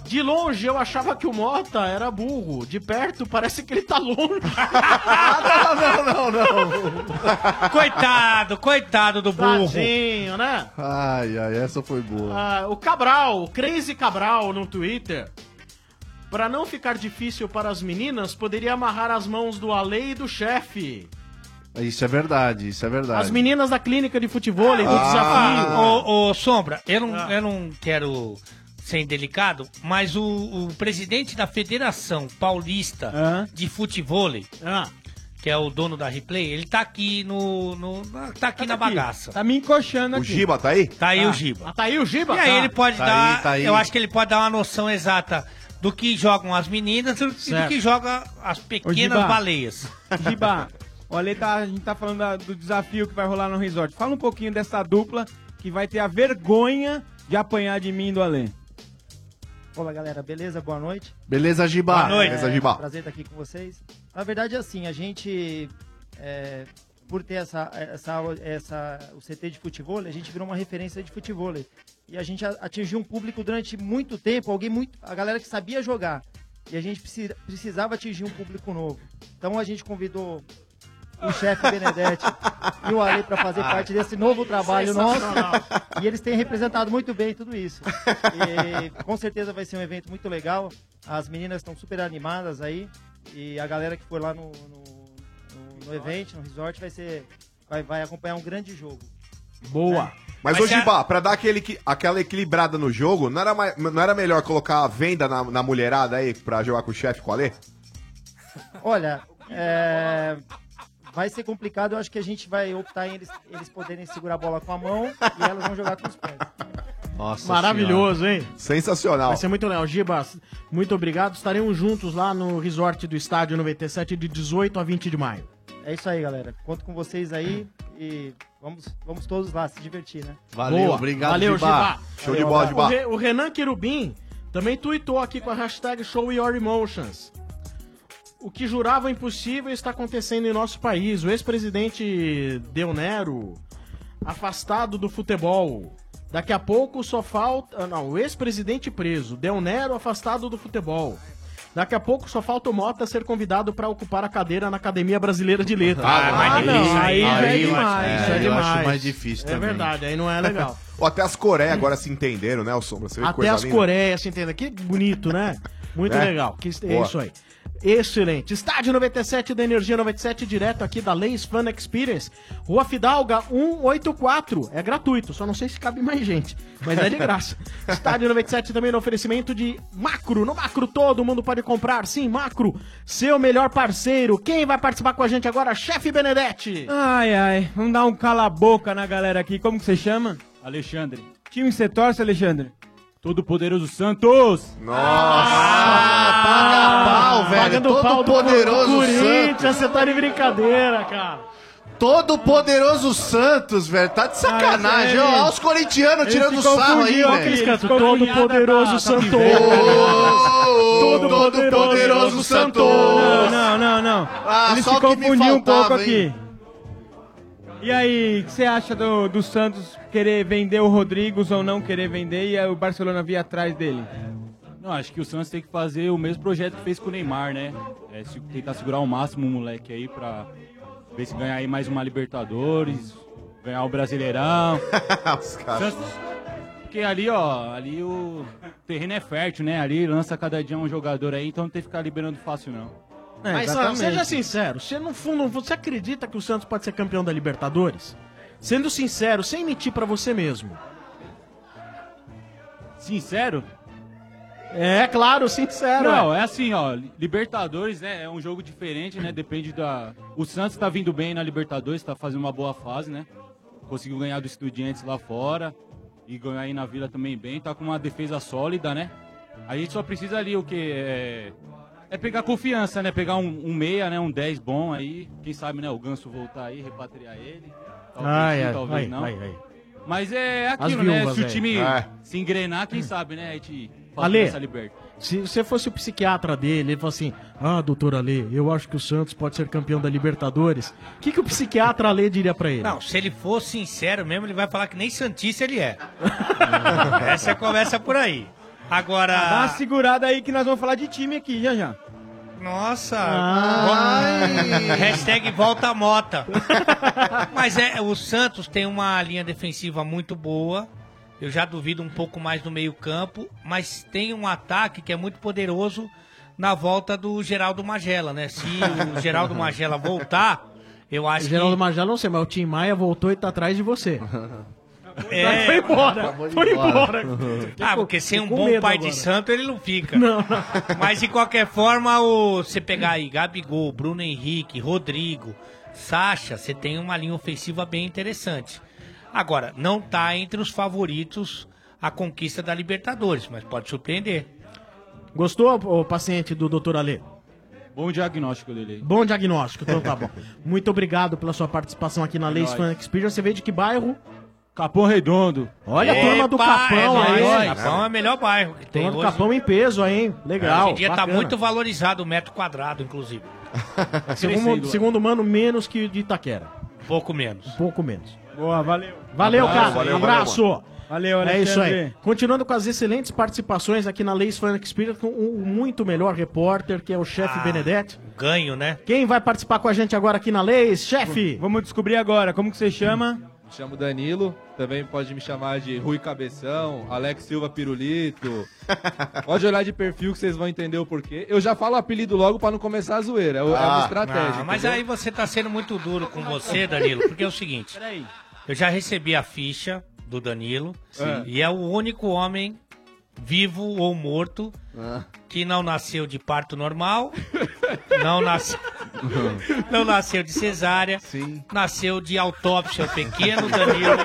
[SPEAKER 19] De longe eu achava que o Mota era burro. De perto parece que ele tá longe.
[SPEAKER 21] [laughs] Ah, não, não, não.
[SPEAKER 15] Coitado, coitado do burro.
[SPEAKER 19] Tadinho, né?
[SPEAKER 21] Ai, ai, essa foi boa.
[SPEAKER 19] Ah, o Cabral, o Crazy Cabral no Twitter. Pra não ficar difícil para as meninas, poderia amarrar as mãos do Ale e do chefe.
[SPEAKER 21] Isso é verdade, isso é verdade.
[SPEAKER 19] As meninas da clínica de futebol do
[SPEAKER 17] Ah.
[SPEAKER 19] desafio.
[SPEAKER 15] Ah, Ô, ô, Sombra, eu não, eu não quero ser indelicado, mas o, o presidente da Federação Paulista de Futebol, que é o dono da Replay, ele tá aqui no, no na- tá aqui na bagaça.
[SPEAKER 7] Tá me encoxando
[SPEAKER 17] O
[SPEAKER 7] aqui. Ah.
[SPEAKER 17] Giba tá aí?
[SPEAKER 15] Tá aí o Giba.
[SPEAKER 19] tá aí o Giba?
[SPEAKER 15] E aí ele pode
[SPEAKER 17] Tá
[SPEAKER 15] dar,
[SPEAKER 17] aí, tá aí.
[SPEAKER 15] eu acho que ele pode dar uma noção exata do que jogam as meninas e do
[SPEAKER 7] Certo.
[SPEAKER 15] que joga as pequenas
[SPEAKER 7] Giba.
[SPEAKER 15] baleias.
[SPEAKER 7] Giba, olha, tá, a gente tá falando da- do desafio que vai rolar no resort. Fala um pouquinho dessa dupla que vai ter a vergonha de apanhar de mim e do Alê.
[SPEAKER 8] [laughs] Olá, galera, beleza? Boa noite.
[SPEAKER 21] Beleza, Giba?
[SPEAKER 8] É,
[SPEAKER 21] Beleza, Giba?
[SPEAKER 8] Prazer estar aqui com vocês. Na verdade, assim, a gente, é, por ter essa, essa, essa, o CT de futebol, a gente virou uma referência de futebol. E a gente a- atingiu um público durante muito tempo, alguém muito, a galera que sabia jogar. E a gente precisa- precisava atingir um público novo. Então a gente convidou o chefe Benedetti e o Ale para fazer parte desse novo trabalho nosso.
[SPEAKER 20] Sensacional.
[SPEAKER 8] E eles têm representado muito bem tudo isso. E, com certeza vai ser um evento muito legal. As meninas estão super animadas aí. E a galera que for lá no, no, no- no evento, no resort, vai, ser, vai, vai acompanhar um grande jogo.
[SPEAKER 21] Né?
[SPEAKER 17] Boa. Mas, ô Gibá, pra dar aquele, equi- aquela equilibrada no jogo, não era, mais- não era melhor colocar a venda na, na mulherada aí pra jogar com o chefe com a Lê?
[SPEAKER 8] Olha, é, vai ser complicado. Eu acho que a gente vai optar em eles, eles poderem segurar a bola com a mão e elas vão jogar com os pés.
[SPEAKER 17] Nossa
[SPEAKER 19] é Maravilhoso,
[SPEAKER 17] Senhora.
[SPEAKER 19] hein?
[SPEAKER 17] Sensacional.
[SPEAKER 19] Vai ser muito legal. Gibas, muito obrigado. Estaremos juntos lá no resort do Estádio 97 de 18 a 20 de maio.
[SPEAKER 8] É isso aí, galera. Conto com vocês aí e vamos, vamos todos lá se divertir, né?
[SPEAKER 19] Boa. Valeu, Gibá.
[SPEAKER 8] Valeu, abraço.
[SPEAKER 19] O, Re- o Renan Querubim também tuitou aqui com a hashtag Show Your Emotions. O que jurava impossível está acontecendo em nosso país. O ex-presidente Deonero, afastado do futebol. Daqui a pouco só falta. ah, Não, o ex-presidente preso. Deonero, afastado do futebol. Daqui a pouco só falta o Mota ser convidado para ocupar a cadeira na Academia Brasileira de Letras.
[SPEAKER 21] Ah, mas
[SPEAKER 19] não,
[SPEAKER 21] isso
[SPEAKER 19] aí
[SPEAKER 21] aí-
[SPEAKER 19] já é
[SPEAKER 21] aí eu acho-
[SPEAKER 19] demais.
[SPEAKER 21] é,
[SPEAKER 19] isso é
[SPEAKER 21] eu acho
[SPEAKER 19] demais.
[SPEAKER 21] mais difícil
[SPEAKER 19] É
[SPEAKER 21] também.
[SPEAKER 19] verdade, aí não
[SPEAKER 21] [laughs]
[SPEAKER 19] é legal.
[SPEAKER 17] Ou até as Coreias agora se entenderam, né, o Sombra? Você vê que
[SPEAKER 19] Até
[SPEAKER 17] coisa
[SPEAKER 19] as
[SPEAKER 17] linda?
[SPEAKER 19] Coreias, você entende? Que bonito, né? Muito
[SPEAKER 17] Né?
[SPEAKER 19] legal. Que, é
[SPEAKER 17] Boa.
[SPEAKER 19] isso aí. Excelente. Estádio 97 da Energia 97, direto aqui da Leis Fan Experience. Rua Fidalga 184. É gratuito, só não sei se cabe mais gente, mas é de
[SPEAKER 17] [laughs]
[SPEAKER 19] graça. Estádio 97 também no oferecimento de Macro. No Macro todo mundo pode comprar. Sim, Macro, seu melhor parceiro. Quem vai participar com a gente agora? Chefe Benedetti.
[SPEAKER 7] Ai, ai. Vamos dar um cala-boca na galera aqui. Como que você chama?
[SPEAKER 30] Alexandre.
[SPEAKER 7] Time você torce, Alexandre?
[SPEAKER 30] Todo-Poderoso Santos!
[SPEAKER 7] Ah!
[SPEAKER 19] Ah,
[SPEAKER 21] pau, velho.
[SPEAKER 19] Pagando
[SPEAKER 21] Todo
[SPEAKER 19] pau do
[SPEAKER 21] poderoso
[SPEAKER 19] Corinthians, você tá de brincadeira, cara.
[SPEAKER 21] Todo poderoso Santos, velho. Tá de sacanagem.
[SPEAKER 19] Ah,
[SPEAKER 21] ó.
[SPEAKER 19] ele-
[SPEAKER 21] Olha os corintianos
[SPEAKER 19] ele
[SPEAKER 21] tirando
[SPEAKER 19] se
[SPEAKER 21] sarro aí,
[SPEAKER 19] confundiu, ó, que
[SPEAKER 21] velho.
[SPEAKER 19] eles cantam, Todo poderoso Santos.
[SPEAKER 21] Todo poderoso Santos.
[SPEAKER 7] Não, não, não, não.
[SPEAKER 21] Ah,
[SPEAKER 7] Ele
[SPEAKER 21] só
[SPEAKER 7] se
[SPEAKER 21] o que me
[SPEAKER 7] confundiu um pouco
[SPEAKER 21] faltava,
[SPEAKER 7] aqui.
[SPEAKER 21] hein?
[SPEAKER 7] E aí, o que você acha do, do Santos querer vender o Rodrigues ou não querer vender e aí o Barcelona vir atrás dele?
[SPEAKER 30] Não, acho que o Santos tem que fazer o mesmo projeto que fez com o Neymar, né? É, se- tentar segurar ao máximo o moleque aí pra ver se ganhar aí mais uma Libertadores, ganhar o Brasileirão.
[SPEAKER 17] Os caras.
[SPEAKER 30] Santos- Porque ali, ó, ali o terreno é fértil, né? Ali lança cada dia um jogador aí, então não tem que ficar liberando fácil, não. É,
[SPEAKER 19] Mas ó, seja sincero, você no fundo, no fundo, você acredita que o Santos pode ser campeão da Libertadores? Sendo sincero, sem mentir pra você mesmo.
[SPEAKER 30] Sincero?
[SPEAKER 19] É, claro, sincero.
[SPEAKER 30] Não,
[SPEAKER 19] é.
[SPEAKER 30] é assim, ó. Libertadores, né? É um jogo diferente, né? Depende da. O Santos tá vindo bem na Libertadores, tá fazendo uma boa fase, né? Conseguiu ganhar do Estudiantes lá fora. E ganhar aí na Vila também bem. Tá com uma defesa sólida, né? A gente só precisa ali o que? É, é pegar confiança, né? Pegar um, um meia, né? Um 10 bom aí. Quem sabe, né? O Ganso voltar aí, repatriar ele. Talvez
[SPEAKER 19] Ai,
[SPEAKER 30] sim,
[SPEAKER 19] ai,
[SPEAKER 30] talvez
[SPEAKER 19] ai,
[SPEAKER 30] não.
[SPEAKER 19] ai, ai.
[SPEAKER 30] Mas é
[SPEAKER 19] As
[SPEAKER 30] aquilo, né?
[SPEAKER 19] viúvas,
[SPEAKER 30] Se o
[SPEAKER 19] velho.
[SPEAKER 30] time
[SPEAKER 19] É.
[SPEAKER 30] se engrenar, quem sabe, né? A gente faz
[SPEAKER 19] Ale,
[SPEAKER 30] essa liberta.
[SPEAKER 19] se você fosse o psiquiatra dele, ele fala assim: Ah, doutor Ale, eu acho que o Santos pode ser campeão da Libertadores. O que, que o psiquiatra Ale diria pra ele?
[SPEAKER 15] Não, se ele for sincero mesmo, ele vai falar que nem Santista ele é. Essa é a conversa por aí. Agora.
[SPEAKER 21] Ah.
[SPEAKER 7] Dá uma segurada aí que nós vamos falar de time aqui, já já. Ah.
[SPEAKER 15] Nossa!
[SPEAKER 7] Ai.
[SPEAKER 15] Hashtag volta a mota. Mas é, o Santos tem uma linha defensiva muito boa. Eu já duvido um pouco mais no meio-campo, mas tem um ataque que é muito poderoso na volta do Geraldo Magela, né? Se o Geraldo Magela voltar, eu acho que.
[SPEAKER 19] Geraldo Magela, não sei, mas o Tim Maia voltou e tá atrás de você.
[SPEAKER 15] É.
[SPEAKER 19] Foi embora,
[SPEAKER 15] Acabou de
[SPEAKER 19] foi
[SPEAKER 15] embora.
[SPEAKER 19] embora.
[SPEAKER 15] [laughs] Ah, porque sem um
[SPEAKER 19] Ficou
[SPEAKER 15] bom
[SPEAKER 19] medo
[SPEAKER 15] pai
[SPEAKER 19] agora.
[SPEAKER 15] de santo ele não fica. [laughs] Mas de qualquer forma, o, você pegar aí Gabigol, Bruno Henrique, Rodrigo, Sacha, você tem uma linha ofensiva bem interessante. Agora, não tá entre os favoritos a conquista da Libertadores, mas pode surpreender.
[SPEAKER 19] Gostou, o paciente do doutor Ale?
[SPEAKER 30] Bom diagnóstico dele aí.
[SPEAKER 19] Bom diagnóstico, então tá bom. Muito obrigado pela sua participação aqui na
[SPEAKER 30] É
[SPEAKER 19] Leis
[SPEAKER 30] nóis.
[SPEAKER 19] Fan Experience. Você veio de que bairro?
[SPEAKER 30] Capão Redondo.
[SPEAKER 19] Olha a turma do Capão
[SPEAKER 15] é nóis.
[SPEAKER 19] aí.
[SPEAKER 15] Capão é o melhor bairro que tem
[SPEAKER 19] Turma do
[SPEAKER 15] hoje.
[SPEAKER 19] Capão em peso aí, hein? Legal.
[SPEAKER 15] Hoje em dia
[SPEAKER 19] bacana. [laughs]
[SPEAKER 15] tá muito valorizado o metro quadrado, inclusive.
[SPEAKER 19] Segundo, segundo mano, menos que o de Itaquera.
[SPEAKER 15] Pouco menos.
[SPEAKER 19] Um pouco menos.
[SPEAKER 7] Boa, valeu.
[SPEAKER 19] Valeu,
[SPEAKER 15] Abraço,
[SPEAKER 19] cara.
[SPEAKER 15] valeu,
[SPEAKER 19] abraço.
[SPEAKER 15] valeu,
[SPEAKER 7] Valeu,
[SPEAKER 19] É
[SPEAKER 7] Alexandre.
[SPEAKER 19] isso aí. Continuando com as excelentes participações aqui na Leis Fan Experience, com o muito melhor repórter, que é o chefe
[SPEAKER 15] Ah.
[SPEAKER 19] Benedetti.
[SPEAKER 15] Ganho, né?
[SPEAKER 19] Quem vai participar com a gente agora aqui na Leis, chefe?
[SPEAKER 7] Vamos descobrir agora. Como que você chama?
[SPEAKER 31] Me chamo Danilo, também pode me chamar de Rui Cabeção, Alex Silva Pirulito. pode olhar de perfil que vocês vão entender o porquê. Eu já falo o apelido logo pra não começar a zoeira, é o- é uma estratégia.
[SPEAKER 15] Ah, mas
[SPEAKER 31] entendeu?
[SPEAKER 15] aí você tá sendo muito duro com você, Danilo, porque é o seguinte. Eu já recebi a ficha do Danilo
[SPEAKER 31] Sim.
[SPEAKER 15] e é o único homem vivo ou morto que não nasceu de parto normal, [laughs] não nasceu não nasceu de cesárea, nasceu de autópsia pequeno, Danilo.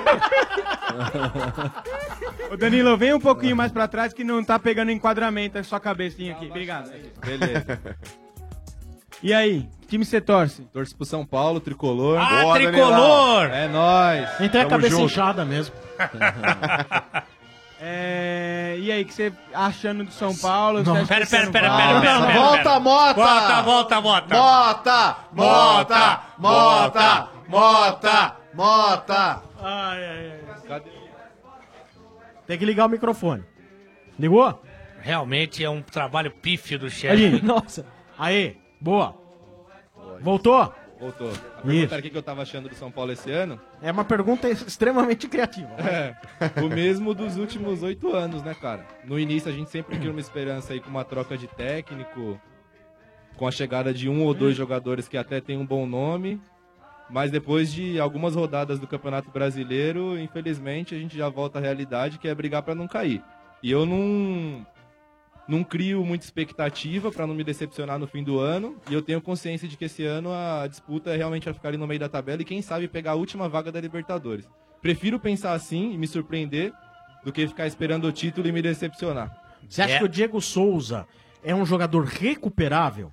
[SPEAKER 7] Ô Danilo, vem um pouquinho mais pra trás que não tá pegando enquadramento a sua cabecinha aqui. Obrigado.
[SPEAKER 31] Beleza.
[SPEAKER 7] E aí, que time você torce?
[SPEAKER 31] Torço pro São Paulo, tricolor.
[SPEAKER 7] Ah, Boa, tricolor!
[SPEAKER 31] É nóis!
[SPEAKER 19] Então é
[SPEAKER 31] Tamo
[SPEAKER 19] cabeça
[SPEAKER 31] junto.
[SPEAKER 19] inchada mesmo.
[SPEAKER 7] É, E aí, o que você achando do São Paulo?
[SPEAKER 19] Não,
[SPEAKER 7] Você acha
[SPEAKER 19] pera,
[SPEAKER 7] que você
[SPEAKER 19] pera,
[SPEAKER 7] não
[SPEAKER 19] pera,
[SPEAKER 7] vai?
[SPEAKER 19] pera, pera, pera, Volta, pera.
[SPEAKER 7] Mota!
[SPEAKER 15] Volta, volta, Mota!
[SPEAKER 21] Mota! Mota! Mota! Mota! Mota!
[SPEAKER 19] Tem que ligar o microfone. Ligou?
[SPEAKER 15] Realmente é um trabalho pífio do
[SPEAKER 7] [laughs]
[SPEAKER 15] chefe.
[SPEAKER 19] Aí, nossa. Aí, boa. Voltou?
[SPEAKER 31] [laughs] Voltou. A
[SPEAKER 19] Isso.
[SPEAKER 31] pergunta era o que que eu tava achando do São Paulo esse ano.
[SPEAKER 19] É uma pergunta extremamente criativa.
[SPEAKER 31] É, o mesmo dos últimos oito anos, né, cara? No início a gente sempre tinha uma esperança aí com uma troca de técnico, com a chegada de um ou dois jogadores que até tem um bom nome, mas depois de algumas rodadas do Campeonato Brasileiro, infelizmente a gente já volta à realidade que é brigar pra não cair. E eu não não crio muita expectativa pra não me decepcionar no fim do ano, e eu tenho consciência de que esse ano a disputa é realmente vai ficar ali no meio da tabela e quem sabe pegar a última vaga da Libertadores. Prefiro pensar assim e me surpreender do que ficar esperando o título e me decepcionar.
[SPEAKER 19] Você acha que o Diego Souza é um jogador recuperável?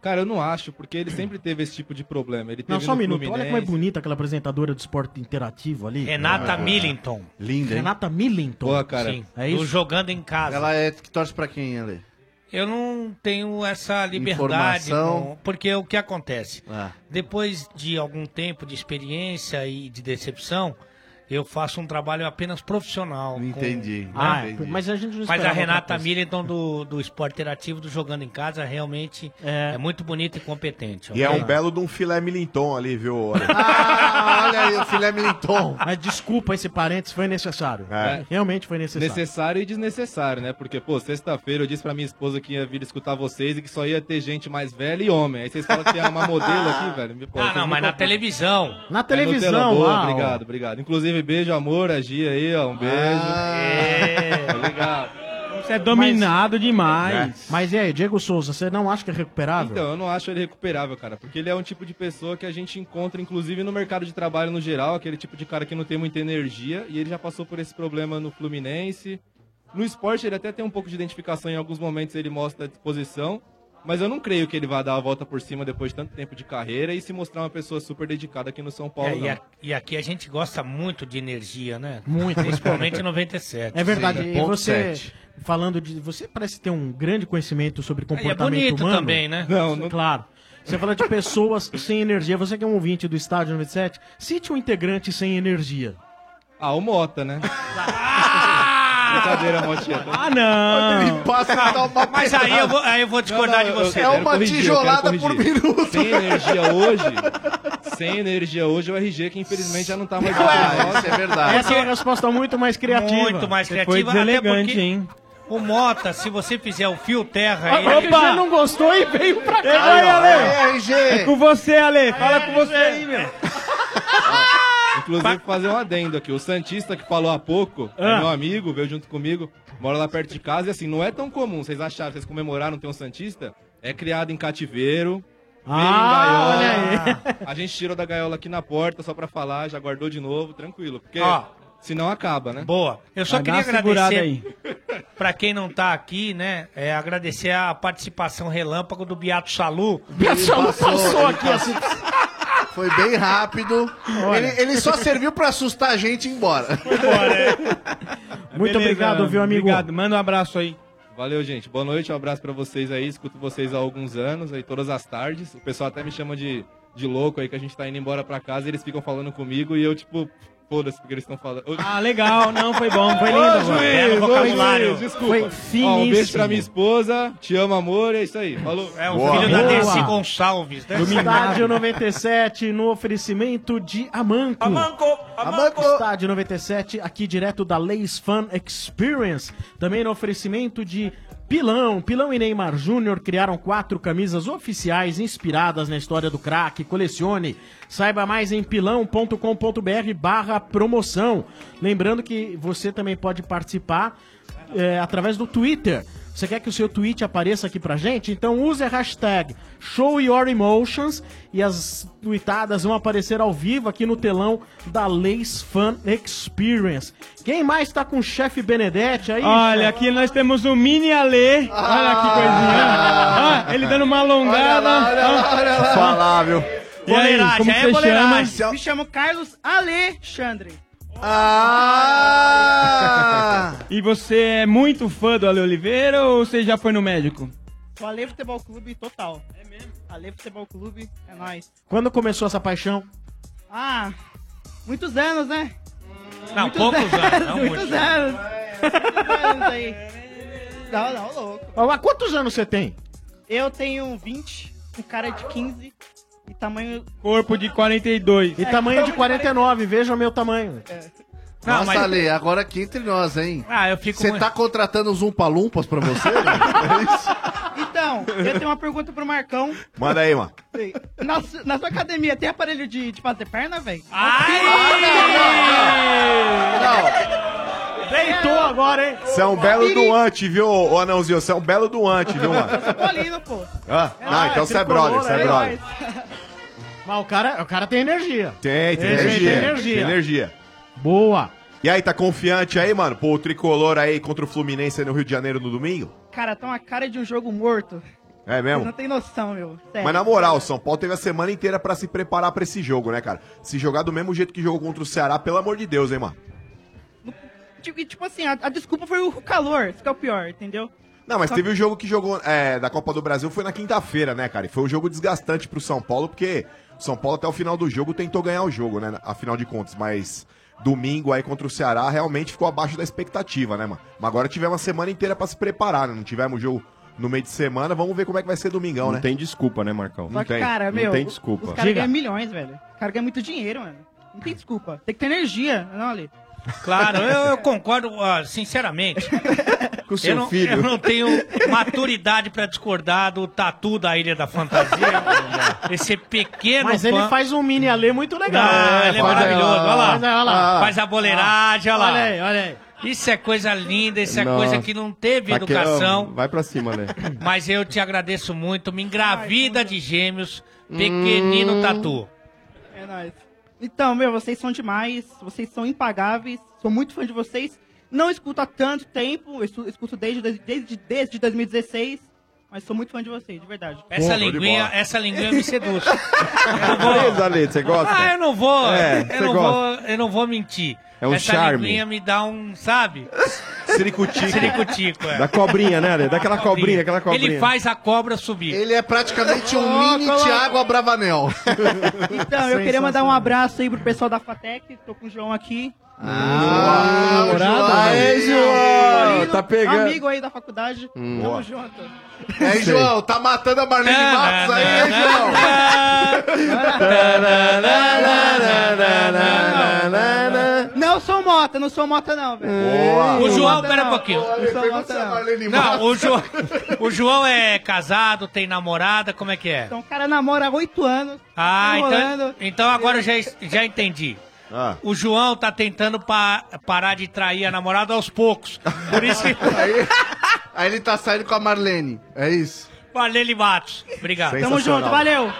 [SPEAKER 31] Cara, eu não acho, porque ele sempre teve esse tipo de problema. Ele teve
[SPEAKER 19] Não, só um
[SPEAKER 31] no
[SPEAKER 19] minuto.
[SPEAKER 7] né?
[SPEAKER 19] Olha
[SPEAKER 31] Fluminense.
[SPEAKER 19] como é bonita aquela apresentadora do esporte interativo ali.
[SPEAKER 31] Renata
[SPEAKER 19] Ah.
[SPEAKER 31] Millington.
[SPEAKER 15] Linda, hein?
[SPEAKER 19] Renata Millington.
[SPEAKER 31] Boa, cara.
[SPEAKER 15] Sim.
[SPEAKER 19] É isso?
[SPEAKER 15] Do jogando em casa.
[SPEAKER 21] Ela é que torce pra quem ali?
[SPEAKER 15] Eu não tenho essa liberdade,
[SPEAKER 21] Informação.
[SPEAKER 15] não, porque o que acontece?
[SPEAKER 21] Ah.
[SPEAKER 15] Depois de algum tempo de experiência e de decepção, eu faço um trabalho apenas profissional. com-
[SPEAKER 21] Entendi.
[SPEAKER 15] né?
[SPEAKER 19] Ah, mas a gente não
[SPEAKER 15] Mas a
[SPEAKER 19] esperava
[SPEAKER 15] Renata
[SPEAKER 19] outra coisa.
[SPEAKER 15] Millington do, do Esporte Interativo, do Jogando em Casa, realmente é, muito bonita e competente.
[SPEAKER 17] E é
[SPEAKER 15] ok?
[SPEAKER 17] um belo de um filé milinton ali, viu?
[SPEAKER 19] Ah, olha aí, o filé Millington. [laughs] Mas desculpa esse parênteses, foi necessário.
[SPEAKER 31] É.
[SPEAKER 19] Realmente foi necessário.
[SPEAKER 31] Necessário e desnecessário, né? Porque, pô, sexta-feira eu disse pra minha esposa que ia vir escutar vocês e que só ia ter gente mais velha e homem. Aí vocês falam que é
[SPEAKER 19] [laughs]
[SPEAKER 31] uma modelo aqui, velho. Me- pô,
[SPEAKER 15] Ah,
[SPEAKER 31] vocês
[SPEAKER 15] não,
[SPEAKER 31] me
[SPEAKER 15] mas na
[SPEAKER 31] confundem.
[SPEAKER 15] televisão.
[SPEAKER 19] Na
[SPEAKER 31] É Nutella, boa,
[SPEAKER 19] lá, ó.
[SPEAKER 31] obrigado, obrigado. Inclusive, beijo, amor, a Gia aí, ó. Um beijo.
[SPEAKER 15] Ah,
[SPEAKER 31] obrigado.
[SPEAKER 7] Você é dominado demais.
[SPEAKER 19] É. Mas e aí, Diego Souza, você não acha que é recuperável?
[SPEAKER 31] Então, eu não acho ele recuperável, cara, porque ele é um tipo de pessoa que a gente encontra, inclusive, no mercado de trabalho no geral, aquele tipo de cara que não tem muita energia, e ele já passou por esse problema no Fluminense. No esporte, ele até tem um pouco de identificação, em alguns momentos ele mostra a disposição, mas eu não creio que ele vá dar a volta por cima depois de tanto tempo de carreira e se mostrar uma pessoa super dedicada aqui no São Paulo,
[SPEAKER 15] É, e,
[SPEAKER 31] não.
[SPEAKER 15] a- e aqui a gente gosta muito de energia, né?
[SPEAKER 19] Muito.
[SPEAKER 15] Principalmente [laughs] em 97.
[SPEAKER 19] É verdade.
[SPEAKER 15] Sim.
[SPEAKER 19] e você, falando de. Você parece ter um grande conhecimento sobre comportamento
[SPEAKER 15] é bonito
[SPEAKER 19] humano.
[SPEAKER 15] também, né?
[SPEAKER 19] Não,
[SPEAKER 15] Não,
[SPEAKER 19] não... Claro. Você fala de pessoas sem energia. Você que é um ouvinte do Estádio 97, cite um integrante sem energia.
[SPEAKER 31] Ah, o Mota,
[SPEAKER 19] [laughs]
[SPEAKER 31] né? Brincadeira, Motinha.
[SPEAKER 19] Ah, não!
[SPEAKER 31] Ele passa e dá uma
[SPEAKER 15] Mas aí eu vou, aí eu vou discordar de você.
[SPEAKER 21] É
[SPEAKER 31] minuto. Sem energia hoje, sem energia hoje é o RG que infelizmente já não tá mais... Ah,
[SPEAKER 21] isso é verdade.
[SPEAKER 19] Essa é uma resposta muito mais criativa.
[SPEAKER 15] Muito mais criativa. até porque O Mota, se você fizer o fio terra...
[SPEAKER 19] Ah, Opa! não gostou e veio pra
[SPEAKER 15] Ei,
[SPEAKER 19] cá.
[SPEAKER 15] vai,
[SPEAKER 19] ó.
[SPEAKER 15] Ale!
[SPEAKER 7] É com você, Ale. Fala com você aí, meu.
[SPEAKER 31] Inclusive, fazer um adendo aqui. O Santista que falou há pouco,
[SPEAKER 15] Ah.
[SPEAKER 31] é meu amigo, veio junto comigo, mora lá perto de casa. E assim, não é tão comum. Vocês acharam, vocês comemoraram ter um Santista? É criado em cativeiro.
[SPEAKER 19] Ah,
[SPEAKER 31] veio em gaiola. [laughs] A gente tirou da gaiola aqui na porta só pra falar, já guardou de novo, tranquilo. Porque
[SPEAKER 15] Ó.
[SPEAKER 31] senão acaba, né?
[SPEAKER 15] Boa. Eu só queria agradecer, pra quem não tá aqui, né, é agradecer a participação relâmpago do Beato Salu.
[SPEAKER 21] Beato Salu passou, passou ele aqui,
[SPEAKER 19] assim.
[SPEAKER 21] passou. Foi bem rápido.
[SPEAKER 15] Olha.
[SPEAKER 21] Ele, ele só serviu pra assustar a gente e ir embora.
[SPEAKER 15] É
[SPEAKER 19] Muito obrigado, viu, amigo?
[SPEAKER 31] Obrigado, manda um abraço aí. Valeu, gente. Boa noite, um abraço pra vocês aí. Escuto vocês há alguns anos, aí todas as tardes. O pessoal até me chama de, de louco aí, que a gente tá indo embora pra casa e eles ficam falando comigo e eu, tipo, foda-se porque eles estão falando.
[SPEAKER 15] Ah, legal. Não, foi bom. Foi lindo.
[SPEAKER 31] Ô,
[SPEAKER 15] mano.
[SPEAKER 31] juiz,
[SPEAKER 15] Belo
[SPEAKER 31] ô,
[SPEAKER 15] vocabulário.
[SPEAKER 31] juiz, desculpa.
[SPEAKER 15] Foi
[SPEAKER 31] Ó, um beijo
[SPEAKER 15] finíssimo.
[SPEAKER 31] pra minha esposa. Te amo, amor. É isso aí. Falou.
[SPEAKER 15] É, o filho da Dercy Gonçalves. né?
[SPEAKER 19] Estádio 97 no oferecimento de Amanco. Amanco, Amanco. Estádio 97 aqui direto da Leis Fan Experience. Também no oferecimento de Pilão. Pilão e Neymar Júnior criaram quatro camisas oficiais inspiradas na história do craque. Colecione. Saiba mais em pilão.com.br barra promoção. Lembrando que você também pode participar é, através do Twitter. Você quer que o seu tweet apareça aqui pra gente? Então use a hashtag ShowYourEmotions e as tweetadas vão aparecer ao vivo aqui no telão da Lace Fan Experience. Quem mais tá com o chefe Benedetti aí?
[SPEAKER 7] Olha, aqui nós temos o Mini Alê. olha
[SPEAKER 19] Ah.
[SPEAKER 7] que coisinha. Ah, ele dando uma alongada. Ah.
[SPEAKER 17] Falar, viu?
[SPEAKER 7] E aí, como
[SPEAKER 19] é
[SPEAKER 7] que você chama?
[SPEAKER 9] É Me chamo Carlos Alexandre.
[SPEAKER 17] Ah!
[SPEAKER 7] E você é muito fã do Ale Oliveira ou você já foi no médico?
[SPEAKER 9] Sou Ale Futebol Clube total. É mesmo? Ale Futebol Clube, é nóis.
[SPEAKER 19] Quando começou essa paixão?
[SPEAKER 9] Ah, muitos anos, né?
[SPEAKER 19] Não, poucos anos, não
[SPEAKER 9] muitos
[SPEAKER 19] muitos.
[SPEAKER 9] anos. [laughs] muitos anos aí. Não, não, louco.
[SPEAKER 19] Há quantos anos você tem?
[SPEAKER 9] Eu tenho 20, um cara de 15 e tamanho...
[SPEAKER 7] Corpo de 42.
[SPEAKER 19] E tamanho de 49, veja meu tamanho.
[SPEAKER 9] é.
[SPEAKER 21] Não,
[SPEAKER 19] Não,
[SPEAKER 21] Nossa,
[SPEAKER 19] mas-
[SPEAKER 21] Ale, agora aqui entre nós, hein?
[SPEAKER 15] Ah, eu fico
[SPEAKER 21] Você
[SPEAKER 15] muito-
[SPEAKER 21] tá contratando os umpa-lumpas pra você?
[SPEAKER 9] Então, eu tenho uma pergunta pro Marcão.
[SPEAKER 17] [laughs] Manda aí, mano.
[SPEAKER 9] Na, su- na sua academia tem aparelho de, de fazer perna, velho?
[SPEAKER 19] Deitou agora, hein?
[SPEAKER 17] Você é um belo doante, viu, ô anãozinho? Você é um belo doante, viu, mano?
[SPEAKER 9] Colina, pô.
[SPEAKER 17] Ah, não, então você é brother, você é brother.
[SPEAKER 19] Mas o cara, o cara tem energia.
[SPEAKER 17] Tem, tem
[SPEAKER 19] Esse aí
[SPEAKER 17] energia.
[SPEAKER 19] tem
[SPEAKER 17] Tem
[SPEAKER 19] energia.
[SPEAKER 17] energia.
[SPEAKER 19] Boa.
[SPEAKER 17] E aí, tá confiante aí, mano? Pô, o tricolor aí contra o Fluminense aí no Rio de Janeiro no domingo?
[SPEAKER 9] Cara, tá uma cara de um jogo morto.
[SPEAKER 17] É
[SPEAKER 9] Vocês não
[SPEAKER 17] mesmo?
[SPEAKER 9] tem noção, meu. Sério.
[SPEAKER 17] Mas na moral, o São Paulo teve a semana inteira pra se preparar pra esse jogo, né, cara? Se jogar do mesmo jeito que jogou contra o Ceará, pelo amor de Deus, hein, mano?
[SPEAKER 9] Tipo, e, tipo assim, a, a desculpa foi o calor, isso que é o pior, entendeu?
[SPEAKER 17] Não, mas
[SPEAKER 9] Só-
[SPEAKER 17] teve o jogo que jogou é, da Copa do Brasil, foi na quinta-feira, né, cara? E foi um jogo desgastante pro São Paulo, porque o São Paulo até o final do jogo tentou ganhar o jogo, né? Afinal de contas, mas domingo aí contra o Ceará realmente ficou abaixo da expectativa, né, mano? Mas agora tivemos uma semana inteira pra se preparar, né? Não tivemos jogo no meio de semana, vamos ver como é que vai ser domingão,
[SPEAKER 22] Não
[SPEAKER 17] né?
[SPEAKER 22] tem desculpa, né, Marcão?
[SPEAKER 9] Só que, cara, meu,
[SPEAKER 22] Não tem desculpa.
[SPEAKER 9] os caras ganham milhões, velho. Os caras ganham muito dinheiro, mano. Não tem desculpa. Tem que ter energia, não, é, Ali?
[SPEAKER 15] Claro, eu, eu concordo, ó,
[SPEAKER 19] [laughs]
[SPEAKER 15] sinceramente. Com
[SPEAKER 9] seu
[SPEAKER 15] eu não,
[SPEAKER 9] filho.
[SPEAKER 15] Eu não tenho maturidade pra discordar do tatu da Ilha
[SPEAKER 19] [laughs]
[SPEAKER 15] da Fantasia. esse pequeno
[SPEAKER 19] Mas ele
[SPEAKER 15] fã-
[SPEAKER 19] faz um mini alê muito legal.
[SPEAKER 15] É. Ah, ele é
[SPEAKER 19] Faz aí,
[SPEAKER 15] maravilhoso.
[SPEAKER 19] ó.
[SPEAKER 15] Olha lá. Ah.
[SPEAKER 19] Faz aí, olha lá.
[SPEAKER 15] Faz a boleiragem, olha lá.
[SPEAKER 19] Olha aí, olha aí.
[SPEAKER 15] Isso é coisa linda, isso é
[SPEAKER 22] Nossa.
[SPEAKER 15] coisa que não teve
[SPEAKER 22] Tá querendo-
[SPEAKER 15] educação.
[SPEAKER 22] Vai pra cima, né?
[SPEAKER 15] Mas eu te agradeço muito. Me engravida de gêmeos, pequenino
[SPEAKER 22] Hum.
[SPEAKER 15] tatu.
[SPEAKER 9] É nóis. Então, meu, vocês são demais, vocês são impagáveis, sou muito fã de vocês. Não escuto há tanto tempo, eu estu- escuto desde, desde, desde 2016, mas sou muito fã de vocês, de verdade.
[SPEAKER 15] Essa
[SPEAKER 22] Pô, show de
[SPEAKER 15] linguinha,
[SPEAKER 22] bola.
[SPEAKER 15] essa linguinha me seduz.
[SPEAKER 22] [laughs] Beleza, Ale, você gosta?
[SPEAKER 15] Ah, eu não vou,
[SPEAKER 22] É,
[SPEAKER 15] eu
[SPEAKER 22] você
[SPEAKER 15] não
[SPEAKER 22] gosta.
[SPEAKER 15] vou, eu não vou mentir.
[SPEAKER 22] É um
[SPEAKER 15] essa
[SPEAKER 22] charme.
[SPEAKER 15] linguinha me dá um, sabe?
[SPEAKER 17] Ciricutico.
[SPEAKER 15] Ciricutico, é.
[SPEAKER 22] Da cobrinha, né, Ale? Daquela cobrinha, aquela cobrinha.
[SPEAKER 15] Ele faz a cobra subir.
[SPEAKER 21] Ele é praticamente um
[SPEAKER 9] Ó,
[SPEAKER 21] mini
[SPEAKER 9] coloca-
[SPEAKER 21] Thiago Abravanel.
[SPEAKER 9] Então, eu queria mandar um abraço aí pro pessoal da Fatec, tô com o João aqui.
[SPEAKER 21] Ah, o João. Aê, João! Tá pegando.
[SPEAKER 9] Amigo aí da faculdade,
[SPEAKER 21] Hum,
[SPEAKER 9] tamo
[SPEAKER 21] boa.
[SPEAKER 9] junto.
[SPEAKER 21] É, hein, João, tá matando a Marlene Matos aí, hein, João?
[SPEAKER 9] Não sou mota, não sou mota não, velho.
[SPEAKER 15] O
[SPEAKER 9] Não sou
[SPEAKER 15] João,
[SPEAKER 9] mota,
[SPEAKER 15] pera um
[SPEAKER 9] não.
[SPEAKER 15] pouquinho.
[SPEAKER 9] Não sou mota, não.
[SPEAKER 15] Não, o João, o João é casado, tem namorada, como é que é?
[SPEAKER 9] Então o cara namora há oito anos.
[SPEAKER 15] Ah, então,
[SPEAKER 9] enrolando.
[SPEAKER 15] então agora eu já, es- já entendi.
[SPEAKER 22] Ah.
[SPEAKER 15] O João tá tentando pa- parar de trair a namorada aos poucos. Por isso
[SPEAKER 22] [laughs]
[SPEAKER 15] que.
[SPEAKER 21] Aí ele tá saindo com a Marlene. É isso.
[SPEAKER 15] Marlene Matos. Obrigado.
[SPEAKER 21] Tamo junto, valeu.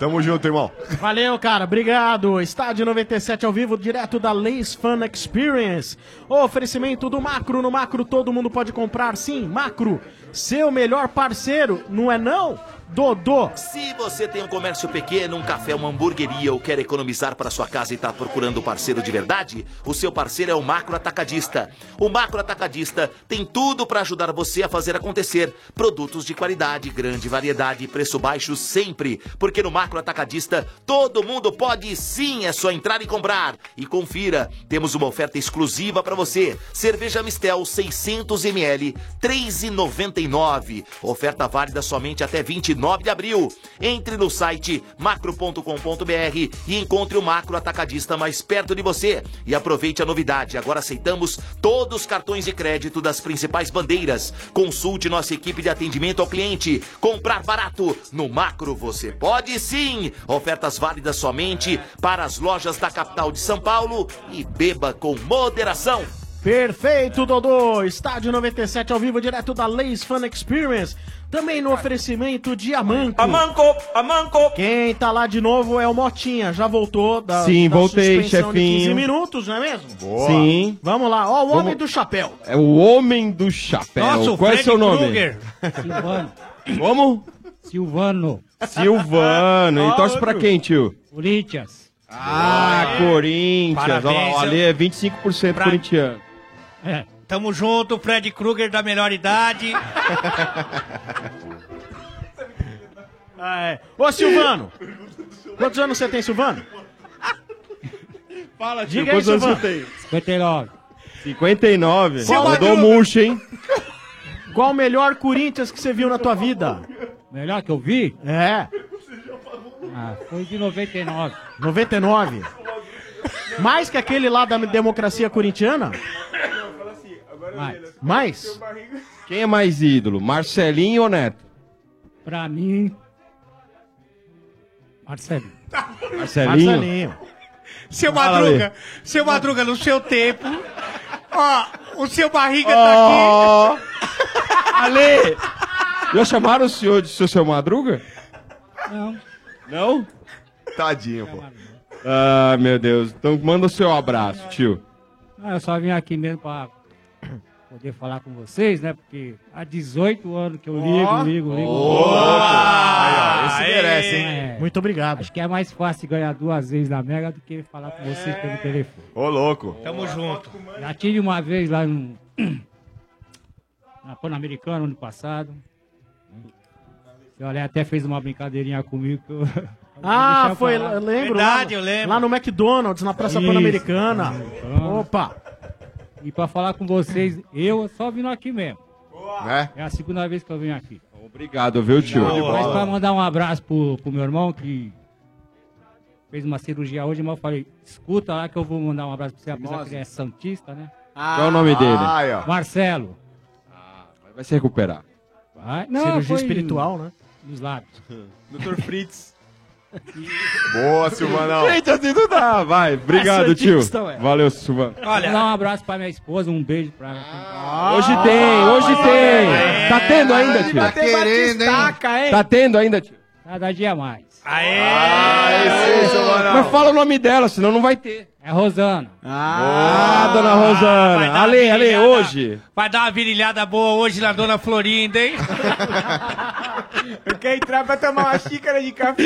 [SPEAKER 17] Tamo junto, irmão.
[SPEAKER 19] Valeu, cara. Obrigado. Estádio 97 ao vivo, direto da Leis Fan Experience. Oferecimento do Macro. No Macro todo mundo pode comprar. Sim, Macro. Seu melhor parceiro, não é não? Dodô.
[SPEAKER 2] Se você tem um comércio pequeno, um café, uma hamburgueria ou quer economizar para sua casa e está procurando um parceiro de verdade, o seu parceiro é o Macro Atacadista. O Macro Atacadista tem tudo para ajudar você a fazer acontecer. Produtos de qualidade, grande variedade e preço baixo sempre. Porque no Macro Atacadista todo mundo pode sim, é só entrar e comprar. E confira, temos uma oferta exclusiva para você. Cerveja Mistel 600ml, 3,99. Oferta válida somente até 29 9 de abril. Entre no site macro.com.br e encontre o macro atacadista mais perto de você. E aproveite a novidade: agora aceitamos todos os cartões de crédito das principais bandeiras. Consulte nossa equipe de atendimento ao cliente. Comprar barato no macro você pode sim. Ofertas válidas somente para as lojas da capital de São Paulo e beba com moderação.
[SPEAKER 19] Perfeito, Dodô! Estádio 97 ao vivo, direto da Leis Fan Experience. Também no oferecimento de Amanco.
[SPEAKER 32] Amanco, Amanco!
[SPEAKER 19] Quem tá lá de novo é o Motinha, já voltou da,
[SPEAKER 22] Sim,
[SPEAKER 19] da
[SPEAKER 22] voltei,
[SPEAKER 19] suspensão de
[SPEAKER 22] chefinho.
[SPEAKER 19] 15 minutos, não é mesmo?
[SPEAKER 22] Boa. Sim.
[SPEAKER 19] Vamos lá, ó, o homem
[SPEAKER 22] Vamos-
[SPEAKER 19] do chapéu.
[SPEAKER 22] É o Homem do Chapéu. Qual é seu nome?
[SPEAKER 20] Silvano.
[SPEAKER 22] Como?
[SPEAKER 20] Silvano.
[SPEAKER 22] Silvano. E torce pra quem, tio?
[SPEAKER 20] Corinthians.
[SPEAKER 22] Ah, Corinthians. Olha lá,
[SPEAKER 15] É. Parabéns,
[SPEAKER 22] o Ale é 25%
[SPEAKER 15] Pra-
[SPEAKER 22] corintiano.
[SPEAKER 15] É. Tamo junto, Fred Krueger da melhor [laughs] idade.
[SPEAKER 19] Ah, é. Ô,
[SPEAKER 22] [laughs]
[SPEAKER 19] Silvano! Quantos anos você tem, Silvano?
[SPEAKER 22] Fala,
[SPEAKER 19] tio,
[SPEAKER 22] Diga aí,
[SPEAKER 19] quantos anos
[SPEAKER 22] Silvano.
[SPEAKER 19] você tem?
[SPEAKER 20] 59.
[SPEAKER 22] 59.
[SPEAKER 19] Seu
[SPEAKER 22] Mandou
[SPEAKER 19] Madruga.
[SPEAKER 22] murcho, hein?
[SPEAKER 19] Qual o melhor Corinthians que você viu na tua vida?
[SPEAKER 20] Melhor que eu vi?
[SPEAKER 19] É.
[SPEAKER 20] Ah, foi de 99.
[SPEAKER 19] 99. Mais que aquele lá da democracia corintiana?
[SPEAKER 20] Mais.
[SPEAKER 19] Mais?
[SPEAKER 22] Quem é mais ídolo, Marcelinho ou Neto?
[SPEAKER 20] Pra mim. Marcelo.
[SPEAKER 22] Marcelinho.
[SPEAKER 32] Seu
[SPEAKER 22] Fala,
[SPEAKER 32] Madruga, seu Madruga, no seu tempo. Ó, o seu barriga tá
[SPEAKER 22] Ó. [laughs]
[SPEAKER 32] aqui.
[SPEAKER 22] Ale! Já chamaram o senhor de seu, seu Madruga?
[SPEAKER 20] Não.
[SPEAKER 22] Não?
[SPEAKER 17] Tadinho, pô.
[SPEAKER 22] Ah, meu Deus. Então manda o seu abraço, tio.
[SPEAKER 20] Ah, eu só vim aqui mesmo pra poder falar com vocês, né? Porque há 18 anos que eu ligo, ligo, ligo.
[SPEAKER 19] esse Aê! merece, hein? Muito obrigado.
[SPEAKER 20] Acho que é mais fácil ganhar duas vezes na Mega do que falar com vocês pelo telefone.
[SPEAKER 17] Ô, louco.
[SPEAKER 15] Tamo junto.
[SPEAKER 20] Já tive uma vez lá no, [clears throat] na Pan-Americana, ano passado. O senhor Ale até fez uma brincadeirinha comigo. que eu-
[SPEAKER 19] Ah,
[SPEAKER 20] [laughs] Deixa
[SPEAKER 19] foi,
[SPEAKER 20] eu falar.
[SPEAKER 19] eu lembro.
[SPEAKER 20] Verdade,
[SPEAKER 19] lá,
[SPEAKER 20] eu lembro.
[SPEAKER 19] Lá no McDonald's, na Praça
[SPEAKER 20] Isso,
[SPEAKER 19] Pan-Americana.
[SPEAKER 20] Pan-Americana.
[SPEAKER 19] Opa!
[SPEAKER 20] E pra falar com vocês, eu só vindo aqui mesmo.
[SPEAKER 17] Né?
[SPEAKER 20] É a segunda vez que eu venho aqui.
[SPEAKER 22] Obrigado, viu, tio?
[SPEAKER 20] Mas pra mandar um abraço pro, pro meu irmão que fez uma cirurgia hoje, mas eu falei, escuta lá que eu vou mandar um abraço pra você, apesar que ele é santista, né?
[SPEAKER 22] Qual é o nome dele? Ah,
[SPEAKER 20] Marcelo.
[SPEAKER 22] Vai se recuperar.
[SPEAKER 20] Vai.
[SPEAKER 22] Cirurgia
[SPEAKER 20] foi
[SPEAKER 22] espiritual,
[SPEAKER 19] né?
[SPEAKER 17] [laughs]
[SPEAKER 20] Nos lábios.
[SPEAKER 22] Dr. Fritz.
[SPEAKER 17] Boa, Silvanão.
[SPEAKER 22] Gente, assim não dá. Vai, obrigado, tio.
[SPEAKER 20] Santista, ué.
[SPEAKER 22] Valeu, Silvano.
[SPEAKER 20] Olha. Dá um abraço pra minha esposa, um beijo pra ela.
[SPEAKER 22] Hoje tem, hoje tem. Ah, Tá tendo ainda, tio?
[SPEAKER 20] Tá querendo, hein? batistaca, hein?
[SPEAKER 22] Tá tendo ainda, tio?
[SPEAKER 20] Cada dia mais.
[SPEAKER 22] Ah, Mas fala o nome dela, senão não vai ter.
[SPEAKER 20] É Rosana.
[SPEAKER 22] Ah, dona Rosana. Ale, Ale, hoje.
[SPEAKER 15] Vai dar uma virilhada boa hoje na Dona Florinda, hein?
[SPEAKER 7] Eu quero entrar pra tomar uma xícara de café.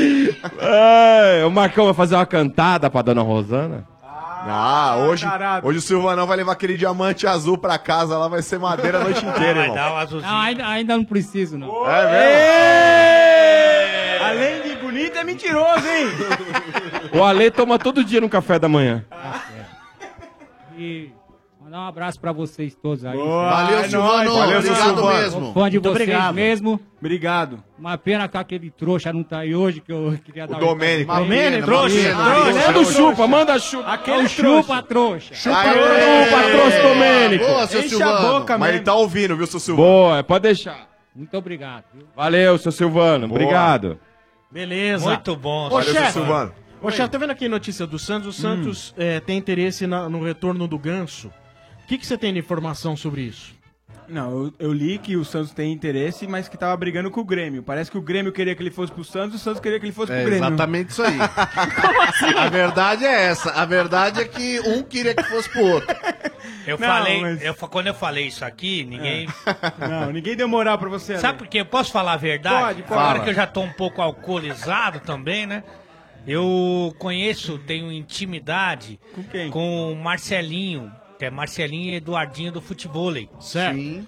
[SPEAKER 22] É, o Marcão vai fazer uma cantada pra dona Rosana.
[SPEAKER 17] Ah, hoje,
[SPEAKER 7] tarado.
[SPEAKER 17] hoje o Silvanão vai levar aquele diamante azul pra casa, lá vai ser madeira a
[SPEAKER 22] [laughs]
[SPEAKER 17] noite inteira, irmão.
[SPEAKER 23] um
[SPEAKER 20] Não, ainda, ainda não preciso, não.
[SPEAKER 7] É. Além de bonito, é mentiroso, hein?
[SPEAKER 22] O Ale toma todo dia no café da manhã.
[SPEAKER 20] E mandar um abraço pra vocês todos aí.
[SPEAKER 22] Boa, Valeu, é Silvano. nóis. Valeu, seu Obrigado Silvano. mesmo.
[SPEAKER 20] Fã de
[SPEAKER 22] Muito
[SPEAKER 20] vocês
[SPEAKER 22] obrigado.
[SPEAKER 20] mesmo.
[SPEAKER 7] Obrigado.
[SPEAKER 20] Uma pena que aquele trouxa não tá aí hoje, que eu queria dar um
[SPEAKER 17] Domênico.
[SPEAKER 20] Uma
[SPEAKER 17] Domênico,
[SPEAKER 20] pena,
[SPEAKER 17] trouxa,
[SPEAKER 20] uma pena.
[SPEAKER 17] trouxa.
[SPEAKER 20] Manda o chupa, manda chupa. Aquele chupa, trouxa.
[SPEAKER 17] Chupa,
[SPEAKER 20] trouxa, trouxa, Domênico.
[SPEAKER 17] Boa, seu
[SPEAKER 20] Enche a
[SPEAKER 17] Silvano.
[SPEAKER 20] boca
[SPEAKER 17] Mas
[SPEAKER 20] mesmo.
[SPEAKER 17] ele tá ouvindo, viu, seu Silvano?
[SPEAKER 22] Boa, é, pode deixar.
[SPEAKER 20] Muito obrigado. viu?
[SPEAKER 22] Valeu, seu Silvano.
[SPEAKER 17] Boa.
[SPEAKER 22] Obrigado.
[SPEAKER 19] Beleza.
[SPEAKER 20] Muito bom,
[SPEAKER 19] Ô,
[SPEAKER 20] Valeu, seu
[SPEAKER 19] chefe,
[SPEAKER 17] Silvano.
[SPEAKER 19] Ô, chefe, tá vendo aqui notícia do Santos? O Santos
[SPEAKER 20] Hum.
[SPEAKER 19] eh, tem interesse na- no retorno do Ganso. O que, que você tem de informação sobre isso?
[SPEAKER 7] Não, eu, eu li que o Santos tem interesse, mas que tava brigando com o Grêmio. Parece que o Grêmio queria que ele fosse pro Santos, o Santos queria que ele fosse
[SPEAKER 21] É
[SPEAKER 7] pro Grêmio.
[SPEAKER 21] exatamente
[SPEAKER 7] [laughs]
[SPEAKER 21] isso aí.
[SPEAKER 15] assim?
[SPEAKER 21] A verdade é essa. A verdade é que um queria que fosse pro outro.
[SPEAKER 15] Eu
[SPEAKER 7] Não,
[SPEAKER 15] falei,
[SPEAKER 7] mas-
[SPEAKER 15] eu fa- quando eu falei isso aqui, ninguém.
[SPEAKER 22] É.
[SPEAKER 7] Não, ninguém deu moral pra você. né?
[SPEAKER 15] Sabe por quê? Eu posso falar a verdade?
[SPEAKER 7] Pode, pode.
[SPEAKER 15] Agora
[SPEAKER 7] Fala.
[SPEAKER 15] que eu já tô um pouco alcoolizado também, né? Eu conheço, tenho intimidade com, o Marcelinho, que é Marcelinho e Eduardinho do futebol. Certo? Sim.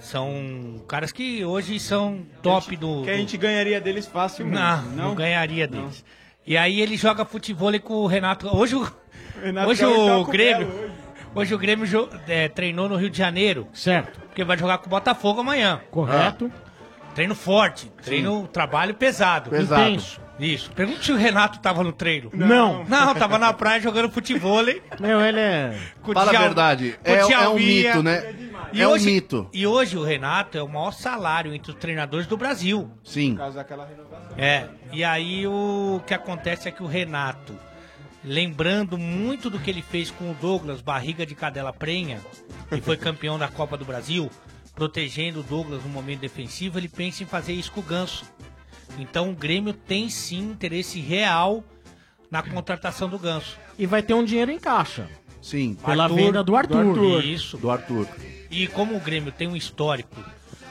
[SPEAKER 15] São caras que hoje são top do.
[SPEAKER 7] Tá. Que a gente ganharia deles fácil mesmo.
[SPEAKER 15] Não, não, ganharia deles. E aí ele joga futebol com o Renato. Hoje o,
[SPEAKER 7] Renato
[SPEAKER 15] hoje
[SPEAKER 7] Gaúcho tá
[SPEAKER 15] o
[SPEAKER 7] com
[SPEAKER 15] Grêmio.
[SPEAKER 7] Belo
[SPEAKER 15] então, Hoje. o Grêmio jo- é, treinou no Rio de Janeiro. Certo. Porque vai jogar com o Botafogo amanhã.
[SPEAKER 19] Correto.
[SPEAKER 15] Ah. Treino forte, treino, trabalho pesado.
[SPEAKER 19] Pesado. Intenso.
[SPEAKER 15] Isso. Pergunta se o Renato tava no treino.
[SPEAKER 19] Não.
[SPEAKER 15] Não, tava na [laughs] praia jogando futebol. hein?
[SPEAKER 19] Meu, ele é.
[SPEAKER 15] Com
[SPEAKER 21] Fala a
[SPEAKER 15] Djal-
[SPEAKER 21] verdade,
[SPEAKER 15] com
[SPEAKER 21] é- é um
[SPEAKER 15] Djalminha.
[SPEAKER 21] mito, né?
[SPEAKER 15] E
[SPEAKER 21] É um
[SPEAKER 15] hoje-
[SPEAKER 21] mito.
[SPEAKER 15] E hoje o Renato é o maior salário entre os treinadores do Brasil.
[SPEAKER 21] Sim.
[SPEAKER 15] É, e aí o que acontece é que o Renato, lembrando muito do que ele fez com o Douglas, barriga de cadela prenha, que foi campeão da Copa do Brasil, protegendo o Douglas no momento defensivo, ele pensa em fazer isso com o Ganso. Então o Grêmio tem sim interesse real na contratação do Ganso.
[SPEAKER 19] E vai ter um dinheiro em caixa.
[SPEAKER 21] Sim.
[SPEAKER 19] Pela
[SPEAKER 15] Arthur,
[SPEAKER 19] venda do Arthur.
[SPEAKER 15] do Arthur. Isso.
[SPEAKER 21] Do Arthur.
[SPEAKER 15] E como o Grêmio tem um histórico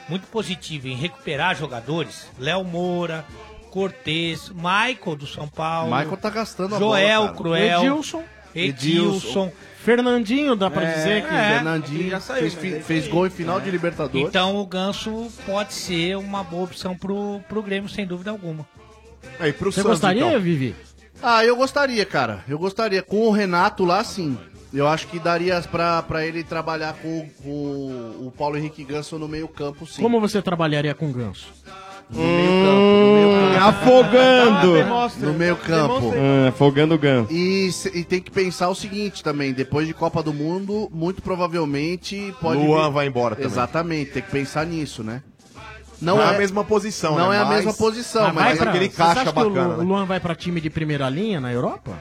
[SPEAKER 15] muito positivo em recuperar jogadores, Léo Moura, Cortez, Michael do São Paulo.
[SPEAKER 21] Michael tá gastando a
[SPEAKER 15] Joel
[SPEAKER 21] bola, cara.
[SPEAKER 15] Cruel.
[SPEAKER 21] Edilson.
[SPEAKER 15] Edilson.
[SPEAKER 19] Fernandinho, dá pra dizer que.
[SPEAKER 21] É, Fernandinho
[SPEAKER 19] né?
[SPEAKER 21] fez, fi- fez gol em final
[SPEAKER 19] É.
[SPEAKER 21] de Libertadores.
[SPEAKER 15] Então o Ganso pode ser uma boa opção pro, pro Grêmio, sem dúvida alguma.
[SPEAKER 17] Aí, pro
[SPEAKER 21] Você Santos, gostaria, então?
[SPEAKER 19] Vivi?
[SPEAKER 21] Ah, eu gostaria, cara. Eu gostaria. Com o Renato lá, sim. Eu acho que daria pra, pra ele trabalhar com, com o Paulo Henrique Ganso no meio campo, sim.
[SPEAKER 19] Como você trabalharia com o Ganso?
[SPEAKER 21] No meio campo, no meio campo. No
[SPEAKER 22] Hum,
[SPEAKER 19] afogando.
[SPEAKER 21] meio campo.
[SPEAKER 22] Ah, afogando o ganso.
[SPEAKER 21] E, se- e tem que pensar o seguinte também, depois de Copa do Mundo, muito provavelmente pode...
[SPEAKER 17] Luan
[SPEAKER 21] vir-
[SPEAKER 17] vai embora também.
[SPEAKER 21] Exatamente, tem que pensar nisso, né?
[SPEAKER 17] Não é a mesma posição,
[SPEAKER 21] Não
[SPEAKER 17] né?
[SPEAKER 21] é a
[SPEAKER 17] Mas-
[SPEAKER 21] mesma posição,
[SPEAKER 17] Mas
[SPEAKER 21] mas,
[SPEAKER 17] vai pra-
[SPEAKER 21] aquele
[SPEAKER 17] Vocês
[SPEAKER 21] caixa
[SPEAKER 19] Acho que o Lu-
[SPEAKER 21] bacana,
[SPEAKER 19] o
[SPEAKER 21] né?
[SPEAKER 19] Luan vai pra time de primeira linha na Europa?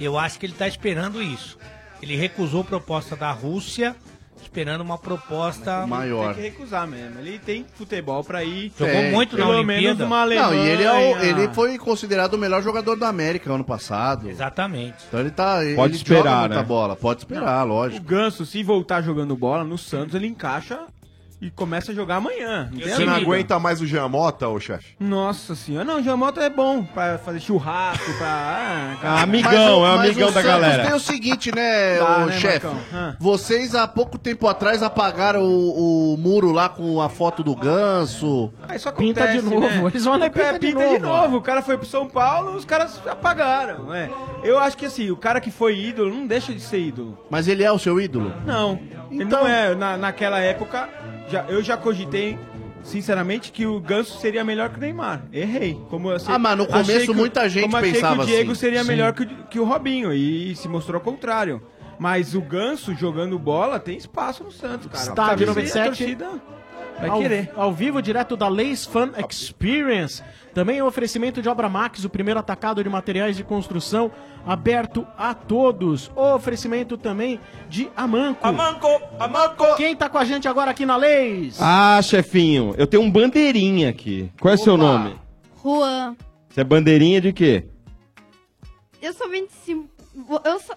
[SPEAKER 15] Eu acho que ele tá esperando isso. Ele recusou a proposta da Rússia, esperando uma proposta
[SPEAKER 7] Tem que recusar mesmo. Ele tem futebol pra ir.
[SPEAKER 15] Jogou muito na
[SPEAKER 7] Pelo
[SPEAKER 15] Olimpíada.
[SPEAKER 7] menos uma Alemanha.
[SPEAKER 21] Não, e ele, é o- ele foi considerado o melhor jogador da América ano passado.
[SPEAKER 15] Exatamente.
[SPEAKER 21] Então ele tá. ele
[SPEAKER 7] Pode
[SPEAKER 21] joga
[SPEAKER 7] esperar,
[SPEAKER 21] muita
[SPEAKER 7] né?
[SPEAKER 21] bola. Pode esperar,
[SPEAKER 7] O
[SPEAKER 21] lógico.
[SPEAKER 7] Ganso, se voltar tá jogando bola no Santos, ele encaixa e começa a jogar amanhã. Não tem
[SPEAKER 17] Você não
[SPEAKER 7] amigo.
[SPEAKER 17] aguenta mais o Jamota, ô chefe?
[SPEAKER 7] Nossa senhora, não, o Jamota é bom pra fazer churrasco, pra. Ah,
[SPEAKER 15] é um
[SPEAKER 21] Mas o- mas o Santos tem o seguinte, né,
[SPEAKER 7] Dá,
[SPEAKER 21] ô
[SPEAKER 7] né,
[SPEAKER 21] chefe?
[SPEAKER 7] Marcão? Ah.
[SPEAKER 21] Vocês há pouco tempo atrás apagaram o, o muro lá com a foto do ganso.
[SPEAKER 7] Ah, isso
[SPEAKER 21] Pinta
[SPEAKER 7] acontece,
[SPEAKER 21] de novo,
[SPEAKER 7] né?
[SPEAKER 21] eles vão lá e
[SPEAKER 7] É,
[SPEAKER 21] pinta de
[SPEAKER 7] de
[SPEAKER 21] novo, ó.
[SPEAKER 7] novo. O cara foi pro São Paulo, os caras apagaram. É. Eu acho que assim, o cara que foi ídolo não deixa de ser ídolo.
[SPEAKER 21] Mas ele é o seu ídolo?
[SPEAKER 7] Não, ele
[SPEAKER 21] Então-
[SPEAKER 7] não é. Na, naquela época, já, eu já cogitei, sinceramente, que o Ganso seria melhor que o Neymar. Errei. Como eu sei-
[SPEAKER 21] Ah, mas no
[SPEAKER 7] achei
[SPEAKER 21] começo
[SPEAKER 7] que o-
[SPEAKER 21] muita gente
[SPEAKER 7] como achei
[SPEAKER 21] pensava
[SPEAKER 7] que o Diego
[SPEAKER 21] assim.
[SPEAKER 7] seria
[SPEAKER 21] Sim.
[SPEAKER 7] melhor que o, que o Robinho, e, se mostrou ao contrário. Mas o Ganso jogando bola tem espaço no Santos, cara.
[SPEAKER 19] Estádio
[SPEAKER 7] Sabe se a
[SPEAKER 19] 97.
[SPEAKER 7] torcida Vai
[SPEAKER 19] ao,
[SPEAKER 7] querer.
[SPEAKER 19] ao vivo, direto da Lace Fan Experience. Também o oferecimento de Obra Max, o primeiro atacado de materiais de construção, aberto a todos. O oferecimento também de Amanco. Amanco,
[SPEAKER 7] Amanco!
[SPEAKER 19] Quem tá com a gente agora aqui na Lace?
[SPEAKER 22] Ah, chefinho, eu tenho um bandeirinha aqui. Qual é o seu nome?
[SPEAKER 27] Juan,
[SPEAKER 22] Você é bandeirinha de quê?
[SPEAKER 27] eu sou 25. Eu sou.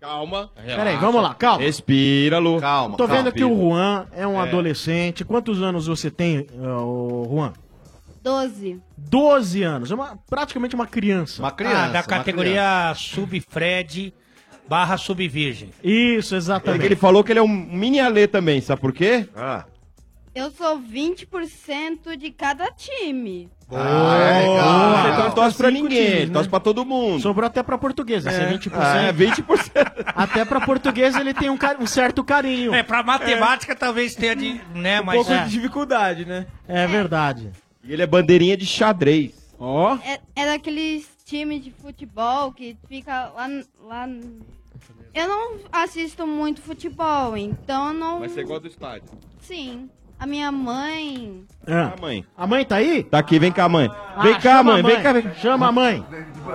[SPEAKER 22] Calma.
[SPEAKER 19] Peraí, vamos lá, calma.
[SPEAKER 22] Respira, Lu. Calma.
[SPEAKER 19] Tô vendo que o Juan é um
[SPEAKER 22] É.
[SPEAKER 19] adolescente. Quantos anos você tem, eh, ô, Juan?
[SPEAKER 27] 12.
[SPEAKER 19] 12 anos. É uma, praticamente uma criança. Uma
[SPEAKER 15] ah, da categoria sub-Fred barra sub-Virgem.
[SPEAKER 19] Isso,
[SPEAKER 22] É que
[SPEAKER 19] exatamente.
[SPEAKER 22] Ele falou que ele é um mini Alê também, sabe por quê? Ah.
[SPEAKER 27] Eu sou 20% de cada time.
[SPEAKER 22] Boa. Então não torce pra ninguém, ele torce pra todo mundo.
[SPEAKER 19] né? Sobrou até pra portuguesa, se é 20%.
[SPEAKER 22] É, 20%.
[SPEAKER 19] [laughs] Até pra portuguesa ele tem um, ca- um certo carinho.
[SPEAKER 15] É, pra matemática talvez tenha de. né,
[SPEAKER 22] Um
[SPEAKER 15] mas.
[SPEAKER 19] pouco
[SPEAKER 15] é.
[SPEAKER 19] de
[SPEAKER 7] dificuldade, né?
[SPEAKER 19] É verdade.
[SPEAKER 22] E ele é bandeirinha de xadrez.
[SPEAKER 7] Ó.
[SPEAKER 27] É, é daqueles times de futebol que fica lá, n- lá. n- Eu não assisto muito futebol, então eu não.
[SPEAKER 22] Mas você gosta do estádio.
[SPEAKER 27] Sim. A minha mãe.
[SPEAKER 22] A mãe.
[SPEAKER 19] É. A mãe tá aí? Ah,
[SPEAKER 22] Tá aqui, vem cá, mãe. vem cá,
[SPEAKER 19] chama
[SPEAKER 22] mãe,
[SPEAKER 19] a
[SPEAKER 22] vem cá, vem cá.
[SPEAKER 19] Chama a mãe.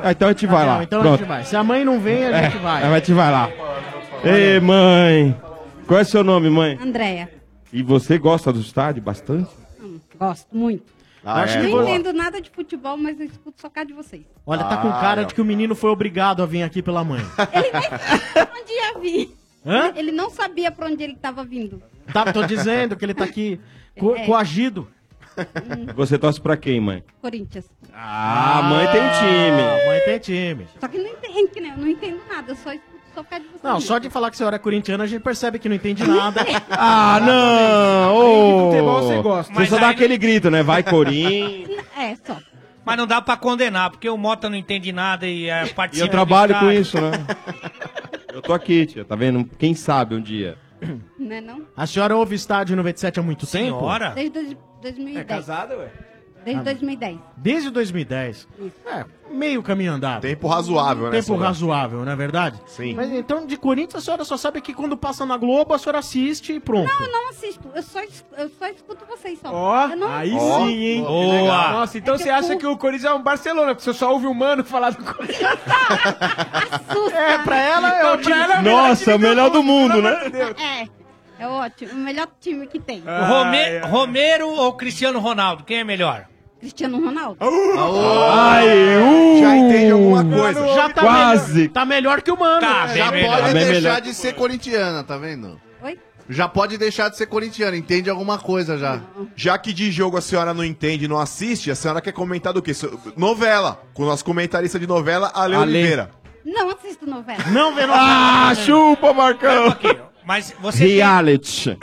[SPEAKER 22] Ah, então a gente vai
[SPEAKER 19] Ah,
[SPEAKER 22] lá.
[SPEAKER 19] não, então a
[SPEAKER 22] Pronto.
[SPEAKER 19] gente vai. Se a mãe não vem, a gente
[SPEAKER 22] É,
[SPEAKER 19] vai.
[SPEAKER 22] A gente vai lá. Ei, mãe. Qual é seu nome, mãe?
[SPEAKER 14] Andréia.
[SPEAKER 22] E você gosta do estádio bastante?
[SPEAKER 14] Hum, Gosto muito.
[SPEAKER 22] Ah,
[SPEAKER 14] Acho
[SPEAKER 22] é?
[SPEAKER 14] que não
[SPEAKER 22] Boa.
[SPEAKER 14] entendo nada de futebol, mas eu escuto só cá de vocês.
[SPEAKER 19] Olha, tá com
[SPEAKER 22] Ah,
[SPEAKER 19] cara
[SPEAKER 22] não.
[SPEAKER 19] de que o menino foi obrigado a vir aqui pela mãe.
[SPEAKER 14] Um dia vi.
[SPEAKER 19] Hã?
[SPEAKER 14] Ele não sabia pra onde ele tava vindo.
[SPEAKER 19] Tá, tô dizendo que ele tá aqui co-
[SPEAKER 14] É.
[SPEAKER 19] coagido.
[SPEAKER 22] Você torce pra quem, mãe?
[SPEAKER 14] Corinthians.
[SPEAKER 22] Ah, mãe tem time.
[SPEAKER 19] Mãe tem time.
[SPEAKER 14] Só que não entendo, que nem- eu não entendo nada, eu só escuto só por causa de você.
[SPEAKER 19] Não,
[SPEAKER 14] mesmo.
[SPEAKER 19] só de falar que a senhora é corintiana, a gente percebe que não entende nada.
[SPEAKER 22] Ah, não! Ô!
[SPEAKER 19] futebol você gosta.
[SPEAKER 22] Você
[SPEAKER 19] Mas
[SPEAKER 22] só
[SPEAKER 19] aí
[SPEAKER 22] dá
[SPEAKER 19] não-
[SPEAKER 22] aquele grito, né? Vai, Corinthians.
[SPEAKER 14] É, só.
[SPEAKER 15] Mas não dá pra condenar, porque o Mota não entende nada [laughs] e é
[SPEAKER 22] E
[SPEAKER 15] participa.
[SPEAKER 22] eu
[SPEAKER 15] do
[SPEAKER 22] trabalho com
[SPEAKER 15] estádio.
[SPEAKER 22] isso, né? [laughs] Eu tô aqui, tia, tá vendo? Quem sabe um dia.
[SPEAKER 14] Né, não?
[SPEAKER 19] A senhora ouve [laughs] estádio 97 há muito tempo?
[SPEAKER 14] Desde dois- 2010.
[SPEAKER 19] É casada,
[SPEAKER 14] ué? Desde
[SPEAKER 19] Ah.
[SPEAKER 14] 2010.
[SPEAKER 19] Desde 2010. É, meio caminho andado. Tempo
[SPEAKER 17] razoável, né,
[SPEAKER 19] Tempo
[SPEAKER 17] senhora?
[SPEAKER 19] razoável, não é verdade? Sim. Mas então, de Corinthians, a senhora só sabe que quando passa na Globo, a senhora assiste e pronto.
[SPEAKER 14] Não, eu não assisto, eu só, es- eu só escuto vocês só.
[SPEAKER 7] Ó, Ah,
[SPEAKER 14] Eu não-
[SPEAKER 7] aí
[SPEAKER 19] Ó,
[SPEAKER 7] sim, hein?
[SPEAKER 19] ó, que legal. Boa.
[SPEAKER 7] Nossa, então
[SPEAKER 14] É que
[SPEAKER 7] você
[SPEAKER 14] eu
[SPEAKER 7] acha
[SPEAKER 14] curto.
[SPEAKER 7] que o Corinthians é um Barcelona, porque você só ouve o Mano falar do Corinthians.
[SPEAKER 14] É,
[SPEAKER 7] pra ela é o time-
[SPEAKER 22] Nossa, o melhor do mundo, né?
[SPEAKER 14] É, é ótimo, o melhor time que tem.
[SPEAKER 7] Ah.
[SPEAKER 15] O Rome-
[SPEAKER 19] Ah, é.
[SPEAKER 15] Romero ou Cristiano Ronaldo? Quem é melhor?
[SPEAKER 14] Cristiano Ronaldo.
[SPEAKER 22] Ai, uh,
[SPEAKER 15] Já
[SPEAKER 17] entende alguma
[SPEAKER 15] coisa.
[SPEAKER 19] Já tá
[SPEAKER 22] Quase.
[SPEAKER 19] melhor- tá melhor que o Mano.
[SPEAKER 21] Tá
[SPEAKER 19] já
[SPEAKER 21] bem melhor. Tá
[SPEAKER 19] pode
[SPEAKER 21] bem
[SPEAKER 19] deixar
[SPEAKER 21] melhor.
[SPEAKER 19] de...
[SPEAKER 21] de ser corintiana, tá vendo?
[SPEAKER 14] Oi?
[SPEAKER 21] Já pode deixar de ser corintiana, entende alguma coisa já.
[SPEAKER 17] Já que de jogo a senhora não entende e não assiste, a senhora quer comentar do quê? So- Novela, com o nosso comentarista de novela, Ale
[SPEAKER 15] Ale.
[SPEAKER 17] Oliveira.
[SPEAKER 14] Não assisto novela.
[SPEAKER 19] Não vê
[SPEAKER 22] Ah, chupa, Marcão!
[SPEAKER 15] Mas você tem-
[SPEAKER 22] Reality.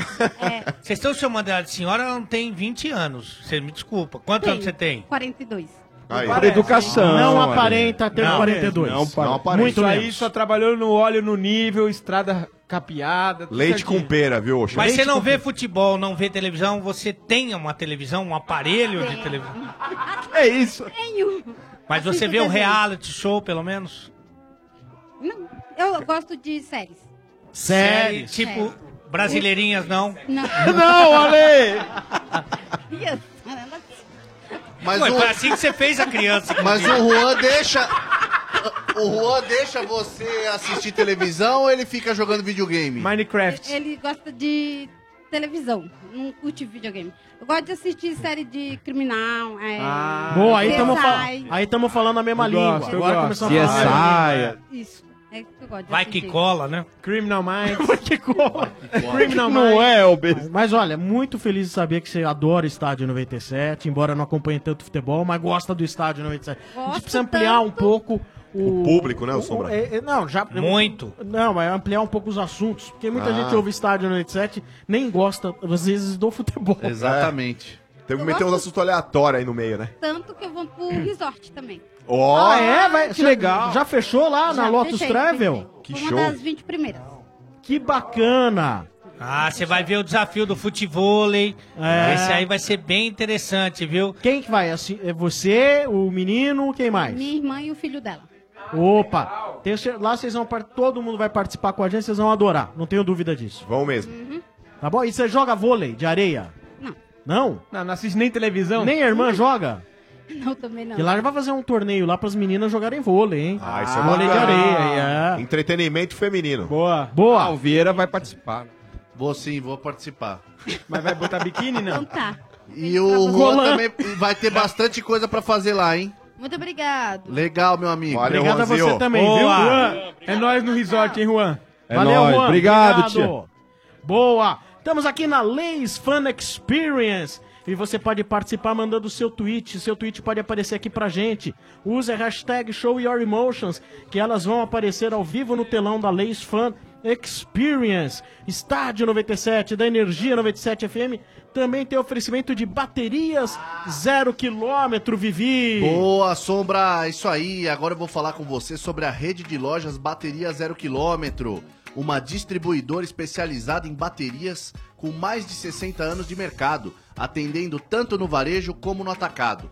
[SPEAKER 15] Vocês estão chamando ela de senhora, ela não tem 20 anos. Você me desculpa. Quantos
[SPEAKER 14] Tem.
[SPEAKER 15] anos você tem?
[SPEAKER 14] 42.
[SPEAKER 22] Por educação.
[SPEAKER 19] Não
[SPEAKER 22] olha.
[SPEAKER 19] aparenta ter
[SPEAKER 7] Não,
[SPEAKER 19] 42.
[SPEAKER 7] mesmo.
[SPEAKER 22] Não
[SPEAKER 7] Parece. Muito Isso aí só trabalhou no óleo, no nível, estrada capiada. tudo
[SPEAKER 17] Leite
[SPEAKER 7] certinho.
[SPEAKER 17] com pera, viu, É. Oxa?
[SPEAKER 15] Mas você não vê futebol, não vê televisão, você tem uma televisão, um aparelho de televisão.
[SPEAKER 7] É isso.
[SPEAKER 14] Tenho.
[SPEAKER 15] Mas você
[SPEAKER 14] Assisto
[SPEAKER 15] vê um
[SPEAKER 14] desenho.
[SPEAKER 15] reality show, pelo menos?
[SPEAKER 14] Não, eu gosto de séries.
[SPEAKER 15] Série,
[SPEAKER 14] Séries.
[SPEAKER 15] Tipo,
[SPEAKER 21] [laughs]
[SPEAKER 15] brasileirinhas, não?
[SPEAKER 14] Não. Yes.
[SPEAKER 21] Mas
[SPEAKER 15] Ué,
[SPEAKER 21] o-
[SPEAKER 15] Foi assim que você fez a criança.
[SPEAKER 21] Mas o
[SPEAKER 15] inclusive.
[SPEAKER 21] Juan deixa. O Juan deixa você assistir televisão ou ele fica jogando videogame?
[SPEAKER 7] Minecraft.
[SPEAKER 14] Ele gosta de televisão, não curte videogame. Eu gosto de assistir série de criminal. É,
[SPEAKER 7] Ah.
[SPEAKER 19] Boa, aí estamos
[SPEAKER 14] CSI.
[SPEAKER 19] falando a mesma
[SPEAKER 14] Eu
[SPEAKER 19] língua.
[SPEAKER 14] gosto, eu
[SPEAKER 19] Agora
[SPEAKER 14] gosto.
[SPEAKER 19] começamos
[SPEAKER 14] Se
[SPEAKER 19] a
[SPEAKER 14] é
[SPEAKER 19] falar.
[SPEAKER 14] saia. Isso. É isso que eu gosto. de
[SPEAKER 15] Vai que
[SPEAKER 14] assistir.
[SPEAKER 15] cola, né?
[SPEAKER 22] [laughs]
[SPEAKER 19] Criminal Minds. Vai que cola. Criminal
[SPEAKER 15] Não
[SPEAKER 19] Minds.
[SPEAKER 22] é, o
[SPEAKER 19] Mas olha, muito feliz de saber que você adora o Estádio 97, embora não acompanhe tanto futebol, mas gosta do Estádio 97. a gente
[SPEAKER 17] Gosto
[SPEAKER 19] precisa ampliar um pouco o...
[SPEAKER 17] O público, né, o Sombra?
[SPEAKER 19] é- é- não, já...
[SPEAKER 17] Muito.
[SPEAKER 19] Não, mas ampliar um pouco os assuntos, porque muita
[SPEAKER 17] Ah.
[SPEAKER 19] gente ouve Estádio 97, nem gosta, às vezes, do
[SPEAKER 17] [laughs]
[SPEAKER 19] futebol.
[SPEAKER 17] Exatamente. Tem que
[SPEAKER 14] Eu
[SPEAKER 17] meter uns
[SPEAKER 14] gosto-
[SPEAKER 17] assuntos aleatórios aí no meio, né?
[SPEAKER 14] Tanto que eu vou
[SPEAKER 19] [clears throat]
[SPEAKER 14] pro resort também.
[SPEAKER 17] Ó!
[SPEAKER 19] Ah, é? Vai,
[SPEAKER 17] Que
[SPEAKER 19] que
[SPEAKER 17] legal.
[SPEAKER 19] legal. Já fechou lá Tá né? na
[SPEAKER 14] Já
[SPEAKER 19] Lotus
[SPEAKER 14] fechei,
[SPEAKER 19] Travel?
[SPEAKER 14] fechei. Foi Uma das 20 primeiras.
[SPEAKER 19] É. Que bacana.
[SPEAKER 15] Ah, você vai ver o desafio do futevôlei.
[SPEAKER 19] É.
[SPEAKER 15] Esse aí vai ser bem interessante, viu?
[SPEAKER 19] Quem que vai? Assim, é você, o menino, quem mais?
[SPEAKER 14] Minha irmã e o filho dela.
[SPEAKER 19] Opa! Tenho cer- lá vocês vão par- todo mundo vai participar com a gente, vocês vão adorar, não tenho dúvida disso.
[SPEAKER 17] Vão mesmo.
[SPEAKER 14] Uhum.
[SPEAKER 19] Tá bom? E você joga vôlei de areia? Não.
[SPEAKER 7] Não, não assiste nem televisão.
[SPEAKER 19] Nem a irmã joga?
[SPEAKER 14] [laughs] Não, também não.
[SPEAKER 19] Que lá já vai fazer um torneio lá pras meninas jogarem vôlei, hein?
[SPEAKER 17] Ah, isso é
[SPEAKER 19] vôlei de
[SPEAKER 17] bacana.
[SPEAKER 19] areia, é.
[SPEAKER 17] Entretenimento feminino.
[SPEAKER 7] Boa.
[SPEAKER 19] Boa.
[SPEAKER 21] Ah, o Vieira vai participar. Vou sim, vou participar.
[SPEAKER 7] Mas vai botar biquíni, não?
[SPEAKER 14] Então tá.
[SPEAKER 21] E o Juan
[SPEAKER 14] Colan.
[SPEAKER 21] também vai ter bastante coisa pra fazer lá, hein?
[SPEAKER 14] Muito obrigado.
[SPEAKER 21] Legal, meu amigo.
[SPEAKER 17] Valeu, Obrigado a Juanzinho. você
[SPEAKER 19] também,
[SPEAKER 7] Boa.
[SPEAKER 19] viu?
[SPEAKER 7] Juan, é nós no resort, hein, Juan?
[SPEAKER 19] É Valeu, Juan. Boa. Estamos aqui na Leis Fan Experience. E você pode participar mandando o seu tweet. Seu tweet pode aparecer aqui pra gente. Use a hashtag Show Your Emotions, que elas vão aparecer ao vivo no telão da Leis Fan Experience. Estádio 97, da Energia 97 FM. Também tem oferecimento de baterias zero quilômetro, Vivi.
[SPEAKER 21] Boa, Sombra, isso aí. Agora eu vou falar com você sobre a rede de lojas Bateria Zero Quilômetro. Uma distribuidora especializada em baterias com mais de 60 anos de mercado, atendendo tanto no varejo como no atacado.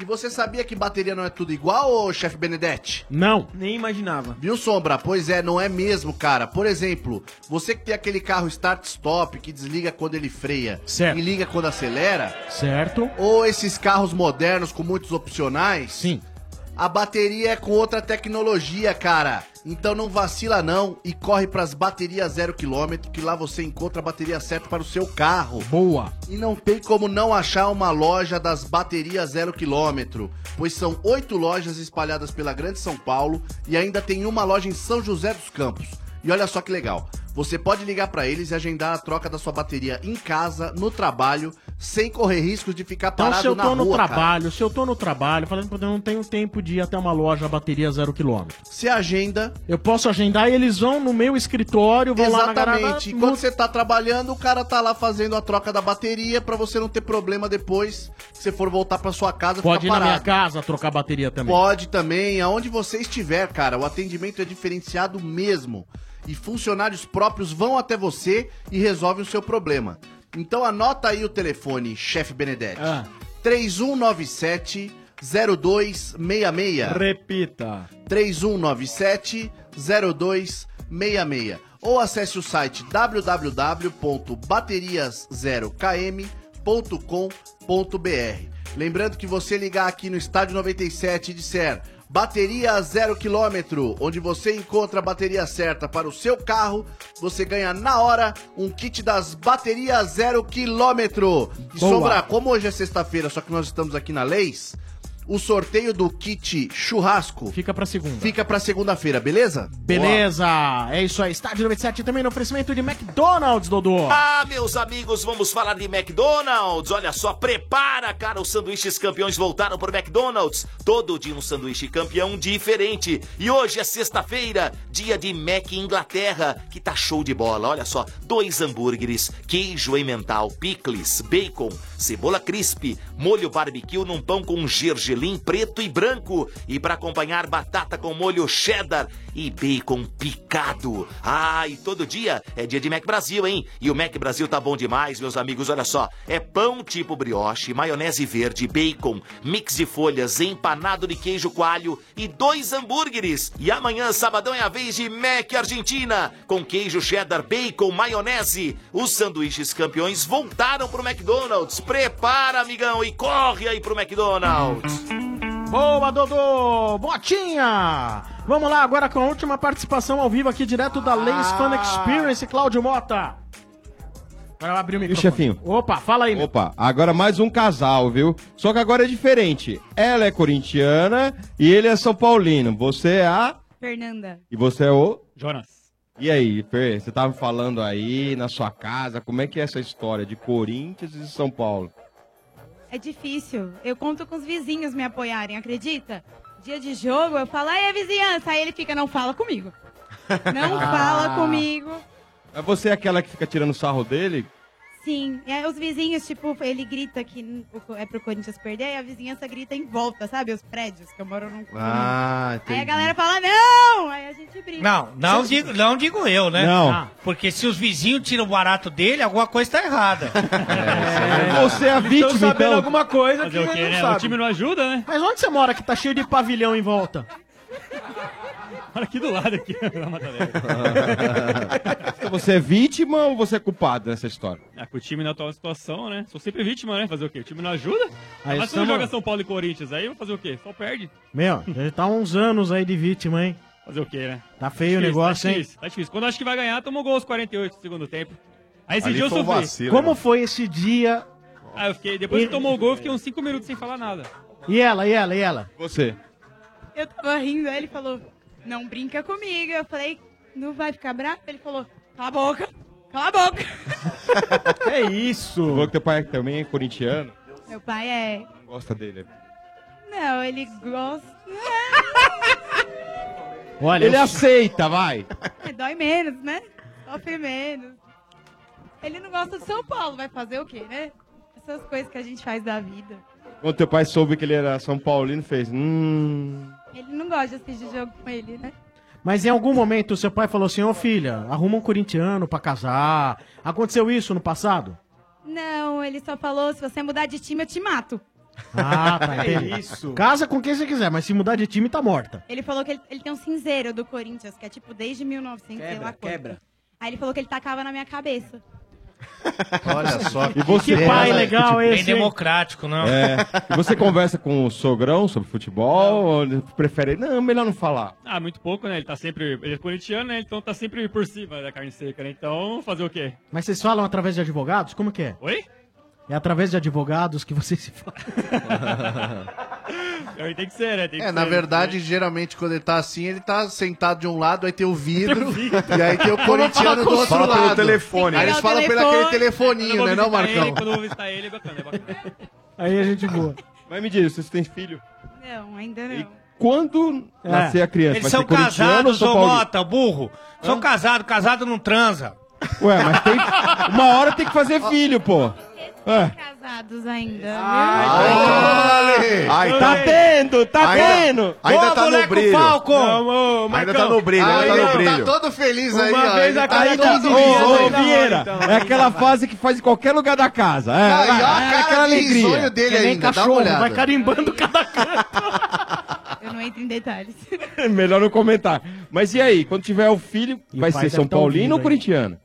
[SPEAKER 21] E você sabia que bateria não é tudo igual, ô chefe Benedetti?
[SPEAKER 19] Não.
[SPEAKER 7] Nem imaginava.
[SPEAKER 21] Viu, Sombra? Pois é, não é mesmo, cara. Por exemplo, você que tem aquele carro start-stop que desliga quando ele freia
[SPEAKER 19] Certo.
[SPEAKER 21] e liga quando acelera,
[SPEAKER 19] Certo?
[SPEAKER 21] ou esses carros modernos com muitos opcionais.
[SPEAKER 19] Sim.
[SPEAKER 21] A bateria é com outra tecnologia, cara. Então não vacila não e corre pras baterias zero quilômetro que lá você encontra a bateria certa para o seu carro.
[SPEAKER 19] Boa.
[SPEAKER 21] E não tem como não achar uma loja das baterias zero quilômetro, pois são oito lojas espalhadas pela Grande São Paulo e ainda tem uma loja em São José dos Campos. E olha só que legal. Você pode ligar para eles e agendar a troca da sua bateria em casa, no trabalho, sem correr riscos de ficar
[SPEAKER 19] Então,
[SPEAKER 21] parado
[SPEAKER 19] se eu
[SPEAKER 21] na
[SPEAKER 19] tô no
[SPEAKER 21] rua, cara.
[SPEAKER 19] trabalho, se eu tô no trabalho, falando que eu não tenho tempo de ir até uma loja, a bateria zero quilômetro.
[SPEAKER 21] Se agenda.
[SPEAKER 19] Eu posso agendar e eles vão no meu escritório, vão lá na garagem.
[SPEAKER 21] Exatamente. E Quando você tá trabalhando, o cara tá lá fazendo a troca da bateria pra você não ter problema depois que você for voltar pra sua casa
[SPEAKER 19] Pode ir
[SPEAKER 21] ficar
[SPEAKER 19] na minha
[SPEAKER 21] parado.
[SPEAKER 19] casa trocar bateria também.
[SPEAKER 21] Pode também, aonde você estiver, cara. O atendimento é diferenciado mesmo. E funcionários próprios vão até você e resolvem o seu problema. Então anota aí o telefone, chefe Benedetti. 3197 0266.
[SPEAKER 7] Repita.
[SPEAKER 21] 3197 0266. Ou acesse o site www.baterias0km.com.br. Lembrando que você ligar aqui no Estádio 97 e disser Bateria 0 km, onde você encontra a bateria certa para o seu carro, você ganha na hora um kit das baterias 0 km. E
[SPEAKER 20] Boa.
[SPEAKER 21] Sombra, como hoje é sexta-feira, só que nós estamos aqui na Leis, o sorteio do kit churrasco
[SPEAKER 19] fica para segunda.
[SPEAKER 21] Fica para segunda-feira, beleza?
[SPEAKER 19] Beleza, é isso aí. Estádio 97 também no oferecimento de McDonald's, Dodô.
[SPEAKER 2] Ah, meus amigos, vamos falar de McDonald's. Olha só, prepara, cara. Os sanduíches campeões voltaram pro McDonald's. Todo dia um sanduíche campeão diferente. E hoje é sexta-feira, dia de Mac Inglaterra, que tá show de bola. Olha só, dois hambúrgueres, queijo emmental, picles, bacon, cebola crisp, molho barbecue num pão com gergelim preto e branco. E para acompanhar, batata com molho cheddar e bacon picado. Ah, e todo dia é dia de Mac Brasil, hein? E o Mac Brasil tá bom demais, meus amigos. Olha só, é pão tipo brioche, maionese verde, bacon, mix de folhas, empanado de queijo coalho e dois hambúrgueres. E amanhã, sabadão, é a vez de Mac Argentina, com queijo cheddar, bacon, maionese. Os sanduíches campeões voltaram pro McDonald's. Prepara, amigão, e corre aí pro McDonald's.
[SPEAKER 19] Boa, Dodô! Botinha! Vamos lá agora com a última participação ao vivo aqui direto da Lays
[SPEAKER 21] Ah.
[SPEAKER 19] Fan Experience, Cláudio Mota. Agora eu abri o
[SPEAKER 22] E
[SPEAKER 19] microfone.
[SPEAKER 22] chefinho?
[SPEAKER 19] Opa, fala aí. meu.
[SPEAKER 22] Opa, agora mais um casal, viu? Só que agora é diferente. Ela é corintiana e ele é São Paulino. Você é a.
[SPEAKER 14] Fernanda.
[SPEAKER 22] E você é o.
[SPEAKER 14] Jonas.
[SPEAKER 22] E aí, Fer, você tava falando aí na sua casa, como é que é essa história de Corinthians e São Paulo?
[SPEAKER 33] É difícil. Eu conto com os vizinhos me apoiarem, acredita? Dia de jogo, eu falo, aí a vizinhança. Aí ele fica, não fala comigo. Não
[SPEAKER 19] Ah.
[SPEAKER 33] fala comigo.
[SPEAKER 22] É você aquela que fica tirando sarro dele? [laughs]
[SPEAKER 33] Sim. E aí os vizinhos, tipo, ele grita que n- o co- é pro Corinthians perder, e a vizinhança grita em volta, sabe? Os prédios, que eu moro num.
[SPEAKER 21] Ah,
[SPEAKER 33] Aí a galera fala, não! Aí a gente briga.
[SPEAKER 15] Não, não digo, não digo eu, né?
[SPEAKER 22] Não.
[SPEAKER 15] Ah, Porque se os vizinhos tiram o barato dele, alguma coisa
[SPEAKER 21] [laughs]
[SPEAKER 15] tá errada. [laughs]
[SPEAKER 22] Você é a
[SPEAKER 15] Eles tão
[SPEAKER 19] vítima,
[SPEAKER 15] sabendo
[SPEAKER 19] então.
[SPEAKER 15] alguma coisa
[SPEAKER 19] Fazer
[SPEAKER 15] que
[SPEAKER 19] o quê,
[SPEAKER 15] não
[SPEAKER 19] né? O
[SPEAKER 15] sabe.
[SPEAKER 19] time
[SPEAKER 15] não ajuda, né?
[SPEAKER 19] Mas onde você mora que tá cheio de pavilhão em volta?
[SPEAKER 25] Olha aqui do lado aqui, na Mata
[SPEAKER 22] Então você é vítima ou você é culpado nessa história?
[SPEAKER 23] É, com o time na atual situação, né? Sou sempre vítima, né? Fazer o quê? O time não ajuda?
[SPEAKER 19] Aí
[SPEAKER 23] Mas se não
[SPEAKER 19] estamos-
[SPEAKER 23] joga São Paulo e Corinthians, aí vai fazer o quê? Só perde.
[SPEAKER 19] Meu, ele tá há uns anos aí de vítima, hein?
[SPEAKER 23] Fazer o quê, né?
[SPEAKER 19] Tá feio o
[SPEAKER 23] Difícil,
[SPEAKER 19] negócio,
[SPEAKER 23] tá
[SPEAKER 19] hein?
[SPEAKER 23] difícil, Tá difícil. Quando acho que vai ganhar, tomou gol aos 48 do segundo tempo. Aí esse
[SPEAKER 19] Ali
[SPEAKER 23] dia eu
[SPEAKER 19] foi um
[SPEAKER 23] sofri.
[SPEAKER 19] vacilo, Como né? foi esse dia?
[SPEAKER 31] né?
[SPEAKER 23] Ah, eu fiquei, depois
[SPEAKER 19] E-
[SPEAKER 23] que tomou o gol, eu fiquei uns 5 minutos sem falar nada.
[SPEAKER 19] E ela, e ela, e ela?
[SPEAKER 22] Você.
[SPEAKER 33] Eu tava rindo, aí ele falou, não brinca comigo. Eu falei, não vai ficar bravo? Ele falou, cala a boca, cala a boca.
[SPEAKER 22] É isso! Você falou que teu pai também é corintiano?
[SPEAKER 33] Meu pai é.
[SPEAKER 22] Não gosta dele.
[SPEAKER 33] Não, ele gosta.
[SPEAKER 19] Olha,
[SPEAKER 22] ele
[SPEAKER 33] eu-
[SPEAKER 22] aceita, vai!
[SPEAKER 33] É, Dói menos, né? Sofre menos. Ele não gosta de São Paulo, vai fazer o quê, né? Essas coisas que a gente faz da vida.
[SPEAKER 22] Quando teu pai soube que ele era São Paulino, fez. Hum.
[SPEAKER 33] Ele não gosta de assistir jogo com ele, né?
[SPEAKER 19] Mas em algum momento seu pai falou assim, ô filha, arruma um corintiano pra casar. Aconteceu isso no passado?
[SPEAKER 33] Não, ele só falou, se você mudar de time, eu te mato.
[SPEAKER 19] Ah, tá, [laughs]
[SPEAKER 33] É
[SPEAKER 19] entendi. Casa com quem você quiser, mas se mudar de time tá morta.
[SPEAKER 33] Ele falou que ele, ele tem um cinzeiro do Corinthians, que é tipo desde 1900, sei lá
[SPEAKER 19] Quebra,
[SPEAKER 33] quanto.
[SPEAKER 19] quebra.
[SPEAKER 33] Aí ele falou que ele tacava na minha cabeça.
[SPEAKER 21] Olha só
[SPEAKER 22] que- você- Ela-
[SPEAKER 15] Bem
[SPEAKER 22] esse, hein?
[SPEAKER 15] democrático, não.
[SPEAKER 22] É. E você conversa com o sogrão sobre futebol ou ele prefere. Não, melhor não falar.
[SPEAKER 23] Ah, muito pouco, né? Ele tá sempre. Ele é corintiano, né? Então tá sempre por cima da carne seca, né? Então, fazer o quê?
[SPEAKER 19] Mas vocês falam através de advogados? Como que é?
[SPEAKER 23] Oi?
[SPEAKER 19] É através de advogados que vocês se falam.
[SPEAKER 23] Então, Tem que ser, né? Tem que
[SPEAKER 21] É,
[SPEAKER 23] ser,
[SPEAKER 21] na
[SPEAKER 23] tem que
[SPEAKER 21] verdade,
[SPEAKER 23] ser.
[SPEAKER 21] geralmente, quando ele tá assim, ele tá sentado de um lado, aí tem o vidro,
[SPEAKER 23] vidro.
[SPEAKER 21] e aí
[SPEAKER 23] [laughs]
[SPEAKER 21] tem o
[SPEAKER 23] Como
[SPEAKER 21] corintiano
[SPEAKER 23] fala
[SPEAKER 21] do
[SPEAKER 23] com-
[SPEAKER 21] outro
[SPEAKER 23] fala
[SPEAKER 21] lado.
[SPEAKER 23] pelo telefone.
[SPEAKER 21] Aí eles
[SPEAKER 23] Tem que
[SPEAKER 21] falam
[SPEAKER 23] pegar o
[SPEAKER 21] pelo aquele
[SPEAKER 23] telefone.
[SPEAKER 21] telefoninho, né, não,
[SPEAKER 23] Quando eu vou visitar
[SPEAKER 21] Marcão?
[SPEAKER 23] ele, quando eu vou visitar ele, é bacana, é bacana.
[SPEAKER 31] Aí a gente boa. Mas me diz, vocês têm filho?
[SPEAKER 33] Não, ainda não.
[SPEAKER 31] Quando
[SPEAKER 22] É.
[SPEAKER 20] É.
[SPEAKER 31] nascer a criança?
[SPEAKER 15] Eles
[SPEAKER 31] vai
[SPEAKER 15] são
[SPEAKER 31] ser corintiano ou
[SPEAKER 15] casados,
[SPEAKER 31] São
[SPEAKER 15] ô
[SPEAKER 31] Paulo?
[SPEAKER 15] Mota, burro. São casados, casado não transa.
[SPEAKER 31] Ué, mas tem. Uma hora tem que fazer filho, pô. É.
[SPEAKER 33] Casados ainda.
[SPEAKER 31] Ai,
[SPEAKER 33] Ai,
[SPEAKER 31] tá tendo, tá tendo.
[SPEAKER 20] Ainda tá no brilho.
[SPEAKER 31] Não, ô,
[SPEAKER 20] ainda
[SPEAKER 31] Marcão.
[SPEAKER 20] tá no brilho, ainda tá no brilho.
[SPEAKER 21] todo feliz né?
[SPEAKER 20] aí, ó, ele tá
[SPEAKER 31] cada 15
[SPEAKER 20] todo feliz
[SPEAKER 31] dias. Ô,
[SPEAKER 20] ainda,
[SPEAKER 31] Vieira,
[SPEAKER 20] então.
[SPEAKER 31] é aquela fase que faz em qualquer lugar da casa. É,
[SPEAKER 20] Não, e
[SPEAKER 31] vai,
[SPEAKER 20] ó a
[SPEAKER 31] é
[SPEAKER 20] cara
[SPEAKER 31] aquela
[SPEAKER 20] de
[SPEAKER 31] alegria.
[SPEAKER 20] sonho dele
[SPEAKER 31] Que nem
[SPEAKER 20] ainda, dá uma olhada.
[SPEAKER 31] vai carimbando
[SPEAKER 33] Eu não entro em detalhes. [laughs]
[SPEAKER 31] cada... [laughs] Melhor não comentar. Mas e aí, quando tiver o filho,
[SPEAKER 23] E o
[SPEAKER 31] vai
[SPEAKER 23] pai
[SPEAKER 31] ser
[SPEAKER 23] deve
[SPEAKER 31] São
[SPEAKER 23] tá ouvindo
[SPEAKER 31] Paulino ou
[SPEAKER 23] aí.
[SPEAKER 31] corintiano?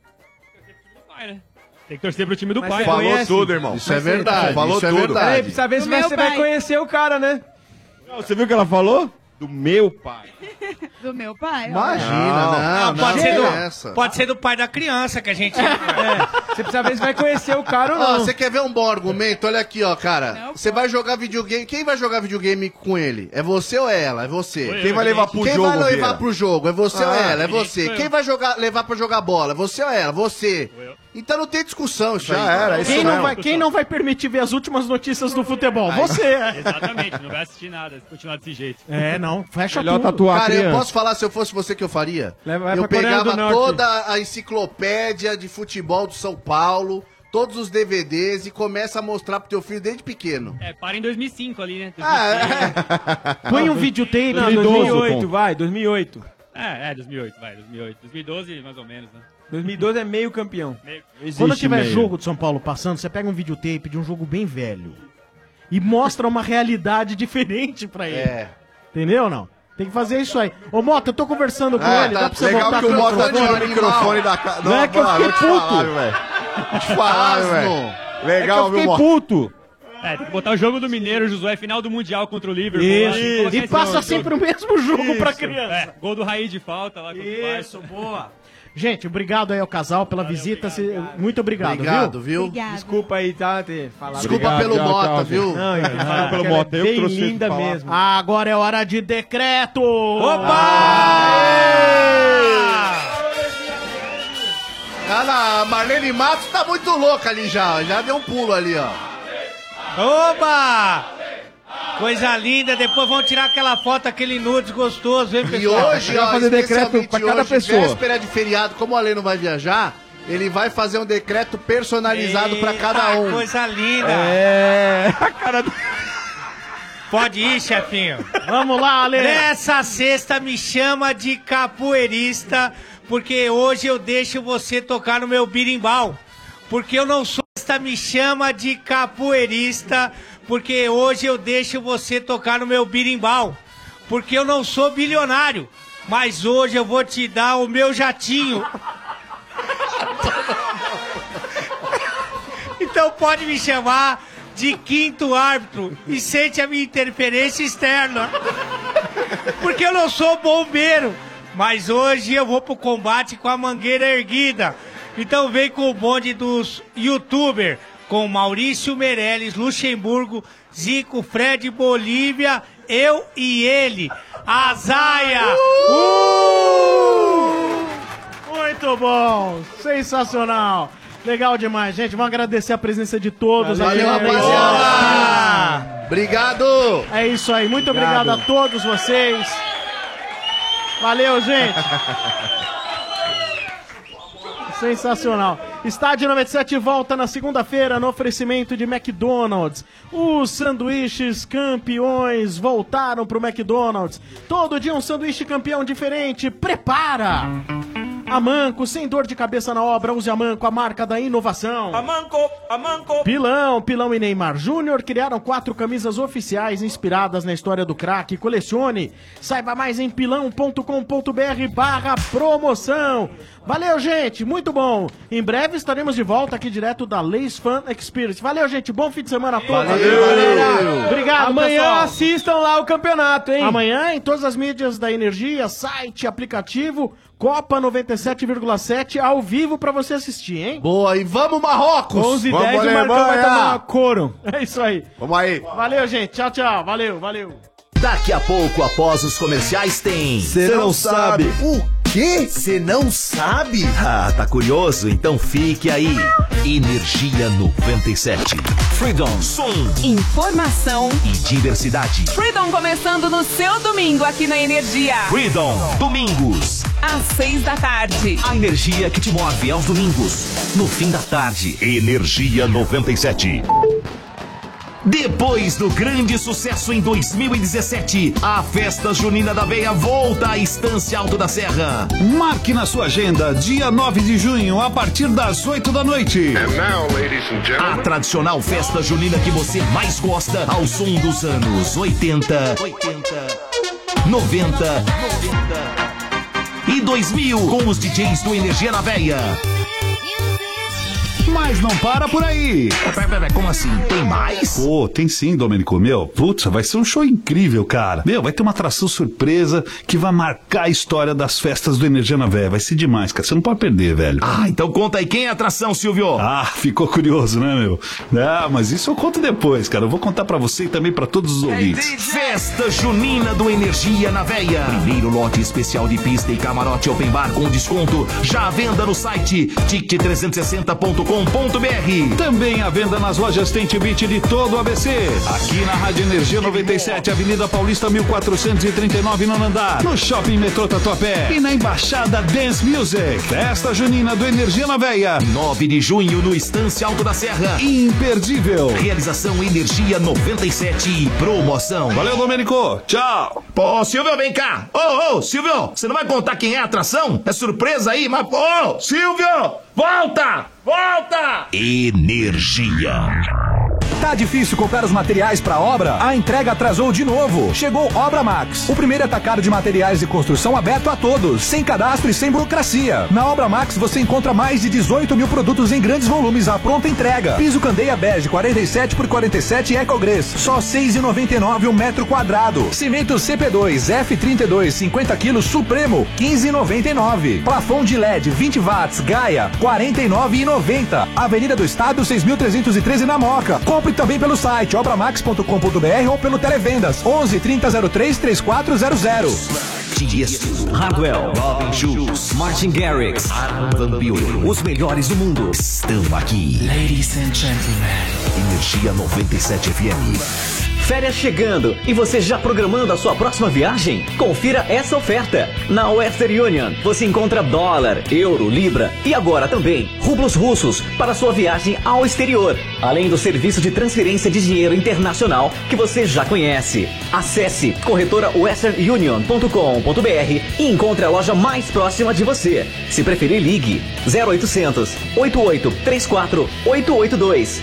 [SPEAKER 23] Tem que torcer pro time do
[SPEAKER 31] Mas
[SPEAKER 23] pai. né?
[SPEAKER 31] você Falou
[SPEAKER 23] conhece?
[SPEAKER 31] tudo, irmão. Isso é verdade,
[SPEAKER 23] Falou
[SPEAKER 31] isso é
[SPEAKER 23] tudo.
[SPEAKER 31] verdade.
[SPEAKER 23] Peraí, precisa ver se
[SPEAKER 31] Do
[SPEAKER 23] vai-
[SPEAKER 31] meu
[SPEAKER 23] você vai
[SPEAKER 31] pai.
[SPEAKER 23] conhecer o cara, né?
[SPEAKER 31] Não, Você viu o que ela falou? Do meu pai.
[SPEAKER 33] Do meu pai. ó.
[SPEAKER 31] não,
[SPEAKER 15] pode,
[SPEAKER 31] não,
[SPEAKER 15] ser do,
[SPEAKER 31] não é essa.
[SPEAKER 15] pode ser do pai da criança que a gente. É.
[SPEAKER 21] Você precisa ver se vai conhecer o cara
[SPEAKER 15] ou não.
[SPEAKER 21] Você quer ver um bom argumento? Olha aqui, ó, cara. Você vai jogar videogame. Quem vai jogar videogame com ele? É você ou ela? É você.
[SPEAKER 17] Quem vai levar pro
[SPEAKER 21] Quem
[SPEAKER 17] jogo,
[SPEAKER 21] vai levar
[SPEAKER 17] Vieira?
[SPEAKER 21] pro jogo? É você ou
[SPEAKER 17] Ah,
[SPEAKER 21] ela? É
[SPEAKER 17] Felipe,
[SPEAKER 21] você.
[SPEAKER 17] foi
[SPEAKER 21] Quem
[SPEAKER 17] eu.
[SPEAKER 21] vai jogar, levar pra jogar bola? É Você ou ela? Você. Então não tem discussão isso aí.
[SPEAKER 19] quem, não vai, quem não vai permitir ver as últimas notícias do futebol? Você!
[SPEAKER 23] Exatamente, não vai assistir nada se continuar desse jeito.
[SPEAKER 19] É, não. Fecha
[SPEAKER 23] Melhor
[SPEAKER 19] tudo.
[SPEAKER 17] tá-
[SPEAKER 23] tatuar a
[SPEAKER 21] Cara, eu
[SPEAKER 23] criança.
[SPEAKER 21] posso falar se eu fosse você que eu faria?
[SPEAKER 23] vai
[SPEAKER 21] eu
[SPEAKER 23] pra Coreia do
[SPEAKER 21] pegava
[SPEAKER 23] Norte.
[SPEAKER 21] toda a enciclopédia de futebol do São Paulo, todos os DVDs e começa a mostrar pro teu filho desde pequeno.
[SPEAKER 23] É, para em 2005 ali, né?
[SPEAKER 21] Ah, é. Põe um
[SPEAKER 23] videotape.
[SPEAKER 7] Não, 2008, vai, 2008.
[SPEAKER 23] É, é, 2008, vai, 2008. 2012, mais ou menos, né?
[SPEAKER 7] 2012 é meio campeão.
[SPEAKER 19] Quando tiver jogo de São Paulo passando, você pega um videotape de um jogo bem velho e mostra uma realidade [laughs] diferente pra ele.
[SPEAKER 21] É.
[SPEAKER 19] Entendeu ou não? Tem que fazer isso aí. Ô, Mota, eu tô conversando com
[SPEAKER 17] É,
[SPEAKER 19] ele,
[SPEAKER 17] tá
[SPEAKER 19] dá pra você
[SPEAKER 17] legal
[SPEAKER 19] voltar
[SPEAKER 17] que o
[SPEAKER 19] pro
[SPEAKER 17] Mota tirou o
[SPEAKER 19] animal.
[SPEAKER 17] microfone da ca-
[SPEAKER 19] Não é que eu
[SPEAKER 17] Ah,
[SPEAKER 19] fiquei
[SPEAKER 17] vou te falar,
[SPEAKER 19] puto.
[SPEAKER 17] velho. Vou te falar,
[SPEAKER 23] Asno.
[SPEAKER 17] velho. Legal,
[SPEAKER 23] É que eu
[SPEAKER 17] viu,
[SPEAKER 23] fiquei
[SPEAKER 17] Mota?
[SPEAKER 31] puto.
[SPEAKER 23] É, tem que botar o jogo do Mineiro, Josué, final do Mundial contra o Liverpool.
[SPEAKER 19] Isso.
[SPEAKER 23] lá, tem que colocar
[SPEAKER 19] E
[SPEAKER 23] esse
[SPEAKER 19] passa
[SPEAKER 23] jogo.
[SPEAKER 19] sempre o mesmo jogo
[SPEAKER 23] Isso.
[SPEAKER 19] pra criança.
[SPEAKER 23] É, gol do Raí de falta lá contra
[SPEAKER 19] Isso,
[SPEAKER 23] o Isso, boa.
[SPEAKER 19] Gente, obrigado aí ao casal pela visita. se- Muito obrigado,
[SPEAKER 21] Obrigado, viu?
[SPEAKER 7] Desculpa aí, tá? Ter falado.
[SPEAKER 19] Desculpa Obrigado, pelo tchau, Mota, tchau, gente. viu?
[SPEAKER 7] Não,
[SPEAKER 19] Obrigado
[SPEAKER 7] pelo Mota. É bem linda mesmo.
[SPEAKER 19] Agora é hora de decreto!
[SPEAKER 21] Ah, na- a Marlene Matos tá muito louca ali já. Já deu um pulo ali, ó.
[SPEAKER 15] Oba! Coisa linda, depois vão tirar aquela foto, aquele nudes gostoso, hein,
[SPEAKER 21] E
[SPEAKER 15] pessoal?
[SPEAKER 21] hoje, ó, especialmente hoje, véspera de feriado, como o Ale não vai viajar, ele vai fazer um decreto personalizado pra cada um.
[SPEAKER 15] Coisa linda.
[SPEAKER 31] É.
[SPEAKER 15] Pode ir, chefinho.
[SPEAKER 19] Vamos lá, Ale.
[SPEAKER 15] Nessa sexta me chama de capoeirista, porque hoje eu deixo você tocar no meu birimbau. Porque eu não sou esta me chama de capoeirista, porque hoje eu deixo você tocar no meu birimbau. Porque eu não sou bilionário, mas hoje eu vou te dar o meu jatinho. Então pode me chamar de quinto árbitro e sente a minha interferência externa. Porque eu não sou bombeiro, mas hoje eu vou pro combate com a mangueira erguida. Então vem com o bonde dos youtuber, com Maurício Meirelles, Luxemburgo, Zico, Fred, Bolívia, eu e ele, Azaia. Uh!
[SPEAKER 19] Muito bom! Sensacional! Legal demais, gente. Vamos agradecer a presença de todos.
[SPEAKER 21] Valeu,
[SPEAKER 19] aqui.
[SPEAKER 21] rapaziada! Obrigado!
[SPEAKER 19] É isso aí. Muito obrigado,
[SPEAKER 21] Obrigado.
[SPEAKER 19] a todos vocês. Valeu, gente. Sensacional. Estádio 97 volta na segunda-feira no oferecimento de McDonald's. Os sanduíches campeões voltaram pro McDonald's. Todo dia um sanduíche campeão diferente. Prepara! Amanco, sem dor de cabeça na obra, use Amanco, a marca da inovação.
[SPEAKER 20] Amanco, amanco.
[SPEAKER 19] Pilão, Pilão e Neymar Júnior criaram quatro camisas oficiais inspiradas na história do craque. Colecione. Saiba mais em pilão.com.br barra promoção. Valeu, gente. Muito bom. Em breve estaremos de volta aqui direto da Leis Fan Experience. Valeu, gente. Bom fim de semana a todos.
[SPEAKER 7] Valeu.
[SPEAKER 19] galera. Obrigado,
[SPEAKER 7] Amanhã
[SPEAKER 19] pessoal.
[SPEAKER 7] assistam lá o campeonato, hein?
[SPEAKER 19] Amanhã, em todas as mídias da Energia, site, aplicativo, Copa 97,7, ao vivo pra você assistir, hein?
[SPEAKER 21] Boa, e vamos, Marrocos!
[SPEAKER 19] 11 e
[SPEAKER 21] Vamos,
[SPEAKER 19] 10, o Marcão
[SPEAKER 21] Alemanha!
[SPEAKER 19] vai tomar uma coro. [laughs] É isso aí.
[SPEAKER 17] Vamos aí.
[SPEAKER 19] Valeu, gente. Tchau, tchau. Valeu, valeu.
[SPEAKER 2] Daqui a pouco, após os comerciais, tem. Você não, sabe. O quê? Você não sabe? Ah, tá curioso? Então fique aí. Energia 97. Freedom. Som
[SPEAKER 26] Informação.
[SPEAKER 2] e diversidade.
[SPEAKER 26] Freedom começando no seu domingo aqui na Energia.
[SPEAKER 2] Freedom. Domingos.
[SPEAKER 26] Às seis da tarde.
[SPEAKER 2] A energia que te move aos domingos. No fim da tarde. Energia 97. Depois do grande sucesso em 2017, a Festa Junina da Veia volta à Estância Alto da Serra.
[SPEAKER 24] Marque na sua agenda, dia 9 de junho, a partir das 8 da noite.
[SPEAKER 2] A tradicional festa junina que você mais gosta ao som dos anos 80, 90 e 2000 com os DJs do Energia na Veia.
[SPEAKER 24] Mas não para por aí.
[SPEAKER 2] Pera, pera, pera, como assim? Tem mais?
[SPEAKER 24] Pô, tem sim, Domênico. Meu, putz, vai ser um show incrível, cara. Meu, vai ter uma atração surpresa que vai marcar a história das festas do Energia na Véia. Vai ser demais, cara. Você não pode perder, velho.
[SPEAKER 2] Ah, então conta aí quem é a atração, Silvio.
[SPEAKER 24] Ah, ficou curioso, né, meu? Ah, mas isso eu conto depois, cara. Eu vou contar pra você e também pra todos os ouvintes.
[SPEAKER 2] Festa Junina do Energia na Veia. Primeiro lote especial de pista e camarote open bar com desconto. Já à venda no site ticket360.com.br.
[SPEAKER 24] Também à venda nas lojas Tente Beat de todo o ABC. Aqui na Rádio Energia 97, Avenida Paulista 1439, nono andar. No Shopping Metrô Tatuapé. E na Embaixada Dance Music. Festa Junina do Energia na Veia.
[SPEAKER 2] 9 de junho no Estância Alto da Serra.
[SPEAKER 24] Imperdível.
[SPEAKER 2] Realização Energia 97 e promoção.
[SPEAKER 24] Valeu, Domênico. Tchau.
[SPEAKER 2] Pô, Silvio, vem cá. Ô, ô, Silvio, você não vai contar quem é a atração? É surpresa aí, mas. Ô, Silvio, volta! Volta! Energia.
[SPEAKER 34] Tá difícil comprar os materiais para obra? A entrega atrasou de novo. Chegou Obra Max, o primeiro atacado de materiais de construção aberto a todos, sem cadastro e sem burocracia. Na Obra Max você encontra mais de 18 mil produtos em grandes volumes à pronta entrega. Piso candeia bege 47 por 47 Ecogres, só 6,99 o metro quadrado. Cimento CP2 F32 50 kg Supremo 15,99. Plafond de LED 20 watts Gaia 49,90. Avenida do Estado 6.313 na Moca. Compre também pelo site obramax.com.br ou pelo Televendas 11 3003 3400.
[SPEAKER 2] Tiesto, Hardwell, Robin Schulz, Martin Garrix, Armin Van Buren, os melhores do mundo estão aqui. Ladies and gentlemen, Energia 97 FM.
[SPEAKER 3] Férias chegando e você já programando a sua próxima viagem? Confira essa oferta. Na Western Union você encontra dólar, euro, libra e agora também rublos russos para sua viagem ao exterior, além do serviço de transferência de dinheiro internacional que você já conhece. Acesse corretora-westernunion.com.br e encontre a loja mais próxima de você. Se preferir, ligue 0800 88 34 882.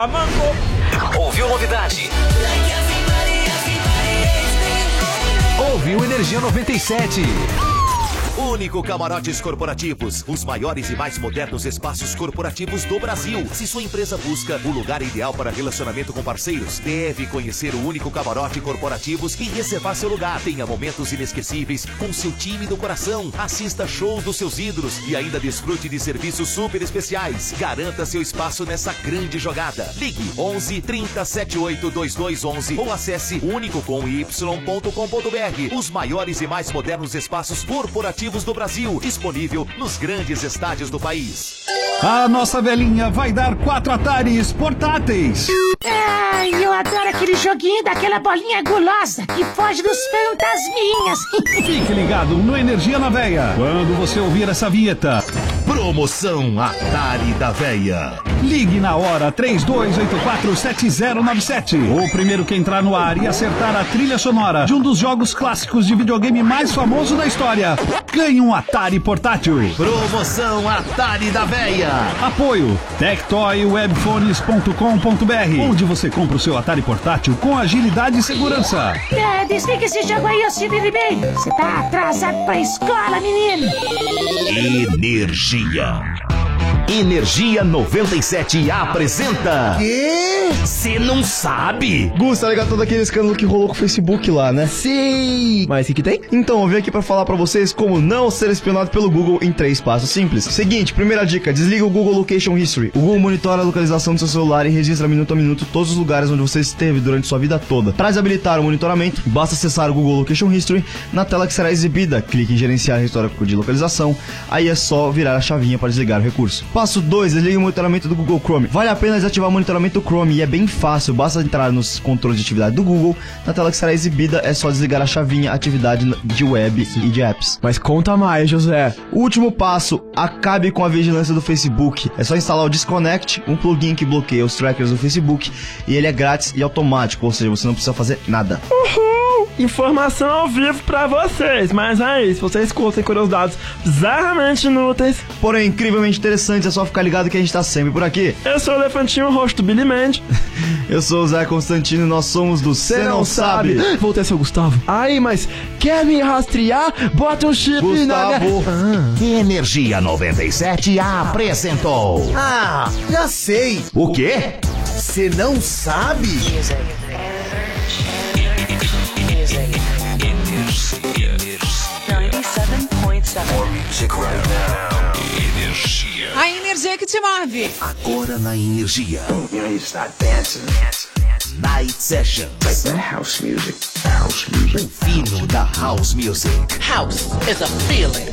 [SPEAKER 12] A Manco!
[SPEAKER 3] Ouviu novidade?
[SPEAKER 2] Ouviu Energia 97. Único Camarotes Corporativos, os maiores e mais modernos espaços corporativos do Brasil. Se sua empresa busca o lugar ideal para relacionamento com parceiros, deve conhecer o Único Camarote Corporativos e reservar seu lugar. Tenha momentos inesquecíveis com seu time do coração. Assista shows dos seus ídolos e ainda desfrute de serviços super especiais. Garanta seu espaço nessa grande jogada. Ligue 11 30 78 2211 ou acesse unicocomy.com.br. Os maiores e mais modernos espaços corporativos do Brasil, disponível nos grandes estádios do país.
[SPEAKER 24] A nossa velhinha vai dar quatro atares portáteis.
[SPEAKER 18] Ai, eu adoro aquele joguinho daquela bolinha gulosa que foge dos fantasminhas. [laughs]
[SPEAKER 24] Fique ligado no Energia na Veia. Quando você ouvir essa vinheta.
[SPEAKER 2] Promoção Atari da Veia.
[SPEAKER 24] Ligue na hora 32847097. O primeiro que entrar no ar e acertar a trilha sonora de um dos jogos clássicos de videogame mais famoso da história, ganha um Atari portátil.
[SPEAKER 2] Promoção Atari da Véia.
[SPEAKER 24] Apoio tectoywebfones.com.br, onde você compra o seu Atari portátil com agilidade e segurança.
[SPEAKER 18] Ah, desliga esse jogo aí, ô Cid Ribeiro. Você tá atrasado pra escola, menino.
[SPEAKER 2] Energia. Energia 97 apresenta.
[SPEAKER 29] Quê?
[SPEAKER 2] Você não sabe?
[SPEAKER 29] Gus, tá ligado todo aquele escândalo que rolou com o Facebook lá, né? Sim! Mas o que, que tem? Então, eu vim aqui pra falar pra vocês como não ser espionado pelo Google em três passos simples. Seguinte, primeira dica, desliga o Google Location History. O Google monitora a localização do seu celular e registra minuto a minuto todos os lugares onde você esteve durante sua vida toda. Para desabilitar o monitoramento, basta acessar o Google Location History na tela que será exibida. Clique em gerenciar histórico de localização, aí é só virar a chavinha para desligar o recurso. Passo 2, desliga o monitoramento do Google Chrome. Vale a pena desativar o monitoramento do Chrome e é bem fácil, basta entrar nos controles de atividade do Google, na tela que será exibida é só desligar a chavinha atividade de web e de apps. Mas conta mais, José. Último passo, acabe com a vigilância do Facebook. É só instalar o Disconnect, um plugin que bloqueia os trackers do Facebook, e ele é grátis e automático, ou seja, você não precisa fazer nada.
[SPEAKER 27] Uhul! Informação ao vivo pra vocês, mas
[SPEAKER 29] É
[SPEAKER 27] aí, se vocês curtem curiosidades bizarramente inúteis,
[SPEAKER 29] porém incrivelmente interessantes, é só ficar ligado que a gente tá sempre por aqui.
[SPEAKER 27] eu sou o elefantinho rosto Billy Mandy.
[SPEAKER 29] [laughs] Eu sou o Zé Constantino e nós somos do Cê Não Sabe.
[SPEAKER 27] Voltei a ser o Gustavo. Aí, mas quer me rastrear? Bota um chip na minha...
[SPEAKER 2] Energia 97 apresentou.
[SPEAKER 29] Ah, já sei.
[SPEAKER 2] O quê?
[SPEAKER 29] Você não sabe?
[SPEAKER 26] A energia que te move.
[SPEAKER 2] Agora na energia. Night Session. House music. House music. O fino da house music.
[SPEAKER 16] House is a feeling.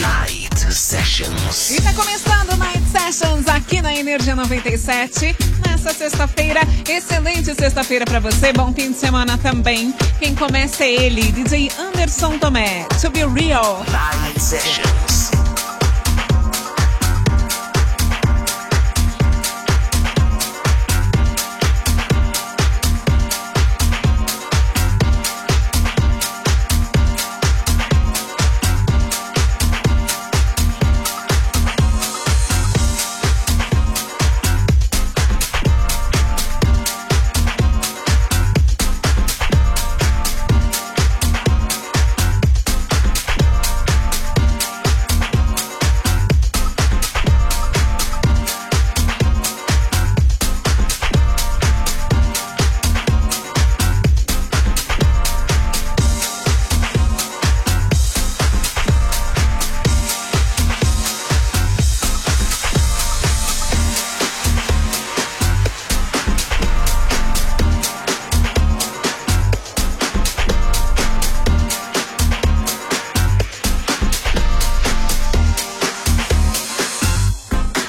[SPEAKER 2] Night Sessions.
[SPEAKER 26] E tá começando o Night Sessions aqui na Energia 97. Nessa sexta-feira, excelente sexta-feira pra você, bom fim de semana também. Quem começa é ele, DJ Anderson Tomé, To Be Real.
[SPEAKER 2] Night Sessions.